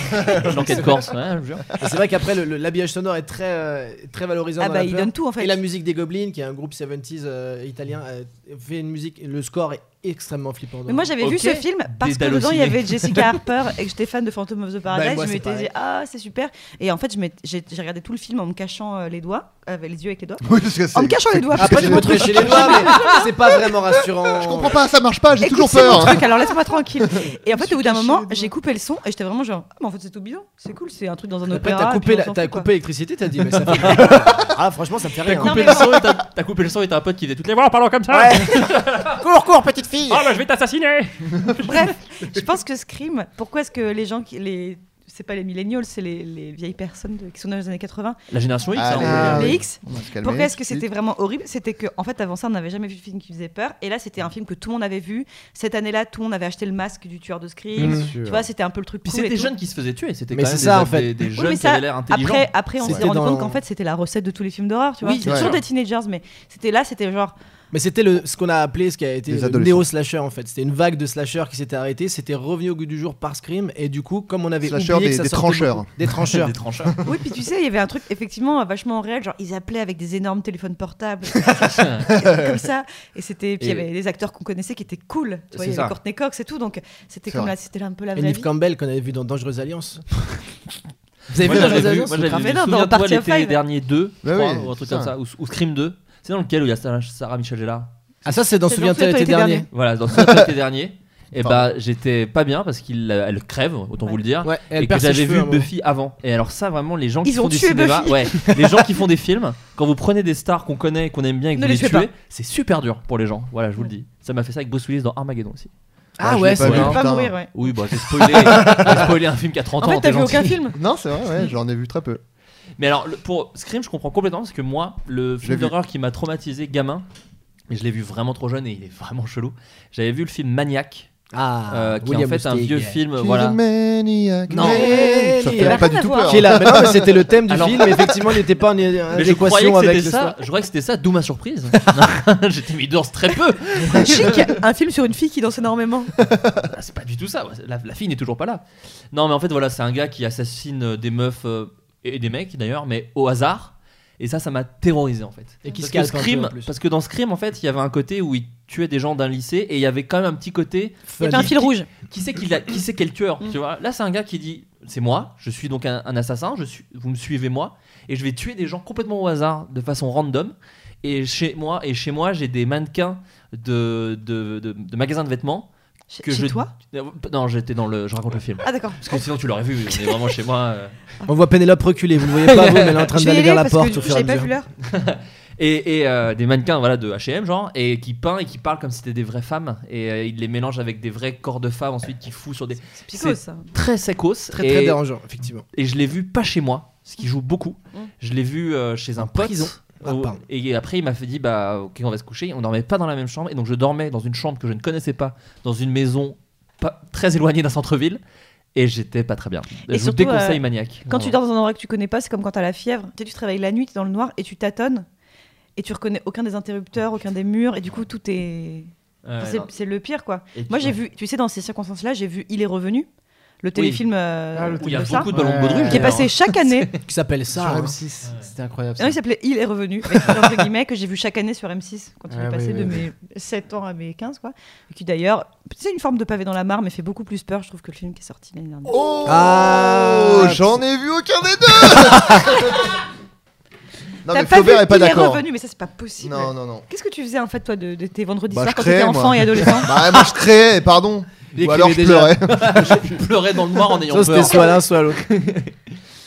Speaker 8: l'enquête corse, ouais, je vous jure.
Speaker 3: Et C'est vrai qu'après, le- le- l'habillage sonore est très, euh, très valorisant.
Speaker 10: ah
Speaker 3: dans
Speaker 10: bah,
Speaker 3: la
Speaker 10: ils
Speaker 3: peur.
Speaker 10: donnent tout, en fait.
Speaker 3: Et la musique des Goblins, qui est un groupe 70s euh, italien, euh, fait une musique. Le score est extrêmement flippant.
Speaker 10: Mais moi, j'avais
Speaker 8: Ok.
Speaker 10: vu ce film parce
Speaker 8: Des
Speaker 10: que dedans, il y
Speaker 8: hallucinés.
Speaker 10: avait Jessica Harper et que j'étais fan de Phantom of the Paradise.
Speaker 3: Bah, moi,
Speaker 10: je
Speaker 3: c'est
Speaker 10: m'étais dit,
Speaker 3: pareil.
Speaker 10: ah, c'est super. Et en fait, je m'étais- j'ai j'ai regardé tout le film en me cachant euh, les doigts, avec les yeux avec les doigts.
Speaker 12: Oui, parce que c'est-
Speaker 10: En me cachant les doigts.
Speaker 3: Après, tu peux te lécher les doigts, mais c'est pas vraiment rassurant.
Speaker 12: Je comprends pas, ça marche pas, j'ai
Speaker 10: Écoute,
Speaker 12: toujours
Speaker 10: c'est mon
Speaker 12: peur.
Speaker 10: truc, alors laisse-moi tranquille. Et en fait, au bout d'un
Speaker 12: caché
Speaker 10: moment,
Speaker 12: les doigts.
Speaker 10: j'ai coupé le son et j'étais vraiment genre, ah, mais en fait, c'est tout bidon. C'est cool, c'est un truc dans un
Speaker 3: Après,
Speaker 10: opéra.
Speaker 3: t'as
Speaker 10: et
Speaker 3: coupé,
Speaker 10: puis on
Speaker 3: la-
Speaker 10: s'en
Speaker 3: t'as
Speaker 10: fout, quoi.
Speaker 3: coupé l'électricité, t'as dit, mais ça fait. ah, franchement, ça me fait
Speaker 8: T'as
Speaker 3: rien.
Speaker 8: coupé, le son et t'as- t'as coupé le son et t'as un pote qui faisait toutes les voix en parlant comme ça.
Speaker 3: Ah. Cours, cours, petite fille
Speaker 8: Oh, bah, je vais t'assassiner.
Speaker 10: Bref, je pense que Scream, pourquoi est-ce que les gens qui. Les... C'est pas les millennials, c'est les, les vieilles personnes de- qui sont dans les années 80.
Speaker 8: La génération X, hein,
Speaker 12: Allez,
Speaker 8: on peut
Speaker 12: Ah
Speaker 8: dire.
Speaker 10: les
Speaker 12: oui.
Speaker 10: X.
Speaker 12: On va se calmer.
Speaker 10: Pourquoi est-ce que c'était vraiment horrible C'était que, en fait, avant ça, on n'avait jamais vu de film qui faisait peur. Et là, c'était un film que tout le monde avait vu. Cette année-là, tout le monde avait acheté le masque du tueur de Scream.
Speaker 11: Bien
Speaker 10: Tu
Speaker 11: sûr.
Speaker 10: vois, c'était un peu le truc
Speaker 8: Puis
Speaker 10: cool.
Speaker 8: c'est
Speaker 10: et
Speaker 8: des
Speaker 10: tout.
Speaker 8: jeunes qui se faisaient tuer, c'était
Speaker 3: Mais
Speaker 8: quand même
Speaker 3: c'est ça,
Speaker 8: des-
Speaker 3: en fait.
Speaker 8: des- des
Speaker 10: Oui,
Speaker 8: jeunes
Speaker 10: mais
Speaker 8: qui avaient
Speaker 10: ça,
Speaker 8: l'air intelligents.
Speaker 10: après, après, on s'est
Speaker 3: C'était
Speaker 10: rendu
Speaker 3: dans-
Speaker 10: compte qu'en fait, c'était la recette de tous les films d'horreur. Tu vois,
Speaker 8: Oui,
Speaker 10: c'est
Speaker 12: ouais.
Speaker 10: toujours des teenagers, mais c'était là, c'était genre.
Speaker 3: Mais c'était le, ce qu'on a appelé, ce qui a été
Speaker 12: Les
Speaker 3: le
Speaker 12: adolescents.
Speaker 3: néo-slasher en fait. C'était une vague de slasher qui s'était arrêtée, c'était revenu au goût du jour par Scream, et du coup, comme on avait
Speaker 12: Slasher, des-
Speaker 3: oublié que ça
Speaker 12: des
Speaker 3: sortait
Speaker 12: trancheurs.
Speaker 3: beaucoup- Des trancheurs.
Speaker 8: des tranchants.
Speaker 10: Oui, puis tu sais, il y avait un truc effectivement vachement réel. Genre, ils appelaient avec des énormes téléphones portables, comme ça. Et c'était. Puis il
Speaker 8: Et-
Speaker 10: y avait des acteurs qu'on connaissait qui étaient cool. Tu vois, il y
Speaker 8: C'est ça.
Speaker 10: avait Courtney Cox et tout. Donc, c'était
Speaker 12: C'est
Speaker 10: comme
Speaker 12: vrai.
Speaker 10: là, c'était un peu la
Speaker 3: Et
Speaker 10: vraie
Speaker 3: Neve
Speaker 10: vie.
Speaker 3: Campbell qu'on avait vu dans Dangereuse Alliance. Vous avez
Speaker 8: Moi
Speaker 3: vu
Speaker 8: j'avais
Speaker 3: Dangereuse
Speaker 8: vu,
Speaker 3: Alliance
Speaker 8: moi
Speaker 3: ou
Speaker 8: j'avais
Speaker 3: pas
Speaker 10: grave
Speaker 8: vu
Speaker 10: énorme,
Speaker 8: Souviens-toi
Speaker 10: dans Party of
Speaker 8: l'été
Speaker 10: Five. Bah
Speaker 8: dernier 2, je
Speaker 12: Ouais,
Speaker 8: crois,
Speaker 12: ouais,
Speaker 8: ou un truc
Speaker 12: c'est
Speaker 8: comme
Speaker 12: ça.
Speaker 8: ça, ou, ou Scream 2. C'est dans lequel où il y a Sarah, Sarah Michel Gellar
Speaker 3: Ah, ça, c'est dans
Speaker 10: C'est dans
Speaker 3: Souviens-toi l'été
Speaker 10: Souviens-toi
Speaker 3: dernier.
Speaker 8: Voilà, dans Souviens-toi l'été dernier. Et bah
Speaker 12: Pardon.
Speaker 8: j'étais pas bien parce qu'il euh, elle crève, autant vous le dire.
Speaker 3: Ouais,
Speaker 8: Et,
Speaker 3: elle
Speaker 8: que
Speaker 3: perd ses
Speaker 8: j'avais
Speaker 3: cheveux
Speaker 8: vu
Speaker 3: à un moment.
Speaker 8: Buffy avant. Et alors ça vraiment les gens qui
Speaker 10: Ils
Speaker 8: font
Speaker 10: ont
Speaker 8: du
Speaker 10: tué
Speaker 8: cinéma,
Speaker 10: Buffy.
Speaker 8: ouais, les gens qui font des films, quand vous prenez des stars qu'on connaît, et qu'on aime bien et que
Speaker 10: Ne
Speaker 8: vous les
Speaker 10: les tuez
Speaker 8: tuez, c'est super dur pour les gens. Voilà, je vous le dis. Ça m'a fait ça avec Bruce Willis dans Armageddon aussi.
Speaker 12: Ah,
Speaker 3: Ah,
Speaker 12: je l'ai
Speaker 3: ouais,
Speaker 12: pas
Speaker 3: c'est
Speaker 12: vu.
Speaker 3: vrai.
Speaker 10: Pour pas
Speaker 12: Putain.
Speaker 10: mourir, ouais.
Speaker 8: Oui, bah j'ai spoilé, j'ai spoilé un film qui a 30
Speaker 10: En
Speaker 8: ans.
Speaker 10: fait, t'as
Speaker 8: t'es
Speaker 10: vu aucun
Speaker 8: gentil.
Speaker 10: film
Speaker 12: Non, c'est vrai, ouais, j'en ai vu très peu.
Speaker 8: Mais alors, le- pour Scream, je comprends complètement parce que moi, le
Speaker 12: l'ai
Speaker 8: film
Speaker 12: vu.
Speaker 8: d'horreur qui m'a traumatisé gamin, et je l'ai vu vraiment trop jeune et il est vraiment chelou, j'avais vu le film Maniac
Speaker 3: Ah,
Speaker 8: euh, qui est en
Speaker 3: William
Speaker 8: fait un
Speaker 3: Lustig.
Speaker 8: vieux film.
Speaker 3: She's
Speaker 8: Voilà.
Speaker 3: a
Speaker 12: maniac,
Speaker 8: Non.
Speaker 12: maniac. Ça fait
Speaker 3: Maniac.
Speaker 12: pas du tout peur.
Speaker 3: Qui est là, mais non, mais c'était le thème du
Speaker 8: Alors-
Speaker 3: film, mais effectivement, il n'était pas en en
Speaker 8: Mais je croyais
Speaker 3: adéquation
Speaker 8: que
Speaker 3: avec
Speaker 8: c'était
Speaker 3: le
Speaker 8: ça.
Speaker 3: soir.
Speaker 8: Je croyais que c'était ça, d'où ma surprise. J'étais mis dehors très peu.
Speaker 10: Chic, un film sur une fille qui danse énormément.
Speaker 8: Ah, c'est pas du tout ça. ouais. La, la fille n'est toujours pas là. Non, mais en fait, voilà, c'est un gars qui assassine euh, des meufs euh, et des mecs d'ailleurs, mais au hasard. Et ça, ça m'a terrorisé en fait.
Speaker 3: Et qui
Speaker 8: parce
Speaker 3: se
Speaker 8: que
Speaker 3: calque un peu,
Speaker 8: Scream-
Speaker 3: en plus.
Speaker 8: parce que dans Scream, en fait, il y avait un côté où il tuait des gens d'un lycée et il y avait quand même un petit côté.
Speaker 10: Il y avait un
Speaker 8: Qui-
Speaker 10: fil rouge. Mm.
Speaker 8: Qui c'est qu'il a, qui c'est quel tueur, tu vois Là, c'est un gars qui dit c'est moi, je suis donc un, un assassin, je suis, vous me suivez moi, et je vais tuer des gens complètement au hasard, de façon random. Et chez moi, et chez moi, j'ai des mannequins de de, de- de magasins de vêtements. Que
Speaker 10: chez
Speaker 8: je...
Speaker 10: toi
Speaker 8: Non, j'étais dans le. Je raconte le film.
Speaker 10: Ah, d'accord.
Speaker 8: Parce
Speaker 3: Oh.
Speaker 8: que sinon, tu l'aurais vu. On est vraiment chez moi. euh.
Speaker 3: On voit Pénélope reculer, vous ne voyez pas vous, mais elle est en train
Speaker 10: Je vais
Speaker 3: d'aller
Speaker 10: y
Speaker 3: vers
Speaker 10: aller
Speaker 3: la
Speaker 10: parce
Speaker 3: porte
Speaker 10: que
Speaker 3: au fur et à
Speaker 10: j'ai pas
Speaker 3: mesure.
Speaker 10: vu l'heure.
Speaker 8: et et, euh, des mannequins voilà de H&M genre et qui peint et qui parle comme si c'était des vraies femmes et euh, il les mélange avec des vrais corps de femmes ensuite qui fout sur des
Speaker 3: psychose, ça.
Speaker 8: très secos
Speaker 3: Très,
Speaker 8: et-
Speaker 3: très dérangeant, effectivement.
Speaker 8: et je l'ai vu pas chez moi ce qui joue beaucoup
Speaker 10: Mmh.
Speaker 3: Mm.
Speaker 8: je l'ai vu euh, chez un
Speaker 3: En
Speaker 8: pote
Speaker 3: prison. Ah,
Speaker 8: où-
Speaker 3: pardon.
Speaker 8: et après il m'a fait dit bah ok on va se coucher on dormait pas dans la même chambre et donc je dormais dans une chambre que je ne connaissais pas dans une maison pas très éloignée d'un centre-ville et j'étais pas très bien je vous
Speaker 10: surtout,
Speaker 8: déconseille
Speaker 10: euh,
Speaker 8: maniaque
Speaker 10: Quand tu dors dans un endroit que tu connais pas, c'est comme quand t'as la fièvre. Tu, sais, tu travailles la nuit, t'es dans le noir et tu tâtonnes et tu reconnais aucun des interrupteurs, aucun des murs et du coup tout est.
Speaker 8: Ouais,
Speaker 10: Enfin, c'est-
Speaker 8: non.
Speaker 10: c'est le pire quoi.
Speaker 8: Et tu-
Speaker 10: Moi j'ai
Speaker 8: ouais.
Speaker 10: vu, tu sais, dans ces circonstances-là, j'ai vu Il est revenu, le téléfilm. euh,
Speaker 8: Ah, le
Speaker 10: de
Speaker 8: Où il y a
Speaker 10: ça,
Speaker 8: beaucoup de ballons de baudruche,
Speaker 10: Qui est
Speaker 8: d'ailleurs.
Speaker 10: passé chaque année.
Speaker 3: Qui s'appelle ça.
Speaker 11: Sur
Speaker 3: hein.
Speaker 11: M6, c'était incroyable.
Speaker 10: Non, il s'appelait Il est revenu, avec, entre guillemets, que j'ai vu chaque année sur M6 quand il
Speaker 11: Ah
Speaker 10: est passé de
Speaker 11: oui, oui,
Speaker 10: mes 7 ans à mes 15, quoi. Et qui d'ailleurs, c'est une forme de pavé dans la mare, mais fait beaucoup plus peur, je trouve, que le film qui est sorti l'année dernière.
Speaker 12: Oh,
Speaker 3: Ah,
Speaker 12: j'en ai vu aucun des deux. non
Speaker 10: T'as
Speaker 12: mais
Speaker 10: pas
Speaker 12: Flaubert
Speaker 10: vu
Speaker 12: est pas
Speaker 10: Il est
Speaker 12: d'accord.
Speaker 10: revenu, mais ça c'est pas possible.
Speaker 12: Non, non, non.
Speaker 10: Qu'est-ce que tu faisais en fait, toi, de, de tes vendredis
Speaker 12: Bah,
Speaker 10: soirs
Speaker 12: je
Speaker 10: quand
Speaker 12: créais,
Speaker 10: t'étais
Speaker 12: moi.
Speaker 10: enfant et adolescent
Speaker 12: Bah, moi je créais, pardon.
Speaker 3: Il
Speaker 12: Ou alors je
Speaker 3: écrivait
Speaker 12: pleurais.
Speaker 3: déjà.
Speaker 8: je pleurais dans le noir en ayant
Speaker 3: Ça, c'était
Speaker 8: peur
Speaker 3: soit l'un, soit l'autre.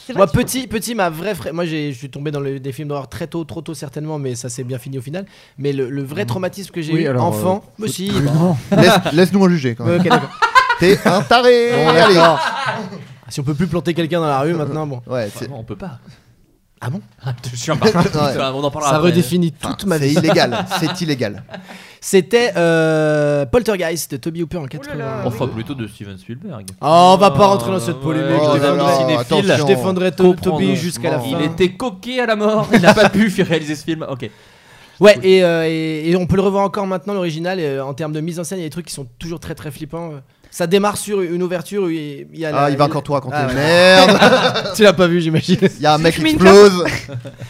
Speaker 10: C'est
Speaker 3: Moi, petit, petit, ma vraie fra- Moi, j'ai- je suis tombé dans le- des films d'horreur très tôt, trop tôt certainement, mais ça s'est bien fini au final. Mais le, le vrai traumatisme que j'ai
Speaker 11: Oui,
Speaker 3: eu
Speaker 11: alors,
Speaker 3: enfant,
Speaker 11: euh,
Speaker 3: mais si,
Speaker 11: faut-
Speaker 3: bah,
Speaker 11: Non.
Speaker 12: Laisse- Laisse-nous en juger quand
Speaker 3: ouais,
Speaker 12: même.
Speaker 3: ok, d'accord.
Speaker 12: T'es un taré.
Speaker 3: Euh. Bon,
Speaker 12: Allez.
Speaker 3: d'accord. si on peut plus planter quelqu'un dans la rue maintenant, bon.
Speaker 12: Ouais,
Speaker 8: Enfin,
Speaker 12: c'est
Speaker 8: non, on peut pas
Speaker 3: Ah bon euh,
Speaker 8: je suis un barbare. Enfin, on en parlera
Speaker 3: Ça
Speaker 8: après.
Speaker 3: redéfinit toute ma
Speaker 12: c'est
Speaker 3: vie.
Speaker 12: illégal. C'est illégal.
Speaker 3: C'était euh, Poltergeist de Toby Hooper en 80.
Speaker 8: On fera plutôt de Steven Spielberg.
Speaker 3: Oh, on va pas rentrer dans cette polémique,
Speaker 12: je
Speaker 8: je
Speaker 12: défendrai-
Speaker 8: cinéphile.
Speaker 3: Je
Speaker 12: attention.
Speaker 3: défendrai To-
Speaker 8: Comprendre.
Speaker 3: Toby jusqu'à la
Speaker 12: Bon.
Speaker 3: fin.
Speaker 8: Il était coqué à la mort. Il n'a pas pu faire réaliser ce film. Ok.
Speaker 3: Ouais, et, euh, et- et on peut le revoir encore maintenant, l'original, et, euh, en termes de mise en scène, il y a des trucs qui sont toujours très très flippants. euh. Ça démarre sur une ouverture, où il il y a la-
Speaker 12: Ah, il va encore tout raconter.
Speaker 3: Ah, ouais.
Speaker 12: Merde.
Speaker 3: tu l'as pas vu, j'imagine.
Speaker 12: Il y a un mec qui
Speaker 10: mets une
Speaker 12: explose.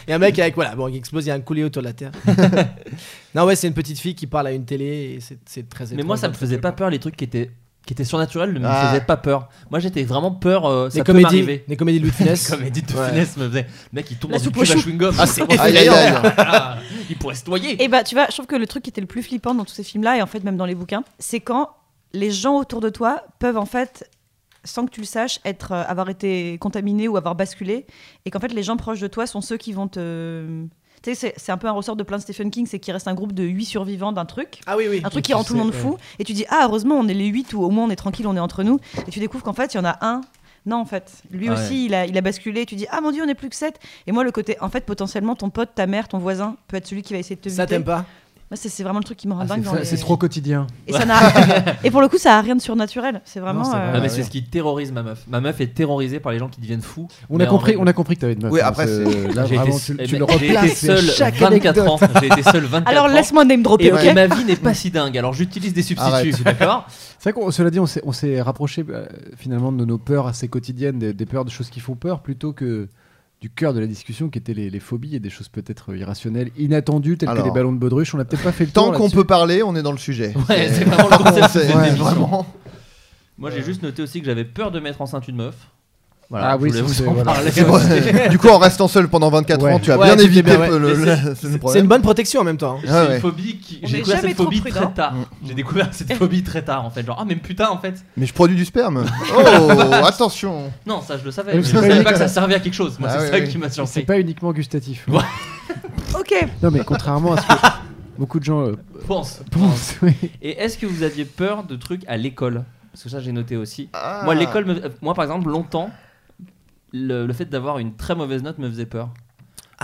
Speaker 3: Il y a un mec avec, voilà, bon, qui explose, il y a un coulé autour de la Terre. non, ouais, c'est une petite fille qui parle à une télé, et c'est- c'est très hein.
Speaker 8: Mais moi, ça me faisait pas peur les trucs qui étaient qui étaient surnaturels, ne me
Speaker 12: Ah.
Speaker 8: faisaient pas peur. Moi, j'étais vraiment peur. euh, ça
Speaker 3: Les
Speaker 8: peut
Speaker 3: comédies,
Speaker 8: m'arriver.
Speaker 3: les comédies de Louis de Funès.
Speaker 8: Les comédies de
Speaker 3: Ouais.
Speaker 8: finesse me faisaient. Le mec, il tombe
Speaker 10: La
Speaker 8: dans une
Speaker 10: soupe aux
Speaker 8: tube à
Speaker 10: choux.
Speaker 8: chewing gum.
Speaker 12: Ah, c'est
Speaker 8: Ah,
Speaker 12: Aïe, aïe, aïe.
Speaker 8: ah, Il pourrait se noyer.
Speaker 10: Et bah, tu vois, je trouve que le truc qui était le plus flippant dans tous ces films-là, et en fait, même dans les bouquins, c'est quand les gens autour de toi peuvent en fait sans que tu le saches, être, euh, avoir été contaminé ou avoir basculé, et qu'en fait les gens proches de toi sont ceux qui vont te... Tu sais, c'est- c'est un peu un ressort de plein de Stephen King, c'est qu'il reste un groupe de 8 survivants d'un truc,
Speaker 3: Ah oui, oui.
Speaker 10: un truc
Speaker 3: Et
Speaker 10: qui rend
Speaker 3: tu
Speaker 10: tout le
Speaker 3: sais,
Speaker 10: monde
Speaker 3: ouais.
Speaker 10: fou et tu dis ah heureusement on est les 8 ou au moins on est tranquille on est entre nous et tu découvres qu'en fait il y en a un non en fait lui
Speaker 8: Ah ouais.
Speaker 10: aussi il a, il a basculé et tu dis ah mon dieu on est plus que 7 et moi le côté en fait potentiellement ton pote ta mère ton voisin peut être celui qui va essayer de te
Speaker 3: Ça
Speaker 10: buter.
Speaker 3: t'aime pas
Speaker 10: moi c'est c'est vraiment le truc qui me rend
Speaker 11: Ah,
Speaker 10: dingue
Speaker 11: c'est
Speaker 10: dans
Speaker 11: ça,
Speaker 10: les-
Speaker 11: c'est trop quotidien.
Speaker 10: et, ça n'a- et pour le coup ça a rien de surnaturel c'est vraiment
Speaker 11: Non, c'est
Speaker 8: Ah,
Speaker 10: euh,
Speaker 8: mais
Speaker 11: ouais.
Speaker 8: c'est ce qui terrorise ma meuf. Ma meuf est terrorisée par les gens qui deviennent fous.
Speaker 11: On
Speaker 8: Mais
Speaker 11: a
Speaker 8: en
Speaker 11: compris,
Speaker 8: vrai-
Speaker 11: on a compris que t'avais une meuf.
Speaker 12: Oui,
Speaker 11: hein,
Speaker 12: après,
Speaker 11: c'est-
Speaker 12: c'est-
Speaker 11: là
Speaker 8: J'ai
Speaker 11: vraiment
Speaker 8: été-
Speaker 11: tu,
Speaker 8: eh
Speaker 11: tu
Speaker 8: ben,
Speaker 11: le
Speaker 8: j'ai été
Speaker 11: replaces c'est à
Speaker 8: seul
Speaker 11: chaque
Speaker 8: 24
Speaker 11: anecdote.
Speaker 8: ans. J'ai été seul 24 ans.
Speaker 10: alors laisse-moi name
Speaker 8: Et,
Speaker 10: dropper ok
Speaker 8: et ma vie n'est pas si dingue, alors j'utilise des substituts,
Speaker 12: Arrête.
Speaker 8: d'accord
Speaker 11: C'est vrai qu'on cela dit, on s'est, on s'est rapproché euh, finalement de nos peurs assez quotidiennes, des, des peurs de choses qui font peur, plutôt que du cœur de la discussion qui étaient les, les phobies et des choses peut-être irrationnelles, inattendues, telles
Speaker 12: Alors.
Speaker 11: que les ballons de baudruche. On n'a peut-être pas fait le
Speaker 12: Tant
Speaker 11: temps
Speaker 12: qu'on peut parler, on est dans le sujet.
Speaker 8: Ouais, c'est vraiment le concept de cette
Speaker 12: Ouais,
Speaker 8: émission.
Speaker 12: vraiment.
Speaker 8: Moi j'ai juste noté aussi que j'avais peur de mettre enceinte une meuf.
Speaker 11: Euh. Ah oui,
Speaker 8: je voulais
Speaker 11: ça,
Speaker 8: vous
Speaker 11: c'est-
Speaker 8: en
Speaker 11: voilà.
Speaker 8: parler.
Speaker 12: C'est vrai. du coup, en restant seul pendant 24
Speaker 11: Ouais.
Speaker 12: ans, tu as
Speaker 3: Ouais,
Speaker 12: bien
Speaker 3: c'était
Speaker 12: évité
Speaker 3: bien, ouais.
Speaker 12: le, le-
Speaker 3: Mais
Speaker 12: le
Speaker 3: C'est
Speaker 12: problème.
Speaker 3: une bonne protection en même temps. hein.
Speaker 8: C'est
Speaker 12: Ah
Speaker 8: une
Speaker 12: ouais.
Speaker 8: phobie qui.
Speaker 10: On
Speaker 8: J'ai
Speaker 10: est
Speaker 8: découvert
Speaker 10: jamais
Speaker 8: cette
Speaker 10: trop
Speaker 8: phobie
Speaker 10: prudent.
Speaker 8: très tard. J'ai découvert cette phobie très tard en fait. Genre, ah, mais putain en fait.
Speaker 12: Mais je produis du sperme. Oh, attention.
Speaker 8: Non, ça je le savais.
Speaker 11: Mais
Speaker 8: mais
Speaker 11: c'est
Speaker 8: je
Speaker 11: pas
Speaker 8: savais
Speaker 11: unique.
Speaker 8: pas que ça servait à quelque chose. Moi,
Speaker 12: Ah
Speaker 8: c'est
Speaker 12: oui,
Speaker 8: ça
Speaker 12: oui.
Speaker 8: qui m'a
Speaker 11: C'est
Speaker 8: surpris.
Speaker 11: pas uniquement gustatif. hein.
Speaker 8: Ouais.
Speaker 10: ok
Speaker 11: Non, mais contrairement à ce que beaucoup de gens euh,
Speaker 8: Pense.
Speaker 11: pensent, oui.
Speaker 8: Et est-ce que vous aviez peur de trucs à l'école Parce que ça, j'ai noté aussi.
Speaker 12: Ah.
Speaker 11: Ah.
Speaker 8: Moi, l'école, me- euh, moi par exemple, longtemps, le, le fait d'avoir une très mauvaise note me faisait peur.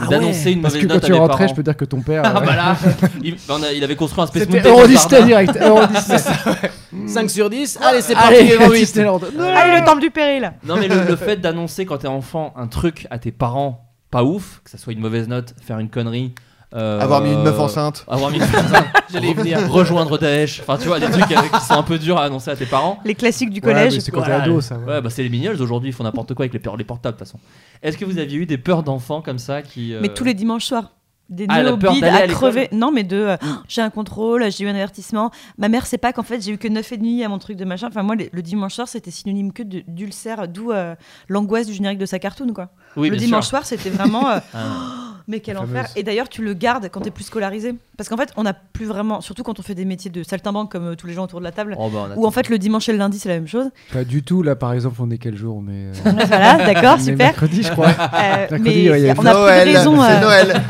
Speaker 3: Ah
Speaker 8: d'annoncer une
Speaker 11: Ah Parce
Speaker 8: mauvaise
Speaker 11: que
Speaker 8: note
Speaker 11: quand tu
Speaker 8: à des
Speaker 11: rentrais,
Speaker 8: parents.
Speaker 11: je peux dire que ton père.
Speaker 8: Ah
Speaker 11: euh,
Speaker 8: bah là, il, ben, on a- il avait construit un space
Speaker 11: C'était Ah,
Speaker 8: mountain dans le
Speaker 11: Eurodisney
Speaker 8: jardin.
Speaker 11: direct, Eurodisney.
Speaker 3: 5 sur 10,
Speaker 10: Ah.
Speaker 3: allez, c'est parti,
Speaker 8: Allez,
Speaker 3: Héroïs.
Speaker 8: Disneyland.
Speaker 10: Allez, le temple du péril
Speaker 8: Non mais le, le fait d'annoncer quand t'es enfant un truc à tes parents pas ouf, que ça soit une mauvaise note, faire une connerie. euh,
Speaker 12: Avoir mis une meuf enceinte.
Speaker 8: Avoir mis une meuf enceinte.
Speaker 12: J'allais y venir.
Speaker 8: Rejoindre Daesh. Enfin, tu vois, des trucs euh, qui sont un peu durs à annoncer à tes parents.
Speaker 10: Les classiques
Speaker 8: bah,
Speaker 10: du Ouais, collège. mais c'est quand t'es ado, ça,
Speaker 8: Ouais, bah c'est les mignoles aujourd'hui, ils font n'importe quoi avec les, per- les portables, de toute façon. Est-ce que vous aviez eu des peurs d'enfants comme ça qui. euh,
Speaker 10: Mais tous les dimanches soirs. Des
Speaker 8: Ah,
Speaker 10: nœuds
Speaker 8: la
Speaker 10: au
Speaker 8: peur
Speaker 10: bide
Speaker 8: d'aller
Speaker 10: à,
Speaker 8: à l'école.
Speaker 10: crever. Non, mais de euh, j'ai un contrôle, j'ai eu un avertissement. Ma mère sait pas qu'en fait j'ai eu que 9,5 à mon truc de machin. Enfin, moi, les- le dimanche soir, c'était synonyme que de- d'ulcère, d'où euh, l'angoisse du générique de sa cartoon, quoi.
Speaker 8: Oui,
Speaker 10: le
Speaker 8: bien
Speaker 10: dimanche
Speaker 8: sûr.
Speaker 10: soir, c'était vraiment. euh,
Speaker 8: Ah.
Speaker 10: Oh, Mais quel
Speaker 8: La
Speaker 10: enfer
Speaker 8: fameuse.
Speaker 10: Et d'ailleurs, tu le gardes quand t'es plus scolarisé, parce qu'en fait, on n'a plus vraiment, surtout quand on fait des métiers de saltimbanque comme euh, tous les gens autour de la table,
Speaker 11: Oh, bah, on
Speaker 10: où en
Speaker 11: attend.
Speaker 10: fait le dimanche et le lundi c'est la même chose.
Speaker 11: Pas du tout, là par exemple, on est quel jour mais, euh,
Speaker 10: Voilà, d'accord,
Speaker 11: mais
Speaker 10: super.
Speaker 11: Mercredi, je crois.
Speaker 4: Ah,
Speaker 10: Euh,
Speaker 11: mercredi,
Speaker 10: mais
Speaker 11: ouais, il y a
Speaker 10: on a
Speaker 11: eu-
Speaker 10: plus de raison.
Speaker 11: c'est
Speaker 10: euh,
Speaker 11: Noël.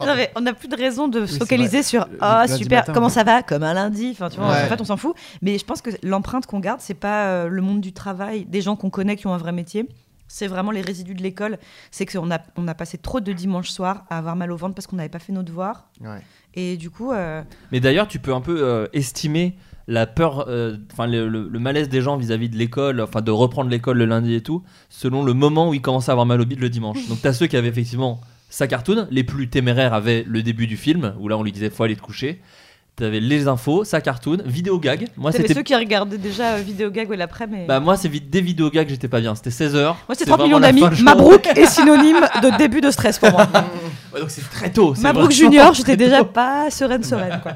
Speaker 10: Non, mais on n'a plus de raison de se
Speaker 4: c'est
Speaker 10: focaliser
Speaker 4: vrai.
Speaker 10: sur
Speaker 4: Le- le
Speaker 10: ah
Speaker 4: lundi
Speaker 10: super
Speaker 4: matin,
Speaker 10: comment
Speaker 4: ouais.
Speaker 10: ça va comme un lundi enfin tu vois
Speaker 4: Ouais.
Speaker 10: en fait on s'en fout mais je pense que l'empreinte qu'on garde c'est pas euh, le monde du travail des gens qu'on connaît qui ont un vrai métier c'est vraiment les résidus de l'école c'est que on a on a passé trop de dimanches soirs à avoir mal au ventre parce qu'on n'avait pas fait nos devoirs
Speaker 12: Ouais.
Speaker 10: et du coup euh,
Speaker 4: Ah,
Speaker 8: Mais d'ailleurs, tu peux un peu euh, estimer la peur, euh, enfin le, le- le malaise des gens vis-à-vis de l'école, enfin de reprendre l'école le lundi et tout, selon le moment où ils commençaient à avoir mal au bide le dimanche. Donc t'as ceux qui avaient effectivement sa cartoon, les plus téméraires avaient le début du film, où là on lui disait faut aller te coucher. T'avais les infos, sa cartoon, vidéo gag. Moi
Speaker 10: t'avais
Speaker 8: c'était
Speaker 10: ceux qui regardaient déjà euh, vidéo gag ou l'après mais
Speaker 8: bah moi c'est vite des vidéos gag, j'étais pas bien, c'était 16h. Moi
Speaker 10: moi c'est 30 millions d'amis Mabrouk est synonyme de début de stress pour moi
Speaker 8: donc c'est très tôt. c'est
Speaker 10: Mabrouk
Speaker 8: vraiment
Speaker 10: Junior
Speaker 8: très
Speaker 10: j'étais déjà
Speaker 8: tôt.
Speaker 10: pas sereine sereine quoi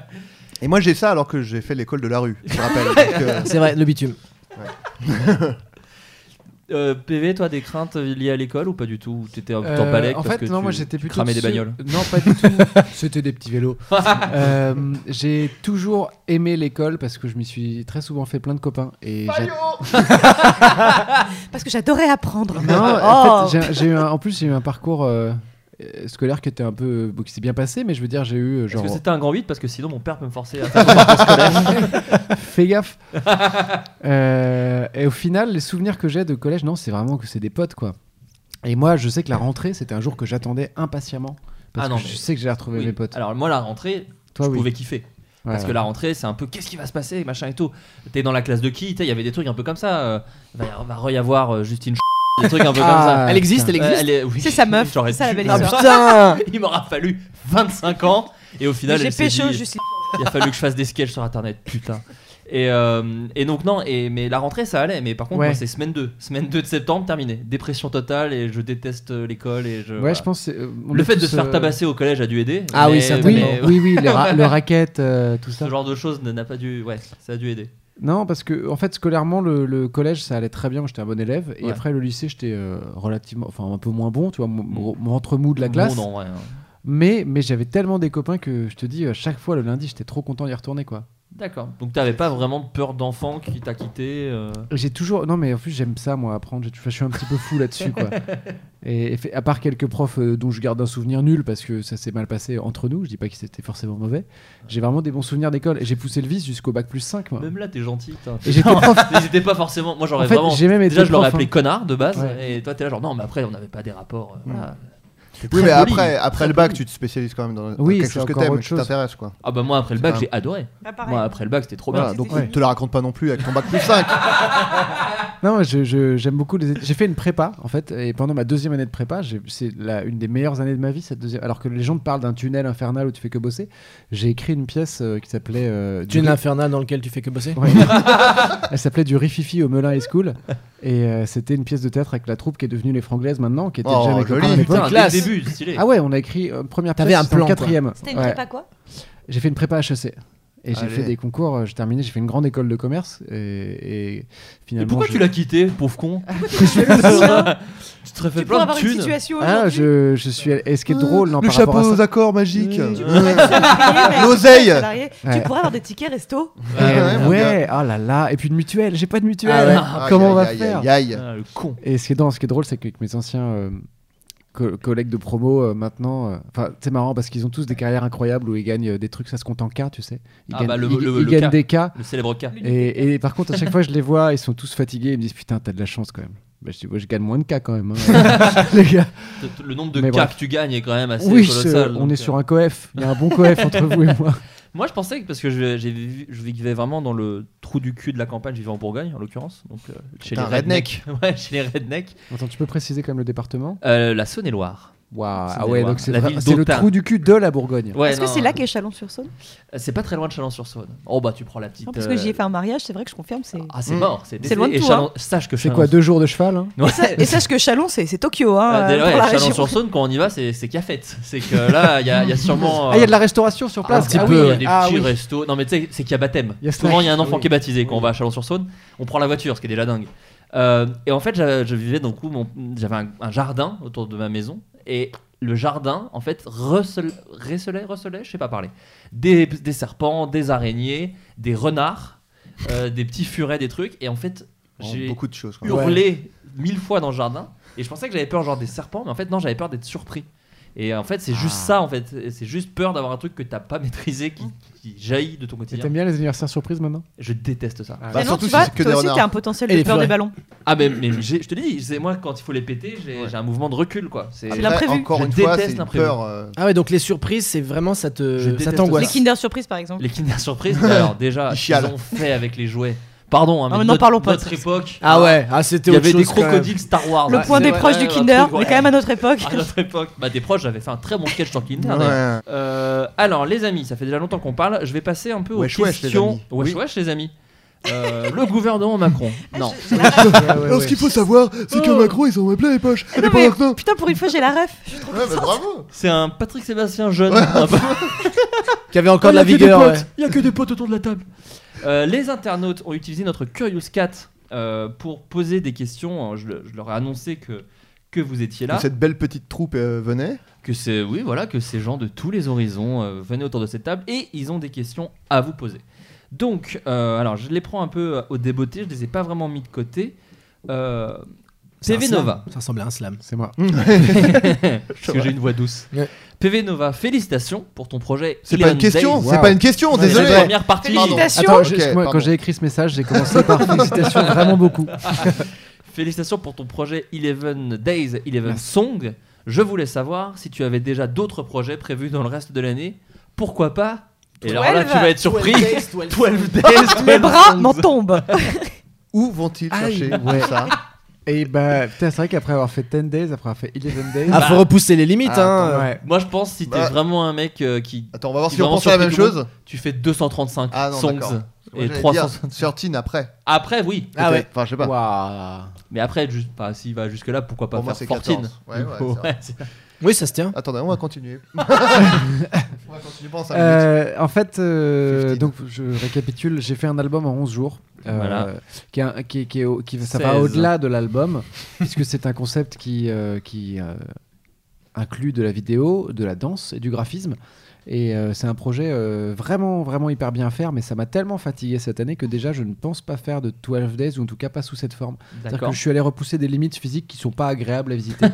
Speaker 12: Et moi j'ai ça alors que j'ai fait l'école de la rue, je rappelle. donc, euh,
Speaker 3: C'est vrai, le bitume.
Speaker 8: Euh, PV, toi, des craintes liées à l'école ou pas du tout Ou T'étais en
Speaker 11: Euh,
Speaker 8: balèque
Speaker 11: en
Speaker 8: parce
Speaker 11: fait,
Speaker 8: que
Speaker 11: non,
Speaker 8: tu,
Speaker 11: moi j'étais
Speaker 8: tu
Speaker 11: plutôt
Speaker 8: cramais
Speaker 11: de
Speaker 8: des
Speaker 11: ceux-
Speaker 8: bagnoles
Speaker 11: Non, pas du tout. C'était des petits vélos. Euh, j'ai toujours aimé l'école parce que je m'y suis très souvent fait plein de copains et j'a-
Speaker 10: parce que j'adorais apprendre
Speaker 11: Non, en
Speaker 10: Oh.
Speaker 11: fait, j'ai- j'ai eu un- en plus j'ai eu un parcours euh, euh, scolaire qui était un peu bon, qui s'est bien passé, mais je veux dire j'ai eu euh,
Speaker 8: Est-ce
Speaker 11: genre
Speaker 8: que c'était un grand 8 Parce que sinon, mon père peut me forcer à faire mon parcours scolaire.
Speaker 11: Fais gaffe. Euh, et au final, les souvenirs que j'ai de collège, non, c'est vraiment que c'est des potes, quoi. Et moi, je sais que la rentrée, c'était un jour que j'attendais impatiemment. Parce
Speaker 8: Ah non,
Speaker 11: que je
Speaker 8: mais-
Speaker 11: sais que j'ai retrouvé
Speaker 8: oui.
Speaker 11: mes potes.
Speaker 8: Alors, moi, la rentrée,
Speaker 11: Toi,
Speaker 8: je
Speaker 11: oui.
Speaker 8: pouvais kiffer.
Speaker 11: Ouais,
Speaker 8: Parce que
Speaker 11: ouais.
Speaker 8: la rentrée, c'est un peu qu'est-ce qui va se passer, machin et tout. T'es dans la classe de qui Tu sais, Il y avait des trucs un peu comme ça. euh, va, y- va re y avoir euh, Justine. Des trucs un peu
Speaker 3: Ah,
Speaker 8: comme ça.
Speaker 3: elle existe, elle existe
Speaker 8: est- oui,
Speaker 10: C'est sa meuf,
Speaker 8: j'aurais
Speaker 10: c'est ça la
Speaker 8: dû-
Speaker 10: belle
Speaker 8: Ah,
Speaker 10: histoire.
Speaker 8: putain Il m'aura fallu 25 ans et au final,
Speaker 10: Mais j'ai
Speaker 8: elle s'est
Speaker 10: pécho,
Speaker 8: dit,
Speaker 10: Justine.
Speaker 8: Il a fallu que je fasse des sketchs sur internet, putain. Et, euh, et donc, non, et, mais la rentrée ça allait, mais par contre,
Speaker 11: Ouais.
Speaker 8: moi, c'est semaine 2. Semaine 2 de septembre, terminé. Dépression totale et je déteste euh, l'école. Et je,
Speaker 11: Ouais, je pense que c'est- euh, on
Speaker 8: Le
Speaker 11: est
Speaker 8: fait de
Speaker 11: tous,
Speaker 8: se faire
Speaker 11: euh,
Speaker 8: tabasser au collège a dû aider.
Speaker 11: Ah oui,
Speaker 8: mais-
Speaker 11: certainement.
Speaker 8: mais-
Speaker 11: Oui, oui, les ra- le racket, euh, tout ça.
Speaker 8: Ce genre de choses ne- n'a pas dû. Ouais, ça a dû aider.
Speaker 11: Non, parce que en fait, scolairement, le, le collège, ça allait très bien. J'étais un bon élève. Et
Speaker 8: Ouais.
Speaker 11: après, le lycée, j'étais euh, relativement, enfin, un peu moins bon. Tu vois, mon, mon- mon entre-mou de la
Speaker 8: Mm. Bon,
Speaker 11: classe.
Speaker 8: non, hein. ouais, ouais.
Speaker 11: Mais, mais j'avais tellement des copains que je te dis, à chaque fois le lundi, j'étais trop content d'y retourner, quoi.
Speaker 8: D'accord. Donc, t'avais pas vraiment de peur d'enfant qui t'a quitté. euh.
Speaker 11: J'ai toujours. Non, mais en plus, j'aime ça, moi, apprendre. J'ai- enfin, je suis un petit peu fou là-dessus, quoi. Et, et fait- à part quelques profs euh, dont je garde un souvenir nul parce que ça s'est mal passé entre nous, je dis pas que c'était forcément mauvais. J'ai vraiment des bons souvenirs d'école. Et j'ai poussé le vice jusqu'au bac plus 5, moi.
Speaker 8: Même là, t'es gentil. putain.
Speaker 11: Et j'étais
Speaker 8: Non,
Speaker 11: prof.
Speaker 8: Ils étaient pas forcément. Moi, j'aurais
Speaker 11: En fait,
Speaker 8: vraiment.
Speaker 11: j'ai même été
Speaker 8: Déjà, je l'aurais
Speaker 11: prof,
Speaker 8: appelé
Speaker 11: hein.
Speaker 8: connard de base.
Speaker 11: Ouais.
Speaker 8: Et toi, t'es là, genre, non, mais après, on n'avait pas des rapports. euh, voilà. C'était
Speaker 12: Oui,
Speaker 8: très
Speaker 12: mais
Speaker 8: poli,
Speaker 12: après, après
Speaker 8: très
Speaker 12: le bac,
Speaker 8: poli.
Speaker 12: tu te spécialises quand même dans, dans
Speaker 11: Oui,
Speaker 12: quelque
Speaker 11: c'est
Speaker 12: chose que
Speaker 11: encore
Speaker 12: t'aimes,
Speaker 11: autre
Speaker 12: qui
Speaker 11: chose.
Speaker 12: t'intéresse quoi.
Speaker 8: Ah bah moi après le bac
Speaker 12: C'est
Speaker 8: j'ai
Speaker 12: pas-
Speaker 8: adoré.
Speaker 12: Pas pareil.
Speaker 8: Moi après le bac c'était trop
Speaker 12: Voilà,
Speaker 8: bien.
Speaker 12: donc ne te la raconte pas non plus avec ton bac plus 5.
Speaker 11: Non, je- je- j'aime beaucoup les. études. J'ai fait une prépa en fait, et pendant ma deuxième année de prépa, j'ai- c'est la- une des meilleures années de ma vie. Cette deuxième, alors que les gens te parlent d'un tunnel infernal où tu fais que bosser, j'ai écrit une pièce euh, qui s'appelait. euh,
Speaker 3: Tunnel
Speaker 11: ri-
Speaker 3: infernal dans lequel tu fais que bosser
Speaker 11: Ouais. Elle s'appelait du Rififi au Melun High School, et euh, c'était une pièce de théâtre avec la troupe qui est devenue les Franglaises maintenant, qui était
Speaker 3: Oh,
Speaker 11: déjà mes
Speaker 3: joli.
Speaker 11: copains à l'époque.
Speaker 3: Putain, dès le Classe. début, stylé.
Speaker 11: Ah ouais, on a écrit euh, première.
Speaker 3: T'avais
Speaker 11: pièce,
Speaker 3: un
Speaker 11: c'était en
Speaker 3: plan, quoi.
Speaker 11: Quatrième.
Speaker 10: C'était une
Speaker 11: Ouais.
Speaker 10: prépa quoi
Speaker 11: J'ai fait une prépa HEC. Et j'ai
Speaker 8: Allez.
Speaker 11: fait des concours, euh, j'ai terminé, j'ai fait une grande école de commerce et, et
Speaker 8: Et
Speaker 11: finalement.
Speaker 8: pourquoi
Speaker 11: je-
Speaker 8: tu l'as quitté, pauvre con
Speaker 12: Ah.
Speaker 11: tu fais le chien
Speaker 8: Tu te refais plein
Speaker 11: Tu pourrais
Speaker 8: de
Speaker 11: avoir une
Speaker 8: thunes.
Speaker 11: situation Ah, je, je suis. Et ce qui est drôle, non,
Speaker 12: Euh, le
Speaker 11: par rapport
Speaker 12: chapeau
Speaker 11: à ça-
Speaker 12: aux accords magiques.
Speaker 11: L'oseille.
Speaker 10: Salarié, Tu
Speaker 11: Ouais.
Speaker 10: pourrais avoir des tickets resto
Speaker 11: Eh
Speaker 12: ouais,
Speaker 11: ouais,
Speaker 12: mon
Speaker 11: oh là là, et puis une mutuelle, j'ai pas de mutuelle.
Speaker 12: Ah ouais.
Speaker 11: Ah, Comment on va
Speaker 12: Aïe, aïe,
Speaker 11: faire
Speaker 12: aïe, aïe. Ah,
Speaker 8: le con.
Speaker 11: Et ce qui est, dans- ce qui est drôle, c'est que mes anciens euh, co- collègues de promo euh, maintenant, euh, enfin c'est marrant parce qu'ils ont tous des carrières incroyables où ils gagnent euh, des trucs, ça se compte en cas, tu sais. Ils
Speaker 8: Ah
Speaker 11: gagnent,
Speaker 8: bah, le-
Speaker 11: ils-
Speaker 8: le-
Speaker 11: ils
Speaker 8: le
Speaker 11: gagnent
Speaker 8: cas.
Speaker 11: des cas.
Speaker 8: Le célèbre cas.
Speaker 11: Et, et par contre, à chaque fois, je les vois, ils sont tous fatigués, ils me disent putain, t'as de la chance quand même. Bah, je dis, ouais, je gagne moins de cas quand même. hein. les gars.
Speaker 8: Le- le nombre de
Speaker 11: Mais
Speaker 8: cas
Speaker 11: bref.
Speaker 8: que tu gagnes est quand même assez
Speaker 11: Oui,
Speaker 8: Ah, colossal,
Speaker 11: c'est- on
Speaker 8: donc,
Speaker 11: est
Speaker 8: euh.
Speaker 11: sur un coef. Il y a un bon coef entre vous et moi.
Speaker 8: Moi, je pensais que parce que je, j'ai vu- je vivais vraiment dans le trou du cul de la campagne, je vivais en Bourgogne en l'occurrence, donc euh, chez
Speaker 11: T'es
Speaker 8: les
Speaker 11: un redneck.
Speaker 8: rednecks. ouais, chez les rednecks.
Speaker 11: Attends, tu peux préciser quand même le département
Speaker 8: Euh, la Saône-et-Loire.
Speaker 11: Waouh, ah
Speaker 8: Saône-et-Loire.
Speaker 11: ouais, donc c'est
Speaker 8: La
Speaker 11: vra-
Speaker 8: ville
Speaker 11: c'est le
Speaker 8: d'Autun.
Speaker 11: trou du cul de la Bourgogne.
Speaker 8: Ouais,
Speaker 10: Est-ce que
Speaker 8: non,
Speaker 10: c'est là qu'est Chalon-sur-Saône
Speaker 8: euh, C'est pas très loin de Chalon-sur-Saône. Oh bah tu prends la petite.
Speaker 10: Non, Parce que j'y ai
Speaker 8: euh,
Speaker 10: fait un mariage, c'est vrai que je confirme. c'est-
Speaker 8: Ah, c'est mort, c'est
Speaker 10: loin de
Speaker 8: et
Speaker 10: tout.
Speaker 8: Chalon-
Speaker 10: hein.
Speaker 8: Sache que
Speaker 11: C'est
Speaker 8: Chalon-
Speaker 11: quoi, deux jours de cheval hein
Speaker 8: Ouais.
Speaker 10: Et sache que Chalon, c'est c'est Tokyo. Hein,
Speaker 8: Euh, dès-
Speaker 10: pour
Speaker 8: ouais,
Speaker 10: la région.
Speaker 8: Chalon-sur-Saône, quand on y va, c'est c'est qu'il y a fête. C'est que là, il y, a il y a sûrement.
Speaker 11: Ah, il y a de la restauration sur place,
Speaker 8: Un petit
Speaker 11: ah
Speaker 8: peu,
Speaker 11: oui.
Speaker 8: il y a des
Speaker 11: Ah
Speaker 8: petits
Speaker 11: oui.
Speaker 8: restos. Non, mais tu sais, c'est qu'il y a baptême.
Speaker 11: Il y a
Speaker 8: Souvent, il y a un
Speaker 11: snack.
Speaker 8: enfant qui est baptisé quand on va à Chalon-sur-Saône. On prend la voiture, ce qui est déjà dingue. Euh, et en fait, j'a- je vivais, donc, où mon- j'avais un, un jardin autour de ma maison. Et le jardin, en fait, recel- recelait, recelait, je sais pas parler. Des, des serpents, des araignées, des renards, euh, des petits furets, des trucs. Et en fait,
Speaker 12: Oh,
Speaker 8: j'ai
Speaker 12: beaucoup de choses, quand même.
Speaker 8: hurlé mille fois dans le jardin et je pensais que j'avais peur genre des serpents mais en fait non j'avais peur d'être surpris et en fait
Speaker 10: Ah.
Speaker 8: c'est juste ça en fait c'est juste peur d'avoir un truc que t'as pas maîtrisé qui, qui jaillit de ton
Speaker 11: Et
Speaker 8: quotidien
Speaker 11: t'aimes bien les anniversaires surprises maintenant
Speaker 8: je déteste ça
Speaker 11: Bah,
Speaker 10: surtout tu si vois, c'est que toi des aussi, renards. t'as un potentiel de peur des ballons.
Speaker 8: ah mais, mais j'ai- je te dis c'est moi quand il faut les péter j'ai j'ai un mouvement de recul quoi c'est
Speaker 10: C'est l'imprévu.
Speaker 12: encore
Speaker 8: je
Speaker 12: une fois,
Speaker 8: déteste
Speaker 12: c'est une
Speaker 8: l'imprévu.
Speaker 12: peur, euh,
Speaker 3: Ah ouais, donc les surprises, c'est vraiment ça
Speaker 8: Je
Speaker 3: te, ça
Speaker 8: déteste
Speaker 3: t'angoisse.
Speaker 8: ça.
Speaker 10: Les Kinder Surprise, par exemple.
Speaker 8: les Kinder Surprise mais alors déjà
Speaker 3: Ils
Speaker 8: ils
Speaker 3: chialent.
Speaker 8: ont fait avec les jouets pardon hein, mais
Speaker 10: Non, mais n'en
Speaker 8: notre-
Speaker 10: parlons pas de
Speaker 8: notre
Speaker 10: ça.
Speaker 8: époque
Speaker 3: Ah ouais, ah, c'était
Speaker 8: il y
Speaker 3: autre
Speaker 8: avait des
Speaker 3: chose quand même.
Speaker 8: crocodiles Star Wars
Speaker 10: Le
Speaker 8: hein,
Speaker 10: point
Speaker 8: c'est
Speaker 10: des
Speaker 8: vrai,
Speaker 10: proches du
Speaker 8: un truc,
Speaker 10: Kinder, mais
Speaker 8: ouais.
Speaker 10: quand même à notre époque.
Speaker 8: À notre époque. Bah, des proches, j'avais fait un très bon sketch dans Kinder.
Speaker 12: Ouais.
Speaker 8: d'ailleurs. Euh, alors, les amis, ça fait déjà longtemps qu'on parle. Je vais passer un peu aux
Speaker 12: Wesh, wesh, les
Speaker 8: questions.
Speaker 12: amis.
Speaker 8: Wesh,
Speaker 12: Oui.
Speaker 8: wesh, les amis. Euh, le gouvernement Macron. Non.
Speaker 12: Alors, ce qu'il faut savoir, c'est que Macron, ils en ont plein les poches.
Speaker 10: Non, mais putain, pour une fois, j'ai la ref. Je suis trop
Speaker 12: Ouais, mais
Speaker 10: contente.
Speaker 12: bravo!
Speaker 8: C'est un Patrick Sébastien jeune.
Speaker 3: Qui avait encore de la vigueur. ouais.
Speaker 8: Il y a que des potes autour de la table. les internautes ont utilisé notre Curious Cat euh, pour poser des questions. Euh, Je, je leur ai annoncé que, que vous étiez là.
Speaker 12: Que Cette belle petite troupe euh, venait.
Speaker 8: que c'est oui voilà que ces gens de tous les horizons euh, venaient autour de cette table et ils ont des questions à vous poser. Donc euh, alors je les prends un peu euh, au débeauté, je les ai pas vraiment mis de côté. Euh,
Speaker 3: C'est un
Speaker 8: PV
Speaker 3: slam.
Speaker 8: Nova.
Speaker 3: Ça ressemble à un slam.
Speaker 11: C'est moi.
Speaker 8: Parce que
Speaker 12: Ouais.
Speaker 8: j'ai une voix douce.
Speaker 3: Ouais.
Speaker 8: PV Nova, félicitations pour ton projet.
Speaker 12: C'est
Speaker 8: Eleven
Speaker 12: pas une question,
Speaker 8: Days.
Speaker 12: c'est pas une question,
Speaker 8: C'est
Speaker 12: désolé!
Speaker 8: la première partie.
Speaker 12: Pardon.
Speaker 11: Attends, je-
Speaker 12: Ok,
Speaker 11: moi,
Speaker 12: pardon.
Speaker 11: quand j'ai écrit ce message, j'ai commencé par félicitations vraiment beaucoup.
Speaker 8: Félicitations pour ton projet Eleven Days, Eleven Song. Je voulais savoir si tu avais déjà d'autres projets prévus dans le reste de l'année. Pourquoi pas Et alors là, tu vas être surpris.
Speaker 3: 12 days, 12
Speaker 8: 12 days,
Speaker 10: Mes
Speaker 8: 12
Speaker 10: bras
Speaker 8: songs.
Speaker 10: m'en tombent.
Speaker 12: Où vont-ils
Speaker 11: Aïe.
Speaker 12: chercher
Speaker 11: Ouais.
Speaker 12: ça?
Speaker 11: Et bah, putain, c'est vrai qu'après avoir fait 10 days, après avoir fait 11 days.
Speaker 3: Ah, faut repousser les limites,
Speaker 12: Ah,
Speaker 3: hein.
Speaker 11: ouais.
Speaker 8: Moi, je pense si t'es
Speaker 12: Bah.
Speaker 8: vraiment un mec euh, qui.
Speaker 12: Attends, on va voir
Speaker 8: qui
Speaker 12: si on
Speaker 8: vraiment
Speaker 12: pense à la même
Speaker 8: surpris tout le
Speaker 12: chose.
Speaker 8: monde, Tu fais 235
Speaker 12: Ah non, d'accord.
Speaker 8: songs et 300.
Speaker 12: 13 après.
Speaker 8: Après, oui.
Speaker 3: Ah
Speaker 12: peut-être.
Speaker 3: ouais.
Speaker 12: Enfin, je sais pas.
Speaker 11: Waouh.
Speaker 8: Mais après, juste, bah, s'il va jusque-là, pourquoi pas
Speaker 12: Pour moi,
Speaker 8: faire
Speaker 12: c'est
Speaker 8: 14.
Speaker 12: 14. Ouais, ouais, c'est vrai.
Speaker 8: c'est-
Speaker 3: Oui, ça se tient.
Speaker 12: Attendez, on va continuer. on va continuer pendant 5 minutes.
Speaker 11: Euh, en fait, euh,
Speaker 12: 15.
Speaker 11: donc je récapitule, j'ai fait un album en 11 jours. euh,
Speaker 8: Voilà.
Speaker 11: qui, est un- qui, qui est au- qui- ça va
Speaker 8: 16.
Speaker 11: au-delà de l'album, puisque c'est un concept qui, euh, qui euh, inclut de la vidéo, de la danse et du graphisme. Et euh, c'est un projet euh, vraiment, vraiment hyper bien fait, mais ça m'a tellement fatigué cette année que déjà je ne pense pas faire de 12 Days, ou en tout cas pas sous cette forme. C'est-à-dire
Speaker 8: D'accord.
Speaker 11: que je suis allé repousser des limites physiques qui sont pas agréables à visiter.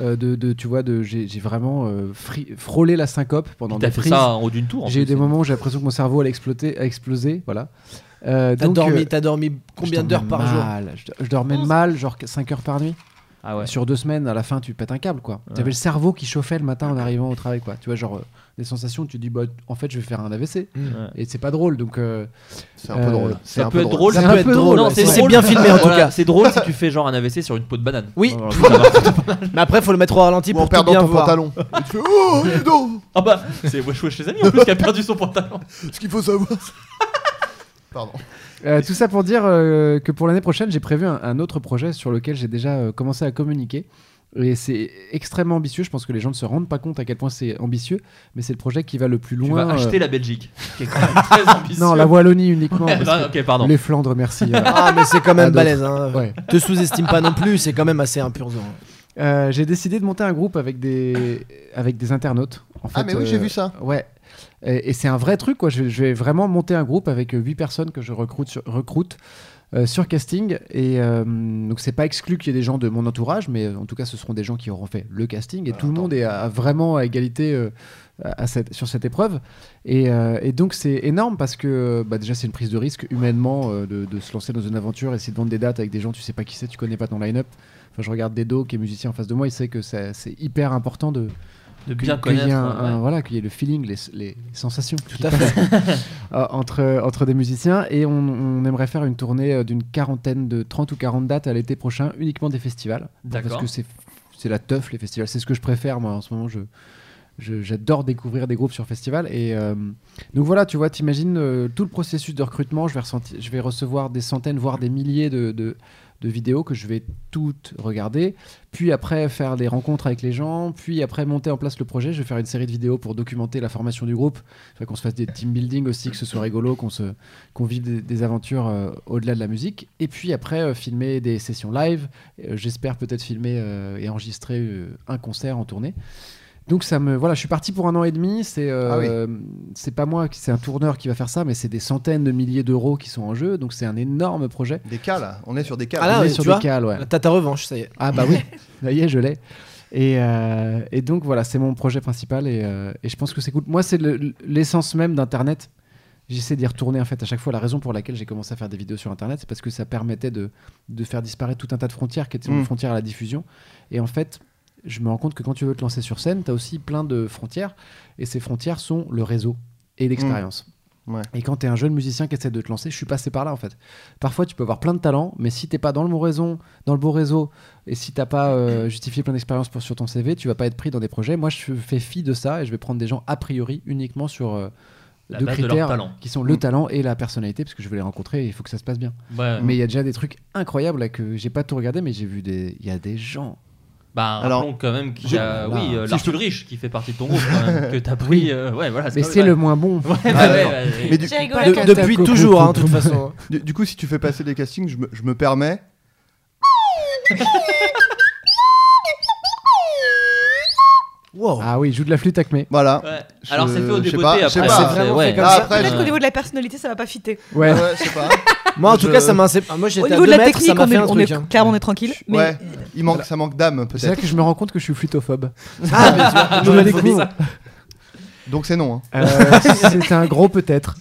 Speaker 11: Euh, de, de- tu vois, de, j'ai, j'ai vraiment euh, fri- frôlé la syncope pendant
Speaker 8: T'as
Speaker 11: des
Speaker 8: fait
Speaker 11: prises.
Speaker 8: ça en haut d'une tour. en
Speaker 11: J'ai eu
Speaker 8: plus,
Speaker 11: des moments où j'ai l'impression que mon cerveau allait exploter, a explosé, voilà. Euh,
Speaker 3: T'as
Speaker 11: donc,
Speaker 3: dormi,
Speaker 11: euh,
Speaker 3: t'as dormi combien
Speaker 11: je
Speaker 3: d'heures
Speaker 11: dormais
Speaker 3: par jour
Speaker 11: mal, je, je dormais mal, genre 5 heures par nuit.
Speaker 8: c'est- Ah ouais.
Speaker 11: Sur deux semaines, à la fin, tu pètes un câble, quoi. T'avais le cerveau qui chauffait le matin en arrivant au travail, quoi. Tu vois, genre, euh, des sensations, tu te dis, bah, en fait, je vais faire un AVC.
Speaker 8: Ouais.
Speaker 11: Et c'est pas drôle, donc... euh,
Speaker 12: C'est un peu
Speaker 11: euh,
Speaker 12: drôle. C'est
Speaker 8: Ça
Speaker 12: un
Speaker 8: peut
Speaker 12: peu
Speaker 8: être drôle.
Speaker 11: C'est un peu drôle,
Speaker 8: Non,
Speaker 11: ouais, c'est
Speaker 3: bien filmé, en tout
Speaker 8: Voilà,
Speaker 3: cas.
Speaker 8: C'est drôle si tu fais genre un AVC sur une peau de banane.
Speaker 3: Oui.
Speaker 8: Voilà, ça va.
Speaker 3: Mais après, faut le mettre au ralenti
Speaker 12: Ou en
Speaker 3: pour tout
Speaker 12: perdant
Speaker 3: bien
Speaker 12: ton
Speaker 3: voir.
Speaker 12: pantalon. Et tu fais Oh, dis donc
Speaker 8: Ah bah, c'est Wesh Wesh les amis en plus qui a perdu son pantalon.
Speaker 12: Ce qu'il faut savoir. c'est- Pardon.
Speaker 11: Euh, tout ça pour dire euh, que pour l'année prochaine, j'ai prévu un, un autre projet sur lequel j'ai déjà euh, commencé à communiquer. Et c'est extrêmement ambitieux. Je pense que les gens ne se rendent pas compte à quel point c'est ambitieux. Mais c'est le projet qui va le plus
Speaker 8: Tu
Speaker 11: loin.
Speaker 8: vas
Speaker 11: euh,
Speaker 8: acheter la Belgique. Qui est quand même très ambitieux.
Speaker 11: Non, la Wallonie uniquement. parce
Speaker 8: Ah,
Speaker 11: que
Speaker 8: ok, pardon.
Speaker 11: Les Flandres, merci. euh,
Speaker 3: Ah, mais c'est quand
Speaker 11: À
Speaker 3: même
Speaker 11: d'autres.
Speaker 3: balèze, hein.
Speaker 11: ouais.
Speaker 3: Te sous-estime pas non plus, c'est quand même assez impursant.
Speaker 11: Euh, j'ai décidé de monter un groupe avec des, avec des internautes. En
Speaker 12: Ah,
Speaker 11: fait,
Speaker 12: mais oui,
Speaker 11: euh,
Speaker 12: j'ai vu ça.
Speaker 11: Ouais. Et, et c'est un vrai truc, quoi. Je, vais- je vais vraiment monter un groupe avec euh, huit personnes que je recrute. sur- recrute. euh, sur casting. Et euh, donc, c'est pas exclu qu'il y ait des gens de mon entourage, mais euh, en tout cas, ce seront des gens qui auront fait le casting. Et tout le monde est à- à vraiment à égalité euh, à cette- sur cette épreuve. Et, euh, et donc, c'est énorme parce que bah, déjà, c'est une prise de risque humainement euh, de, de se lancer dans une aventure, essayer de vendre des dates avec des gens, tu sais pas qui c'est, tu connais pas ton line-up. Enfin, je regarde Dedo qui est musicien en face de moi, il sait que ça- c'est hyper important de.
Speaker 8: De
Speaker 11: que-
Speaker 8: bien
Speaker 11: qu'il y ait
Speaker 8: connaître,
Speaker 11: un- un-
Speaker 8: ouais.
Speaker 11: voilà, qu'il y ait le feeling, les, les sensations. Tout à fait. entre, entre des musiciens. Et on, on aimerait faire une tournée euh, d'une quarantaine, de 30 ou 40 dates à l'été prochain, uniquement des festivals.
Speaker 8: D'accord.
Speaker 11: Parce que c'est c'est la teuf, les festivals. C'est ce que je préfère, moi, en ce moment. Je. je- J'adore découvrir des groupes sur festival. Et euh, donc voilà, tu vois, t'imagines euh, tout le processus de recrutement. Je vais, ressenti- je vais recevoir des centaines, voire des milliers de, de, de vidéos que je vais toutes regarder. Puis après, faire des rencontres avec les gens. Puis après, monter en place le projet. Je vais faire une série de vidéos pour documenter la formation du groupe. Enfin, qu'on se fasse des team building aussi, que ce soit rigolo, qu'on se, qu'on vive des, des aventures euh, au-delà de la musique. Et puis après, euh, filmer des sessions live. Euh, J'espère peut-être filmer euh, et enregistrer euh, un concert en tournée. Donc ça me voilà, je suis parti pour un an et demi. C'est
Speaker 3: Ah
Speaker 11: euh, c'est pas moi, qui- c'est un tourneur qui va faire ça, mais c'est des centaines de milliers d'euros qui sont en jeu. Donc c'est un énorme projet.
Speaker 12: Des cas là, on est sur des cas.
Speaker 3: Ah là,
Speaker 11: on est
Speaker 3: oui,
Speaker 11: sur
Speaker 3: tu
Speaker 11: des
Speaker 3: vois,
Speaker 11: cales, ouais.
Speaker 3: T'as ta revanche, ça y est.
Speaker 11: Ah bah oui, ça y est, je l'ai. Et, euh, et donc voilà, c'est mon projet principal et, euh, et je pense que c'est cool. Moi, c'est le- l'essence même d'Internet. J'essaie d'y retourner en fait à chaque fois. La raison pour laquelle j'ai commencé à faire des vidéos sur Internet, c'est parce que ça permettait de, de faire disparaître tout un tas de frontières qui étaient
Speaker 12: Mm.
Speaker 11: une frontière à la diffusion. Et en fait, je me rends compte que quand tu veux te lancer sur scène, tu as aussi plein de frontières. Et ces frontières sont le réseau et l'expérience.
Speaker 12: Mm. Ouais.
Speaker 11: Et quand tu es un jeune musicien qui essaie de te lancer, je suis passé par là en fait. Parfois, tu peux avoir plein de talents, mais si t'es pas dans le bon réseau, dans le bon réseau, et si t'as pas euh, justifié plein d'expériences pour- sur ton CV, tu vas pas être pris dans des projets. Moi, je fais fi de ça et je vais prendre des gens a priori uniquement sur euh,
Speaker 8: La
Speaker 11: deux
Speaker 8: base de leur
Speaker 11: critères
Speaker 8: talent.
Speaker 11: qui sont le talent Mm. et la personnalité, parce que je vais les rencontrer et il faut que ça se passe bien.
Speaker 8: Ouais.
Speaker 11: Mais il y a déjà des trucs incroyables là, que j'ai pas tout regardé, mais j'ai vu des. Il y a des gens.
Speaker 8: Bah, rappelons quand même qu'il y a
Speaker 11: Voilà.
Speaker 8: oui, euh,
Speaker 11: Si je te-
Speaker 8: l'Arthur Rich qui fait partie de ton groupe, quand même, que t'as pris. euh, ouais, voilà,
Speaker 11: Mais
Speaker 8: quand
Speaker 11: c'est
Speaker 8: même-
Speaker 11: le moins bon.
Speaker 8: Ouais, bah,
Speaker 11: Ah,
Speaker 8: ouais,
Speaker 11: d'accord.
Speaker 8: bah,
Speaker 12: Mais du-
Speaker 11: rigolé quand Depuis t'as- toujours, hein, de toute façon.
Speaker 12: Du, du coup, si tu fais passer des castings, je me, je me permets.
Speaker 11: Ah oui, il joue de la flûte acmé.
Speaker 12: Voilà.
Speaker 8: Ouais.
Speaker 12: Je-
Speaker 8: Alors, c'est fait au
Speaker 12: je sais
Speaker 8: dépoté
Speaker 12: pas, je
Speaker 8: après.
Speaker 12: sais pas.
Speaker 8: c'est- ouais.
Speaker 12: Ah, après,
Speaker 10: Peut-être
Speaker 12: je-
Speaker 10: qu'au niveau de la personnalité, ça va pas fitter.
Speaker 11: Ouais.
Speaker 12: Ouais, je sais pas.
Speaker 3: Moi, en tout
Speaker 12: Je-
Speaker 3: cas, ça m'a insép- Ah, Moi,
Speaker 10: Au
Speaker 3: j'étais à
Speaker 10: niveau
Speaker 3: deux
Speaker 10: de la
Speaker 3: mètres, ça
Speaker 10: technique,
Speaker 3: m'a
Speaker 10: on
Speaker 3: fait
Speaker 10: est,
Speaker 3: un
Speaker 10: on
Speaker 3: truc.
Speaker 10: est
Speaker 3: hein.
Speaker 10: clairement on est tranquille. Mais
Speaker 12: Ouais, il manque, ça manque d'âme
Speaker 11: C'est là
Speaker 12: peut-être.
Speaker 11: que je me rends compte que je suis flûtophobe.
Speaker 12: Ah, mais tu vois,
Speaker 11: je me
Speaker 12: j'aurais
Speaker 11: découvre.
Speaker 12: trouvé Donc c'est non. hein.
Speaker 11: Euh, c'est un gros peut-être.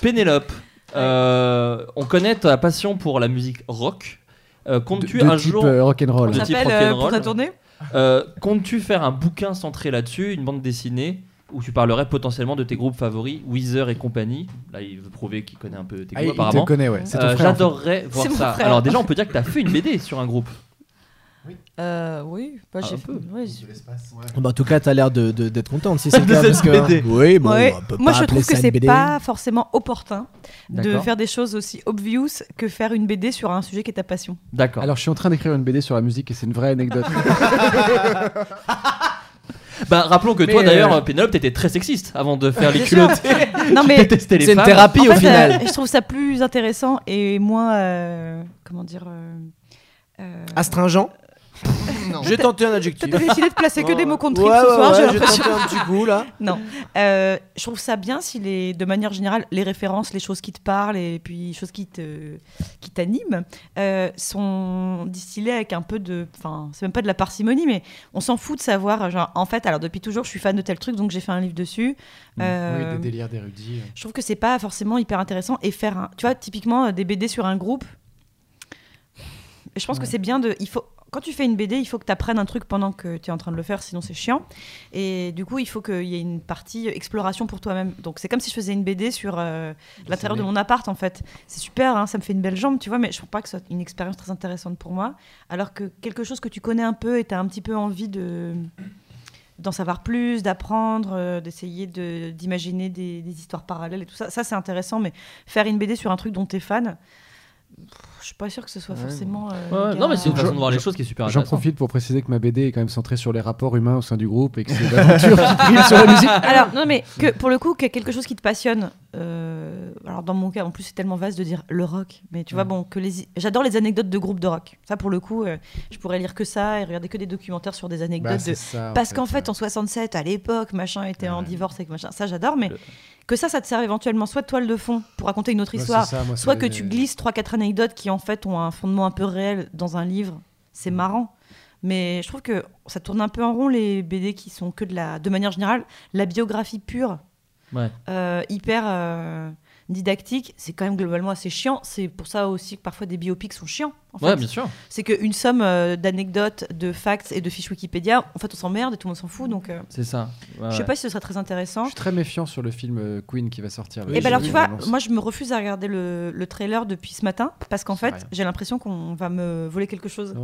Speaker 8: Pénélope, euh, on connaît ta passion pour la musique rock. Euh, comptes-tu
Speaker 11: De- de
Speaker 8: un
Speaker 11: type,
Speaker 8: jour
Speaker 11: euh,
Speaker 3: Oh,
Speaker 11: rock'n'roll.
Speaker 8: de
Speaker 11: On
Speaker 8: type
Speaker 10: t'appelle, euh, pour
Speaker 8: rock'n'roll.
Speaker 10: ta tournée
Speaker 8: Euh, comptes-tu faire un bouquin centré là-dessus, une bande dessinée où tu parlerais potentiellement de tes groupes favoris, Weezer et compagnie. Là, il veut prouver qu'il connaît un peu tes
Speaker 11: Ah,
Speaker 8: groupes
Speaker 11: il te
Speaker 8: apparemment.
Speaker 11: connaît, ouais. C'est ton
Speaker 8: Euh,
Speaker 11: frère, en fait.
Speaker 8: J'adorerais voir
Speaker 10: C'est mon
Speaker 8: ça.
Speaker 10: frère.
Speaker 8: Alors déjà, on peut dire que t'as fait une BD sur un groupe.
Speaker 10: Euh, oui, bah,
Speaker 8: Ah,
Speaker 10: j'ai
Speaker 8: un
Speaker 10: fait-
Speaker 8: peu.
Speaker 10: ouais, j'ai-
Speaker 3: Bah, en tout cas, t'as l'air de- de- d'être contente si c'est le
Speaker 8: De
Speaker 3: cas.
Speaker 8: cette
Speaker 3: parce que-
Speaker 8: BD.
Speaker 3: Oui, bon,
Speaker 10: Ouais.
Speaker 3: on peut
Speaker 10: Moi,
Speaker 3: pas
Speaker 10: je
Speaker 3: appeler
Speaker 10: trouve que
Speaker 3: ça une
Speaker 10: c'est
Speaker 3: BD.
Speaker 10: pas forcément opportun de
Speaker 8: D'accord.
Speaker 10: faire des choses aussi obvious que faire une BD sur un sujet qui est ta passion.
Speaker 8: D'accord.
Speaker 11: Alors je suis en train d'écrire une BD sur la musique et c'est une vraie anecdote.
Speaker 8: Bah, rappelons que
Speaker 11: Mais,
Speaker 8: toi, d'ailleurs,
Speaker 11: euh,
Speaker 8: Pénélope, t'étais très sexiste avant de faire les
Speaker 10: Bien
Speaker 8: culottes.
Speaker 10: sûr. Non,
Speaker 8: Tu
Speaker 10: mais-
Speaker 8: détestais les
Speaker 3: C'est une
Speaker 8: femmes.
Speaker 3: thérapie,
Speaker 10: En
Speaker 3: au
Speaker 10: fait,
Speaker 3: final.
Speaker 10: euh, je trouve ça plus intéressant et moins. euh, comment dire euh, euh,
Speaker 3: Astringent.
Speaker 12: Non.
Speaker 3: J'ai tenté un adjectif.
Speaker 10: T'as décidé de placer que
Speaker 3: Ouais,
Speaker 10: des mots contre trip
Speaker 3: ouais,
Speaker 10: ce
Speaker 3: ouais,
Speaker 10: soir,
Speaker 3: ouais,
Speaker 10: j'ai
Speaker 3: j'ai
Speaker 10: l'impression.
Speaker 3: tenté un petit coup, là.
Speaker 10: Non. Euh, je trouve ça bien si, les, de manière générale, les références, les choses qui te parlent et puis les choses qui te- qui t'animent euh, sont distillées avec un peu de. Enfin, c'est même pas de la parcimonie, mais on s'en fout de savoir. Genre, en fait, alors depuis toujours, je suis fan de tel truc, donc j'ai fait un livre dessus. Euh,
Speaker 11: Mmh. Oui, des délires d'érudits. hein.
Speaker 10: je trouve que c'est pas forcément hyper intéressant et faire un, tu vois typiquement euh, des BD sur un groupe je pense que c'est bien de il faut quand tu fais une BD, il faut que tu apprennes un truc pendant que tu es en train de le faire, sinon c'est chiant. Et du coup, il faut qu'il y ait une partie exploration pour toi-même. Donc c'est comme si je faisais une BD sur euh, l'intérieur de mon appart, en fait. C'est super, hein, ça me fait une belle jambe, tu vois, mais je trouve pas que ce soit une expérience très intéressante pour moi. Alors que quelque chose que tu connais un peu et tu as un petit peu envie de, d'en savoir plus, d'apprendre, euh, d'essayer de, d'imaginer des, des histoires parallèles et tout ça. Ça, c'est intéressant, mais faire une BD sur un truc dont tu es fan, pff, je suis pas sûre que ce soit forcément. euh,
Speaker 8: Ouais,
Speaker 10: méga-
Speaker 8: non, mais c'est une
Speaker 11: Je-
Speaker 8: façon de voir les
Speaker 11: je-
Speaker 8: choses qui est super
Speaker 11: J'en
Speaker 8: intéressante.
Speaker 11: profite pour préciser que ma BD est quand même centrée sur les rapports humains au sein du groupe et que c'est l'aventure qui prime sur la musique.
Speaker 10: Alors, non, mais que, pour le coup, que quelque chose qui te passionne. euh, alors, dans mon cas, en plus, c'est tellement vaste de dire le rock. Mais
Speaker 11: Mm.
Speaker 10: tu vois, bon, que les, j'adore les anecdotes de groupes de rock. Ça, pour le coup, euh, je pourrais lire que ça et regarder que des documentaires sur des anecdotes.
Speaker 11: Bah, c'est
Speaker 10: de-
Speaker 11: ça, en
Speaker 10: parce
Speaker 11: fait,
Speaker 10: qu'en fait, en 67, à l'époque, machin était en divorce avec machin. Ça, j'adore, mais
Speaker 8: Le-
Speaker 10: que ça, ça te serve éventuellement soit de toile de fond pour raconter une autre
Speaker 11: Ouais,
Speaker 10: histoire,
Speaker 11: c'est ça, moi, c'est
Speaker 10: soit
Speaker 11: les-
Speaker 10: que tu glisses 3-4 années anecdotes qui en fait ont un fondement un peu réel dans un livre, c'est
Speaker 11: Mm.
Speaker 10: marrant. Mais je trouve que ça tourne un peu en rond les BD qui sont que de la, de manière générale, la biographie pure,
Speaker 8: Ouais.
Speaker 10: euh, hyper euh, didactique, c'est quand même globalement assez chiant. C'est pour ça aussi que parfois des biopics sont chiants. En
Speaker 8: Ouais,
Speaker 10: fait.
Speaker 8: bien sûr.
Speaker 10: C'est qu'une somme euh, d'anecdotes, de facts et de fiches Wikipédia, en fait, on s'emmerde et tout le monde s'en fout. Donc, euh,
Speaker 8: C'est ça. Ouais,
Speaker 10: je sais
Speaker 11: Ah ouais.
Speaker 10: pas si ce serait très intéressant.
Speaker 11: Je suis très méfiant sur le film euh, Queen qui va sortir.
Speaker 10: Et ben alors tu vois, moi je me refuse à regarder le, le trailer depuis ce matin parce qu'en fait j'ai l'impression qu'on va me voler quelque chose.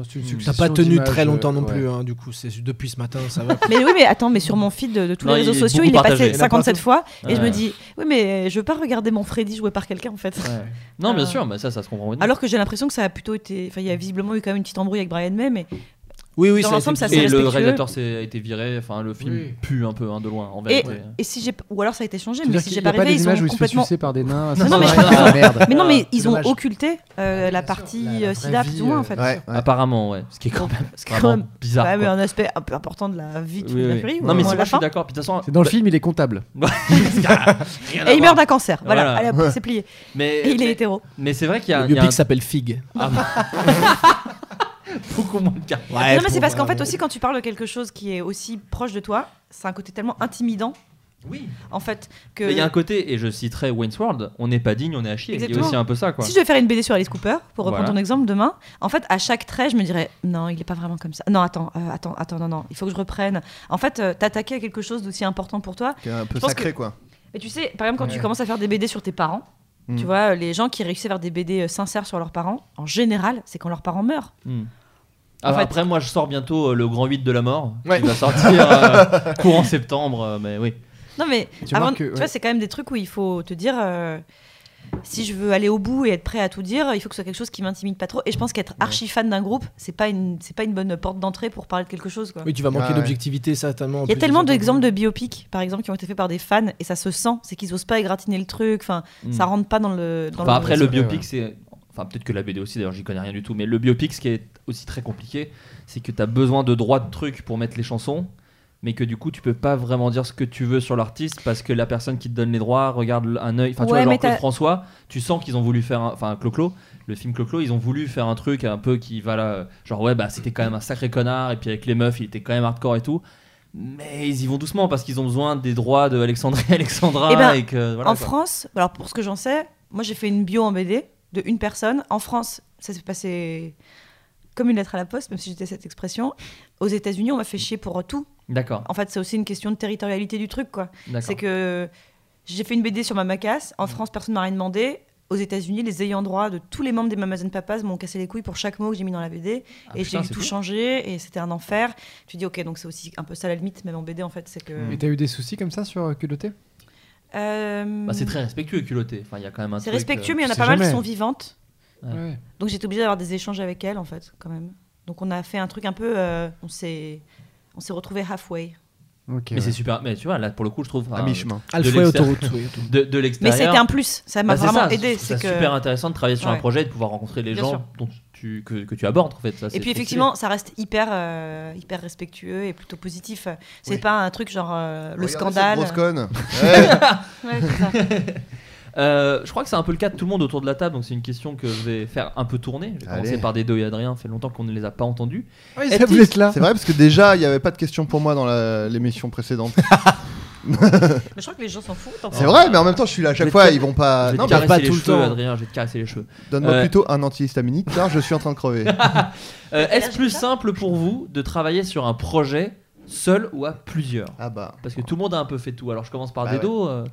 Speaker 3: T'as pas tenu très longtemps non plus, hein, du coup. C'est depuis ce matin, ça va. quoi.
Speaker 10: Mais oui, mais attends, mais sur mon feed de, de tous
Speaker 3: Non,
Speaker 10: les
Speaker 3: il
Speaker 10: réseaux
Speaker 3: est
Speaker 10: sociaux,
Speaker 3: beaucoup
Speaker 10: il est
Speaker 3: partagé.
Speaker 10: passé
Speaker 3: Il est
Speaker 10: 57
Speaker 3: partout.
Speaker 10: fois et je me
Speaker 3: Ouais.
Speaker 10: dis, oui, mais je veux pas regarder mon Freddy joué par quelqu'un en fait.
Speaker 8: Non, bien
Speaker 10: Euh,
Speaker 8: sûr, mais ça, ça se comprend. bien.
Speaker 10: Alors que j'ai l'impression que ça a plutôt été. Enfin, il y a visiblement eu quand même une petite embrouille avec Brian May, mais. dans l'ensemble, ça s'est
Speaker 8: Et le
Speaker 10: Ah, respectueux.
Speaker 8: réalisateur s'est- a été viré. Enfin, le film
Speaker 10: Oui.
Speaker 8: pue un peu hein, de loin, en
Speaker 10: Et,
Speaker 8: vérité.
Speaker 10: et si j'ai ou alors ça a été changé
Speaker 11: Tu veux
Speaker 10: mais
Speaker 11: dire
Speaker 10: si
Speaker 11: qu'il
Speaker 10: j'ai
Speaker 11: y
Speaker 10: pas
Speaker 11: a pas
Speaker 10: rêvé
Speaker 11: des
Speaker 10: ils
Speaker 11: images
Speaker 10: ont
Speaker 11: où il se fait
Speaker 10: complètement
Speaker 11: sucer par des nains,
Speaker 10: non,
Speaker 11: ça,
Speaker 10: non, mais,
Speaker 11: c'est vrai. Merde.
Speaker 10: mais non mais
Speaker 11: C'est
Speaker 10: ils ont
Speaker 11: dommage.
Speaker 10: occulté euh, la partie euh, sida plus ou moins en fait
Speaker 8: Apparemment, ouais. Ce qui est quand même,
Speaker 10: C'est quand
Speaker 8: vraiment
Speaker 10: même-
Speaker 8: bizarre.
Speaker 10: ouais, mais
Speaker 8: quoi.
Speaker 10: un aspect un peu important de la vie de
Speaker 8: Oui,
Speaker 10: la
Speaker 8: oui.
Speaker 10: furie,
Speaker 8: Non, mais
Speaker 10: ou
Speaker 8: c'est moi,
Speaker 10: à la
Speaker 8: je suis
Speaker 10: fin.
Speaker 8: d'accord. Puis de toute façon, bah,
Speaker 11: C'est dans le film, il est comptable.
Speaker 10: et il meurt d'un cancer voilà, Allez, hop, c'est plié
Speaker 8: Mais,
Speaker 10: et il est
Speaker 8: mais-
Speaker 10: hétéro
Speaker 8: Mais c'est vrai qu'il y a.
Speaker 3: Le
Speaker 8: il y a
Speaker 3: biopic
Speaker 8: un-
Speaker 3: s'appelle Fig.
Speaker 8: Ah, bah. Beaucoup moins de cas.
Speaker 10: non mais c'est parce qu'en fait aussi quand tu parles de quelque chose qui est aussi proche de toi c'est un côté tellement intimidant
Speaker 8: oui
Speaker 10: en fait que
Speaker 8: Mais Il y a un côté, et je citerai Wayne's World, on n'est pas digne, on est à chier. Il y a
Speaker 10: Exactement.
Speaker 8: aussi un peu ça, quoi.
Speaker 10: Si je devais faire une BD sur Alice Cooper, pour reprendre
Speaker 8: Voilà.
Speaker 10: ton exemple demain, en fait, à chaque trait, je me dirais non, il est pas vraiment comme ça. Non, attends, euh, attends, attends, non, non, il faut que je reprenne. En fait, euh, t'attaquer à quelque chose d'aussi important pour toi.
Speaker 12: Qui est un peu
Speaker 10: je pense
Speaker 12: sacré,
Speaker 10: que-
Speaker 12: quoi.
Speaker 10: Mais tu sais, par exemple, quand tu
Speaker 12: Ouais.
Speaker 10: commences à faire des BD sur tes parents,
Speaker 8: Hmm.
Speaker 12: Mm.
Speaker 10: tu vois, les gens qui réussissent à faire des BD euh, sincères sur leurs parents, en général, c'est quand leurs parents meurent.
Speaker 8: Hmm.
Speaker 10: En fait-
Speaker 8: Après, moi, je sors bientôt euh, le Grand 8 de la mort,
Speaker 10: Ouais.
Speaker 8: qui va sortir euh, courant septembre, euh, mais oui.
Speaker 10: Non, mais
Speaker 8: Tu
Speaker 10: avant-
Speaker 8: remarques que-
Speaker 10: tu
Speaker 8: ouais.
Speaker 10: vois, c'est quand même des trucs où il faut te dire. euh, si je veux aller au bout et être prêt à tout dire, il faut que ce soit quelque chose qui m'intimide pas trop. Et je pense qu'être archi fan d'un groupe, c'est pas une, c'est pas une bonne porte d'entrée pour parler de quelque chose. Quoi.
Speaker 3: Oui, tu vas manquer
Speaker 10: Ah ouais.
Speaker 3: d'objectivité, certainement. en
Speaker 10: Il y a
Speaker 3: plus de
Speaker 10: tellement
Speaker 3: ça.
Speaker 10: d'exemples de biopics, par exemple, qui ont été faits par des fans et ça se sent, c'est qu'ils osent pas égratigner le truc. Enfin,
Speaker 8: Mm.
Speaker 10: ça rentre pas dans le. Dans
Speaker 8: Enfin, après, le biopic,
Speaker 10: Ouais.
Speaker 8: c'est. Enfin, peut-être que la BD aussi, d'ailleurs, j'y connais rien du tout. Mais le biopic, ce qui est aussi très compliqué, c'est que tu as besoin de droits de trucs pour mettre les chansons. Mais que du coup, tu peux pas vraiment dire ce que tu veux sur l'artiste parce que la personne qui te donne les droits regarde l- un œil. Enfin, tu
Speaker 10: Ouais,
Speaker 8: vois,
Speaker 10: mais
Speaker 8: Jean-Claude
Speaker 10: t'as-
Speaker 8: François, tu sens qu'ils ont voulu faire. un- Enfin, Clo-Clo, le film Clo-Clo, ils ont voulu faire un truc un peu qui va là. Genre, ouais, bah c'était quand même un sacré connard. Et puis avec les meufs, il était quand même hardcore et tout. Mais ils y vont doucement parce qu'ils ont besoin des droits de Alexandrie Alexandra.
Speaker 10: Eh ben,
Speaker 8: et que, voilà,
Speaker 10: en
Speaker 8: quoi.
Speaker 10: France, alors pour ce que j'en sais, moi j'ai fait une bio en BD de une personne. En France, ça s'est passé comme une lettre à la poste, même si j'étais cette expression. Aux États-Unis, on m'a fait chier pour tout.
Speaker 8: D'accord.
Speaker 10: En fait, c'est aussi une question de territorialité du truc, quoi.
Speaker 8: D'accord. Mm.
Speaker 10: C'est que j'ai fait une BD sur Mamakas. En France, personne m'a rien demandé. Aux États-Unis, les ayants droit de tous les membres des Mamas and Papas m'ont cassé les couilles pour chaque mot que j'ai mis dans la BD.
Speaker 8: Ah,
Speaker 10: et
Speaker 8: putain,
Speaker 10: j'ai eu
Speaker 8: c'est
Speaker 10: tout
Speaker 8: fou.
Speaker 10: changé et c'était un enfer. Tu dis, ok, donc c'est aussi un peu ça la limite, même en BD, en fait. c'est
Speaker 8: Mm.
Speaker 10: que
Speaker 11: Et t'as eu des soucis comme ça sur euh, culotté
Speaker 10: Euh,
Speaker 8: Bah, c'est très respectueux, culotté. Enfin, il y a quand même un
Speaker 10: C'est
Speaker 8: truc,
Speaker 10: respectueux,
Speaker 8: euh,
Speaker 10: mais il y en a
Speaker 8: tu
Speaker 10: pas
Speaker 8: sais
Speaker 10: mal qui
Speaker 8: jamais.
Speaker 10: sont vivantes.
Speaker 8: Ouais. Ouais.
Speaker 10: Donc j'étais obligée d'avoir des échanges avec elles, en fait, quand même. Donc on a fait un truc un peu. euh, on s'est on s'est retrouvés halfway.
Speaker 8: mais c'est super. Mais tu vois, là, pour le coup, je trouve.
Speaker 12: À
Speaker 8: hein,
Speaker 12: mi-chemin.
Speaker 8: de
Speaker 3: Alfred
Speaker 8: l'extérieur-
Speaker 3: autoroute, oui, autoroute.
Speaker 8: De, de l'extérieur. bah,
Speaker 10: Mais c'était un plus, ça m'a
Speaker 8: c'est
Speaker 10: vraiment
Speaker 8: je
Speaker 10: aidé,
Speaker 8: trouve ça
Speaker 10: c'est que-
Speaker 8: super intéressant de travailler sur un
Speaker 10: Ouais.
Speaker 8: projet et de pouvoir rencontrer les
Speaker 10: Bien
Speaker 8: gens
Speaker 10: sûr.
Speaker 8: dont tu, que, que tu abordes, en fait. Ça, c'est
Speaker 10: Et puis
Speaker 8: trop
Speaker 10: effectivement, ça reste hyper, euh, hyper respectueux et plutôt positif. C'est
Speaker 8: Oui.
Speaker 10: pas un truc genre euh, le
Speaker 12: Regardez cette
Speaker 10: scandale.
Speaker 12: grosse conne.
Speaker 10: Ouais, c'est ça.
Speaker 8: Euh, je crois que c'est un peu le cas de tout le monde autour de la table, donc c'est une question que je vais faire un peu tourner. Je vais
Speaker 12: Allez.
Speaker 8: commencer par des deux et Adrien, fait longtemps qu'on ne les a pas entendus.
Speaker 12: C'est
Speaker 8: Est-il-
Speaker 12: vrai parce que déjà il n'y avait pas de question pour moi dans la- l'émission précédente.
Speaker 10: Mais je crois que les gens s'en foutent. en
Speaker 12: C'est
Speaker 10: fait.
Speaker 12: vrai, mais en même temps, je suis là à chaque
Speaker 8: vais te
Speaker 12: fois,
Speaker 8: car-
Speaker 12: ils vont pas.
Speaker 8: je
Speaker 3: Euh,
Speaker 8: vais te
Speaker 12: mais
Speaker 8: caresser les cheveux, Adrien, je vais te caresser les cheveux.
Speaker 12: Donne-moi
Speaker 8: Euh,
Speaker 12: plutôt un antihistaminique, car je suis en train de crever.
Speaker 10: Ah,
Speaker 8: Euh, Est-ce plus simple pour vous de travailler sur un projet seul ou à plusieurs
Speaker 12: Ah bah.
Speaker 8: Parce que tout le monde a un peu fait tout. Alors je commence par
Speaker 3: Bah
Speaker 8: des
Speaker 3: ouais.
Speaker 8: dos. euh,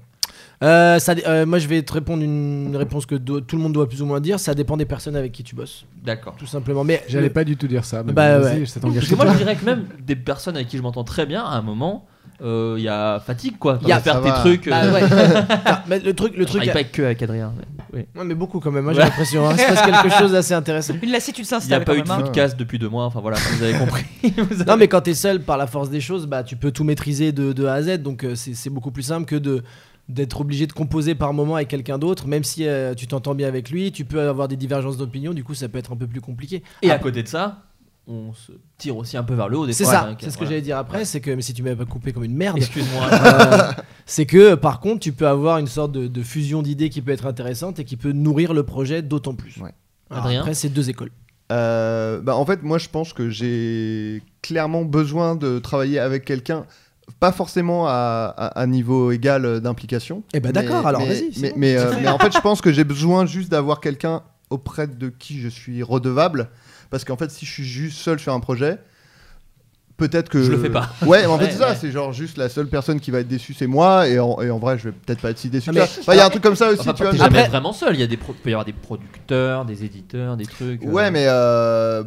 Speaker 3: Euh, ça, dé- euh, moi, je vais te répondre une réponse que do- tout le monde doit plus ou moins dire. Ça dépend des personnes avec qui tu bosses.
Speaker 8: D'accord.
Speaker 3: Tout simplement. Mais
Speaker 11: J'allais
Speaker 3: le-
Speaker 11: pas du tout dire ça, mais
Speaker 3: Bah,
Speaker 11: vas-y,
Speaker 3: ouais.
Speaker 11: je t'attends
Speaker 8: Parce
Speaker 11: gâcher
Speaker 8: que moi
Speaker 11: toi.
Speaker 8: je dirais que même des personnes avec qui je m'entends très bien, à un moment, euh, il y a fatigue quoi.
Speaker 3: Il y a-
Speaker 8: à faire
Speaker 3: ça
Speaker 8: tes
Speaker 3: va.
Speaker 8: trucs. euh,
Speaker 3: Bah ouais. Ah, Non, mais le truc- le
Speaker 8: Je
Speaker 3: truc-
Speaker 8: travaille pas que avec Adrien. Mais, oui.
Speaker 3: Ouais, mais beaucoup quand même. Moi, j'ai l'impression. hein, il se passe quelque chose d'assez intéressant.
Speaker 10: Une lassitude
Speaker 8: Il n'y a
Speaker 10: s'installe.
Speaker 8: pas
Speaker 10: quand
Speaker 8: eu de
Speaker 10: même, hein.
Speaker 8: podcast depuis deux mois. Enfin voilà, vous avez compris.
Speaker 3: Non, mais quand t'es seul, par la force des choses, bah, tu peux tout maîtriser de, de A à Z. Donc, euh, c'est c'est beaucoup plus simple que de d'être obligé de composer par moment avec quelqu'un d'autre, même si euh, tu t'entends bien avec lui, tu peux avoir des divergences d'opinion, du coup ça peut être un peu plus compliqué.
Speaker 8: Et à
Speaker 3: Après-
Speaker 8: côté de ça, on se tire aussi un peu vers le haut. des
Speaker 3: C'est
Speaker 8: fois,
Speaker 3: ça,
Speaker 8: hein,
Speaker 3: c'est ce que
Speaker 8: voilà.
Speaker 3: j'allais dire après, c'est que, mais si tu m'avais pas coupé comme une merde,
Speaker 8: Excuse-moi.
Speaker 3: euh, c'est que par contre tu peux avoir une sorte de, de fusion d'idées qui peut être intéressante et qui peut nourrir le projet d'autant plus. Alors Après, c'est deux écoles.
Speaker 12: Euh, bah, en fait, moi, je pense que j'ai clairement besoin de travailler avec quelqu'un, pas forcément à, à- à niveau égal euh, d'implication.
Speaker 3: Eh ben,
Speaker 12: mais-
Speaker 3: d'accord, alors,
Speaker 12: mais-
Speaker 3: vas-y, c'est
Speaker 12: Mais,
Speaker 3: bon.
Speaker 12: mais, euh, mais en fait, je pense que j'ai besoin juste d'avoir quelqu'un auprès de qui je suis redevable, parce qu'en fait, si je suis juste seul sur un projet. Peut-être que.
Speaker 8: Je le fais pas.
Speaker 12: Ouais, mais en fait,
Speaker 8: Ouais,
Speaker 12: c'est ça.
Speaker 8: ouais.
Speaker 12: C'est genre juste la seule personne qui va être déçue, c'est moi. Et en, et en vrai, je vais peut-être pas être si déçu.
Speaker 8: Ah,
Speaker 12: que
Speaker 8: mais-
Speaker 12: ça. Enfin, Il y a un truc comme ça aussi,
Speaker 8: Enfin,
Speaker 12: tu vois.
Speaker 8: T'es
Speaker 12: mais-
Speaker 8: jamais vraiment seul. Il y a des pro- il peut y avoir des producteurs, des éditeurs, des trucs. euh.
Speaker 12: Ouais, mais euh,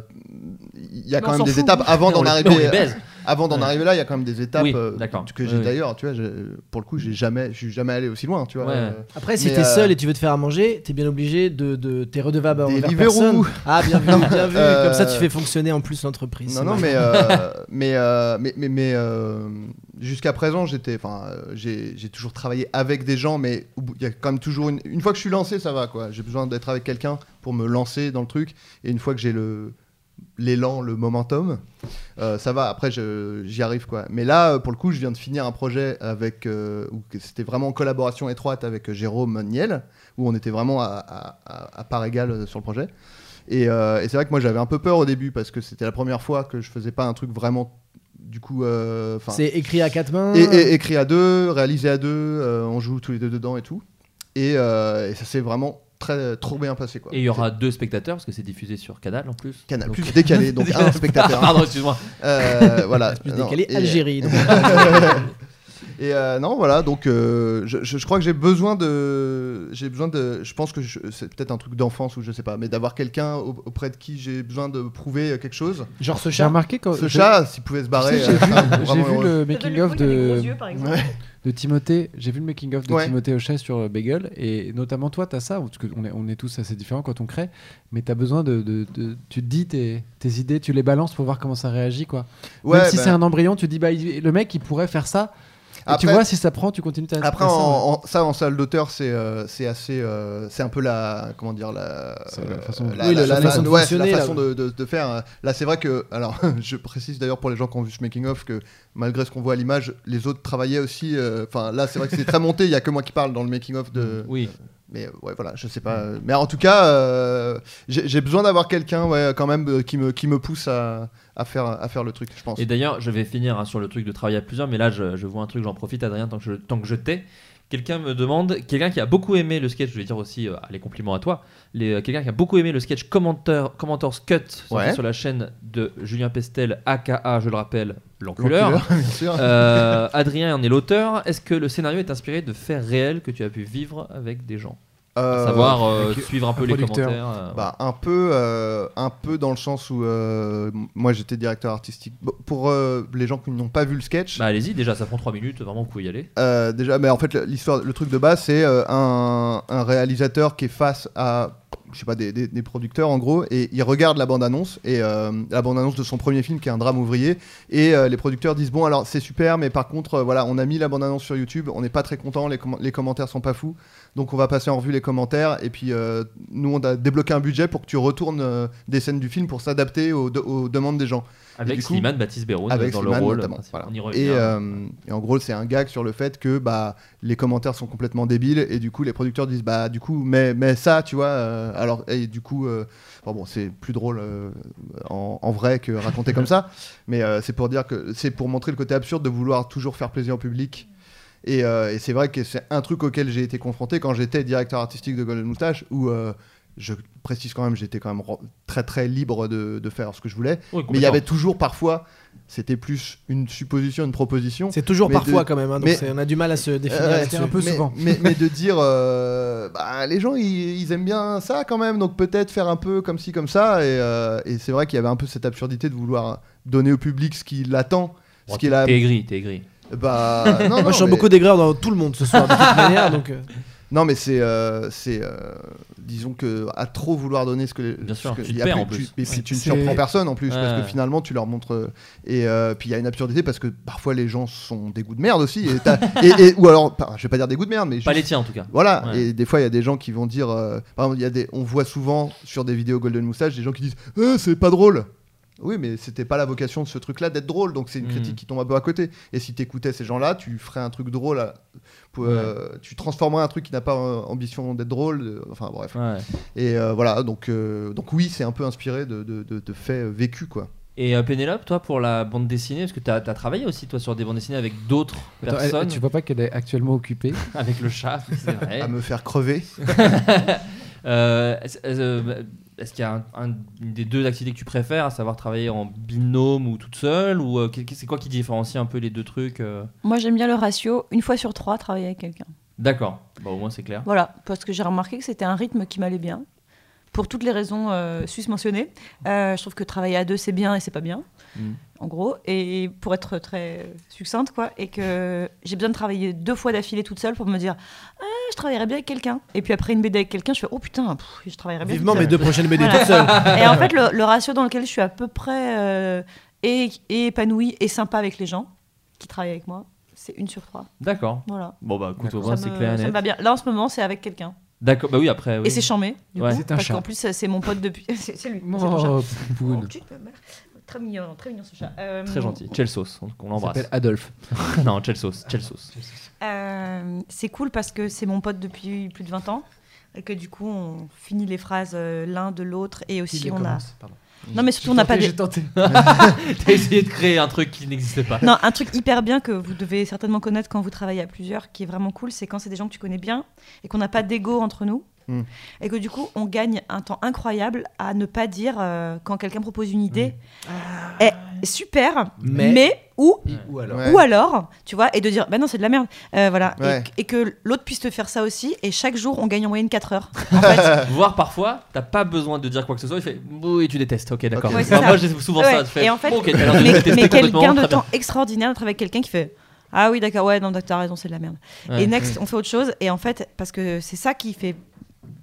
Speaker 12: il y a
Speaker 8: Mais
Speaker 12: quand
Speaker 8: on
Speaker 12: même
Speaker 8: s'en
Speaker 12: des
Speaker 8: fout.
Speaker 12: étapes avant
Speaker 8: Mais on
Speaker 12: d'en
Speaker 8: les- mais on les
Speaker 12: arriver.
Speaker 8: baise.
Speaker 12: Avant d'en
Speaker 8: Ouais.
Speaker 12: arriver là, il y a quand même des étapes
Speaker 8: Oui,
Speaker 12: euh,
Speaker 8: d'accord.
Speaker 12: que j'ai
Speaker 8: Oui, oui.
Speaker 12: d'ailleurs. Tu vois, j'ai- pour le coup, j'ai jamais, je suis jamais allé aussi loin. Tu vois. euh,
Speaker 3: Après, si
Speaker 12: mais,
Speaker 3: t'es
Speaker 12: euh,
Speaker 3: seul et tu veux te faire à manger, t'es bien obligé de, de t'es redevable envers
Speaker 12: Deliveroo.
Speaker 3: personne. Ah bien vu,
Speaker 12: Non,
Speaker 3: bien vu.
Speaker 12: euh,
Speaker 3: Comme ça, tu fais fonctionner en plus l'entreprise.
Speaker 12: Non,
Speaker 3: C'est
Speaker 12: non, mais,
Speaker 3: marrant.
Speaker 12: euh, mais, euh, mais, mais, mais, euh, jusqu'à présent, j'étais, enfin, euh, j'ai j'ai toujours travaillé avec des gens, mais au bout- il y a quand même toujours une. Une fois que je suis lancé, ça va, quoi. J'ai besoin d'être avec quelqu'un pour me lancer dans le truc, et une fois que j'ai le l'élan, le momentum, euh, ça va. Après, je- j'y arrive, quoi. Mais là, euh, pour le coup, je viens de finir un projet avec euh, où que c'était vraiment en collaboration étroite avec euh, Jérôme Niel, où on était vraiment à, à- à- à part égale euh, sur le projet. Et, euh, et c'est vrai que moi j'avais un peu peur au début parce que c'était la première fois que je faisais pas un truc vraiment du coup. euh, 'fin-
Speaker 3: C'est écrit à quatre mains.
Speaker 12: Et, et- écrit à deux, réalisé à deux, euh, on joue tous les deux dedans et tout. Et, euh, et ça s'est vraiment très trop bien passé quoi.
Speaker 8: Et il y aura deux spectateurs parce que c'est diffusé sur Canal en plus.
Speaker 12: Canal
Speaker 8: Donc-
Speaker 12: plus décalé, donc un spectateur. hein.
Speaker 8: Pardon, excuse-moi.
Speaker 12: Euh, voilà.
Speaker 3: Plus
Speaker 12: Non,
Speaker 3: décalé,
Speaker 12: et-
Speaker 3: Algérie, donc. euh,
Speaker 12: et euh, non, voilà. Donc, euh, je, je- je crois que j'ai besoin de, j'ai besoin de. Je pense que je- c'est peut-être un truc d'enfance ou je sais pas, mais d'avoir quelqu'un au- auprès de qui j'ai besoin de prouver euh, quelque chose.
Speaker 3: Genre ce
Speaker 12: J'ai
Speaker 11: J'ai remarqué quand
Speaker 12: ce
Speaker 11: Oh, je-
Speaker 12: chat, s'il pouvait se barrer.
Speaker 11: Tu sais, j'ai
Speaker 12: euh,
Speaker 11: vu,
Speaker 12: vraiment
Speaker 11: j'ai vu
Speaker 12: heureux.
Speaker 11: le making of de,
Speaker 12: Ouais.
Speaker 11: de Timothée. J'ai vu le making of de
Speaker 12: Ouais.
Speaker 11: Timothée Hochet sur euh, Bagel et notamment toi, t'as ça parce que on est, on est tous assez différents quand on crée, mais t'as besoin de, de- de- tu te dis tes, tes idées, tu les balances pour voir comment ça réagit quoi.
Speaker 12: Ouais,
Speaker 11: Même si
Speaker 12: bah.
Speaker 11: c'est un embryon, tu dis bah il- le mec il pourrait faire ça. Et tu
Speaker 12: Après-
Speaker 11: vois si ça prend, tu continues ta
Speaker 12: Après,
Speaker 11: à
Speaker 12: en-
Speaker 11: ça, ouais.
Speaker 12: en- ça en salle d'auteur, c'est euh, c'est assez, euh, c'est un peu la, comment dire, la, euh,
Speaker 11: façon-
Speaker 12: la-
Speaker 11: Oui,
Speaker 12: la-
Speaker 11: la-
Speaker 12: la-
Speaker 11: la façon de
Speaker 12: ouais,
Speaker 11: fonctionner,
Speaker 12: la
Speaker 11: là.
Speaker 12: façon de, de- de faire. euh, Là, c'est vrai que, alors, je précise d'ailleurs pour les gens qui ont vu ce making of que malgré ce qu'on voit à l'image, les autres travaillaient aussi. euh, Enfin, là, c'est vrai que c'est très monté. Il y a que moi qui parle dans le making of de.
Speaker 8: Oui.
Speaker 12: Mais euh, ouais, voilà, je sais pas. euh, Mais en tout cas, euh, j'ai j'ai besoin d'avoir quelqu'un, ouais, quand même, euh, qui me, qui me pousse à, à faire, à faire le truc, je pense.
Speaker 8: Et d'ailleurs, je vais finir hein, sur le truc de travailler à plusieurs, mais là, je, je vois un truc, j'en profite, Adrien, tant que je, tant que je t'ai. Quelqu'un me demande, quelqu'un qui a beaucoup aimé le sketch, je vais dire aussi euh, les compliments à toi, les- euh, quelqu'un qui a beaucoup aimé le sketch Commenteur, Commentors Cut sorti
Speaker 12: Ouais.
Speaker 8: sur la chaîne de Julien Pestel, aka, je le rappelle, l'enculeur.
Speaker 12: L'enculeur, bien sûr.
Speaker 8: Euh, Adrien en est l'auteur. Est-ce que le scénario est inspiré de faits réels que tu as pu vivre avec des gens
Speaker 12: Euh,
Speaker 8: À savoir euh,
Speaker 12: avec
Speaker 8: suivre un peu les commentaires. euh,
Speaker 12: Bah, un peu, euh, un peu dans le sens où euh, m- moi j'étais directeur artistique. Bon, pour euh, les gens qui n'ont pas vu le sketch,
Speaker 8: Bah allez-y, déjà ça prend 3 minutes, vraiment vous pouvez y aller.
Speaker 12: euh, déjà, mais en fait l'histoire, le truc de base, c'est euh, un, un réalisateur qui est face à, je sais pas, des, des- des producteurs en gros, et il regarde la bande annonce et euh, la bande annonce de son premier film qui est un drame ouvrier, et euh, les producteurs disent bon alors c'est super, mais par contre euh, voilà, on a mis la bande annonce sur YouTube, on n'est pas très content, les, com- les commentaires sont pas fous. Donc on va passer en revue les commentaires et puis euh, nous on a débloqué un budget pour que tu retournes euh, des scènes du film pour s'adapter aux, de- aux demandes des gens. Et
Speaker 8: Avec
Speaker 12: du coup-
Speaker 8: Slimane Baptiste Béraud
Speaker 12: avec
Speaker 8: dans
Speaker 12: Slimane
Speaker 8: le rôle.
Speaker 12: notamment, voilà.
Speaker 8: On y revient. hein.
Speaker 12: et, euh, et en gros c'est un gag sur le fait que bah les commentaires sont complètement débiles et du coup les producteurs disent bah du coup mais mais ça tu vois euh, alors et du coup euh, enfin bon c'est plus drôle euh, en, en vrai que raconté comme ça mais euh, c'est pour dire que c'est pour montrer le côté absurde de vouloir toujours faire plaisir au public et, euh, et c'est vrai que c'est un truc auquel j'ai été confronté quand j'étais directeur artistique de Golden Moustache, où euh, je précise quand même, j'étais quand même ro- très très libre de, de faire ce que je voulais.
Speaker 3: Oui,
Speaker 12: mais il y
Speaker 3: complètement.
Speaker 12: avait toujours parfois, c'était plus une supposition, une proposition.
Speaker 3: C'est toujours
Speaker 12: mais
Speaker 3: parfois
Speaker 12: de-
Speaker 3: quand même. hein, donc
Speaker 12: mais-
Speaker 3: c'est- on a du mal à se définir.
Speaker 12: euh,
Speaker 3: là-dessus.
Speaker 12: ouais, mais- Mais, mais de dire, euh, bah, les gens, ils, ils aiment bien ça quand même, donc peut-être faire un peu comme ci, comme ça. Et, euh, et c'est vrai qu'il y avait un peu cette absurdité de vouloir donner au public ce qu'il attend.
Speaker 8: Bon,
Speaker 12: ce qu'il a...
Speaker 8: T'es aigri, t'es aigri.
Speaker 12: Bah, non,
Speaker 3: Moi,
Speaker 12: non,
Speaker 3: je sens
Speaker 12: mais-
Speaker 3: beaucoup d'aigreur dans tout le monde ce soir, de toute manière. Donc, euh,
Speaker 12: Non, mais c'est. euh, c'est euh, disons que à trop vouloir donner ce que. les-
Speaker 8: Bien
Speaker 12: ce
Speaker 8: sûr,
Speaker 12: que-
Speaker 8: tu te
Speaker 12: y a
Speaker 8: perds
Speaker 12: plus-
Speaker 8: en plus.
Speaker 12: tu- et puis tu ne
Speaker 8: C'est-
Speaker 12: surprends personne en plus,
Speaker 8: Ouais.
Speaker 12: parce que finalement tu leur montres. euh, Et euh, puis il y a une absurdité parce que parfois les gens sont des goûts de merde aussi. Et t'as- et- et- ou alors, pas- je vais pas dire des goûts de merde, mais.
Speaker 8: Pas
Speaker 12: juste-
Speaker 8: les tiens, en tout cas.
Speaker 12: Voilà,
Speaker 8: Ouais.
Speaker 12: et des fois il y a des gens qui vont dire. euh, par exemple, il y a des, on voit souvent sur des vidéos Golden Moustache des gens qui disent Eh, c'est pas drôle. Oui, mais c'était pas la vocation de ce truc-là d'être drôle, donc c'est une
Speaker 9: Mm.
Speaker 12: critique qui tombe un peu à côté. Et si t'écoutais ces gens-là, tu ferais un truc drôle, à- pour, euh, tu transformerais un truc qui n'a pas euh, ambition d'être drôle, euh, enfin bref. Et euh, voilà, donc, euh, donc oui, c'est un peu inspiré de, de- de- de faits euh, vécus, quoi.
Speaker 8: Et euh, Pénélope, toi, pour la bande dessinée, parce que t'as as travaillé aussi, toi, sur des bandes dessinées avec d'autres
Speaker 11: Attends, elle-
Speaker 8: personnes.
Speaker 11: tu vois pas qu'elle est actuellement occupée
Speaker 8: Avec le chat, c'est vrai.
Speaker 12: À me faire crever.
Speaker 8: Euh, est-ce euh, est-ce qu'il y a un- un- une des deux activités que tu préfères, à savoir travailler en binôme ou toute seule Ou euh, qu'est- qu'est- c'est quoi qui différencie un peu les deux trucs euh
Speaker 10: Moi, j'aime bien le ratio, une fois sur trois, travailler avec quelqu'un.
Speaker 8: D'accord, bah, au moins c'est clair.
Speaker 10: Voilà, parce que j'ai remarqué que c'était un rythme qui m'allait bien. Pour toutes les raisons euh, susmentionnées, Euh, je trouve que travailler à deux, c'est bien et c'est pas bien,
Speaker 8: Mm.
Speaker 10: en gros. Et pour être très euh, succincte, quoi, et que j'ai besoin de travailler deux fois d'affilée toute seule pour me dire Ah, je travaillerais bien avec quelqu'un. Et puis après une BD avec quelqu'un, je fais Oh putain, pff, je travaillerais bien.
Speaker 3: Vivement
Speaker 10: toute
Speaker 3: mes
Speaker 10: seule.
Speaker 3: deux prochaines BD
Speaker 10: Voilà.
Speaker 3: toute seule.
Speaker 10: et en fait, le, le ratio dans lequel je suis à peu près euh, et, et épanouie et sympa avec les gens qui travaillent avec moi, c'est une sur trois.
Speaker 8: D'accord.
Speaker 10: Voilà.
Speaker 8: Bon, bah écoute, au
Speaker 10: Ça
Speaker 8: moins c'est
Speaker 10: me-
Speaker 8: clair. et
Speaker 10: Ça me
Speaker 8: net.
Speaker 10: va bien. Là, en ce moment, c'est avec quelqu'un.
Speaker 8: D'accord, bah oui, après. oui.
Speaker 10: Et c'est chambé. Du
Speaker 8: Ouais.
Speaker 10: coup, parce qu'en plus, c'est mon pote depuis. C'est c'est lui. c'est
Speaker 11: Oh,
Speaker 10: ton chat.
Speaker 11: Poupoune.
Speaker 10: Oh, tu te- voilà. Très mignon, très mignon ce chat. Euh,
Speaker 8: Très gentil. Chelsos, on, on l'embrasse.
Speaker 11: Il s'appelle Adolphe.
Speaker 8: non, Chelsos, Chelsos.
Speaker 10: euh, c'est cool parce que c'est mon pote depuis plus de 20 ans. Et que du coup, on finit les phrases euh, l'un de l'autre. Et
Speaker 11: Il
Speaker 10: aussi,
Speaker 11: les
Speaker 10: on a.
Speaker 11: commence, pardon.
Speaker 10: Non, mais surtout, on n'a pas. des-
Speaker 11: J'ai tenté.
Speaker 8: T'as essayé de créer un truc qui n'existait pas.
Speaker 10: Non, un truc hyper bien que vous devez certainement connaître quand vous travaillez à plusieurs, qui est vraiment cool, c'est quand c'est des gens que tu connais bien et qu'on n'a pas d'ego entre nous.
Speaker 11: Hmm.
Speaker 12: Mm.
Speaker 10: Et que du coup, on gagne un temps incroyable à ne pas dire euh, quand quelqu'un propose une idée,
Speaker 11: Hmm.
Speaker 10: Eh, super, mais,
Speaker 3: Mais-
Speaker 10: ou,
Speaker 3: ou alors.
Speaker 10: ou alors, tu vois, et de dire, bah non, c'est de la merde. Euh, voilà. Et-
Speaker 8: Ouais.
Speaker 10: Et, que l'autre puisse te faire ça aussi, et chaque jour, on gagne en moyenne 4 heures.
Speaker 8: Voire parfois, t'as pas besoin de dire quoi que ce soit. Il fait oui, tu détestes. Ok, d'accord.
Speaker 10: Ouais, c'est
Speaker 8: Enfin,
Speaker 10: ça.
Speaker 8: moi, j'ai souvent
Speaker 10: Ouais.
Speaker 8: ça. Je fais,
Speaker 10: Et en fait,
Speaker 8: bon, ok, t'as l'air de
Speaker 10: mais,
Speaker 8: détester
Speaker 10: mais
Speaker 8: complètement,
Speaker 10: quelqu'un de
Speaker 8: très bien.
Speaker 10: temps extraordinaire d'être avec quelqu'un qui fait Ah oui, d'accord, ouais, non, t'as raison, c'est de la merde.
Speaker 8: Ouais.
Speaker 10: Et next,
Speaker 8: Mm.
Speaker 10: on fait autre chose. Et en fait, parce que c'est ça qui fait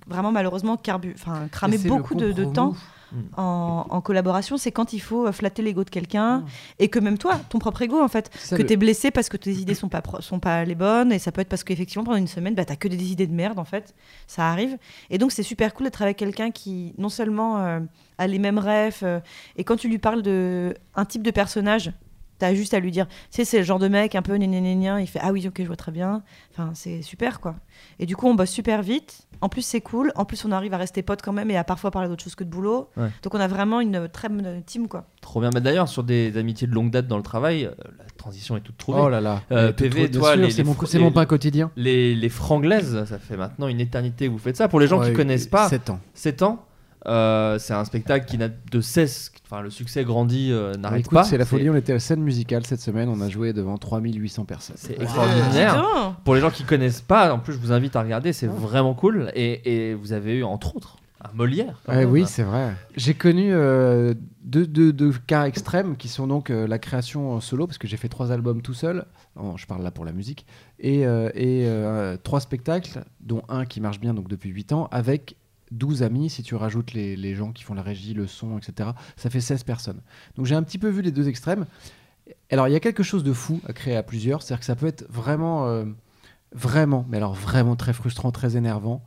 Speaker 10: vraiment malheureusement carbu, enfin, cramer
Speaker 11: Et c'est
Speaker 10: beaucoup
Speaker 11: le
Speaker 10: de, de
Speaker 11: compromis.
Speaker 10: temps.
Speaker 8: Mm.
Speaker 10: En, en collaboration, c'est quand il faut euh, flatter l'ego de quelqu'un
Speaker 8: Mm.
Speaker 10: et que même toi, ton propre ego en fait,
Speaker 11: ça,
Speaker 10: que
Speaker 11: le-
Speaker 10: t'es blessé parce que tes idées sont pas pro- sont pas les bonnes et ça peut être parce qu'effectivement pendant une semaine, bah t'as que des idées de merde en fait, ça arrive et donc c'est super cool d'être avec quelqu'un qui non seulement euh, a les mêmes rêves euh, et quand tu lui parles de un type de personnage, t'as juste à lui dire, tu sais c'est le genre de mec un peu nénénénien, il fait ah oui ok je vois très bien, enfin c'est super quoi et du coup on bosse super vite, en plus c'est cool, en plus on arrive à rester potes quand même et à parfois parler d'autre chose que de boulot,
Speaker 8: Ouais.
Speaker 10: donc on a vraiment une euh, très bonne team quoi.
Speaker 8: Trop bien. Mais d'ailleurs, sur des amitiés de longue date dans le travail, euh, la transition est toute trouvée.
Speaker 11: Oh là là.
Speaker 8: Euh,
Speaker 11: Elle est toute
Speaker 8: PV,
Speaker 11: trouvée,
Speaker 8: toi,
Speaker 11: bien
Speaker 8: les,
Speaker 11: sûr, c'est
Speaker 8: les
Speaker 11: mon
Speaker 8: fr-
Speaker 11: co- c'est mon
Speaker 8: les-
Speaker 11: pain quotidien.
Speaker 8: Les, les franglaises, ça fait maintenant une éternité que vous faites ça. Pour les gens qui
Speaker 11: Ouais,
Speaker 8: connaissent pas,
Speaker 11: sept ans.
Speaker 8: 7 ans. euh, c'est un spectacle qui n'a de cesse, enfin le succès grandit, euh, n'arrête
Speaker 11: Bah, Écoute,
Speaker 8: pas.
Speaker 11: c'est la folie, on était à la scène musicale cette semaine, on a joué devant 3800 personnes.
Speaker 8: C'est extraordinaire. Pour les gens qui connaissent pas, en plus, je vous invite à regarder, c'est
Speaker 11: Ah.
Speaker 8: vraiment cool. Et, et vous avez eu, entre autres, un Molière. quand
Speaker 11: Ouais,
Speaker 8: même.
Speaker 11: Eh oui, c'est vrai. J'ai connu euh, deux, deux- deux cas extrêmes qui sont donc euh, la création en solo, parce que j'ai fait trois albums tout seul, en- je parle là pour la musique, et, euh, et, euh, trois spectacles, dont un qui marche bien donc depuis 8 ans, avec 12 amis, si tu rajoutes les, les gens qui font la régie, le son, etc. Ça fait 16 personnes. Donc j'ai un petit peu vu les deux extrêmes. Alors il y a quelque chose de fou à créer à plusieurs, c'est-à-dire que ça peut être vraiment, euh, vraiment, mais alors vraiment très frustrant, très énervant.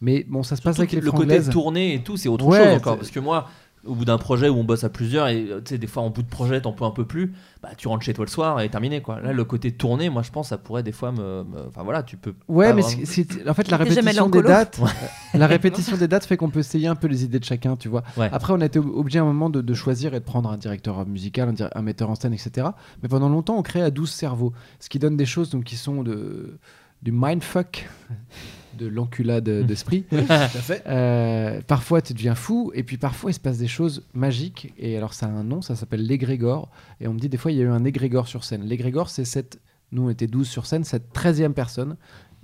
Speaker 11: Mais bon, ça se passe
Speaker 8: Surtout
Speaker 11: avec
Speaker 8: que
Speaker 11: les
Speaker 8: le côté
Speaker 11: Franglaises.
Speaker 8: tournée et tout, c'est autre
Speaker 11: Ouais,
Speaker 8: chose encore.
Speaker 11: c'est-
Speaker 8: Parce que moi, au bout d'un projet où on bosse à plusieurs, et euh, tu sais, des fois en bout de projet, t'en peux un peu plus, bah tu rentres chez toi le soir et terminé quoi. Là, le côté tournée, moi je pense, ça pourrait des fois me. me- Enfin voilà, tu peux.
Speaker 11: Ouais,
Speaker 8: pas
Speaker 11: mais
Speaker 8: vraiment-
Speaker 11: c'est- c'est- en fait, la
Speaker 8: T'es jamais allé en
Speaker 11: répétition des
Speaker 8: colo
Speaker 11: dates,
Speaker 8: Ouais.
Speaker 11: la répétition des dates fait qu'on peut essayer un peu les idées de chacun, tu vois.
Speaker 8: Ouais.
Speaker 11: Après, on a été ob- obligé à un moment de, de choisir et de prendre un directeur musical, un, dir- un metteur en scène, etc. Mais pendant longtemps, on créait à 12 cerveaux, ce qui donne des choses donc, qui sont de, du mindfuck, de l'enculade
Speaker 8: Mmh.
Speaker 11: d'esprit.
Speaker 3: Oui, tout à fait.
Speaker 11: Euh, parfois, tu deviens fou, et puis parfois, il se passe des choses magiques. Et alors, ça a un nom, ça s'appelle l'égrégore. Et on me dit, des fois, il y a eu un égrégore sur scène. L'égrégore, c'est cette. Nous, on était 12 sur scène, cette 13e personne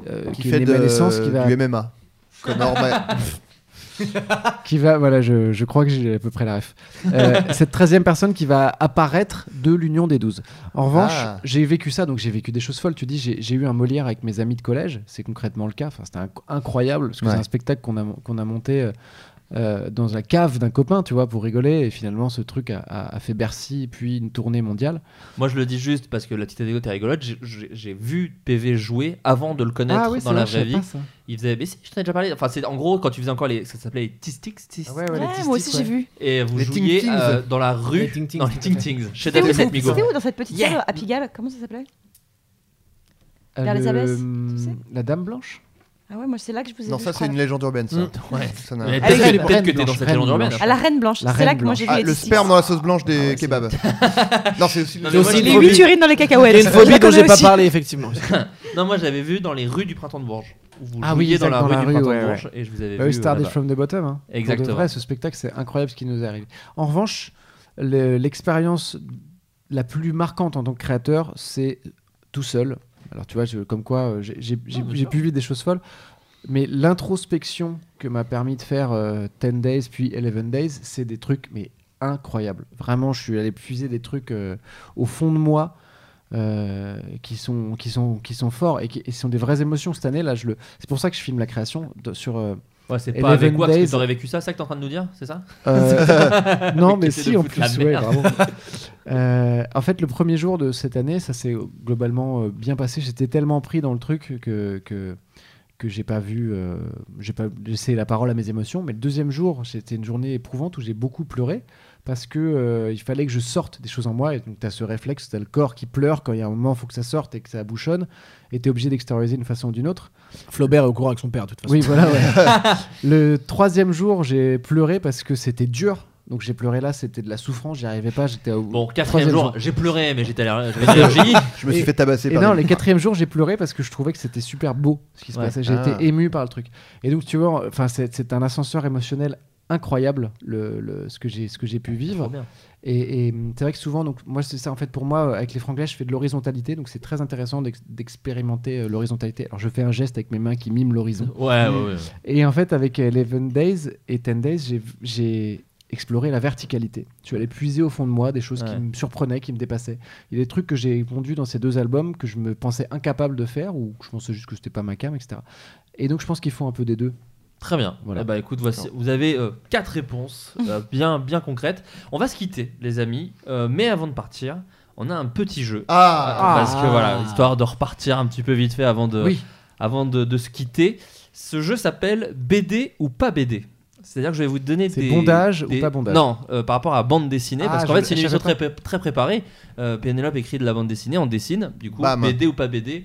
Speaker 11: euh,
Speaker 12: Qui
Speaker 11: qui,
Speaker 12: fait
Speaker 11: est née à
Speaker 12: de-
Speaker 11: la naissance, qui va
Speaker 12: du MMA. Connor Ma-
Speaker 11: qui va, voilà, je, je crois que j'ai à peu près la ref. Euh, cette treizième personne qui va apparaître de l'union des douze. En revanche,
Speaker 12: Ah.
Speaker 11: j'ai vécu ça, donc j'ai vécu des choses folles. Tu dis, j'ai j'ai eu un Molière avec mes amis de collège, c'est concrètement le cas. Enfin, c'était inc- incroyable parce que
Speaker 12: Ouais.
Speaker 11: c'est un spectacle qu'on a, mon- qu'on a monté. euh, euh, dans la cave d'un copain, tu vois, pour rigoler. Et finalement, ce truc a, a- a fait Bercy, puis une tournée mondiale.
Speaker 8: Moi, je le dis juste parce que la petite anecdote est rigolote. j'ai- J'ai j'ai vu PV jouer avant de le connaître
Speaker 11: Ah oui, c'est
Speaker 8: dans la
Speaker 11: vrai, je
Speaker 8: vraie
Speaker 11: savais
Speaker 8: vie.
Speaker 11: pas ça.
Speaker 8: Il faisait, mais si, je t'en ai déjà parlé. Enfin, c'est en gros quand tu faisais encore les, ça s'appelait les Tistics.
Speaker 11: Ah ouais, les Ouais, tistics, moi aussi, ouais. j'ai vu.
Speaker 8: Et vous
Speaker 11: Les
Speaker 8: jouiez
Speaker 11: ting-tings.
Speaker 8: euh, dans la rue,
Speaker 11: Les ting-tings,
Speaker 8: dans
Speaker 11: tout
Speaker 8: les
Speaker 11: à
Speaker 8: Ting
Speaker 11: fait.
Speaker 8: Tings. Chez
Speaker 10: C'était où,
Speaker 8: David
Speaker 10: cette-
Speaker 8: Migo.
Speaker 10: c'était où dans cette petite
Speaker 8: Yeah.
Speaker 10: salle à Pigalle Comment ça s'appelait
Speaker 11: Euh,
Speaker 10: Vers les
Speaker 11: le-
Speaker 10: abbesses,
Speaker 11: La Dame Blanche
Speaker 10: Ah ouais, moi c'est là que je vous ai
Speaker 12: Non,
Speaker 10: vu,
Speaker 12: ça
Speaker 10: je
Speaker 12: c'est
Speaker 10: crois.
Speaker 12: une légende urbaine, ça.
Speaker 11: Mm.
Speaker 8: Ouais.
Speaker 12: Ça n'a-
Speaker 8: Mais peut-être que- peut-être que t'es dans cette légende urbaine.
Speaker 10: À la Reine Blanche, c'est là que moi j'ai vu
Speaker 12: Ah,
Speaker 10: les
Speaker 12: le
Speaker 10: tistics.
Speaker 12: sperme dans la sauce blanche des kebabs. non, c'est aussi,
Speaker 8: Non, mais moi, j'ai-
Speaker 10: les huit urines dans les cacahuètes.
Speaker 3: Une
Speaker 10: Je la
Speaker 3: phobie dont
Speaker 10: connais
Speaker 3: j'ai pas
Speaker 10: aussi.
Speaker 3: parlé, effectivement.
Speaker 8: non, moi, je l'avais vu dans les rues du printemps de Bourges. Où vous
Speaker 11: Ah oui,
Speaker 8: jouiez dans
Speaker 11: exact,
Speaker 8: la rue du printemps
Speaker 11: ouais,
Speaker 8: de
Speaker 11: ouais.
Speaker 8: Bourges et je vous avais
Speaker 11: Bah
Speaker 8: vu.
Speaker 11: oui,
Speaker 8: euh,
Speaker 11: Started
Speaker 8: là-bas.
Speaker 11: from the bottom. hein. Pour de
Speaker 8: Exactement.
Speaker 11: vrai, ce spectacle, c'est incroyable ce qui nous arrive. En revanche, le- l'expérience la plus marquante en tant que créateur, c'est tout seul. Alors, tu vois, je- comme quoi, euh, j'ai- j'ai j'ai- j'ai pu vivre des choses folles. Mais l'introspection que m'a permis de faire euh, 10 Days puis 11 Days, c'est des trucs mais incroyables. Vraiment, je suis allé puiser des trucs euh, au fond de moi euh, qui, sont, qui, sont, qui sont forts et qui et sont des vraies émotions cette année. là je le... C'est pour ça que je filme la création de- sur. euh,
Speaker 8: Ouais, c'est pas
Speaker 11: 11
Speaker 8: avec quoi parce
Speaker 11: Days. Mmh.
Speaker 8: que t'aurais vécu ça, ça que t'es en train de nous dire, c'est ça
Speaker 11: Euh, non, mais
Speaker 8: T'essaies
Speaker 11: si,
Speaker 8: de
Speaker 11: en
Speaker 8: foutre
Speaker 11: plus,
Speaker 8: la
Speaker 11: ouais,
Speaker 8: merde.
Speaker 11: bravo. Euh, en fait, le premier jour de cette année, ça s'est globalement euh, bien passé. J'étais tellement pris dans le truc que que, que j'ai pas vu, euh, j'ai pas laissé la parole à mes émotions. Mais le deuxième jour, c'était une journée éprouvante où j'ai beaucoup pleuré parce que euh, il fallait que je sorte des choses en moi. Et donc, t'as ce réflexe, t'as le corps qui pleure quand il y a un moment, faut que ça sorte et que ça bouchonne. Et t'es obligé d'extérioriser d'une façon ou d'une autre.
Speaker 3: Flaubert est au courant avec son père, de toute façon.
Speaker 11: Oui, voilà. ouais. le troisième jour, j'ai pleuré parce que c'était dur. Donc j'ai pleuré là, c'était de la souffrance, j'y arrivais pas, j'étais au
Speaker 8: Bon, quatrième
Speaker 11: troisième
Speaker 8: jour, j'ai pleuré, mais j'étais à la- j'avais de l'allergie.
Speaker 12: Je me suis
Speaker 11: Et-
Speaker 12: fait tabasser
Speaker 11: Et
Speaker 12: par
Speaker 11: non,
Speaker 12: des-
Speaker 11: le quatrième jour, j'ai pleuré parce que je trouvais que c'était super beau ce qui se
Speaker 8: Ouais.
Speaker 11: passait. J'ai
Speaker 12: Ah.
Speaker 11: été ému par le truc. Et donc, tu vois, enfin, c'est c'est un ascenseur émotionnel incroyable le, le- ce que j'ai ce que j'ai pu
Speaker 8: Ah,
Speaker 11: vivre.
Speaker 8: Trop bien.
Speaker 11: Et, et, hum, c'est vrai que souvent, donc moi, c'est ça en fait pour moi avec les franglais, je fais de l'horizontalité, donc c'est très intéressant d'ex- d'expérimenter euh, l'horizontalité. Alors, je fais un geste avec mes mains qui mime l'horizon.
Speaker 8: Ouais, ouais, ouais.
Speaker 11: Et en fait, avec 11 Days et 10 Days, j'ai- j'ai exploré la verticalité. Tu allais puiser au fond de moi des choses qui
Speaker 8: Ouais.
Speaker 11: me surprenaient, qui me dépassaient. Il y a des trucs que j'ai conduits dans ces deux albums que je me pensais incapable de faire ou que je pensais juste que c'était pas ma cam, etc. Et donc, je pense qu'il faut un peu des deux.
Speaker 8: Très bien.
Speaker 11: Voilà.
Speaker 8: Eh ben, écoute, voici, vous avez euh, quatre réponses euh, bien, bien concrètes. On va se quitter, les amis. Euh, mais avant de partir, on a un petit jeu.
Speaker 12: Ah.
Speaker 8: Euh, Parce que
Speaker 12: Ah.
Speaker 8: voilà, histoire de repartir un petit peu vite fait avant de,
Speaker 11: Oui.
Speaker 8: avant de, de se quitter. Ce jeu s'appelle BD ou pas BD. C'est-à-dire que je vais vous donner
Speaker 11: C'est
Speaker 8: des.
Speaker 11: bondage ou
Speaker 8: des-
Speaker 11: pas bondage
Speaker 8: Non, euh, par rapport à bande dessinée.
Speaker 11: Ah,
Speaker 8: parce qu'en
Speaker 11: je-
Speaker 8: fait, c'est une
Speaker 11: je
Speaker 8: émission
Speaker 11: savais
Speaker 8: très, pré- très préparée. Euh, Pénélope écrit de la bande dessinée, on dessine. Du coup,
Speaker 12: Bam.
Speaker 8: BD ou pas BD,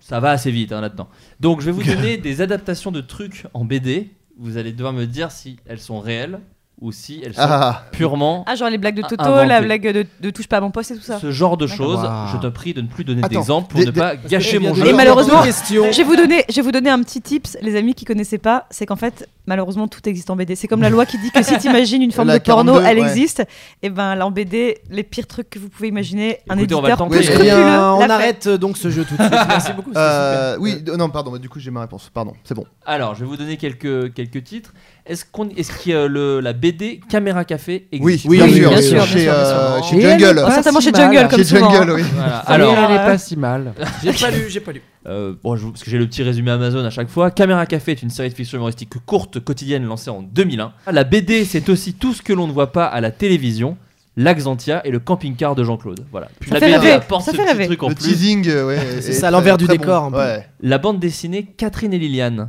Speaker 8: ça va assez vite hein, là-dedans. Donc je vais vous donner des adaptations de trucs en BD. Vous allez devoir me dire si elles sont réelles ou si elles sont
Speaker 12: Ah.
Speaker 8: purement.
Speaker 10: Ah, genre les blagues de Toto,
Speaker 8: inventées.
Speaker 10: la blague de, de touche pas à mon poste et tout ça.
Speaker 8: Ce genre de
Speaker 10: D'accord.
Speaker 8: choses,
Speaker 11: Waouh.
Speaker 8: je te prie de ne plus donner
Speaker 12: Attends,
Speaker 8: d'exemple pour
Speaker 12: des-
Speaker 8: ne
Speaker 12: des-
Speaker 8: pas gâcher
Speaker 3: Eh bien,
Speaker 8: mon
Speaker 3: des-
Speaker 8: jeu.
Speaker 10: Et malheureusement,
Speaker 3: Question.
Speaker 10: je vais, vous donner, je vais vous donner un petit tips, les amis qui connaissaient pas, c'est qu'en fait, malheureusement, tout existe en BD. C'est comme la loi qui dit que si t'imagines une forme
Speaker 12: La
Speaker 10: de porno,
Speaker 12: 42,
Speaker 10: elle
Speaker 12: ouais.
Speaker 10: existe. Et ben là, en BD, les pires trucs que vous pouvez imaginer, un
Speaker 8: Écoutez, on va
Speaker 10: éditeur
Speaker 8: tenter.
Speaker 10: peu
Speaker 12: Oui,
Speaker 3: Eh
Speaker 10: scrupuleux
Speaker 3: bien, on
Speaker 10: l'a fait.
Speaker 3: arrête euh, donc ce jeu tout de suite. Merci beaucoup. c'était
Speaker 12: Euh,
Speaker 3: super.
Speaker 12: oui, d- non, pardon, du coup j'ai ma réponse. Pardon, c'est bon.
Speaker 8: Alors, je vais vous donner quelques, quelques titres. Est-ce qu'on est-ce que euh, le, la BD Caméra Café
Speaker 12: Oui,
Speaker 8: existe
Speaker 12: bien,
Speaker 10: oui,
Speaker 12: sûr,
Speaker 10: bien sûr, bien
Speaker 12: Chez,
Speaker 10: sûr,
Speaker 12: euh,
Speaker 8: bien sûr.
Speaker 12: chez
Speaker 11: Et elle
Speaker 12: Jungle.
Speaker 11: est
Speaker 3: Ah,
Speaker 10: Oh,
Speaker 11: pas
Speaker 10: certainement
Speaker 11: si
Speaker 10: chez
Speaker 11: mal.
Speaker 10: Jungle, comme
Speaker 12: Chez
Speaker 10: souvent.
Speaker 12: Jungle, oui.
Speaker 8: Voilà.
Speaker 11: Alors,
Speaker 8: Alors,
Speaker 11: Ah, elle est
Speaker 10: euh,
Speaker 11: pas si mal.
Speaker 3: J'ai pas lu, j'ai pas lu.
Speaker 8: Euh, bon, je- parce que j'ai le petit résumé Amazon à chaque fois. Caméra Café est une série de fiction humoristique courte quotidienne lancée en 2001. La BD, c'est aussi tout ce que l'on ne voit pas à la télévision. L'Axantia et le camping-car de Jean-Claude. Voilà.
Speaker 10: Ça
Speaker 8: la
Speaker 10: fait
Speaker 8: BD
Speaker 10: rêver,
Speaker 8: apporte
Speaker 10: ça
Speaker 8: ce
Speaker 10: fait
Speaker 8: petit
Speaker 10: rêver.
Speaker 8: truc en
Speaker 12: Le
Speaker 8: plus.
Speaker 12: teasing, euh, ouais.
Speaker 3: C'est
Speaker 12: est
Speaker 3: ça, l'envers du
Speaker 12: très
Speaker 3: décor, un peu.
Speaker 12: Ouais.
Speaker 8: La bande dessinée Catherine et Liliane.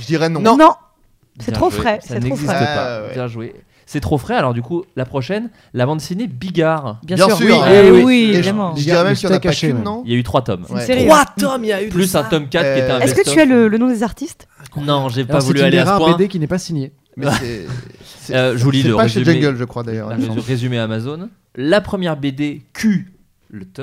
Speaker 12: Je dirais non.
Speaker 10: Non, c'est
Speaker 8: Bien
Speaker 10: trop
Speaker 8: joué.
Speaker 10: frais,
Speaker 8: Ça
Speaker 10: c'est trop
Speaker 8: n'existe
Speaker 10: frais.
Speaker 8: pas.
Speaker 12: Ah, ouais.
Speaker 8: Bien joué. C'est trop frais. Alors du coup, la prochaine, la bande dessinée Bigard.
Speaker 10: Bien,
Speaker 12: Bien
Speaker 10: sûr,
Speaker 12: sûr,
Speaker 10: oui,
Speaker 12: hein.
Speaker 8: Oui,
Speaker 10: eh oui,
Speaker 8: oui.
Speaker 12: Et je-
Speaker 10: évidemment.
Speaker 12: Je dirais même
Speaker 11: Le
Speaker 12: qu'il y en a
Speaker 11: steak
Speaker 12: pas
Speaker 11: haché,
Speaker 12: qu'une,
Speaker 11: même.
Speaker 12: non
Speaker 8: Il y a eu trois tomes.
Speaker 10: C'est une
Speaker 12: Ouais.
Speaker 10: série. hein.
Speaker 3: Trois tomes, il y a eu de
Speaker 8: Plus
Speaker 3: ça.
Speaker 8: un tome 4 qui
Speaker 12: Euh,
Speaker 8: était un
Speaker 10: Est-ce que
Speaker 8: best-of.
Speaker 10: tu as le, le nom des artistes
Speaker 8: Non, j'ai pas
Speaker 11: Alors, c'est
Speaker 8: voulu
Speaker 11: une
Speaker 8: aller
Speaker 11: des
Speaker 8: à ce
Speaker 11: rares
Speaker 8: point.
Speaker 11: BD qui n'est pas signé.
Speaker 12: Mais c'est. c'est-
Speaker 8: Euh, je vous lis
Speaker 12: C'est
Speaker 8: le
Speaker 12: pas chez
Speaker 8: résumé.
Speaker 12: Jungle, je crois d'ailleurs. bah
Speaker 8: Ah,
Speaker 12: il me
Speaker 8: mais
Speaker 12: semble.
Speaker 8: le résumé Amazon. La première BD Q, le te,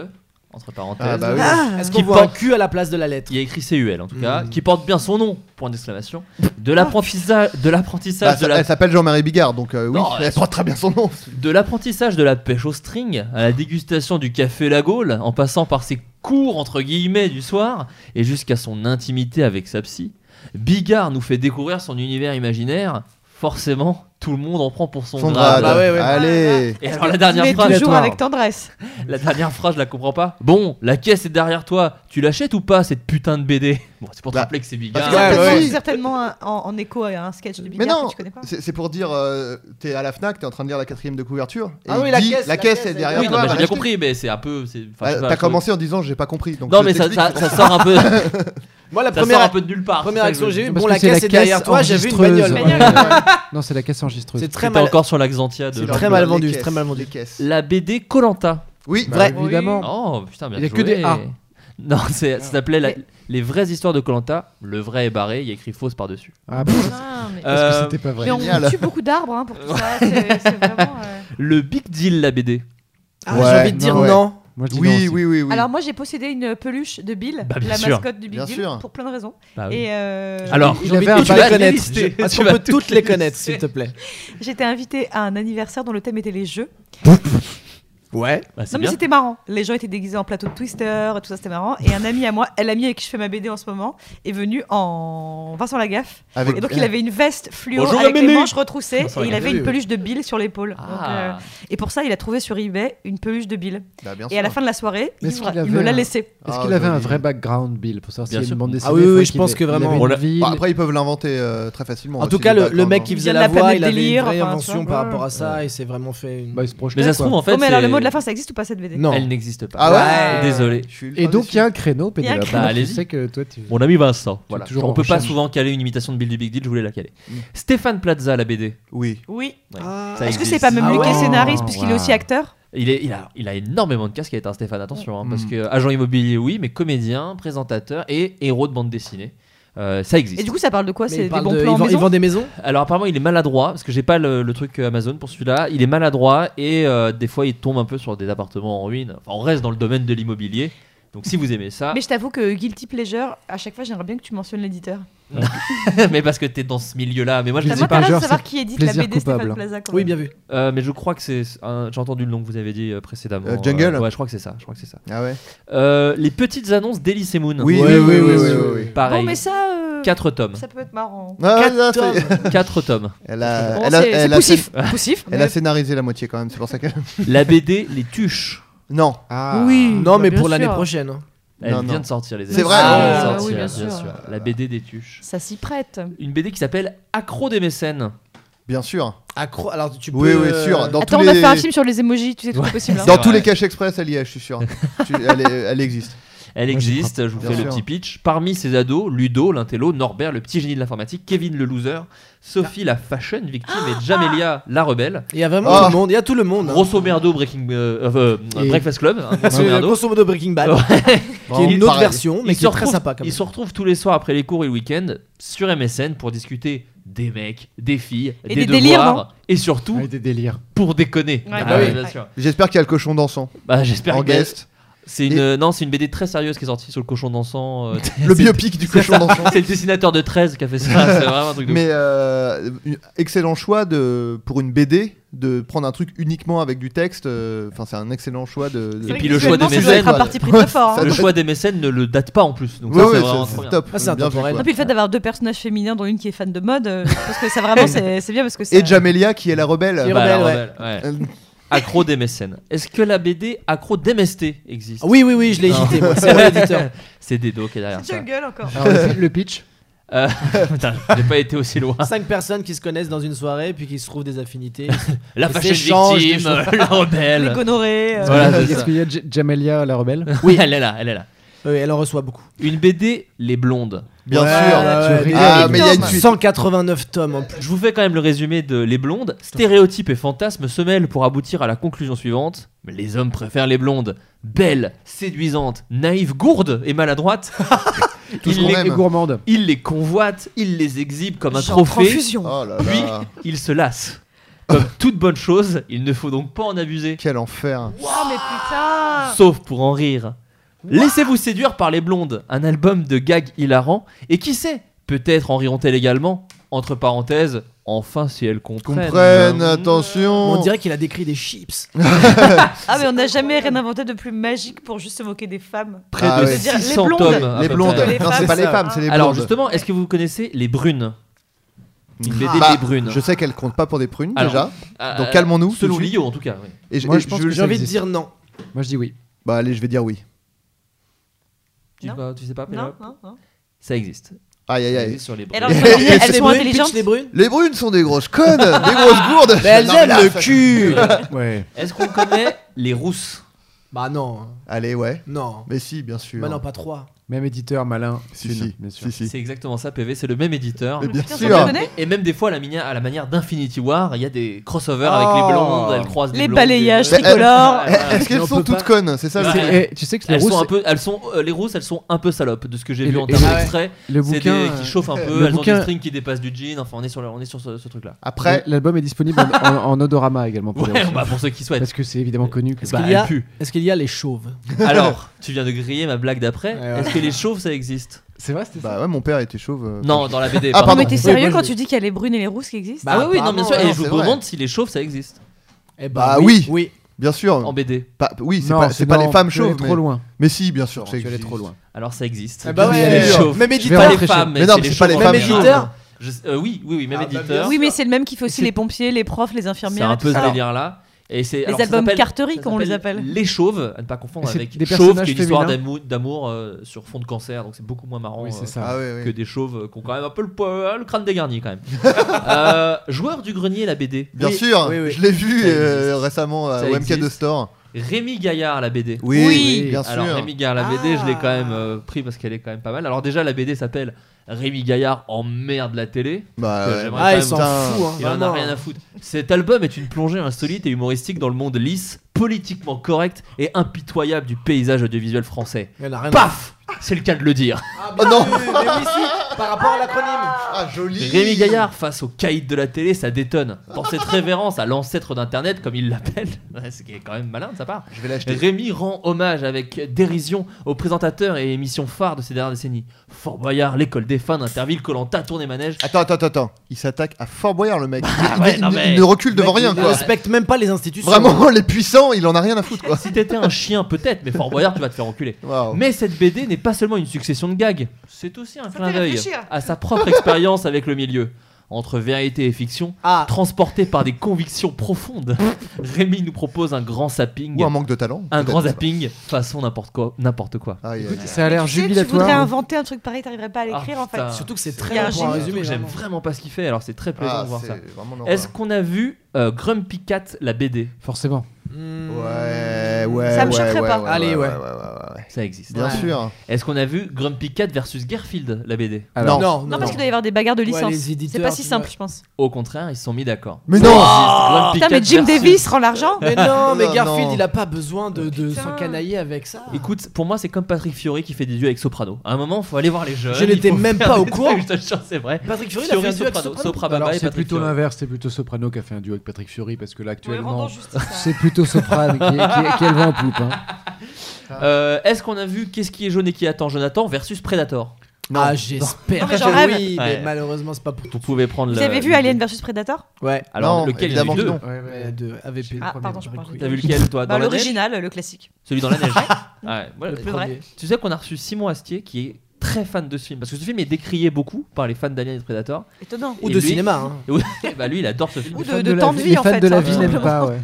Speaker 8: entre parenthèses.
Speaker 12: Ah, bah oui.
Speaker 3: Est-ce
Speaker 8: Qui
Speaker 3: qu'on voit un
Speaker 8: porte-
Speaker 3: cul à la place de la lettre
Speaker 8: Il y a écrit CUL en tout cas,
Speaker 12: Hmm.
Speaker 8: qui porte bien son nom, point d'exclamation.
Speaker 10: Ah.
Speaker 8: De l'apprentissage de,
Speaker 12: Bah,
Speaker 8: l'apprentissage de,
Speaker 12: ça-
Speaker 8: la,
Speaker 12: Elle s'appelle Jean-Marie Bigard, donc euh, oui,
Speaker 8: Non,
Speaker 12: elle porte très bien son nom.
Speaker 8: de l'apprentissage de la pêche au string à la dégustation du café La Gaule, en passant par ses cours entre guillemets du soir et jusqu'à son intimité avec sa psy. Bigard nous fait découvrir son univers imaginaire, forcément tout le monde en prend pour son, bah
Speaker 12: Son
Speaker 8: grade.
Speaker 12: grade. Ah ouais, ouais. Allez.
Speaker 8: Et alors la dernière
Speaker 10: Mais
Speaker 8: phrase.
Speaker 10: toujours avec tendresse.
Speaker 8: La dernière phrase, je la comprends pas. Bon, la caisse est derrière toi. Tu l'achètes ou pas cette putain de BD Bon, c'est pour
Speaker 12: Bah,
Speaker 8: te rappeler que c'est Bigard.
Speaker 10: Certainement, certainement un- en, en écho à un sketch de
Speaker 12: Mais
Speaker 10: Bigard
Speaker 12: non,
Speaker 10: que tu connais pas.
Speaker 12: c'est c'est pour dire, euh, t'es à la Fnac, t'es en train de lire la quatrième de couverture. Et
Speaker 10: Ah
Speaker 12: il
Speaker 10: oui, la
Speaker 12: dit,
Speaker 10: caisse,
Speaker 12: la caisse est derrière
Speaker 8: Oui, non,
Speaker 12: toi.
Speaker 8: mais j'ai
Speaker 12: va
Speaker 8: bien
Speaker 12: l'acheter.
Speaker 8: compris, mais c'est un peu. c'est- enfin, je
Speaker 12: Bah,
Speaker 8: sais pas,
Speaker 12: T'as
Speaker 8: je-
Speaker 12: commencé en disant j'ai pas compris. Donc
Speaker 8: non,
Speaker 12: je
Speaker 8: mais ça,
Speaker 12: t'explique,
Speaker 8: ça,
Speaker 12: c'est
Speaker 8: ça
Speaker 12: pour
Speaker 8: sort un peu.
Speaker 3: Moi, la
Speaker 8: Ça
Speaker 3: première-
Speaker 8: sort un peu de nulle part.
Speaker 3: première
Speaker 8: C'est ça
Speaker 3: action
Speaker 8: que
Speaker 3: que j'ai eue,
Speaker 8: je-
Speaker 3: bon, la caisse est derrière toi, j'ai vu une
Speaker 11: enregistreuse.
Speaker 3: bagnole.
Speaker 11: Ouais, ouais. Non, c'est la caisse enregistreuse.
Speaker 3: C'est très
Speaker 8: T'étais
Speaker 3: mal.
Speaker 8: encore sur l'Axantia de.
Speaker 3: C'est très mal vendu, c'est très mal vendu.
Speaker 8: La BD Colanta.
Speaker 12: Oui,
Speaker 11: Bah, vrai. évidemment.
Speaker 8: Oh putain, bien
Speaker 11: Il y a
Speaker 8: joué.
Speaker 11: que des A.
Speaker 8: Non, c'est- ça s'appelait la- les vraies histoires de Colanta. Le vrai est barré, il y a écrit fausse par-dessus.
Speaker 11: Ah, pff.
Speaker 10: Ah, mais-
Speaker 11: Parce que c'était pas vrai.
Speaker 10: Mais
Speaker 8: Euh,
Speaker 10: on
Speaker 8: Génial.
Speaker 10: tue beaucoup d'arbres hein, pour tout ça. c'est- c'est vraiment, euh.
Speaker 8: Le Big Deal, la BD.
Speaker 3: Ah, j'ai envie de dire non.
Speaker 11: Moi, je dis
Speaker 12: Oui,
Speaker 11: non aussi.
Speaker 12: oui, oui, oui.
Speaker 10: Alors moi j'ai possédé une peluche de Bill,
Speaker 8: Bah, bien
Speaker 10: la
Speaker 8: sûr.
Speaker 10: mascotte du Big
Speaker 12: Bien
Speaker 10: Deal,
Speaker 12: sûr.
Speaker 10: pour plein de raisons.
Speaker 8: Bah oui.
Speaker 10: Et euh,
Speaker 8: Alors,
Speaker 3: J'ai envie
Speaker 8: Et
Speaker 3: de
Speaker 8: tu
Speaker 3: toutes
Speaker 8: vas
Speaker 3: les connaître.
Speaker 8: les lister.
Speaker 3: Je- Est-ce
Speaker 8: Tu
Speaker 3: qu'on
Speaker 8: vas
Speaker 3: peut
Speaker 8: toutes
Speaker 3: toutes
Speaker 8: les
Speaker 3: les connaître,
Speaker 8: lister.
Speaker 3: s'il te plaît
Speaker 10: j'étais invitée à un anniversaire dont le thème était les jeux.
Speaker 3: Ouais.
Speaker 8: bah,
Speaker 10: non mais c'était marrant. Les gens étaient déguisés en plateau de Twister, tout ça c'était marrant. Et un ami à moi, l'ami avec euh, qui je fais ma BD en ce moment, est venu en Vincent Lagaffe.
Speaker 12: Avec-
Speaker 10: Et donc il avait une veste fluo
Speaker 8: Bonjour,
Speaker 10: avec les
Speaker 8: Amélie.
Speaker 10: manches retroussées
Speaker 8: Vincent
Speaker 10: et il
Speaker 8: Lagaffe.
Speaker 10: avait une peluche de Bill sur l'épaule. Donc,
Speaker 8: Ah.
Speaker 10: euh, et pour ça il a trouvé sur eBay une peluche de Bill.
Speaker 12: Bah, bien
Speaker 10: et à la
Speaker 12: sûr.
Speaker 10: fin de la soirée, il,
Speaker 11: Est-ce qu'il
Speaker 10: il
Speaker 11: avait
Speaker 10: me l'a
Speaker 11: un-
Speaker 10: laissé.
Speaker 11: Est-ce
Speaker 12: Ah,
Speaker 11: qu'il avait un
Speaker 12: joli.
Speaker 11: vrai background, Bill, pour savoir s'il
Speaker 8: Bien
Speaker 11: y a
Speaker 8: sûr.
Speaker 11: une bande dessinée
Speaker 3: Ah oui,
Speaker 11: faut
Speaker 3: oui,
Speaker 11: qu'il
Speaker 3: je pense
Speaker 11: ait-
Speaker 3: que
Speaker 11: il avait
Speaker 3: vraiment.
Speaker 11: une
Speaker 8: Voilà.
Speaker 11: ville.
Speaker 12: Bah, après ils peuvent l'inventer euh, très facilement.
Speaker 3: En
Speaker 12: aussi,
Speaker 3: tout cas, le, le
Speaker 12: background,
Speaker 3: mec
Speaker 12: hein.
Speaker 3: qui
Speaker 10: Il
Speaker 3: faisait
Speaker 10: vient de
Speaker 3: la
Speaker 10: la planète
Speaker 3: voix, il avait une
Speaker 10: délire,
Speaker 3: vraie
Speaker 10: enfin, tu
Speaker 3: invention
Speaker 10: vois,
Speaker 3: par
Speaker 10: ouais.
Speaker 3: rapport à ça et c'est vraiment fait une.
Speaker 11: Bah, il se projetait,
Speaker 8: Mais ça se
Speaker 11: quoi.
Speaker 8: trouve, en fait.
Speaker 10: oh, mais alors le
Speaker 8: c'est-
Speaker 10: mot de la fin ça existe ou pas cette BD
Speaker 3: Non.
Speaker 8: Elle n'existe pas.
Speaker 12: Ah ouais.
Speaker 8: Désolé.
Speaker 12: Je suis ultra
Speaker 11: Et donc, Ah, il
Speaker 12: déçu.
Speaker 11: y a un créneau,
Speaker 10: Il y a un
Speaker 11: Pénélope.
Speaker 10: créneau.
Speaker 8: hein. Bah,
Speaker 11: Je
Speaker 8: allez-y.
Speaker 11: sais que toi, tu.
Speaker 8: Mon ami Vincent.
Speaker 11: Voilà. Oh,
Speaker 8: Voilà.
Speaker 11: Toujours en
Speaker 8: on peut pas
Speaker 11: recherche.
Speaker 8: souvent caler une imitation de Bill du Big Deal, je voulais la caler. Stéphane Plaza, la BD.
Speaker 12: Oui.
Speaker 10: Oui.
Speaker 8: Ouais.
Speaker 3: Ah.
Speaker 8: Ça
Speaker 10: Est-ce que
Speaker 8: existe.
Speaker 10: c'est pas même
Speaker 3: Ah
Speaker 10: lui qui est
Speaker 3: ouais.
Speaker 10: scénariste puisqu'il est
Speaker 11: Waouh.
Speaker 10: aussi acteur
Speaker 8: Il, est, il, a, il a énormément de casquettes, hein, Stéphane, attention. hein, Parce
Speaker 12: Mm.
Speaker 8: que euh, agent immobilier, oui, mais comédien, présentateur et héros de bande dessinée. Euh, ça existe.
Speaker 10: Et du coup, ça parle de quoi
Speaker 3: Mais
Speaker 10: C'est
Speaker 3: il
Speaker 10: des
Speaker 3: parle
Speaker 10: bons
Speaker 3: de-
Speaker 10: plans
Speaker 3: il
Speaker 10: en
Speaker 3: vend- il
Speaker 10: maison
Speaker 3: vend des maisons
Speaker 8: Alors apparemment il est maladroit parce que j'ai pas le, le truc euh, Amazon pour celui-là. Il est maladroit et euh, des fois il tombe un peu sur des appartements en ruine. Enfin, on reste dans le domaine de l'immobilier. Donc si vous aimez ça,
Speaker 10: Mais je t'avoue que Guilty Pleasure, à chaque fois, j'aimerais bien que tu mentionnes l'éditeur.
Speaker 8: mais, parce que t'es dans ce milieu-là. Mais moi je
Speaker 10: Ça
Speaker 11: Guilty
Speaker 8: sais pas.
Speaker 10: m'intéresse de
Speaker 11: Pleasure,
Speaker 10: savoir qui
Speaker 11: c'est
Speaker 10: édite la
Speaker 11: plaisir
Speaker 10: BD Stéphane
Speaker 11: coupable.
Speaker 10: Plaza. quand
Speaker 3: Oui,
Speaker 10: même.
Speaker 3: bien vu.
Speaker 8: Euh, mais je crois que c'est. un- J'ai entendu le nom que vous avez dit euh, précédemment.
Speaker 12: Euh, Jungle
Speaker 8: Ouais, je crois que c'est ça. Je crois que c'est ça.
Speaker 12: Ah ouais.
Speaker 8: Euh, les petites annonces d'Elysée et Moon.
Speaker 12: Oui, oui, oui, oui, oui, oui, oui.
Speaker 10: Bon,
Speaker 8: Pareil.
Speaker 10: mais ça, euh,
Speaker 8: 4 tomes.
Speaker 10: ça peut être marrant.
Speaker 12: Ah, là,
Speaker 3: tomes.
Speaker 12: c'est-
Speaker 8: Quatre tomes.
Speaker 12: Elle a,
Speaker 10: Bon,
Speaker 12: elle a-
Speaker 10: c'est c'est
Speaker 12: elle a
Speaker 10: poussif.
Speaker 12: scén-
Speaker 10: poussif,
Speaker 12: elle
Speaker 10: mais-
Speaker 12: a scénarisé la moitié quand même, c'est pour ça que.
Speaker 8: La BD Les Tuches.
Speaker 12: Non.
Speaker 11: Ah.
Speaker 3: Non,
Speaker 10: bah,
Speaker 3: mais
Speaker 10: bien
Speaker 3: pour l'année
Speaker 10: sûr.
Speaker 3: prochaine. hein.
Speaker 8: Elle
Speaker 12: Non,
Speaker 8: vient
Speaker 12: non.
Speaker 8: de sortir, les amis.
Speaker 12: C'est vrai.
Speaker 8: Elle vient de
Speaker 12: Ah,
Speaker 8: sortir,
Speaker 10: oui, bien sûr.
Speaker 8: La BD des Tuches.
Speaker 10: Ça s'y prête.
Speaker 8: Une BD qui s'appelle Accro des mécènes.
Speaker 12: Bien sûr.
Speaker 3: Accro. Alors tu peux.
Speaker 12: Oui, oui,
Speaker 3: euh,
Speaker 12: sûr. Dans
Speaker 10: Attends,
Speaker 12: tous
Speaker 10: on a
Speaker 12: les-
Speaker 10: fait un film sur les emojis, tu sais, tout est possible. hein.
Speaker 12: Dans
Speaker 8: C'est
Speaker 12: tous
Speaker 8: vrai.
Speaker 12: les caches express, elle y est, je suis sûr. Tu- elle, est- elle existe.
Speaker 8: Elle
Speaker 11: Moi, j'y
Speaker 8: existe, je vous
Speaker 12: Bien
Speaker 8: fais le
Speaker 12: sûr.
Speaker 8: petit pitch. Parmi ses ados, Ludo, l'intello, Norbert, le petit génie de l'informatique, Kevin, le loser, Sophie, la fashion victime, et Jamelia, la rebelle.
Speaker 3: Il y a vraiment
Speaker 12: Ah.
Speaker 3: tout le monde. Il y a tout le monde. hein.
Speaker 8: Grosso merdo, Breaking, euh, euh, euh,
Speaker 3: Et-
Speaker 8: Breakfast Club. hein, grosso
Speaker 3: C'est le
Speaker 8: merdo.
Speaker 3: grosso modo Breaking Bad, qui
Speaker 12: Vraiment,
Speaker 3: est une autre
Speaker 12: pareil.
Speaker 3: version, mais
Speaker 8: Ils
Speaker 3: qui
Speaker 8: se,
Speaker 3: est très
Speaker 8: retrouvent,
Speaker 3: sympa quand
Speaker 8: ils
Speaker 3: même.
Speaker 8: se retrouvent tous les soirs après les cours et le week-end sur MSN pour discuter des mecs, des filles,
Speaker 10: Et
Speaker 8: des,
Speaker 10: des délires,
Speaker 8: devoirs et surtout
Speaker 11: Avec des délires.
Speaker 8: pour déconner.
Speaker 10: Ouais,
Speaker 3: bah oui.
Speaker 8: bien sûr.
Speaker 12: J'espère qu'il y a le cochon dansant
Speaker 8: Bah, j'espère
Speaker 12: en
Speaker 8: que-
Speaker 12: guest.
Speaker 8: C'est une non, c'est une BD très sérieuse qui est sortie sur le cochon dansant. euh,
Speaker 12: Le biopic du cochon dansant.
Speaker 8: c'est le dessinateur de 13 qui a fait ça, c'est vraiment un truc de ouf.
Speaker 12: Mais euh, une- excellent choix de, pour une BD de prendre un truc uniquement avec du texte. euh, Enfin, c'est un excellent choix de. de-
Speaker 10: C'est vrai
Speaker 8: puis
Speaker 10: que
Speaker 8: le choix
Speaker 10: visuellement,
Speaker 8: des
Speaker 10: Ça doit être un
Speaker 8: mécènes,
Speaker 10: parti pris très fort. hein.
Speaker 12: ça
Speaker 8: le
Speaker 12: doit-
Speaker 8: choix des mécènes ne le date pas en plus. Donc
Speaker 12: Ouais,
Speaker 8: ça,
Speaker 12: ouais,
Speaker 8: c'est vraiment
Speaker 12: c'est-
Speaker 8: trop
Speaker 12: c'est
Speaker 8: bien.
Speaker 12: top.
Speaker 3: Ah, c'est
Speaker 12: bien vu,
Speaker 3: intemporel.
Speaker 12: quoi.
Speaker 10: Non, puis le fait d'avoir deux personnages féminins, dont une qui est fan de mode, euh, je pense que ça vraiment, c'est c'est bien parce que c'est.
Speaker 12: Et Jamelia qui est la rebelle.
Speaker 3: Qui est
Speaker 8: Bah, la
Speaker 3: rebelle,
Speaker 8: rebelle, ouais.
Speaker 12: Euh,
Speaker 8: Accro des mécènes. Est-ce que la BD Accro des MST existe
Speaker 3: Ah Oui, oui, oui, je l'ai
Speaker 8: Non.
Speaker 3: hésité. moi, C'est vrai, l'éditeur.
Speaker 8: C'est Dedo qui est
Speaker 10: euh,
Speaker 8: derrière ça.
Speaker 10: Jungle encore.
Speaker 11: Alors, le pi- le pitch.
Speaker 8: Euh, putain, j'ai pas été aussi loin.
Speaker 3: Cinq personnes qui se connaissent dans une soirée, puis qui se trouvent des affinités.
Speaker 8: La
Speaker 3: Ils
Speaker 8: fashion
Speaker 3: s'échangent des
Speaker 8: victime,
Speaker 3: choses.
Speaker 8: la
Speaker 10: Les
Speaker 8: rebelle.
Speaker 10: gonorrhées. euh,
Speaker 8: Voilà, c'est
Speaker 11: Est-ce
Speaker 8: ça.
Speaker 11: qu'il y a J- Jamelia, la rebelle
Speaker 8: Oui, elle est là, elle est là.
Speaker 3: oui, elle en reçoit beaucoup.
Speaker 8: Une BD, les blondes.
Speaker 12: Bien
Speaker 3: Ouais,
Speaker 12: sûr.
Speaker 3: ouais,
Speaker 11: Tu
Speaker 3: ouais,
Speaker 12: ah,
Speaker 3: des-
Speaker 12: mais il y a une
Speaker 3: des-
Speaker 12: suite.
Speaker 3: 189 tomes en plus.
Speaker 8: Je vous fais quand même le résumé de Les Blondes. Stéréotypes et fantasmes se mêlent pour aboutir à la conclusion suivante. Mais les hommes préfèrent les blondes. Belles, séduisantes, naïves, gourdes et maladroites.
Speaker 12: Tout ce
Speaker 8: ils,
Speaker 12: qu'on
Speaker 8: les,
Speaker 12: aime.
Speaker 11: Gourmande.
Speaker 8: ils les convoitent, ils les exhibent comme un
Speaker 10: genre
Speaker 8: trophée.
Speaker 10: Transfusion.
Speaker 12: Oh là
Speaker 8: Puis,
Speaker 12: là.
Speaker 8: ils se lassent. Comme toute bonne chose, il ne faut donc pas en abuser.
Speaker 12: Quel enfer.
Speaker 10: Oh, mais
Speaker 12: Ah.
Speaker 10: putain
Speaker 8: Sauf pour en rire. Laissez-vous séduire par les blondes, un album de gags hilarants, et qui sait, peut-être en riront-elles également, entre parenthèses, enfin si elles comprennent. Hmm.
Speaker 12: Comprenne,
Speaker 3: On
Speaker 12: attention.
Speaker 3: dirait qu'il a décrit des chips.
Speaker 10: Ah, mais on n'a jamais rien inventé de plus magique pour juste se moquer des femmes.
Speaker 8: Près
Speaker 12: Ah
Speaker 8: de
Speaker 12: ouais.
Speaker 10: Je veux dire, les
Speaker 8: 600
Speaker 10: blondes.
Speaker 8: tomes. à
Speaker 12: Les
Speaker 8: peu
Speaker 12: blondes.
Speaker 8: près.
Speaker 10: Les
Speaker 12: Non,
Speaker 10: femmes,
Speaker 12: c'est pas
Speaker 10: c'est
Speaker 12: les
Speaker 10: ça.
Speaker 12: femmes, c'est les blondes.
Speaker 8: Alors justement, est-ce que vous connaissez les brunes Une BD
Speaker 12: Bah,
Speaker 8: des brunes.
Speaker 12: Je sais qu'elle compte pas pour des prunes
Speaker 8: Alors,
Speaker 12: déjà.
Speaker 8: euh,
Speaker 12: donc calmons-nous.
Speaker 8: selon
Speaker 12: tout de suite.
Speaker 8: Lio, en tout cas, oui.
Speaker 12: Et
Speaker 3: Moi, je pense que J'ai ça envie de existe. dire non.
Speaker 11: Moi je dis oui.
Speaker 12: Bah allez, je vais dire oui.
Speaker 8: Tu, bah, tu sais pas,
Speaker 10: Non,
Speaker 8: Pénélope
Speaker 10: non, non.
Speaker 8: Ça existe.
Speaker 12: Aïe aïe
Speaker 8: Ça
Speaker 12: aïe.
Speaker 8: existe sur les
Speaker 10: Et alors, elles sont- elles sont intelligentes
Speaker 3: les brunes
Speaker 12: Les brunes sont des grosses connes, des grosses gourdes.
Speaker 3: Mais elles
Speaker 12: Non, mais
Speaker 3: aiment
Speaker 12: là,
Speaker 3: le
Speaker 12: ça-
Speaker 3: cul
Speaker 12: euh,
Speaker 11: Ouais.
Speaker 8: Est-ce qu'on connaît les rousses
Speaker 3: Bah non.
Speaker 12: Allez, ouais.
Speaker 3: Non.
Speaker 12: Mais si, bien sûr.
Speaker 3: Bah non, pas trois.
Speaker 11: Même éditeur, malin.
Speaker 12: Si,
Speaker 11: Thune,
Speaker 12: si.
Speaker 11: bien sûr.
Speaker 12: Si, si.
Speaker 8: C'est exactement ça, PV, c'est le même éditeur.
Speaker 12: Mais bien
Speaker 8: Et
Speaker 12: sûr.
Speaker 8: même- Et même des fois, à la, mini- à la manière d'Infinity War, il y a des crossovers avec
Speaker 12: Oh.
Speaker 8: les blondes, elles croisent des
Speaker 10: Les
Speaker 8: blondes, des-
Speaker 10: balayages
Speaker 8: Ouais,
Speaker 10: tricolores.
Speaker 8: ouais, ouais.
Speaker 12: Eh, Est-ce qu'elles sont toutes connes C'est ça le
Speaker 8: Ouais.
Speaker 12: truc.
Speaker 11: Eh, tu sais que les
Speaker 8: elles
Speaker 11: rousses-
Speaker 8: sont un peu, elles sont, euh, les rousses, elles sont un peu salopes de ce que j'ai
Speaker 11: Et
Speaker 8: vu
Speaker 11: le-
Speaker 8: en
Speaker 11: et
Speaker 8: termes
Speaker 11: le-
Speaker 8: d'extrait.
Speaker 11: le
Speaker 8: C'est
Speaker 11: bouquin,
Speaker 8: des- qui chauffent un
Speaker 11: euh,
Speaker 8: peu,
Speaker 11: le
Speaker 8: elles ont
Speaker 11: bouquin-
Speaker 8: des strings qui dépassent du jean. Enfin, on est sur, le- on est sur ce, ce truc-là.
Speaker 12: Après,
Speaker 11: L'album est disponible en, en- en odorama également pour,
Speaker 8: Ouais,
Speaker 11: les rousses.
Speaker 8: bah, pour ceux qui souhaitent.
Speaker 11: Parce que c'est évidemment connu que
Speaker 8: Est-ce
Speaker 3: Est-ce
Speaker 8: Bah,
Speaker 3: qu'il y a-
Speaker 8: elle pue.
Speaker 3: Est-ce qu'il y a les chauves
Speaker 8: Alors, tu viens de griller ma blague d'après.
Speaker 3: Ouais, ouais.
Speaker 8: Est-ce que les chauves, ça existe
Speaker 11: C'est vrai, c'était ça.
Speaker 12: Bah ouais, mon père était chauve. euh,
Speaker 8: Non,
Speaker 12: quand-
Speaker 8: dans la BD.
Speaker 12: Ah pardon.
Speaker 10: Mais t'es
Speaker 12: Oui,
Speaker 10: sérieux
Speaker 12: moi, je-
Speaker 10: quand tu dis qu'il y a les brunes et les rousses qui existent
Speaker 8: Ah oui, oui, non, bien sûr.
Speaker 12: apparemment,
Speaker 8: Et je vous
Speaker 12: c'est vrai.
Speaker 8: demande si les chauves, ça existe
Speaker 3: Bah Eh ben,
Speaker 12: Bah oui,
Speaker 3: Oui.
Speaker 12: bien sûr.
Speaker 8: en BD.
Speaker 12: Pas- oui, c'est
Speaker 11: Non,
Speaker 12: pas,
Speaker 11: c'est-
Speaker 12: c'est pas
Speaker 11: non,
Speaker 12: les femmes
Speaker 11: tu es allé
Speaker 12: chauves.
Speaker 11: trop
Speaker 12: mais-
Speaker 11: loin.
Speaker 12: Mais si, bien sûr.
Speaker 11: Non,
Speaker 12: ça
Speaker 11: tu es allé
Speaker 12: existe.
Speaker 11: trop loin.
Speaker 8: Alors, ça existe.
Speaker 3: Eh ben
Speaker 12: oui,
Speaker 3: ouais,
Speaker 12: les chauves.
Speaker 3: Même
Speaker 11: Je vais
Speaker 3: éditeur.
Speaker 8: Pas les
Speaker 11: rentrer chez-
Speaker 8: femmes, mais,
Speaker 12: Mais non,
Speaker 8: c'est
Speaker 12: mais
Speaker 8: les
Speaker 12: c'est pas les
Speaker 8: chauves en
Speaker 3: femmes.
Speaker 8: général.
Speaker 3: Même éditeur
Speaker 8: Je sais- euh, Oui, oui, oui, même
Speaker 12: Ah, bah, bien
Speaker 8: éditeur.
Speaker 12: sûr.
Speaker 10: Oui, mais c'est le même qui fait aussi
Speaker 8: C'est-
Speaker 10: les pompiers, les profs, les
Speaker 8: C'est
Speaker 10: infirmières.
Speaker 8: un
Speaker 10: et
Speaker 8: peu
Speaker 10: tout
Speaker 8: ce
Speaker 10: ça.
Speaker 8: délire-là. Et c'est, alors, ça
Speaker 10: albums
Speaker 8: s'appelle-
Speaker 10: Cartery,
Speaker 8: ça
Speaker 10: comme on les
Speaker 8: s'appelle
Speaker 10: appelle.
Speaker 8: Les chauves, à ne pas confondre
Speaker 11: Et c'est
Speaker 8: avec
Speaker 11: des
Speaker 8: chauve, qui est
Speaker 11: personnages
Speaker 8: une histoire
Speaker 11: féminins.
Speaker 8: d'amour, d'amour, euh, sur fond de cancer, donc c'est beaucoup moins marrant
Speaker 11: Oui,
Speaker 8: euh,
Speaker 11: c'est ça.
Speaker 12: Ah ouais,
Speaker 8: que
Speaker 12: ouais.
Speaker 8: des chauves euh, qui ont quand même un peu le, poil- le crâne dégarni quand même. Euh, joueur du grenier, la BD.
Speaker 12: Bien
Speaker 3: Oui,
Speaker 12: sûr,
Speaker 3: oui, oui.
Speaker 12: je l'ai vu
Speaker 8: Ça
Speaker 12: euh,
Speaker 8: existe.
Speaker 12: récemment à
Speaker 8: Ça
Speaker 12: OMK2
Speaker 8: existe.
Speaker 12: Store.
Speaker 8: Rémi Gaillard, la BD.
Speaker 10: Oui.
Speaker 12: bien
Speaker 8: Alors
Speaker 12: sûr.
Speaker 8: Rémi Gaillard, la BD, je l'ai
Speaker 3: Ah.
Speaker 8: quand même euh, pris parce qu'elle est quand même pas mal. Alors déjà, la BD s'appelle Rémi Gaillard en merde la télé.
Speaker 12: Bah,
Speaker 8: que
Speaker 12: ouais.
Speaker 8: j'aimerais
Speaker 3: Ah,
Speaker 8: quand
Speaker 3: il
Speaker 8: même-
Speaker 3: s'en
Speaker 12: putain.
Speaker 3: fout. Hein,
Speaker 8: Il en a
Speaker 3: vraiment.
Speaker 8: rien à foutre. Cet album est une plongée insolite et humoristique dans le monde lisse, politiquement correct et impitoyable du paysage audiovisuel français.
Speaker 3: Il en a rien à
Speaker 8: Paf C'est le cas de le dire.
Speaker 3: Ah, bien
Speaker 12: Oh non.
Speaker 3: vu, mais oui, si, par rapport à l'acronyme.
Speaker 12: Ah, joli.
Speaker 8: Rémi Gaillard face au caïd de la télé, ça détonne. Dans cette révérence à l'ancêtre d'Internet, comme il l'appelle, ouais, ce qui est quand même malin de sa part,
Speaker 12: Je vais l'acheter.
Speaker 8: Rémi rend hommage avec dérision aux présentateurs et émissions phares de ces dernières décennies. Fort Boyard, l'école des fans, Interville, Colanta, Tournée Manège.
Speaker 12: Attends, attends, attends. Il s'attaque à Fort Boyard, le mec. Il,
Speaker 8: Ah ouais,
Speaker 12: il-
Speaker 8: non,
Speaker 12: il
Speaker 8: mais-
Speaker 12: ne recule devant rien,
Speaker 3: Il
Speaker 12: quoi.
Speaker 3: respecte même pas les institutions.
Speaker 12: Vraiment, les puissants, il en a rien à foutre, quoi.
Speaker 8: Si t'étais un chien, peut-être, mais Fort Boyard, tu vas te faire enculer.
Speaker 12: Waouh.
Speaker 8: Mais cette BD n'est pas seulement une succession de gags, c'est aussi un clin
Speaker 10: fait
Speaker 8: d'œil
Speaker 10: réfléchir.
Speaker 8: à sa propre expérience avec le milieu. Entre vérité et fiction,
Speaker 3: Ah.
Speaker 8: transporté par des convictions profondes, Rémi nous propose un grand sapping,
Speaker 12: Ou un manque de talent.
Speaker 8: un
Speaker 12: peut-être. Ah,
Speaker 8: grand zapping, façon n'importe quoi, n'importe quoi.
Speaker 12: Aïe, aïe,
Speaker 11: Écoute,
Speaker 12: aïe.
Speaker 11: ça a l'air
Speaker 10: Tu sais que tu voudrais
Speaker 11: jubilatoire.
Speaker 10: inventer un truc pareil, t'arriverais pas à l'écrire
Speaker 8: Ah,
Speaker 10: en fait.
Speaker 8: putain.
Speaker 3: Surtout que c'est
Speaker 10: Il y
Speaker 3: très
Speaker 10: a un
Speaker 3: long pour un
Speaker 10: génie.
Speaker 3: résumé.
Speaker 8: J'aime
Speaker 3: vraiment.
Speaker 8: vraiment pas ce qu'il fait, alors c'est très plaisant
Speaker 12: Ah,
Speaker 8: de voir
Speaker 12: c'est
Speaker 8: ça.
Speaker 12: vraiment l'horreur.
Speaker 8: Est-ce qu'on a vu euh, Grumpy Cat, la BD
Speaker 11: Forcément.
Speaker 3: Mmh.
Speaker 12: Ouais, ouais.
Speaker 10: Ça me
Speaker 12: ouais,
Speaker 10: choquerait
Speaker 12: ouais,
Speaker 10: pas.
Speaker 12: ouais,
Speaker 3: Allez, ouais.
Speaker 12: ouais, ouais.
Speaker 8: Ça existe.
Speaker 12: Bah, Bien
Speaker 3: Ouais.
Speaker 12: sûr. hein.
Speaker 8: Est-ce qu'on a vu Grumpy Cat versus Garfield, la BD
Speaker 3: Non,
Speaker 12: Non.
Speaker 3: non,
Speaker 10: Non, parce qu'il doit y avoir des bagarres de
Speaker 3: Ouais,
Speaker 10: licence.
Speaker 3: les
Speaker 10: c'est
Speaker 3: éditeurs,
Speaker 10: pas si
Speaker 3: tu
Speaker 10: simple,
Speaker 3: vois.
Speaker 10: je pense.
Speaker 8: Au contraire, ils se sont mis d'accord.
Speaker 12: Mais non
Speaker 8: Grumpy
Speaker 10: Ah, Putain,
Speaker 8: Cat
Speaker 10: mais Jim
Speaker 8: versus-
Speaker 10: Davis rend l'argent
Speaker 3: Mais non, mais
Speaker 12: Non,
Speaker 3: Garfield,
Speaker 12: non.
Speaker 3: il a pas besoin de, de
Speaker 10: Putain.
Speaker 3: s'encanailler avec ça.
Speaker 8: Écoute, pour moi, c'est comme Patrick Fiori qui fait des duos avec Soprano. À un moment, faut aller voir les jeunes.
Speaker 3: Je n'étais
Speaker 8: il faut
Speaker 3: même
Speaker 8: faire
Speaker 3: pas
Speaker 8: des
Speaker 3: au courant.
Speaker 8: trucs, Je te jure, c'est vrai.
Speaker 3: Patrick Fiori, il a
Speaker 8: Fiori,
Speaker 3: fait un duo avec
Speaker 8: Soprano,
Speaker 3: Soprano.
Speaker 8: Soprababa
Speaker 11: Alors
Speaker 8: et
Speaker 11: c'est
Speaker 8: Patrick
Speaker 11: plutôt
Speaker 8: Fiori.
Speaker 11: l'inverse, c'est plutôt Soprano qui a fait un duo avec Patrick Fury parce que là actuellement
Speaker 10: justice.
Speaker 11: c'est plutôt Soprano qui, qui, qui a le vent en poupe. hein.
Speaker 8: Euh, Est-ce qu'on a vu Qu'est-ce qui est jaune et qui attend Jonathan versus Predator
Speaker 3: Ah, j'espère
Speaker 10: Non, mais j'en
Speaker 3: que
Speaker 10: rêve.
Speaker 3: oui, mais
Speaker 8: Ouais.
Speaker 3: malheureusement, c'est pas pour
Speaker 8: Vous pouvez prendre.
Speaker 10: Vous
Speaker 8: le-
Speaker 10: avez vu
Speaker 8: le-
Speaker 10: Alien versus Predator
Speaker 3: Ouais.
Speaker 8: Alors
Speaker 12: Non,
Speaker 8: lequel
Speaker 12: évidemment
Speaker 8: des
Speaker 12: que
Speaker 8: deux
Speaker 12: non.
Speaker 11: Ouais, ouais.
Speaker 3: de AVP.
Speaker 10: Ah, pardon, je parle.
Speaker 8: T'as vu lequel toi
Speaker 10: Bah,
Speaker 8: Dans la neige
Speaker 10: L'original, le classique.
Speaker 8: Celui dans la neige. Ouais, voilà.
Speaker 10: Le plus vrai.
Speaker 8: Tu sais qu'on a reçu Simon Astier qui est très fan de ce film parce que ce film est décrié beaucoup par les fans d'Alien et de Predator.
Speaker 10: Étonnant.
Speaker 3: Ou
Speaker 8: Et
Speaker 3: de
Speaker 8: lui-
Speaker 3: cinéma. hein.
Speaker 8: Et oui, bah lui, il adore ce film.
Speaker 10: Ou
Speaker 11: Les
Speaker 10: de-
Speaker 11: fans
Speaker 10: de
Speaker 11: la
Speaker 10: temps de
Speaker 11: vie-
Speaker 10: vie,
Speaker 11: les
Speaker 10: en
Speaker 11: fans
Speaker 10: fait,
Speaker 11: de la
Speaker 10: hein,
Speaker 11: vie
Speaker 10: tout
Speaker 11: n'aiment
Speaker 10: simplement.
Speaker 11: pas. Ouais.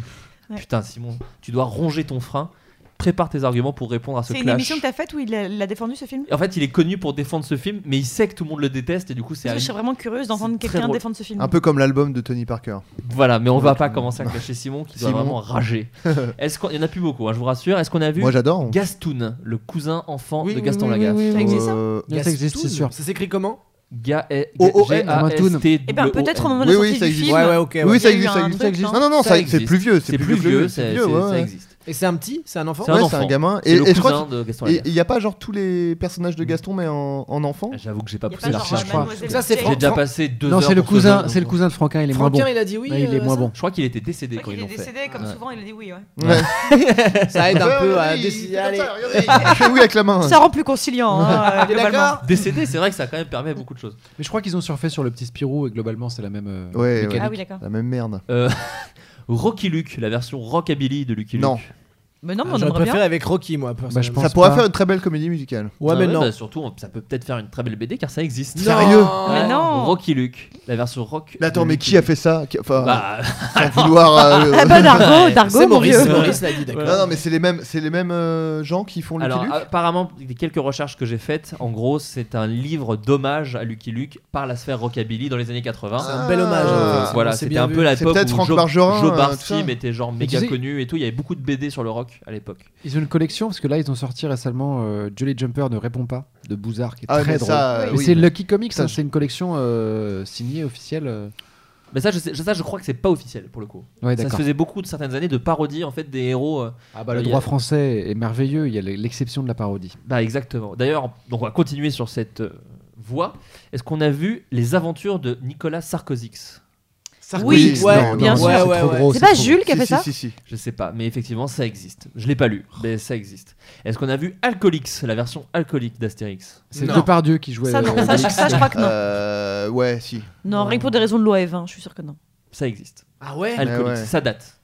Speaker 10: Ouais.
Speaker 8: Putain, Simon, tu dois ronger ton frein. Prépare tes arguments pour répondre à ce
Speaker 10: C'est
Speaker 8: clash.
Speaker 10: une émission que t'as faite où il a, il a défendu ce film
Speaker 8: En fait, il est connu pour défendre ce film, mais il sait que tout le monde le déteste et du coup, c'est.
Speaker 10: Parce que
Speaker 8: à
Speaker 10: Je
Speaker 8: lui.
Speaker 10: serais vraiment curieuse d'entendre
Speaker 8: C'est très
Speaker 10: quelqu'un
Speaker 8: drôle.
Speaker 10: défendre ce film.
Speaker 12: Un peu comme l'album de Tony Parker.
Speaker 8: Voilà, mais on va
Speaker 12: Ouais,
Speaker 8: pas
Speaker 12: tout-
Speaker 8: commencer à clasher Simon qui doit
Speaker 12: Simon.
Speaker 8: vraiment rager. Est-ce qu'on il y en a plus beaucoup hein, Je vous rassure. Est-ce qu'on a vu
Speaker 12: Moi j'adore. on-
Speaker 8: Gastoun, le cousin enfant
Speaker 11: Oui,
Speaker 8: de
Speaker 11: oui,
Speaker 8: Gaston
Speaker 11: oui,
Speaker 8: Lagaffe
Speaker 11: oui, oui,
Speaker 10: Ça
Speaker 11: oui.
Speaker 10: existe ça
Speaker 12: Euh,
Speaker 11: Non, ça existe, c'est sûr.
Speaker 3: Ça s'écrit comment
Speaker 8: Ga- eh,
Speaker 12: O- O-
Speaker 8: G- A- S-
Speaker 11: Gastoun.
Speaker 8: T-
Speaker 10: Eh ben,
Speaker 8: W- O-
Speaker 10: peut-être au
Speaker 8: N.
Speaker 10: moment de
Speaker 12: Oui,
Speaker 10: la
Speaker 12: oui,
Speaker 10: sortie
Speaker 12: ça
Speaker 10: du
Speaker 12: existe.
Speaker 10: film.
Speaker 3: Ouais, ouais, ok. ouais.
Speaker 12: Oui, ça
Speaker 10: Il y a eu
Speaker 12: existe, ça
Speaker 10: un
Speaker 12: existe.
Speaker 10: truc,
Speaker 11: existe.
Speaker 12: Non, non, non,
Speaker 8: Ça
Speaker 12: ça- c'est
Speaker 8: existe.
Speaker 12: plus vieux.
Speaker 8: C'est plus vieux,
Speaker 12: c'est
Speaker 8: c'est
Speaker 12: vieux.
Speaker 8: c'est-
Speaker 12: ouais,
Speaker 8: ça
Speaker 12: ouais.
Speaker 8: existe.
Speaker 3: Et c'est un petit C'est un enfant
Speaker 8: C'est un
Speaker 12: Ouais, c'est
Speaker 8: enfant.
Speaker 12: un gamin.
Speaker 8: C'est
Speaker 12: Et,
Speaker 8: le
Speaker 12: et je crois
Speaker 8: cousin
Speaker 12: que-
Speaker 8: de Gaston
Speaker 12: et
Speaker 8: Lagaffe.
Speaker 12: il n'y a pas genre tous les personnages de Gaston mais en, en enfant
Speaker 8: Ah, J'avoue que j'ai pas
Speaker 10: Il y a
Speaker 8: poussé
Speaker 10: pas
Speaker 8: la
Speaker 10: genre
Speaker 11: recherche, je crois.
Speaker 10: Mademoiselle
Speaker 3: Ça, c'est
Speaker 10: Gauthier.
Speaker 8: J'ai déjà
Speaker 3: Fran-
Speaker 8: passé deux
Speaker 11: Non,
Speaker 8: heures
Speaker 11: c'est le
Speaker 8: pour ce
Speaker 11: cousin,
Speaker 8: jeu,
Speaker 11: c'est le
Speaker 8: donc-
Speaker 11: cousin de Franquin, il est moins
Speaker 3: Franquin,
Speaker 11: bon.
Speaker 3: il a dit oui.
Speaker 11: Mais il est
Speaker 3: euh,
Speaker 11: moins
Speaker 3: ça-
Speaker 11: bon.
Speaker 8: Je crois qu'il était décédé quand
Speaker 10: Il
Speaker 8: ils
Speaker 10: Ah, est
Speaker 8: l'ont fait.
Speaker 10: décédé, comme
Speaker 8: Ouais.
Speaker 10: souvent, il a dit oui. ouais.
Speaker 12: Ouais.
Speaker 3: Ça aide un peu à
Speaker 12: Oui,
Speaker 3: décider.
Speaker 12: c'est comme
Speaker 3: Allez.
Speaker 12: ça, regardez. Je fais oui avec la main.
Speaker 10: Ça rend plus conciliant, hein, euh,
Speaker 3: T'es
Speaker 10: globalement.
Speaker 3: d'accord
Speaker 8: Décédé, c'est vrai que ça a quand même permis à beaucoup de choses.
Speaker 11: Mais je crois qu'ils ont surfé sur le petit Spirou et globalement c'est la même. euh,
Speaker 12: Ouais,
Speaker 11: mécanique.
Speaker 12: ouais.
Speaker 10: Ah oui, d'accord.
Speaker 12: La même merde.
Speaker 8: Euh, Rocky Luke, la version rockabilly de Lucky Luke.
Speaker 12: Non.
Speaker 10: Mais non, mais
Speaker 3: Ah,
Speaker 10: on
Speaker 3: J'aurais
Speaker 10: aimerait
Speaker 3: préféré
Speaker 10: bien.
Speaker 3: avec Rocky, moi. personnellement.
Speaker 12: ça pourrait faire une très belle comédie musicale.
Speaker 3: Ouais,
Speaker 8: Non,
Speaker 3: mais non.
Speaker 8: bah, surtout, on- ça peut peut-être faire une très belle BD car ça existe.
Speaker 12: Non. Sérieux
Speaker 10: Mais non.
Speaker 8: Rocky Luke, la version rock.
Speaker 12: Mais attends,
Speaker 8: de
Speaker 12: mais
Speaker 8: Lucky
Speaker 12: qui a
Speaker 8: Luke.
Speaker 12: fait ça Qui- Enfin,
Speaker 8: Bah,
Speaker 12: sans vouloir. euh,
Speaker 10: Ah bah, Dargo,
Speaker 8: Ouais,
Speaker 10: Dargo,
Speaker 8: c'est
Speaker 10: mon
Speaker 8: Maurice,
Speaker 10: vieux.
Speaker 8: Maurice l'a dit, d'accord.
Speaker 12: Non, non, mais c'est les mêmes, c'est les mêmes euh, gens qui font Lucky
Speaker 8: Alors, ah,
Speaker 12: Luke.
Speaker 8: apparemment, des quelques recherches que j'ai faites, en gros, c'est un livre d'hommage à Lucky Luke par la sphère rockabilly dans les années 80.
Speaker 3: C'est un bel hommage, en fait. Ah, C'est-
Speaker 8: Voilà,
Speaker 3: c'est
Speaker 8: c'était
Speaker 3: bien
Speaker 8: un
Speaker 3: vu.
Speaker 8: peu la
Speaker 12: C'est
Speaker 8: l'époque
Speaker 12: peut-être
Speaker 8: où
Speaker 12: Franck
Speaker 8: Joe,
Speaker 12: Bargerin,
Speaker 8: Joe
Speaker 12: euh,
Speaker 8: Barsi
Speaker 12: tout ça.
Speaker 8: était genre
Speaker 12: Mais
Speaker 8: méga
Speaker 11: tu sais-
Speaker 8: connu et tout. Il y avait beaucoup de BD sur le rock à l'époque.
Speaker 11: Ils ont une collection parce que là ils ont sorti récemment euh, Jolly Jumper ne répond pas de Bouzard qui est
Speaker 12: Ah, mais
Speaker 11: très drôle.
Speaker 12: ça,
Speaker 11: Mais
Speaker 12: euh, oui,
Speaker 11: c'est
Speaker 12: mais-
Speaker 11: Lucky Comics,
Speaker 12: ça,
Speaker 11: hein,
Speaker 12: je-
Speaker 11: c'est une collection euh, signée officielle. euh.
Speaker 8: Mais ça je, sais- ça, je crois que c'est pas officiel pour le coup.
Speaker 11: Ouais,
Speaker 8: ça se
Speaker 11: d'accord.
Speaker 8: faisait beaucoup de certaines années de parodies en fait des héros. euh,
Speaker 11: Ah bah, le
Speaker 8: euh, il y a-
Speaker 11: droit français est merveilleux, il y a l'exception de la parodie.
Speaker 8: Bah exactement. D'ailleurs, donc on va continuer sur cette euh, voie. Est-ce qu'on a vu les aventures de Nicolas Sarkozy
Speaker 10: Oui,
Speaker 11: ouais,
Speaker 10: bien sûr.
Speaker 11: ouais, ouais.
Speaker 10: C'est
Speaker 12: Ah,
Speaker 10: pas Jules qui a fait ça
Speaker 8: Je sais pas, mais effectivement ça existe. Je l'ai pas lu, mais ça existe. Est-ce qu'on a vu Alcoolix, la version alcoolique d'Astérix
Speaker 11: C'est Depardieu qui jouait. euh,
Speaker 10: Ça, non, ça, je- ça, je crois que non.
Speaker 12: Euh, ouais, si.
Speaker 10: Non, rien que pour des raisons de loi F1, je suis sûr que non.
Speaker 8: Ça existe.
Speaker 3: Ah ouais
Speaker 8: Alcoolix,
Speaker 12: ouais.
Speaker 8: ça date.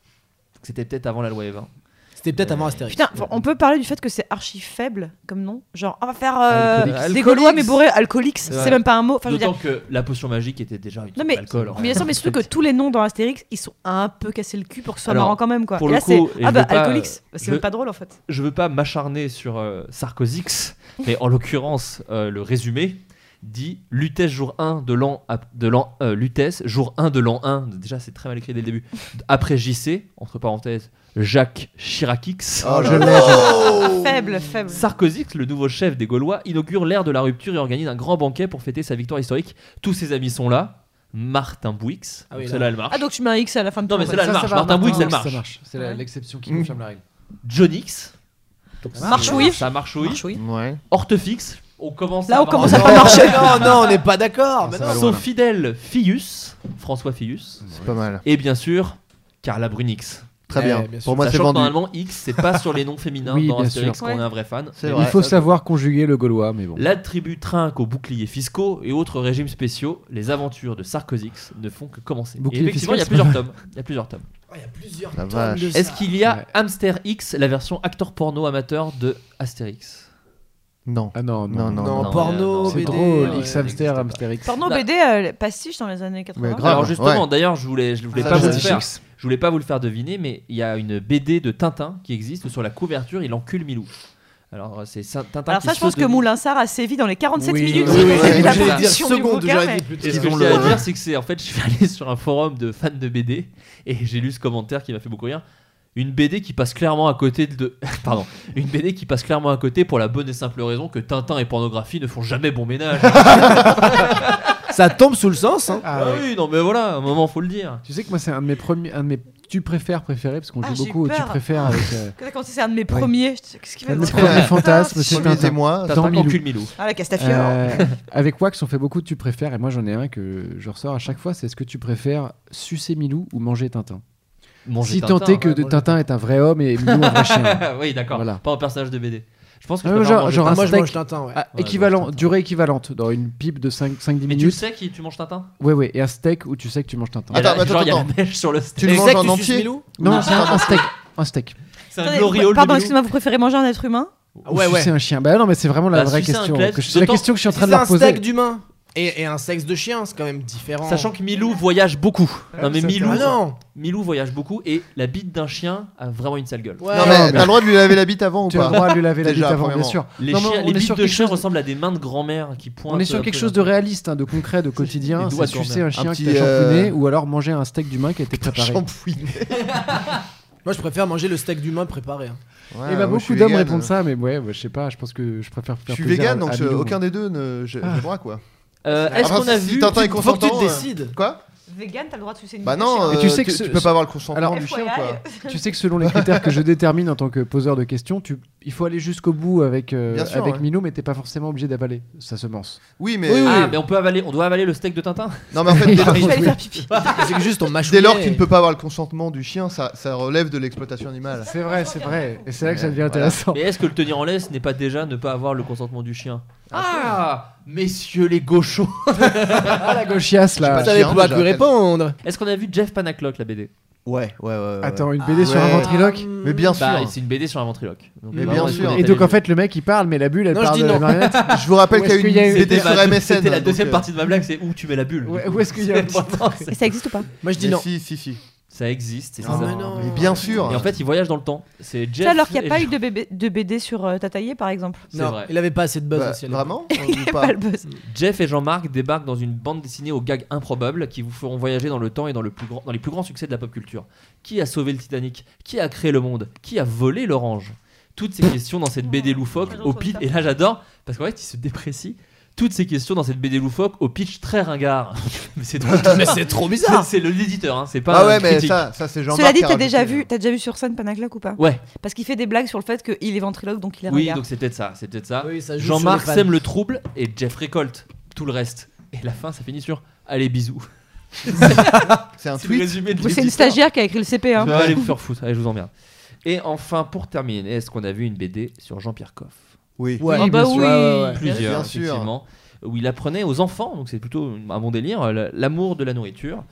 Speaker 8: Donc, C'était peut-être avant la loi Evin.
Speaker 3: C'était peut-être avant Astérix.
Speaker 10: Putain, enfin, on peut parler du fait que c'est archi faible comme nom. Genre, on va faire euh,
Speaker 8: Alcoolix.
Speaker 10: des Gaulois mais
Speaker 8: Alcoolix.
Speaker 10: bourrés alcooliques. C'est même pas un mot. Enfin, je veux
Speaker 8: D'autant
Speaker 10: dire.
Speaker 8: que la potion magique était déjà une
Speaker 10: Non mais,
Speaker 8: alcool. en
Speaker 10: mais bien
Speaker 8: fait.
Speaker 10: sûr, mais surtout que tous les noms dans Astérix, ils sont un peu cassés le cul pour que ce soit
Speaker 8: Alors,
Speaker 10: marrant quand même quoi.
Speaker 8: pour
Speaker 10: Et
Speaker 8: le
Speaker 10: là
Speaker 8: coup,
Speaker 10: c'est
Speaker 8: et
Speaker 10: ah
Speaker 8: je
Speaker 10: bah
Speaker 8: veux pas,
Speaker 10: Alcoolix,
Speaker 8: euh,
Speaker 10: c'est
Speaker 8: je-
Speaker 10: même pas drôle en fait.
Speaker 8: Je veux pas m'acharner sur euh, Sarkozyx, mais en l'occurrence, euh, le résumé dit Lutèce jour 1 de l'an ap- de l'an euh, Lutèce jour 1 de l'an 1 déjà c'est très mal écrit dès le début après JC entre parenthèses Jacques Chiracix
Speaker 12: Oh là là.
Speaker 10: Ah, Faible, faible.
Speaker 8: Sarkozy, le nouveau chef des Gaulois, inaugure l'ère de la rupture et organise un grand banquet pour fêter sa victoire historique. Tous ses amis sont là. Martin Bouix,
Speaker 3: Ah oui,
Speaker 8: donc
Speaker 3: là.
Speaker 8: celle-là elle marche.
Speaker 10: Ah donc tu mets un X à la fin de
Speaker 8: Non,
Speaker 10: ton
Speaker 8: mais
Speaker 10: nom.
Speaker 8: c'est là, elle marche. Martin Bouygues, elle marche.
Speaker 11: Ça marche, c'est la- l'exception qui
Speaker 8: Mm.
Speaker 11: confirme la règle.
Speaker 8: Jonix. Donc ça
Speaker 10: Marche oui.
Speaker 8: Ça marche oui.
Speaker 10: Marche oui.
Speaker 12: Ouais.
Speaker 8: Hortefix. On commence
Speaker 10: Là, on
Speaker 8: avoir-
Speaker 10: commence à pas marcher.
Speaker 3: non, non, on n'est pas d'accord. mais
Speaker 12: ça
Speaker 3: non.
Speaker 12: va
Speaker 8: Son
Speaker 12: loin, là.
Speaker 8: fidèle Fius, François Fius.
Speaker 12: Ah, C'est pas mal.
Speaker 8: Et bien sûr, Carla Brunix.
Speaker 12: Très
Speaker 3: Ouais,
Speaker 12: bien.
Speaker 3: bien sûr.
Speaker 12: Pour moi, c'est
Speaker 8: Sachant que
Speaker 12: vendu.
Speaker 8: normalement, X, c'est pas sur les noms féminins
Speaker 11: Oui,
Speaker 8: dans
Speaker 11: bien
Speaker 8: Astérix
Speaker 10: sûr.
Speaker 8: qu'on est
Speaker 10: Ouais.
Speaker 8: un vrai fan.
Speaker 12: C'est
Speaker 11: Il
Speaker 12: vrai.
Speaker 11: faut savoir conjuguer le gaulois, mais bon.
Speaker 8: L'attribut trinque aux boucliers fiscaux et autres régimes spéciaux, les aventures de Sarkozyx ne font que commencer. Et
Speaker 11: Bouclier
Speaker 8: effectivement, il y a
Speaker 11: fiscal, c'est
Speaker 8: plusieurs tomes. Il y a plusieurs tomes.
Speaker 3: Ah, Il y a plusieurs
Speaker 12: La
Speaker 3: tonnes
Speaker 12: vache.
Speaker 3: de
Speaker 8: Est-ce
Speaker 3: ça.
Speaker 8: qu'il y a
Speaker 11: Ouais.
Speaker 8: Hamster X, la version acteur porno amateur de Astérix
Speaker 12: Non.
Speaker 11: Ah non,
Speaker 12: Non, non.
Speaker 11: non,
Speaker 3: Non,
Speaker 8: Non, non,
Speaker 3: porno,
Speaker 8: non.
Speaker 11: C'est
Speaker 3: BD,
Speaker 11: drôle,
Speaker 3: ouais,
Speaker 11: X-Hamster,
Speaker 8: ouais,
Speaker 11: Hamsterix.
Speaker 10: Porno
Speaker 8: Bah-
Speaker 10: BD euh, pastiche dans les années 80.
Speaker 12: Mais grave.
Speaker 8: Alors justement,
Speaker 12: ouais.
Speaker 8: d'ailleurs, je voulais, je voulais
Speaker 3: Ah,
Speaker 8: pas vous le
Speaker 3: Astérix.
Speaker 8: faire. Je voulais pas vous le faire deviner, mais il y a une BD de Tintin qui existe où sur la couverture, il encule Milou. Alors c'est Sa- Tintin
Speaker 10: Alors
Speaker 8: qui
Speaker 10: ça, je pense que
Speaker 8: sodomie-
Speaker 10: Moulinsart a sévi dans les 47
Speaker 11: Oui,
Speaker 10: minutes.
Speaker 11: oui,
Speaker 10: qui
Speaker 11: oui,
Speaker 10: précèdent
Speaker 11: oui,
Speaker 10: la
Speaker 3: j'allais dire
Speaker 10: production du
Speaker 3: seconde,
Speaker 10: bouquin,
Speaker 3: j'aurais
Speaker 10: mais-
Speaker 3: dit plus
Speaker 8: Et ce
Speaker 3: tard.
Speaker 8: que
Speaker 12: Ils
Speaker 8: je
Speaker 12: ont
Speaker 8: tiens à
Speaker 12: le-
Speaker 8: dire, c'est que c'est en fait, je suis allé sur un forum de fans de BD et j'ai lu ce commentaire qui m'a fait beaucoup rire. Une BD qui passe clairement à côté de, pardon, une BD qui passe clairement à côté pour la bonne et simple raison que Tintin et pornographie ne font jamais bon ménage.
Speaker 3: Ça tombe sous le sens. hein.
Speaker 11: Ah
Speaker 8: ah
Speaker 11: ouais.
Speaker 8: oui, non mais voilà, à un moment faut le dire.
Speaker 11: Tu sais que moi, c'est un de mes premiers, un de mes tu préfères préférés, parce qu'on
Speaker 10: Ah,
Speaker 11: joue
Speaker 10: j'ai
Speaker 11: beaucoup au tu
Speaker 10: peur.
Speaker 11: préfères avec. euh,
Speaker 10: Quand t'as commencé, c'est un de mes premiers. je- Qu'est-ce qu'il va
Speaker 11: un de
Speaker 10: me
Speaker 11: mes
Speaker 10: dire
Speaker 11: premiers fantasmes, Ah, c'est
Speaker 12: Premier
Speaker 11: Tintin.
Speaker 12: émoi.
Speaker 11: Dans
Speaker 8: Tintin
Speaker 11: Milou.
Speaker 8: encule Milou.
Speaker 10: Euh, Ah la Castafiore.
Speaker 11: Euh, avec Wax, on fait beaucoup de tu préfères, et moi j'en ai un que je ressors à chaque fois c'est est-ce que tu préfères sucer Milou ou manger Tintin
Speaker 8: Manger
Speaker 11: Si
Speaker 8: Tintin,
Speaker 11: tant est que
Speaker 8: ouais,
Speaker 11: de-
Speaker 8: manger-
Speaker 11: Tintin est un vrai homme et Milou un vrai chien.
Speaker 8: oui, d'accord.
Speaker 11: Voilà.
Speaker 8: Pas un personnage de BD. Je pense que je
Speaker 11: Ouais,
Speaker 8: préfère
Speaker 11: genre-
Speaker 8: manger
Speaker 11: genre
Speaker 8: Tintin.
Speaker 11: un
Speaker 3: Moi, je
Speaker 11: steak.
Speaker 3: mange Tintin, ouais.
Speaker 11: Ah,
Speaker 8: Ouais,
Speaker 11: équivalent,
Speaker 8: manger Tintin.
Speaker 11: durée équivalente, dans une pipe de 5-10
Speaker 8: Mais tu le
Speaker 11: minutes.
Speaker 8: sais qui tu manges Tintin
Speaker 11: Ouais, ouais, et un steak où tu sais que tu manges Tintin.
Speaker 8: Il y a la-
Speaker 12: Attends, attends,
Speaker 8: genre, il y a la
Speaker 12: attends.
Speaker 8: mèche sur le
Speaker 12: Tu
Speaker 8: steak.
Speaker 12: le
Speaker 3: Et
Speaker 12: manges
Speaker 3: sec,
Speaker 12: en
Speaker 3: tu suces
Speaker 12: entier
Speaker 3: Milou
Speaker 11: Non, c'est un, un steak. Un steak.
Speaker 8: C'est un
Speaker 10: Attendez,
Speaker 8: gloriole de
Speaker 10: Pardon,
Speaker 8: Milou.
Speaker 10: excusez-moi, vous préférez manger un être humain
Speaker 11: Ou
Speaker 3: Ouais, ouais.
Speaker 11: sucer un chien. Bah non, mais c'est vraiment la
Speaker 8: Bah,
Speaker 11: vraie
Speaker 8: sucer un
Speaker 11: question.
Speaker 8: clef,
Speaker 11: que je- C'est la
Speaker 8: d'autant-
Speaker 11: question que je suis en
Speaker 3: Si
Speaker 11: train de
Speaker 3: C'est un
Speaker 11: leur poser.
Speaker 3: steak d'humain et, et un sexe de chien, c'est quand même différent.
Speaker 8: Sachant que Milou voyage beaucoup. non mais
Speaker 11: ça
Speaker 8: Milou,
Speaker 3: Ah non
Speaker 8: Milou voyage beaucoup et la bite d'un chien a vraiment une sale gueule.
Speaker 3: Ouais.
Speaker 12: Non,
Speaker 11: Non, mais-
Speaker 12: mais t'as le droit de lui laver la bite avant ou
Speaker 11: Tu as le
Speaker 12: pas
Speaker 11: droit de lui laver la bite
Speaker 12: Déjà,
Speaker 11: avant, bien
Speaker 12: premièrement.
Speaker 11: sûr.
Speaker 8: Les,
Speaker 11: Non, mais
Speaker 8: chiens-
Speaker 11: on
Speaker 8: les
Speaker 11: est
Speaker 8: bites
Speaker 11: sur
Speaker 8: de
Speaker 11: quelque
Speaker 8: chien
Speaker 11: chose-
Speaker 8: ressemblent à des mains de grand-mère qui pointent.
Speaker 11: On est sur
Speaker 8: euh,
Speaker 11: quelque
Speaker 8: comme-
Speaker 11: chose de réaliste, hein, de concret, de quotidien.
Speaker 8: doigts
Speaker 11: C'est
Speaker 8: de
Speaker 11: sucer un chien
Speaker 12: petit,
Speaker 11: qui t'a
Speaker 12: euh,
Speaker 11: champouiné ou alors manger un steak d'humain qui a été préparé.
Speaker 12: Shampouine.
Speaker 3: Moi, je préfère manger le steak d'humain préparé. hein.
Speaker 12: Ah,
Speaker 11: Et bah, beaucoup d'hommes répondent ça, mais ouais, ouais, je sais pas, je pense que je préfère
Speaker 12: Je
Speaker 11: faire
Speaker 12: suis
Speaker 11: plaisir
Speaker 12: vegan,
Speaker 11: à-
Speaker 12: donc
Speaker 11: à
Speaker 12: je-
Speaker 11: Milou, moi.
Speaker 12: aucun des deux ne. J'ai
Speaker 11: Ah.
Speaker 12: j'ai le droit, quoi.
Speaker 8: Euh, Est-ce
Speaker 12: Après,
Speaker 8: qu'on a
Speaker 12: si
Speaker 8: vu
Speaker 12: Tintin est
Speaker 3: Faut que tu
Speaker 12: consentant,
Speaker 3: te
Speaker 12: euh,
Speaker 3: décides.
Speaker 12: Quoi
Speaker 10: Vegan, t'as le droit de sucer une
Speaker 12: Bah
Speaker 10: bite de
Speaker 12: non,
Speaker 10: chien.
Speaker 11: Et
Speaker 12: euh,
Speaker 11: tu sais que ce-
Speaker 12: tu peux pas avoir le consentement
Speaker 11: Alors-
Speaker 12: du chien,
Speaker 10: FYI.
Speaker 12: quoi.
Speaker 11: Tu sais que selon les critères que je détermine en tant que poseur de questions, tu... il faut aller jusqu'au bout avec, euh,
Speaker 12: Bien sûr,
Speaker 11: avec
Speaker 12: ouais.
Speaker 11: Milou, mais t'es pas forcément obligé d'avaler. Ça se mence.
Speaker 12: Oui, mais.
Speaker 8: Ah, mais on peut avaler, on doit avaler le steak de Tintin.
Speaker 12: Non, mais en fait, dès lors-
Speaker 10: Je vais aller
Speaker 11: Oui.
Speaker 10: faire pipi.
Speaker 3: C'est que juste on mâche.
Speaker 12: dès lors que tu ne peux pas avoir le consentement du chien, ça ça relève de l'exploitation animale.
Speaker 11: C'est vrai, c'est vrai. Et c'est là que ça devient
Speaker 12: Voilà.
Speaker 11: intéressant.
Speaker 8: Mais est-ce que le tenir en laisse n'est pas déjà ne pas avoir le consentement du chien Ah, messieurs les gauchos
Speaker 11: Ah, la
Speaker 12: Je
Speaker 11: gauchiasse
Speaker 12: sais
Speaker 11: là.
Speaker 12: pas,
Speaker 3: T'avais
Speaker 12: Chien,
Speaker 3: pas pu
Speaker 12: déjà,
Speaker 3: répondre.
Speaker 8: Est-ce qu'on a vu Jeff Panaclock, la BD
Speaker 12: Ouais, ouais, ouais. ouais.
Speaker 11: Attends, une BD sur un ventriloque
Speaker 12: Mais bien sûr.
Speaker 8: Bah, c'est une BD sur un ventriloque. Donc,
Speaker 12: Mais
Speaker 8: bah,
Speaker 12: bien
Speaker 8: ouais,
Speaker 12: sûr.
Speaker 11: Et donc en fait, le mec il parle, mais la bulle elle
Speaker 12: Non, je
Speaker 11: parle
Speaker 12: dis
Speaker 11: de la
Speaker 12: non.
Speaker 11: marionnette.
Speaker 12: Je vous rappelle
Speaker 11: Ou
Speaker 12: qu'il y a
Speaker 11: est-ce
Speaker 12: une
Speaker 11: une
Speaker 12: BD
Speaker 11: BD
Speaker 12: sur MSN,
Speaker 8: C'était la
Speaker 12: donc,
Speaker 8: deuxième
Speaker 12: euh,
Speaker 8: partie de ma blague, c'est où tu mets la bulle.
Speaker 11: Ouais, où est-ce qu'il y a
Speaker 8: C'est
Speaker 11: un petit Ah,
Speaker 8: important, c'est-
Speaker 10: Et ça existe ou pas
Speaker 3: Moi je dis
Speaker 12: Mais
Speaker 3: non.
Speaker 12: Si, si, si.
Speaker 8: Ça existe. c'est
Speaker 12: Non,
Speaker 8: ça.
Speaker 12: mais non. Mais bien sûr.
Speaker 8: Et en fait, il voyage dans le temps. C'est
Speaker 10: Tu sais,
Speaker 8: Jeff.
Speaker 10: alors qu'il n'y
Speaker 8: et
Speaker 10: a pas
Speaker 8: Jean-
Speaker 10: eu de, bébé- de BD sur euh, Tataillé, par exemple.
Speaker 8: C'est
Speaker 3: Non,
Speaker 8: vrai.
Speaker 3: il avait pas assez de buzz
Speaker 12: Bah,
Speaker 3: aussi. à l'époque.
Speaker 12: vraiment
Speaker 10: Il n'y a pas le buzz.
Speaker 8: Jeff et Jean-Marc débarquent dans une bande dessinée aux gags improbables qui vous feront voyager dans le temps et dans, le plus grand, dans les plus grands succès de la pop culture. Qui a sauvé le Titanic Qui a créé le monde Qui a volé l'orange Toutes ces questions dans cette BD loufoque au pitch. Et là, j'adore parce qu'en fait, il se déprécie. Toutes ces questions dans cette BD loufoque au pitch très ringard. mais c'est trop,
Speaker 3: Mais c'est trop bizarre.
Speaker 8: C'est c'est le l'éditeur, hein, c'est pas.
Speaker 12: Ah ouais,
Speaker 8: un
Speaker 12: mais
Speaker 8: critique.
Speaker 12: ça, ça c'est jean
Speaker 10: Cela dit, t'as déjà, vu- t'as déjà vu sur scène Panacloc ou pas
Speaker 8: Ouais.
Speaker 10: Parce qu'il fait des blagues sur le fait qu'il est ventriloque, donc il a
Speaker 8: Oui,
Speaker 10: regard.
Speaker 8: donc c'est peut-être ça, c'est peut-être ça.
Speaker 3: Oui, ça joue sur
Speaker 8: Jean-Marc
Speaker 3: les fans.
Speaker 8: sème le trouble et Jeff récolte tout le reste. Et la fin, ça finit sur allez bisous.
Speaker 12: C'est un
Speaker 8: C'est le
Speaker 12: tweet.
Speaker 8: résumé de
Speaker 10: Bon, C'est une
Speaker 8: l'éditeur.
Speaker 10: stagiaire qui a écrit le CP. Hein.
Speaker 8: Je vais aller vous faire foutre, allez, je vous emmerde. Et enfin, pour terminer, est-ce qu'on a vu une BD sur Jean-Pierre Coff
Speaker 12: Oui.
Speaker 3: Ouais,
Speaker 10: Ah bah
Speaker 3: bien sûr,
Speaker 10: oui.
Speaker 3: ouais, ouais, ouais.
Speaker 8: Plusieurs,
Speaker 12: Bien sûr.
Speaker 8: effectivement. Où il apprenait aux enfants, donc c'est plutôt un bon délire, l- l'amour de la nourriture.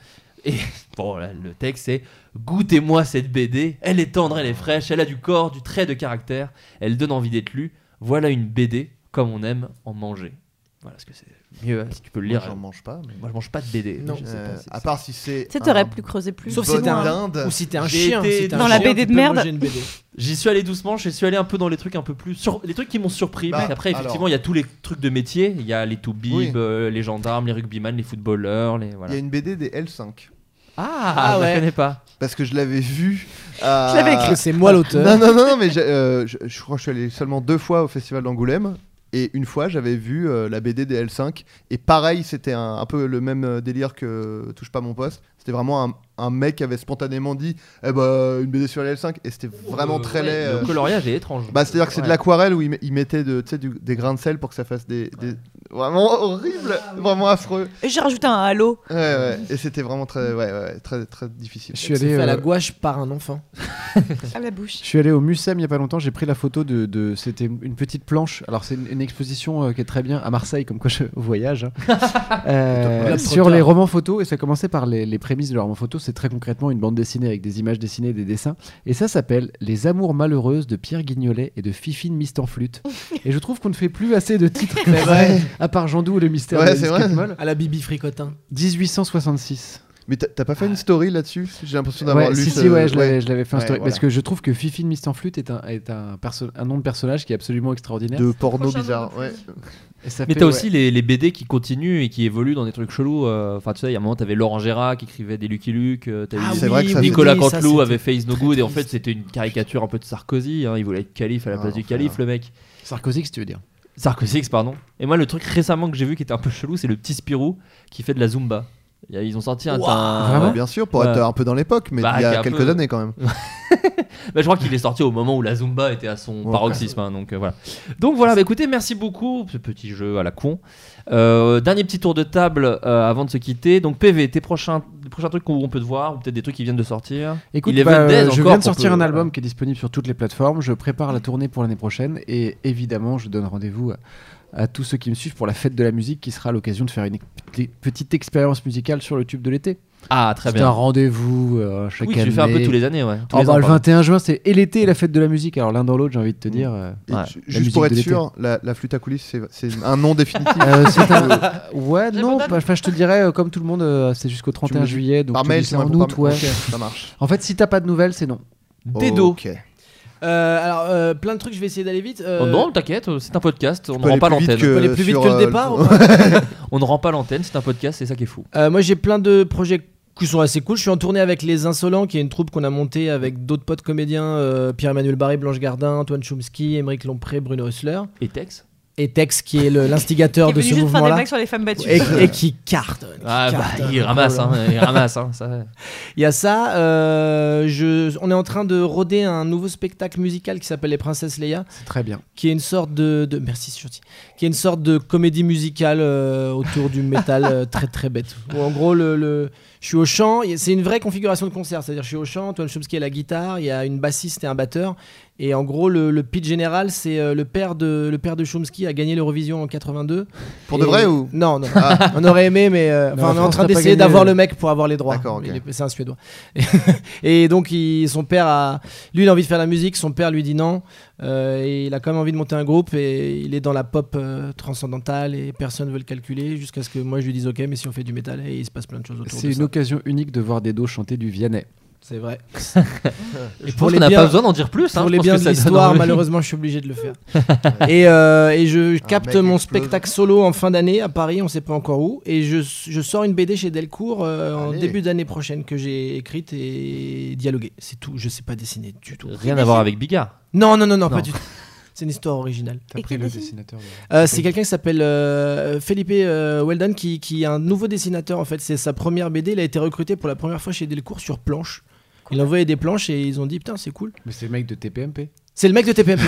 Speaker 8: Et bon, là, le texte c'est Goûtez-moi cette BD, elle est tendre, elle est fraîche, elle a du corps, du trait de caractère, elle donne envie d'être lue. Voilà une BD comme on aime en manger. Voilà ce que c'est mieux, hein, si tu peux le
Speaker 12: Moi,
Speaker 8: lire.
Speaker 12: j'en mange pas. mais-
Speaker 8: Moi je mange pas de BD.
Speaker 3: Non.
Speaker 8: je sais
Speaker 12: Euh,
Speaker 8: pas, c'est-
Speaker 12: à part si c'est.
Speaker 10: Tu sais, t'aurais
Speaker 12: un
Speaker 10: pu creuser plus.
Speaker 3: Sauf
Speaker 12: bon
Speaker 3: si t'es un-
Speaker 12: dinde.
Speaker 3: Ou si t'es un
Speaker 8: J'ai
Speaker 3: chien.
Speaker 8: été
Speaker 3: si t'es un
Speaker 10: dans la
Speaker 3: chien,
Speaker 10: BD
Speaker 3: tu
Speaker 10: de
Speaker 3: peux
Speaker 10: merde.
Speaker 3: manger une BD.
Speaker 8: J'y suis allé doucement, j'y suis allé un peu dans les trucs un peu plus. Sur... Les trucs qui m'ont surpris.
Speaker 12: Bah,
Speaker 8: parce qu'après,
Speaker 12: alors.
Speaker 8: effectivement, il y a tous les trucs de métier. Il y a les toubibs,
Speaker 12: Oui.
Speaker 8: euh, les gendarmes, les rugbyman, les footballeurs. Les...
Speaker 12: Il y
Speaker 8: Voilà.
Speaker 12: a une BD des L5.
Speaker 8: Ah,
Speaker 3: Ah
Speaker 8: je la
Speaker 3: ouais.
Speaker 8: connais pas.
Speaker 12: Parce que je l'avais vu. à-
Speaker 10: Je l'avais écrit.
Speaker 3: Que c'est moi
Speaker 12: Non,
Speaker 3: l'auteur.
Speaker 12: non, non, non, mais j'ai- euh, je, je crois que je suis allé seulement deux fois au festival d'Angoulême. Et une fois, j'avais vu euh, la BD des L5. Et pareil, c'était un, un peu le même euh, délire que Touche pas mon poste. C'était vraiment un, un mec qui avait spontanément dit Eh ben, une BD sur les L5. Et c'était vraiment
Speaker 8: Euh,
Speaker 12: très
Speaker 8: ouais,
Speaker 12: laid. euh.
Speaker 8: Le coloriage est étrange.
Speaker 12: Bah, c'est-à-dire que c'est de
Speaker 8: Ouais.
Speaker 12: l'aquarelle où il, met- il mettait de, tu sais, du- des grains de sel pour que ça fasse des. des- Vraiment horrible, vraiment affreux.
Speaker 10: Et J'ai rajouté un halo.
Speaker 12: Ouais, ouais. Et c'était vraiment très, ouais, ouais, très, très difficile.
Speaker 11: Je suis
Speaker 3: C'est
Speaker 11: allé
Speaker 3: fait à la
Speaker 11: euh,
Speaker 3: gouache par un enfant.
Speaker 10: à la bouche.
Speaker 11: Je suis allé au Mucem il y a pas longtemps, j'ai pris la photo de, de- c'était une petite planche. Alors c'est une, une exposition euh, qui est très bien à Marseille, comme quoi je voyage. hein. Euh,
Speaker 3: Globetrotter.
Speaker 11: sur les romans photos et ça commençait par les, les prémices de leurs romans photos. C'est très concrètement une bande dessinée avec des images dessinées, et des dessins. Et ça s'appelle Les Amours malheureuses de Pierre Guignolet et de Fifine Mist en flûte. et je trouve qu'on ne fait plus assez de titres. comme ça, À part Jean Doux et le mystère
Speaker 12: Ouais,
Speaker 11: de la
Speaker 12: c'est vrai.
Speaker 11: disquette molle.
Speaker 3: À la Bibi Fricotin.
Speaker 11: 1866.
Speaker 12: Mais t'as- t'as pas fait une story là-dessus J'ai l'impression d'avoir
Speaker 11: Ouais,
Speaker 12: lu.
Speaker 11: si,
Speaker 12: ce-
Speaker 11: si, ouais, je l'avais- je l'avais fait un
Speaker 12: Ouais,
Speaker 11: story.
Speaker 12: voilà.
Speaker 11: Parce que je trouve que Fifine Mist en flûte est un, est un, perso- un nom de personnage qui est absolument extraordinaire.
Speaker 12: de porno
Speaker 10: Prochain
Speaker 12: bizarre.
Speaker 10: nom de
Speaker 12: Ouais.
Speaker 11: Et ça
Speaker 8: Mais
Speaker 11: fait-
Speaker 8: t'as
Speaker 11: ouais.
Speaker 8: aussi les, les BD qui continuent et qui évoluent dans des trucs chelous. euh, Enfin, tu sais, il y a un moment, t'avais Laurent Gérard qui écrivait des Lucky Luke. euh, t'as
Speaker 3: Ah
Speaker 8: eu
Speaker 12: C'est vrai que ça,
Speaker 8: Nicolas
Speaker 3: oui, ça,
Speaker 8: Canteloup
Speaker 3: c'était
Speaker 8: avait fait Is No
Speaker 3: très
Speaker 8: Good. Et en fait,
Speaker 3: triste.
Speaker 8: c'était une caricature un peu de Sarkozy. hein, Il voulait être calife à la
Speaker 12: Ah,
Speaker 8: place du
Speaker 12: l'enfer.
Speaker 8: calife, le mec.
Speaker 11: Sarkozy, si tu veux dire.
Speaker 8: Sarkozy, pardon. Et moi, le truc récemment que j'ai vu qui était un peu chelou, c'est le petit Spirou qui fait de la Zumba. Il y a- Ils ont sorti un. euh, un-
Speaker 11: Vraiment
Speaker 12: Ouais, Bien sûr, pour
Speaker 8: Ouais.
Speaker 12: être un peu dans l'époque, mais
Speaker 8: Bah,
Speaker 12: il y
Speaker 8: qui est
Speaker 12: a
Speaker 8: un
Speaker 12: quelques
Speaker 8: peu-
Speaker 12: années quand même.
Speaker 8: Bah, je crois qu'il est sorti au moment où la Zumba était à son
Speaker 12: Ouais.
Speaker 8: paroxysme. hein, donc euh, voilà. Donc voilà, bah, écoutez, merci beaucoup. Ce petit jeu à la con. Euh, dernier petit tour de table euh, avant de se quitter. Donc PV, tes prochains, les prochains trucs qu'on on peut te voir, ou peut-être des trucs qui viennent de sortir.
Speaker 11: Écoute,
Speaker 8: Il est
Speaker 11: bah,
Speaker 8: 20 days
Speaker 11: euh, je
Speaker 8: encore
Speaker 11: viens de
Speaker 8: qu'on
Speaker 11: sortir
Speaker 8: peut-
Speaker 11: un album qui est disponible sur toutes les plateformes. Je prépare la tournée pour l'année prochaine. Et évidemment, je donne rendez-vous à, à tous ceux qui me suivent pour la fête de la musique qui sera l'occasion de faire une ex- petite expérience musicale sur le tube de l'été.
Speaker 8: Ah, très
Speaker 11: C'est un
Speaker 8: bien.
Speaker 11: rendez-vous euh, chaque
Speaker 8: Oui,
Speaker 11: année.
Speaker 8: tu fais un peu tous les années, ouais. Tous
Speaker 3: Ah,
Speaker 11: Oh,
Speaker 8: les
Speaker 11: bah,
Speaker 8: ans,
Speaker 11: le
Speaker 8: pardon.
Speaker 11: 21 juin, c'est et l'été et la fête de la musique. Alors l'un dans l'autre, j'ai envie de te dire. euh,
Speaker 12: Et
Speaker 8: Ouais,
Speaker 12: ju-
Speaker 11: la
Speaker 12: juste pour
Speaker 11: musique
Speaker 12: être
Speaker 11: de l'été.
Speaker 12: sûr, la, la flûte à coulisses, c'est- c'est un nom définitif.
Speaker 8: Ah.
Speaker 11: Euh, c'est un- Ouais, non,
Speaker 10: condamne.
Speaker 11: bah, enfin, je te dirais, euh, comme tout le monde, euh, c'est jusqu'au 31
Speaker 12: le dis
Speaker 11: juillet, donc
Speaker 12: par
Speaker 11: tu
Speaker 12: mail,
Speaker 11: dis
Speaker 12: c'est
Speaker 11: ça en
Speaker 12: pas- par-
Speaker 11: août, ouais.
Speaker 12: ok, ça marche.
Speaker 11: En fait, si t'as pas de nouvelles, c'est non.
Speaker 12: Oh.
Speaker 8: Dedo.
Speaker 12: Ok.
Speaker 3: Euh, alors, euh, plein de trucs, je vais essayer d'aller vite. euh,
Speaker 8: Oh non, t'inquiète, euh, c'est un podcast. On
Speaker 12: On
Speaker 8: ne rend pas l'antenne.
Speaker 3: On peut aller plus vite que euh, le départ, ou
Speaker 8: On ne rend pas l'antenne. C'est un podcast. C'est ça qui est fou.
Speaker 3: Euh, moi, j'ai plein de projets qui sont assez cool. Je suis en tournée avec Les Insolents, qui est une troupe qu'on a montée avec d'autres potes comédiens euh, Pierre-Emmanuel Barré, Blanche Gardin, Antoine Chomsky, Émeric Lompré, Bruno Hussler.
Speaker 8: Et Tex.
Speaker 3: Et Tex, qui est le- l'instigateur
Speaker 10: Il
Speaker 3: de
Speaker 10: est
Speaker 3: ce
Speaker 10: venu juste faire des
Speaker 3: mouvement-là.
Speaker 10: blagues sur les femmes battues.
Speaker 3: Et, et qui cartonne. qui
Speaker 8: Ah bah,
Speaker 3: cartonne.
Speaker 8: il ramasse, hein, il ramasse, hein, ça.
Speaker 3: Il y a ça. euh, je, on est en train de roder un nouveau spectacle musical qui s'appelle Les Princesses Leia,
Speaker 11: C'est très bien.
Speaker 3: qui est une sorte de, de- merci, c'est gentil, qui est une sorte de comédie musicale euh, autour du métal euh, très très bête. Où, en gros, le, le- je suis au chant. et C'est une vraie configuration de concert, c'est-à-dire je suis au chant, Antoine Chomsky à la guitare, il y a une bassiste et un batteur. Et en gros, le, le pitch général, c'est euh, le père de le père de Chomsky a gagné l'Eurovision en 82.
Speaker 12: Pour
Speaker 3: Et-
Speaker 12: de vrai ou
Speaker 3: Non, non.
Speaker 12: Ah.
Speaker 3: On aurait aimé, mais euh,
Speaker 12: Non,
Speaker 3: enfin, on est en
Speaker 12: France
Speaker 3: train
Speaker 12: n'a pas
Speaker 3: d'essayer
Speaker 12: gagné
Speaker 3: d'avoir
Speaker 12: le-
Speaker 3: le mec pour avoir les droits.
Speaker 12: D'accord, ok.
Speaker 3: Il est- C'est un Suédois. et donc, il- son père a, lui, il a envie de faire la musique. Son père lui dit non. Euh, et il a quand même envie de monter un groupe et il est dans la pop euh, transcendantale et personne veut le calculer jusqu'à ce que moi je lui dise ok, mais si on fait du métal et il se passe plein de choses autour.
Speaker 11: C'est
Speaker 3: de
Speaker 11: une
Speaker 3: ça.
Speaker 11: occasion unique de voir des dos chanter du Vianney.
Speaker 3: C'est vrai.
Speaker 8: Je pense qu'on n'a pas besoin d'en dire plus, hein,
Speaker 3: pour
Speaker 8: je
Speaker 3: les
Speaker 8: pense
Speaker 3: biens
Speaker 8: que
Speaker 3: de
Speaker 8: ça donne
Speaker 3: l'histoire,
Speaker 8: envie.
Speaker 3: malheureusement, je suis obligé de le faire. et, euh, et je capte
Speaker 8: mec
Speaker 3: mon
Speaker 8: explose.
Speaker 3: spectacle solo en fin d'année à Paris, on sait pas encore où. Et je, je sors une BD chez Delcourt euh, en
Speaker 8: Allez.
Speaker 3: début d'année prochaine que j'ai écrite et dialoguée. C'est tout. Je sais pas dessiner du tout.
Speaker 8: Rien à voir avec Bigard.
Speaker 3: Non, non, non, non, pas
Speaker 8: Non.
Speaker 3: du tout. C'est une histoire originale.
Speaker 11: T'as pris le dessinateur. de-
Speaker 3: Euh, c'est quelqu'un qui s'appelle euh, Felipe euh, Weldon, qui, qui est un nouveau dessinateur en fait. C'est sa première BD. Il a été recruté pour la première fois chez Delcourt sur planche. Il envoyait des planches et ils ont dit putain c'est cool.
Speaker 11: Mais c'est le mec de TPMP.
Speaker 3: C'est le mec de TPMP.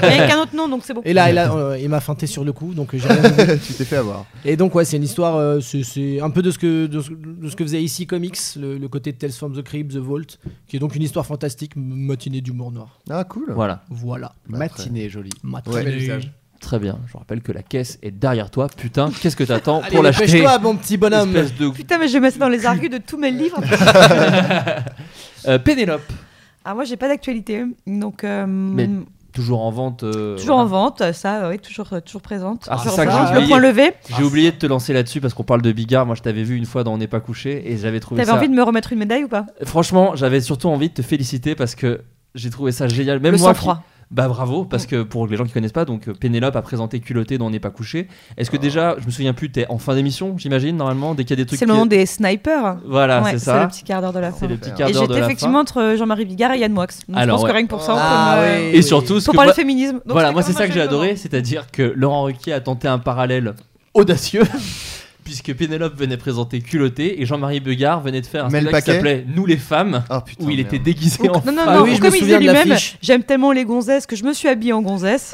Speaker 10: Avec un autre nom, donc c'est bon.
Speaker 3: Et là, et là, euh, il m'a feinté sur le coup donc j'ai rien dit.
Speaker 12: Tu t'es fait avoir.
Speaker 3: Et donc ouais c'est une histoire euh, c'est- c'est un peu de ce que de ce, de ce que faisait ici Comics le, le côté de Tales from the Crypt The Vault qui est donc une histoire fantastique m- matinée d'humour noir.
Speaker 12: Ah cool. Bah,
Speaker 8: Voilà.
Speaker 3: Voilà.
Speaker 11: Matinée, jolie.
Speaker 3: Matinée.
Speaker 11: Très bel usage.
Speaker 8: Très bien, je rappelle que la caisse est derrière toi. Putain, qu'est-ce que t'attends
Speaker 3: Allez,
Speaker 8: pour l'acheter
Speaker 3: dépêche-toi, mon petit bonhomme.
Speaker 8: Espèce de-
Speaker 10: Putain, mais je vais mettre ça dans les argus de tous mes livres.
Speaker 8: Euh, Pénélope,
Speaker 10: ah, moi, j'ai pas d'actualité, donc. euh,
Speaker 8: mais toujours en vente. euh,
Speaker 10: Toujours
Speaker 8: voilà.
Speaker 10: en vente, ça, euh, oui, toujours, euh, toujours présente.
Speaker 8: Ah, c'est
Speaker 10: Toujours
Speaker 8: ça que
Speaker 10: en vente.
Speaker 8: j'ai oublié.
Speaker 10: Le point levé.
Speaker 8: J'ai oublié de te lancer là-dessus parce qu'on parle de Bigard. Moi, je t'avais vu une fois dans On n'est pas couché et j'avais trouvé
Speaker 10: T'avais
Speaker 8: ça.
Speaker 10: envie de me remettre une médaille ou pas
Speaker 8: Franchement, j'avais surtout envie de te féliciter parce que j'ai trouvé ça génial. Même
Speaker 10: Le
Speaker 8: moi.
Speaker 10: sang-froid.
Speaker 8: qui- Bah bravo, parce que pour les gens qui connaissent pas, donc euh, Pénélope a présenté Culotté dans On n'est pas couché. Est-ce que
Speaker 12: Ah.
Speaker 8: déjà, je me souviens plus, t'es en fin d'émission, j'imagine, normalement, dès qu'il y a des trucs.
Speaker 10: C'est le
Speaker 8: qui-
Speaker 10: moment des snipers.
Speaker 8: Voilà,
Speaker 10: Ouais,
Speaker 8: c'est ça.
Speaker 10: C'est le petit quart d'heure de la fin.
Speaker 8: C'est le petit quart d'heure
Speaker 10: Et
Speaker 8: de
Speaker 10: j'étais
Speaker 8: la fin.
Speaker 10: effectivement entre Jean-Marie Bigard et Yann Moix. Donc je
Speaker 8: Alors,
Speaker 10: pense que
Speaker 8: ouais.
Speaker 10: rien que pour ça, on
Speaker 8: Ah,
Speaker 10: peut.
Speaker 8: oui,
Speaker 10: me-
Speaker 8: Et surtout, ce
Speaker 10: Pour
Speaker 8: que
Speaker 10: parler
Speaker 8: moi-
Speaker 10: féminisme. Donc
Speaker 8: voilà,
Speaker 10: c'était
Speaker 8: moi c'est
Speaker 10: quand
Speaker 8: ça
Speaker 10: même
Speaker 8: que j'ai adoré, c'est-à-dire que Laurent Ruquier a tenté un parallèle audacieux. Puisque Pénélope venait présenter culotté et Jean-Marie Bugard venait de faire un
Speaker 12: Mets le
Speaker 8: spectacle qui
Speaker 12: paquet.
Speaker 8: s'appelait Nous les femmes, où il
Speaker 12: Ah, merde.
Speaker 8: était déguisé en
Speaker 10: Non, non,
Speaker 8: femme.
Speaker 10: non, comme il disait lui-même, j'aime tellement les gonzesses que je me suis habillée en gonzesse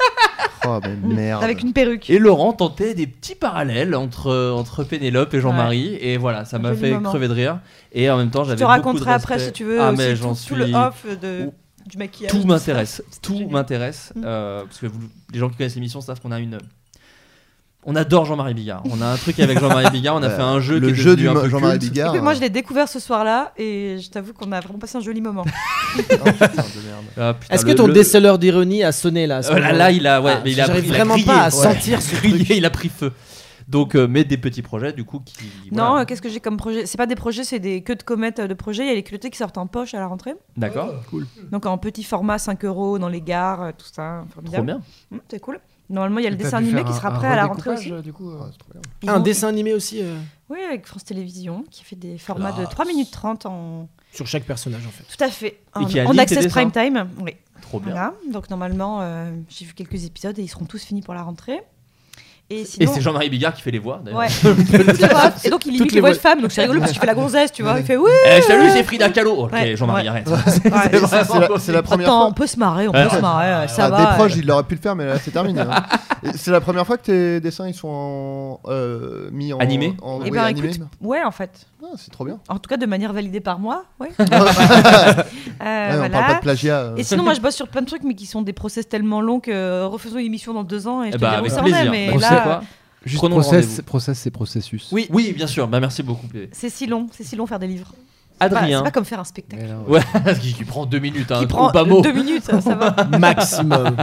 Speaker 12: Oh, mais merde.
Speaker 10: avec une perruque.
Speaker 8: Ah, Et Laurent tentait des petits parallèles entre, entre Pénélope et Jean-Marie, et voilà, ça m'a
Speaker 10: Joli
Speaker 8: fait
Speaker 10: moment.
Speaker 8: crever de rire. Et en même temps,
Speaker 10: Je
Speaker 8: j'avais
Speaker 10: te
Speaker 8: beaucoup de
Speaker 10: raconterai après
Speaker 8: respect.
Speaker 10: si tu veux
Speaker 8: Ah,
Speaker 10: aussi
Speaker 8: mais
Speaker 10: tout-
Speaker 8: j'en
Speaker 10: tout,
Speaker 8: suis
Speaker 10: le off de, du maquillage.
Speaker 8: tout m'intéresse,
Speaker 10: C'est
Speaker 8: tout
Speaker 10: génial.
Speaker 8: m'intéresse,
Speaker 10: Mm.
Speaker 8: euh, parce que vous- les gens qui connaissent l'émission savent qu'on a une, on adore Jean-Marie Bigard. On a un truc avec Jean-Marie Bigard. On a
Speaker 12: Ouais.
Speaker 8: fait un jeu.
Speaker 12: Le
Speaker 8: qui est
Speaker 12: jeu
Speaker 8: devenu
Speaker 12: du
Speaker 8: un
Speaker 12: mo-
Speaker 8: peu
Speaker 12: Jean-Marie
Speaker 8: culte.
Speaker 3: Ah.
Speaker 12: Bigard.
Speaker 10: Écoute, moi je l'ai découvert ce soir-là et je t'avoue qu'on a vraiment passé un joli moment.
Speaker 8: Ah, putain,
Speaker 3: Est-ce que
Speaker 8: le-
Speaker 3: ton
Speaker 8: le-
Speaker 3: déceleur d'ironie a sonné là à ce
Speaker 8: Euh, là,
Speaker 3: moment-là
Speaker 8: là, il a, ouais,
Speaker 3: Ah,
Speaker 8: mais il a,
Speaker 3: j'arrive
Speaker 8: il a
Speaker 3: vraiment
Speaker 8: grillé,
Speaker 3: pas à
Speaker 8: ouais.
Speaker 3: sentir ce
Speaker 8: Grillé, Il a pris feu. Donc, euh, mais des petits projets du coup qui.
Speaker 10: Non,
Speaker 8: voilà.
Speaker 10: euh, qu'est-ce que j'ai comme projet C'est pas des projets, c'est des queues de comètes euh, de projets. Il y a les culottés qui sortent en poche à la rentrée.
Speaker 8: D'accord.
Speaker 10: oh,
Speaker 8: Cool.
Speaker 3: Hmm.
Speaker 10: Donc en petit format, 5 euros dans les gares, euh, tout ça. Formidable.
Speaker 8: bien.
Speaker 10: Mmh, c'est cool. Normalement, il y a le
Speaker 3: Et t'as
Speaker 10: dessin
Speaker 3: dû
Speaker 10: animé
Speaker 3: faire
Speaker 10: qui
Speaker 3: un-
Speaker 10: sera
Speaker 3: un
Speaker 10: prêt à la rentrée aussi.
Speaker 3: redécoupage,
Speaker 11: euh,
Speaker 10: Ils
Speaker 3: Un
Speaker 10: ont-
Speaker 3: dessin animé aussi euh,
Speaker 10: Oui, avec France Télévisions qui fait des formats de
Speaker 3: Classe.
Speaker 10: 3 minutes 30 en.
Speaker 3: sur chaque personnage en fait.
Speaker 10: Tout à fait.
Speaker 3: Et
Speaker 10: En,
Speaker 3: qui aligne
Speaker 10: en
Speaker 3: tes
Speaker 10: access
Speaker 3: dessins.
Speaker 10: prime time. Oui.
Speaker 3: Trop bien.
Speaker 10: Voilà. Donc normalement, euh, j'ai vu quelques épisodes et ils seront tous finis pour la rentrée. Et,
Speaker 8: Et
Speaker 10: sinon...
Speaker 8: c'est Jean-Marie Bigard qui fait les voix. d'ailleurs.
Speaker 10: Ouais. Tu vois, et donc il
Speaker 8: Toutes
Speaker 10: imite les
Speaker 8: les
Speaker 10: voix de
Speaker 8: voix-
Speaker 10: femmes, donc c'est rigolo parce qu'il fait la gonzesse, tu vois. Il fait oui.
Speaker 8: Eh, salut, c'est Frida Kahlo. Ok,
Speaker 10: Ouais,
Speaker 8: Jean-Marie,
Speaker 10: ouais.
Speaker 8: arrête.
Speaker 10: Ouais.
Speaker 8: C'est
Speaker 10: Ouais.
Speaker 8: vraiment
Speaker 12: C'est la-
Speaker 8: pas
Speaker 12: c'est
Speaker 8: possible.
Speaker 12: la première fois.
Speaker 10: on peut se marrer, on
Speaker 12: Ouais.
Speaker 10: peut se marrer, ouais, ça
Speaker 12: Ah,
Speaker 10: va,
Speaker 12: Des proches,
Speaker 10: ouais.
Speaker 12: il aurait pu le faire, mais là, c'est terminé. hein. Et C'est la première fois que tes dessins ils sont en, euh, mis en
Speaker 8: Animés
Speaker 12: en-
Speaker 10: Eh
Speaker 12: oui,
Speaker 10: ben,
Speaker 12: animés.
Speaker 10: écoute, ouais, en fait.
Speaker 12: Ah, c'est trop bien.
Speaker 10: En tout cas, de manière validée par moi, ouais. Euh,
Speaker 12: on parle pas de plagiat, euh.
Speaker 10: Et sinon, moi, je bosse sur plein de trucs, mais qui sont des process tellement longs que euh, refaisons une émission dans deux ans et je
Speaker 8: Eh
Speaker 10: te
Speaker 8: bah,
Speaker 10: dirai où
Speaker 8: avec
Speaker 10: ça en
Speaker 8: plaisir.
Speaker 10: est. Mais
Speaker 8: Process,
Speaker 10: là, euh,
Speaker 8: quoi.
Speaker 11: Juste
Speaker 8: Prenons
Speaker 11: process,
Speaker 8: rendez-vous.
Speaker 11: process, c'est processus.
Speaker 8: Oui, oui, bien sûr. Bah, merci beaucoup. Pépé.
Speaker 10: c'est si long, c'est si long faire des livres. C'est pas-
Speaker 8: Adrien.
Speaker 10: C'est pas comme faire un spectacle.
Speaker 8: Ouais, qui, qui prend deux minutes. Hein,
Speaker 10: Qui prend
Speaker 8: pas mot.
Speaker 10: deux minutes, ça- ça va.
Speaker 12: Maximum.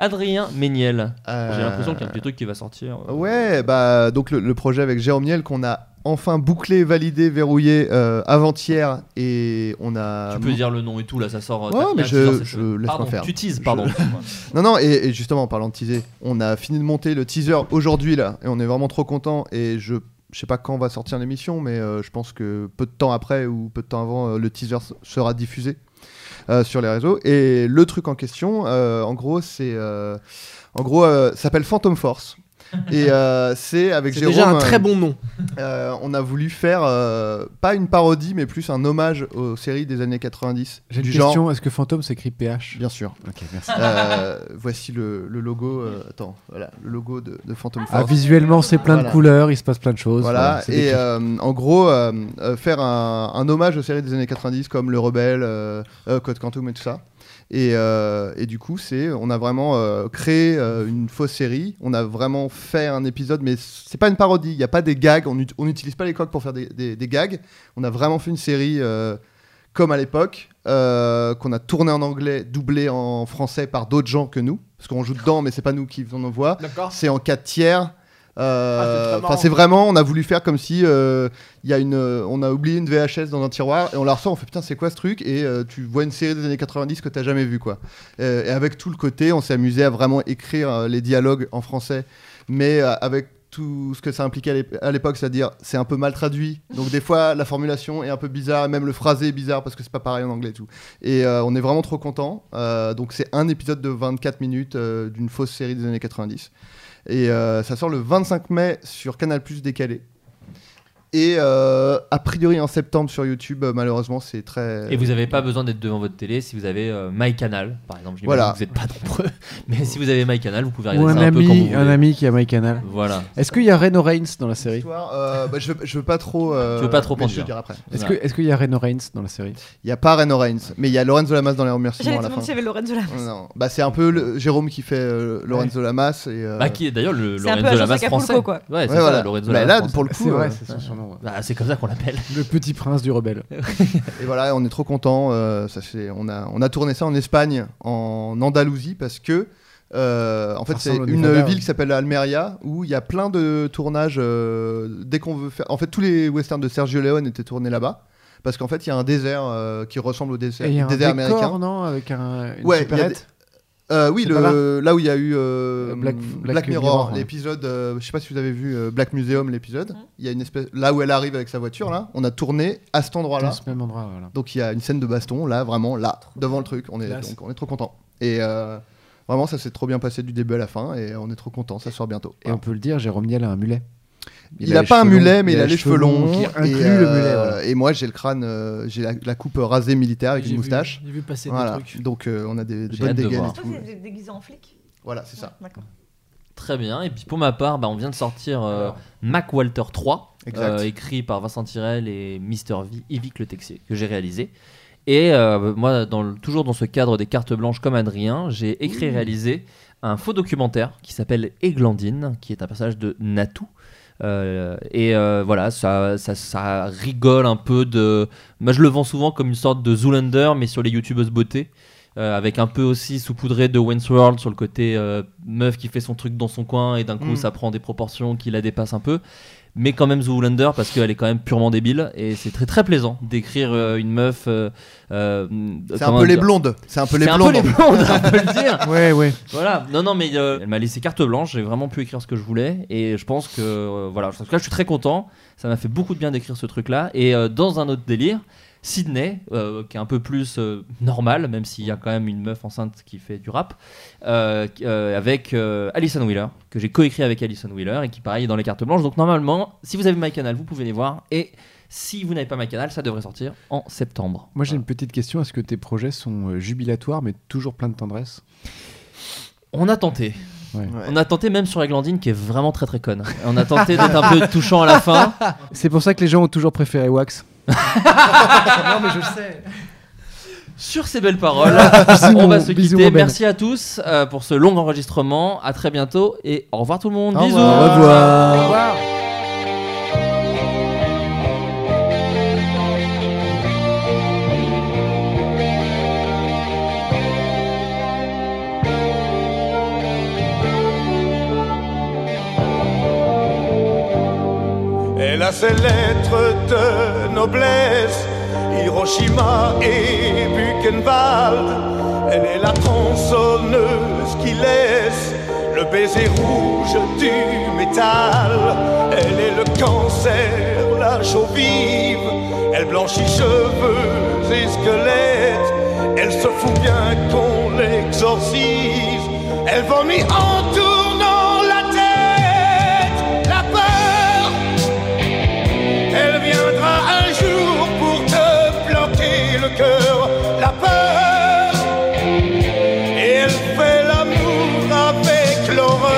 Speaker 8: Adrien Méniel.
Speaker 12: Euh,
Speaker 8: J'ai l'impression qu'il y a un petit truc qui va sortir. euh,
Speaker 12: Ouais, bah donc le, le projet avec Jérôme Niel qu'on a enfin bouclé, validé, verrouillé euh, avant-hier et on a.
Speaker 8: Tu peux dire le nom et tout, là, ça sort. euh,
Speaker 12: Ouais,
Speaker 8: t'as-
Speaker 12: mais
Speaker 8: t'as- tu sors
Speaker 12: je,
Speaker 8: cette
Speaker 12: je
Speaker 8: semaine.
Speaker 12: laisse
Speaker 8: Pardon,
Speaker 12: moi faire.
Speaker 8: Tu teases,
Speaker 12: Je-
Speaker 8: pardon.
Speaker 12: non, non, et, et justement, en parlant de teaser, on a fini de monter le teaser aujourd'hui, là, et on est vraiment trop content. Et je, je sais pas quand va sortir l'émission, mais euh, je pense que peu de temps après ou peu de temps avant, euh, le teaser s- sera diffusé euh, sur les réseaux. Et le truc en question, euh, en gros, c'est. euh, en gros, euh, ça s'appelle Phantom Force. Et euh, c'est avec
Speaker 3: C'est
Speaker 12: Jérôme.
Speaker 3: déjà un
Speaker 12: euh,
Speaker 3: très bon nom.
Speaker 12: euh, on a voulu faire euh, pas une parodie, mais plus un hommage aux séries des années 90.
Speaker 11: J'ai
Speaker 12: du
Speaker 11: une
Speaker 12: genre.
Speaker 11: question. Est-ce que Fantôme s'écrit PH
Speaker 12: Bien sûr.
Speaker 11: Ok, merci.
Speaker 12: Euh, voici le, le logo. euh, attends, voilà, le logo de, de Phantom
Speaker 11: Ah,
Speaker 12: Force.
Speaker 11: visuellement, c'est plein de
Speaker 12: Voilà.
Speaker 11: couleurs, il se passe plein de choses.
Speaker 12: Voilà,
Speaker 11: c'est
Speaker 12: et
Speaker 11: des-
Speaker 12: euh, en gros, euh, euh, faire un, un hommage aux séries des années 90 comme Le Rebelle, euh, euh, Code Quantum et tout ça. Et, euh, et du coup, c'est, on a vraiment euh, créé euh, une fausse série. On a vraiment fait un épisode, mais c'est pas une parodie. Il n'y a pas des gags. On ut- on n'utilise pas les coques pour faire des, des- des gags. On a vraiment fait une série euh, comme à l'époque, euh, qu'on a tourné en anglais, doublé en français par d'autres gens que nous. Parce qu'on joue dedans, mais c'est pas nous qui faisons nos voix.
Speaker 3: D'accord.
Speaker 12: C'est en 4 tiers.
Speaker 3: Ah, c'est
Speaker 12: Euh,
Speaker 3: très
Speaker 12: Enfin,
Speaker 3: marrant.
Speaker 12: c'est vraiment, on a voulu faire comme si euh, il y a une, euh, on a oublié une VHS dans un tiroir et on la ressort, on fait putain c'est quoi ce truc et euh, tu vois une série des années 90 que t'as jamais vue quoi. Euh, et avec tout le côté, on s'est amusé à vraiment écrire euh, les dialogues en français, mais euh, avec tout ce que ça impliquait à l'ép- à l'époque, c'est-à-dire c'est un peu mal traduit, donc des fois la formulation est un peu bizarre, et même le phrasé est bizarre parce que c'est pas pareil en anglais et tout. Et euh, on est vraiment trop content. donc c'est un épisode de 24 minutes euh, d'une fausse série des années 90. Et euh, ça sort le 25 mai sur Canal Plus décalé. Et euh, a priori en septembre sur YouTube, euh, malheureusement, c'est très.
Speaker 8: Et vous n'avez pas besoin d'être devant votre télé si vous avez euh, MyCanal, par exemple. J'imagine
Speaker 12: Voilà.
Speaker 8: que Vous n'êtes pas nombreux, mais si vous avez MyCanal, vous pouvez
Speaker 11: Ou
Speaker 8: regarder
Speaker 11: un
Speaker 8: ça un peu quand vous
Speaker 11: ami,
Speaker 8: voulez.
Speaker 11: un ami qui a MyCanal.
Speaker 8: Voilà.
Speaker 11: Est-ce qu'il y a Reno Reigns dans la série
Speaker 12: Euh, bah, je, veux- je veux pas trop. euh,
Speaker 8: Tu veux pas trop
Speaker 12: mais
Speaker 8: en
Speaker 12: je
Speaker 8: dire.
Speaker 12: dirai après.
Speaker 11: Est-ce que- est-ce qu'il y a Reno Reigns dans la série
Speaker 12: Il n'y a pas Reno Reigns, mais il y a Lorenzo Lamas dans les remerciements à
Speaker 10: J'allais te
Speaker 12: la fin.
Speaker 10: demander s'il y avait Lorenzo Lamas.
Speaker 12: Non. Bah, c'est un peu le- Jérôme qui fait euh, Lorenzo Lamas. Et, euh,
Speaker 8: Bah, qui est d'ailleurs le
Speaker 10: C'est un peu
Speaker 8: Lorenzo
Speaker 10: Agence
Speaker 8: Lamas
Speaker 10: Acapulco,
Speaker 8: français.
Speaker 10: quoi.
Speaker 8: Ouais, c'est
Speaker 12: Ouais,
Speaker 8: ça,
Speaker 12: voilà.
Speaker 8: Lorenzo
Speaker 12: Bah,
Speaker 8: Lamas
Speaker 12: là,
Speaker 8: français.
Speaker 12: pour le coup,
Speaker 11: C'est vrai,
Speaker 12: euh,
Speaker 11: c'est son surnom. ouais.
Speaker 8: Bah, c'est comme ça qu'on l'appelle.
Speaker 11: Le petit prince du rebelle.
Speaker 12: Et voilà, on est trop content. ça fait, on a, on a tourné ça en Espagne, en Andalousie, parce que euh, en fait
Speaker 11: Ça
Speaker 12: c'est
Speaker 11: ressemble au
Speaker 12: une
Speaker 11: Nevada,
Speaker 12: ville
Speaker 11: ouais.
Speaker 12: qui s'appelle Almeria où il y a plein de tournages. euh, dès qu'on veut faire, en fait tous les westerns de Sergio Leone étaient tournés là-bas. Parce qu'en fait, il y a un désert euh, qui ressemble au désert,
Speaker 11: Et il y a un
Speaker 12: désert
Speaker 11: décor,
Speaker 12: américain.
Speaker 11: non Avec un,
Speaker 12: Ouais,
Speaker 11: une
Speaker 12: il y a
Speaker 11: supérette
Speaker 12: des- euh, oui,
Speaker 11: C'est pas
Speaker 12: le, là où il y a eu euh,
Speaker 11: Euh,
Speaker 12: Black,
Speaker 11: Black- Black
Speaker 12: Mirror,
Speaker 11: Mirror, ouais.
Speaker 12: l'épisode, euh, je sais pas si vous avez vu euh, Black Museum, l'épisode, il y a une espèce, là où elle arrive avec sa voiture, là, on a tourné à cet endroit-là.
Speaker 11: Dans ce même endroit, voilà.
Speaker 12: Donc il y a une scène de baston, là, vraiment, là, devant le truc, on est,
Speaker 11: Classe.
Speaker 12: donc, on est trop content. Et euh, vraiment, ça s'est trop bien passé du début à la fin, et on est trop content, ça sort bientôt.
Speaker 11: Et on peut le dire, Jérôme Niel a un mulet.
Speaker 12: Il, a, pas un
Speaker 11: les cheveux
Speaker 12: mulet,
Speaker 11: longs,
Speaker 12: mais il a les cheveux longs.
Speaker 11: qui
Speaker 12: et,
Speaker 11: inclut
Speaker 12: euh,
Speaker 11: le mulet. voilà.
Speaker 12: Et moi, j'ai le crâne, euh, j'ai la, la coupe rasée militaire avec
Speaker 3: J'ai
Speaker 12: une
Speaker 3: vu-
Speaker 12: moustache.
Speaker 3: j'ai vu passer des trucs.
Speaker 12: Donc, euh, on a des, des
Speaker 8: J'ai
Speaker 12: bonnes
Speaker 8: hâte de
Speaker 12: dégaines
Speaker 8: voir.
Speaker 12: et
Speaker 10: Toi,
Speaker 12: tout.
Speaker 10: t'es déguisé en flic
Speaker 12: Voilà, Ah. c'est ça.
Speaker 10: D'accord.
Speaker 8: Très bien. Et puis pour ma part, bah, on vient de sortir euh, Mac Walter 3,
Speaker 11: Euh,
Speaker 12: Exact.
Speaker 8: écrit par Vincent Tirel et Mister V, Yvick Le Texier, que j'ai réalisé. Et euh, moi, dans le- toujours dans ce cadre des cartes blanches comme Adrien, j'ai écrit et réalisé un faux documentaire qui s'appelle Églantine, qui est un personnage de Natou. Euh, et euh, voilà, ça, ça, ça rigole un peu de. Moi, je le vends souvent comme une sorte de Zoolander, mais sur les youtubeuses beauté. euh, avec un peu aussi saupoudré de Wayne's World sur le côté euh, meuf qui fait son truc dans son coin et d'un coup
Speaker 12: Mm.
Speaker 8: ça prend des proportions qui la dépassent un peu. Mais quand même Zoolander parce qu'elle est quand même purement débile et c'est très très plaisant d'écrire euh, une meuf. euh, euh,
Speaker 12: C'est un
Speaker 8: comment
Speaker 12: peu les
Speaker 8: dire
Speaker 12: blondes. C'est un peu les
Speaker 8: C'est
Speaker 12: blondes.
Speaker 8: blondes, on peut le dire.
Speaker 11: Ouais, ouais.
Speaker 8: Voilà, non, non, mais euh, elle m'a laissé carte blanche, j'ai vraiment pu écrire ce que je voulais, et je pense que, euh, voilà, en tout cas, je suis très content, ça m'a fait beaucoup de bien d'écrire ce truc-là, et euh, dans un autre délire, Sydney, euh, qui est un peu plus euh, normal, même s'il y a quand même une meuf enceinte qui fait du rap, euh, qui- euh, avec euh, Alison Wheeler, que j'ai coécrit avec Alison Wheeler, et qui, pareil, est dans les cartes blanches, donc normalement, si vous avez MyCanal, vous pouvez les voir, et si vous n'avez pas MyCanal, ça devrait sortir en septembre.
Speaker 11: Moi, j'ai une petite question. Est-ce que tes projets sont euh, jubilatoires, mais toujours plein de tendresse
Speaker 8: On a tenté.
Speaker 11: Ouais.
Speaker 8: On a tenté même sur Eglantine qui est vraiment très très conne. On a tenté d'être un peu touchant à la fin.
Speaker 11: C'est pour ça que les gens ont toujours préféré Wax.
Speaker 8: non mais je sais. Sur ces belles paroles,
Speaker 11: Bisous,
Speaker 8: on va
Speaker 11: mon-
Speaker 8: se
Speaker 11: bisous,
Speaker 8: quitter.
Speaker 11: mon Ben.
Speaker 8: Merci à tous euh, pour ce long enregistrement. À très bientôt et au revoir tout le monde.
Speaker 11: Au
Speaker 8: Bisous.
Speaker 11: revoir. Au revoir.
Speaker 8: Au revoir.
Speaker 2: Elle a ses lettres de noblesse, Hiroshima et Buchenwald. Elle est la tronçonneuse qui laisse le baiser rouge du métal. Elle est le cancer, la chaux vive. Elle blanchit cheveux et squelettes. Elle se fout bien qu'on l'exorcise. Elle vomit en tournant la tête. La peur elle viendra un jour pour te planter le cœur, la peur. Et elle fait l'amour avec l'horreur.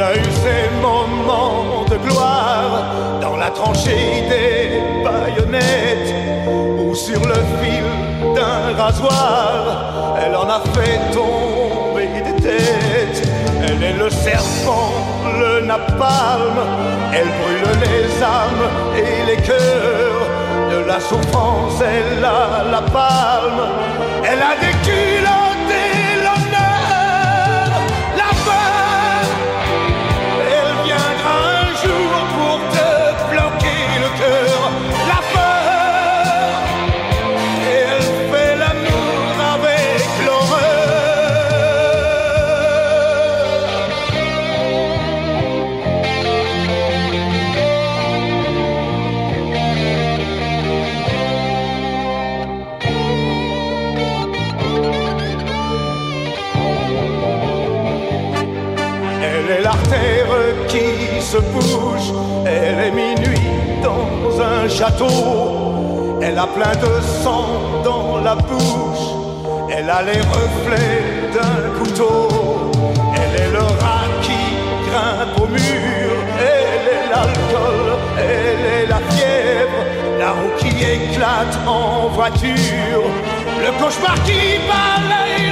Speaker 2: a eu ses moments de gloire dans la tranchée des baïonnettes ou sur le fil d'un rasoir. Elle en a fait tomber des têtes. Elle est le serpent, le napalm. Elle brûle les âmes et les cœurs. De la souffrance, elle a la palme. Elle a des culottes et l'honneur. La peur, elle viendra un jour pour te planquer le cœur. La peur, elle fait l'amour avec l'horreur. Elle est l'artère qui se bouge, elle est minuit dans un château, elle a plein de sang dans la bouche, elle a les reflets d'un couteau, elle est le rat qui grimpe au mur, elle est l'alcool, elle est la fièvre, la roue qui éclate en voiture, le cauchemar qui balaye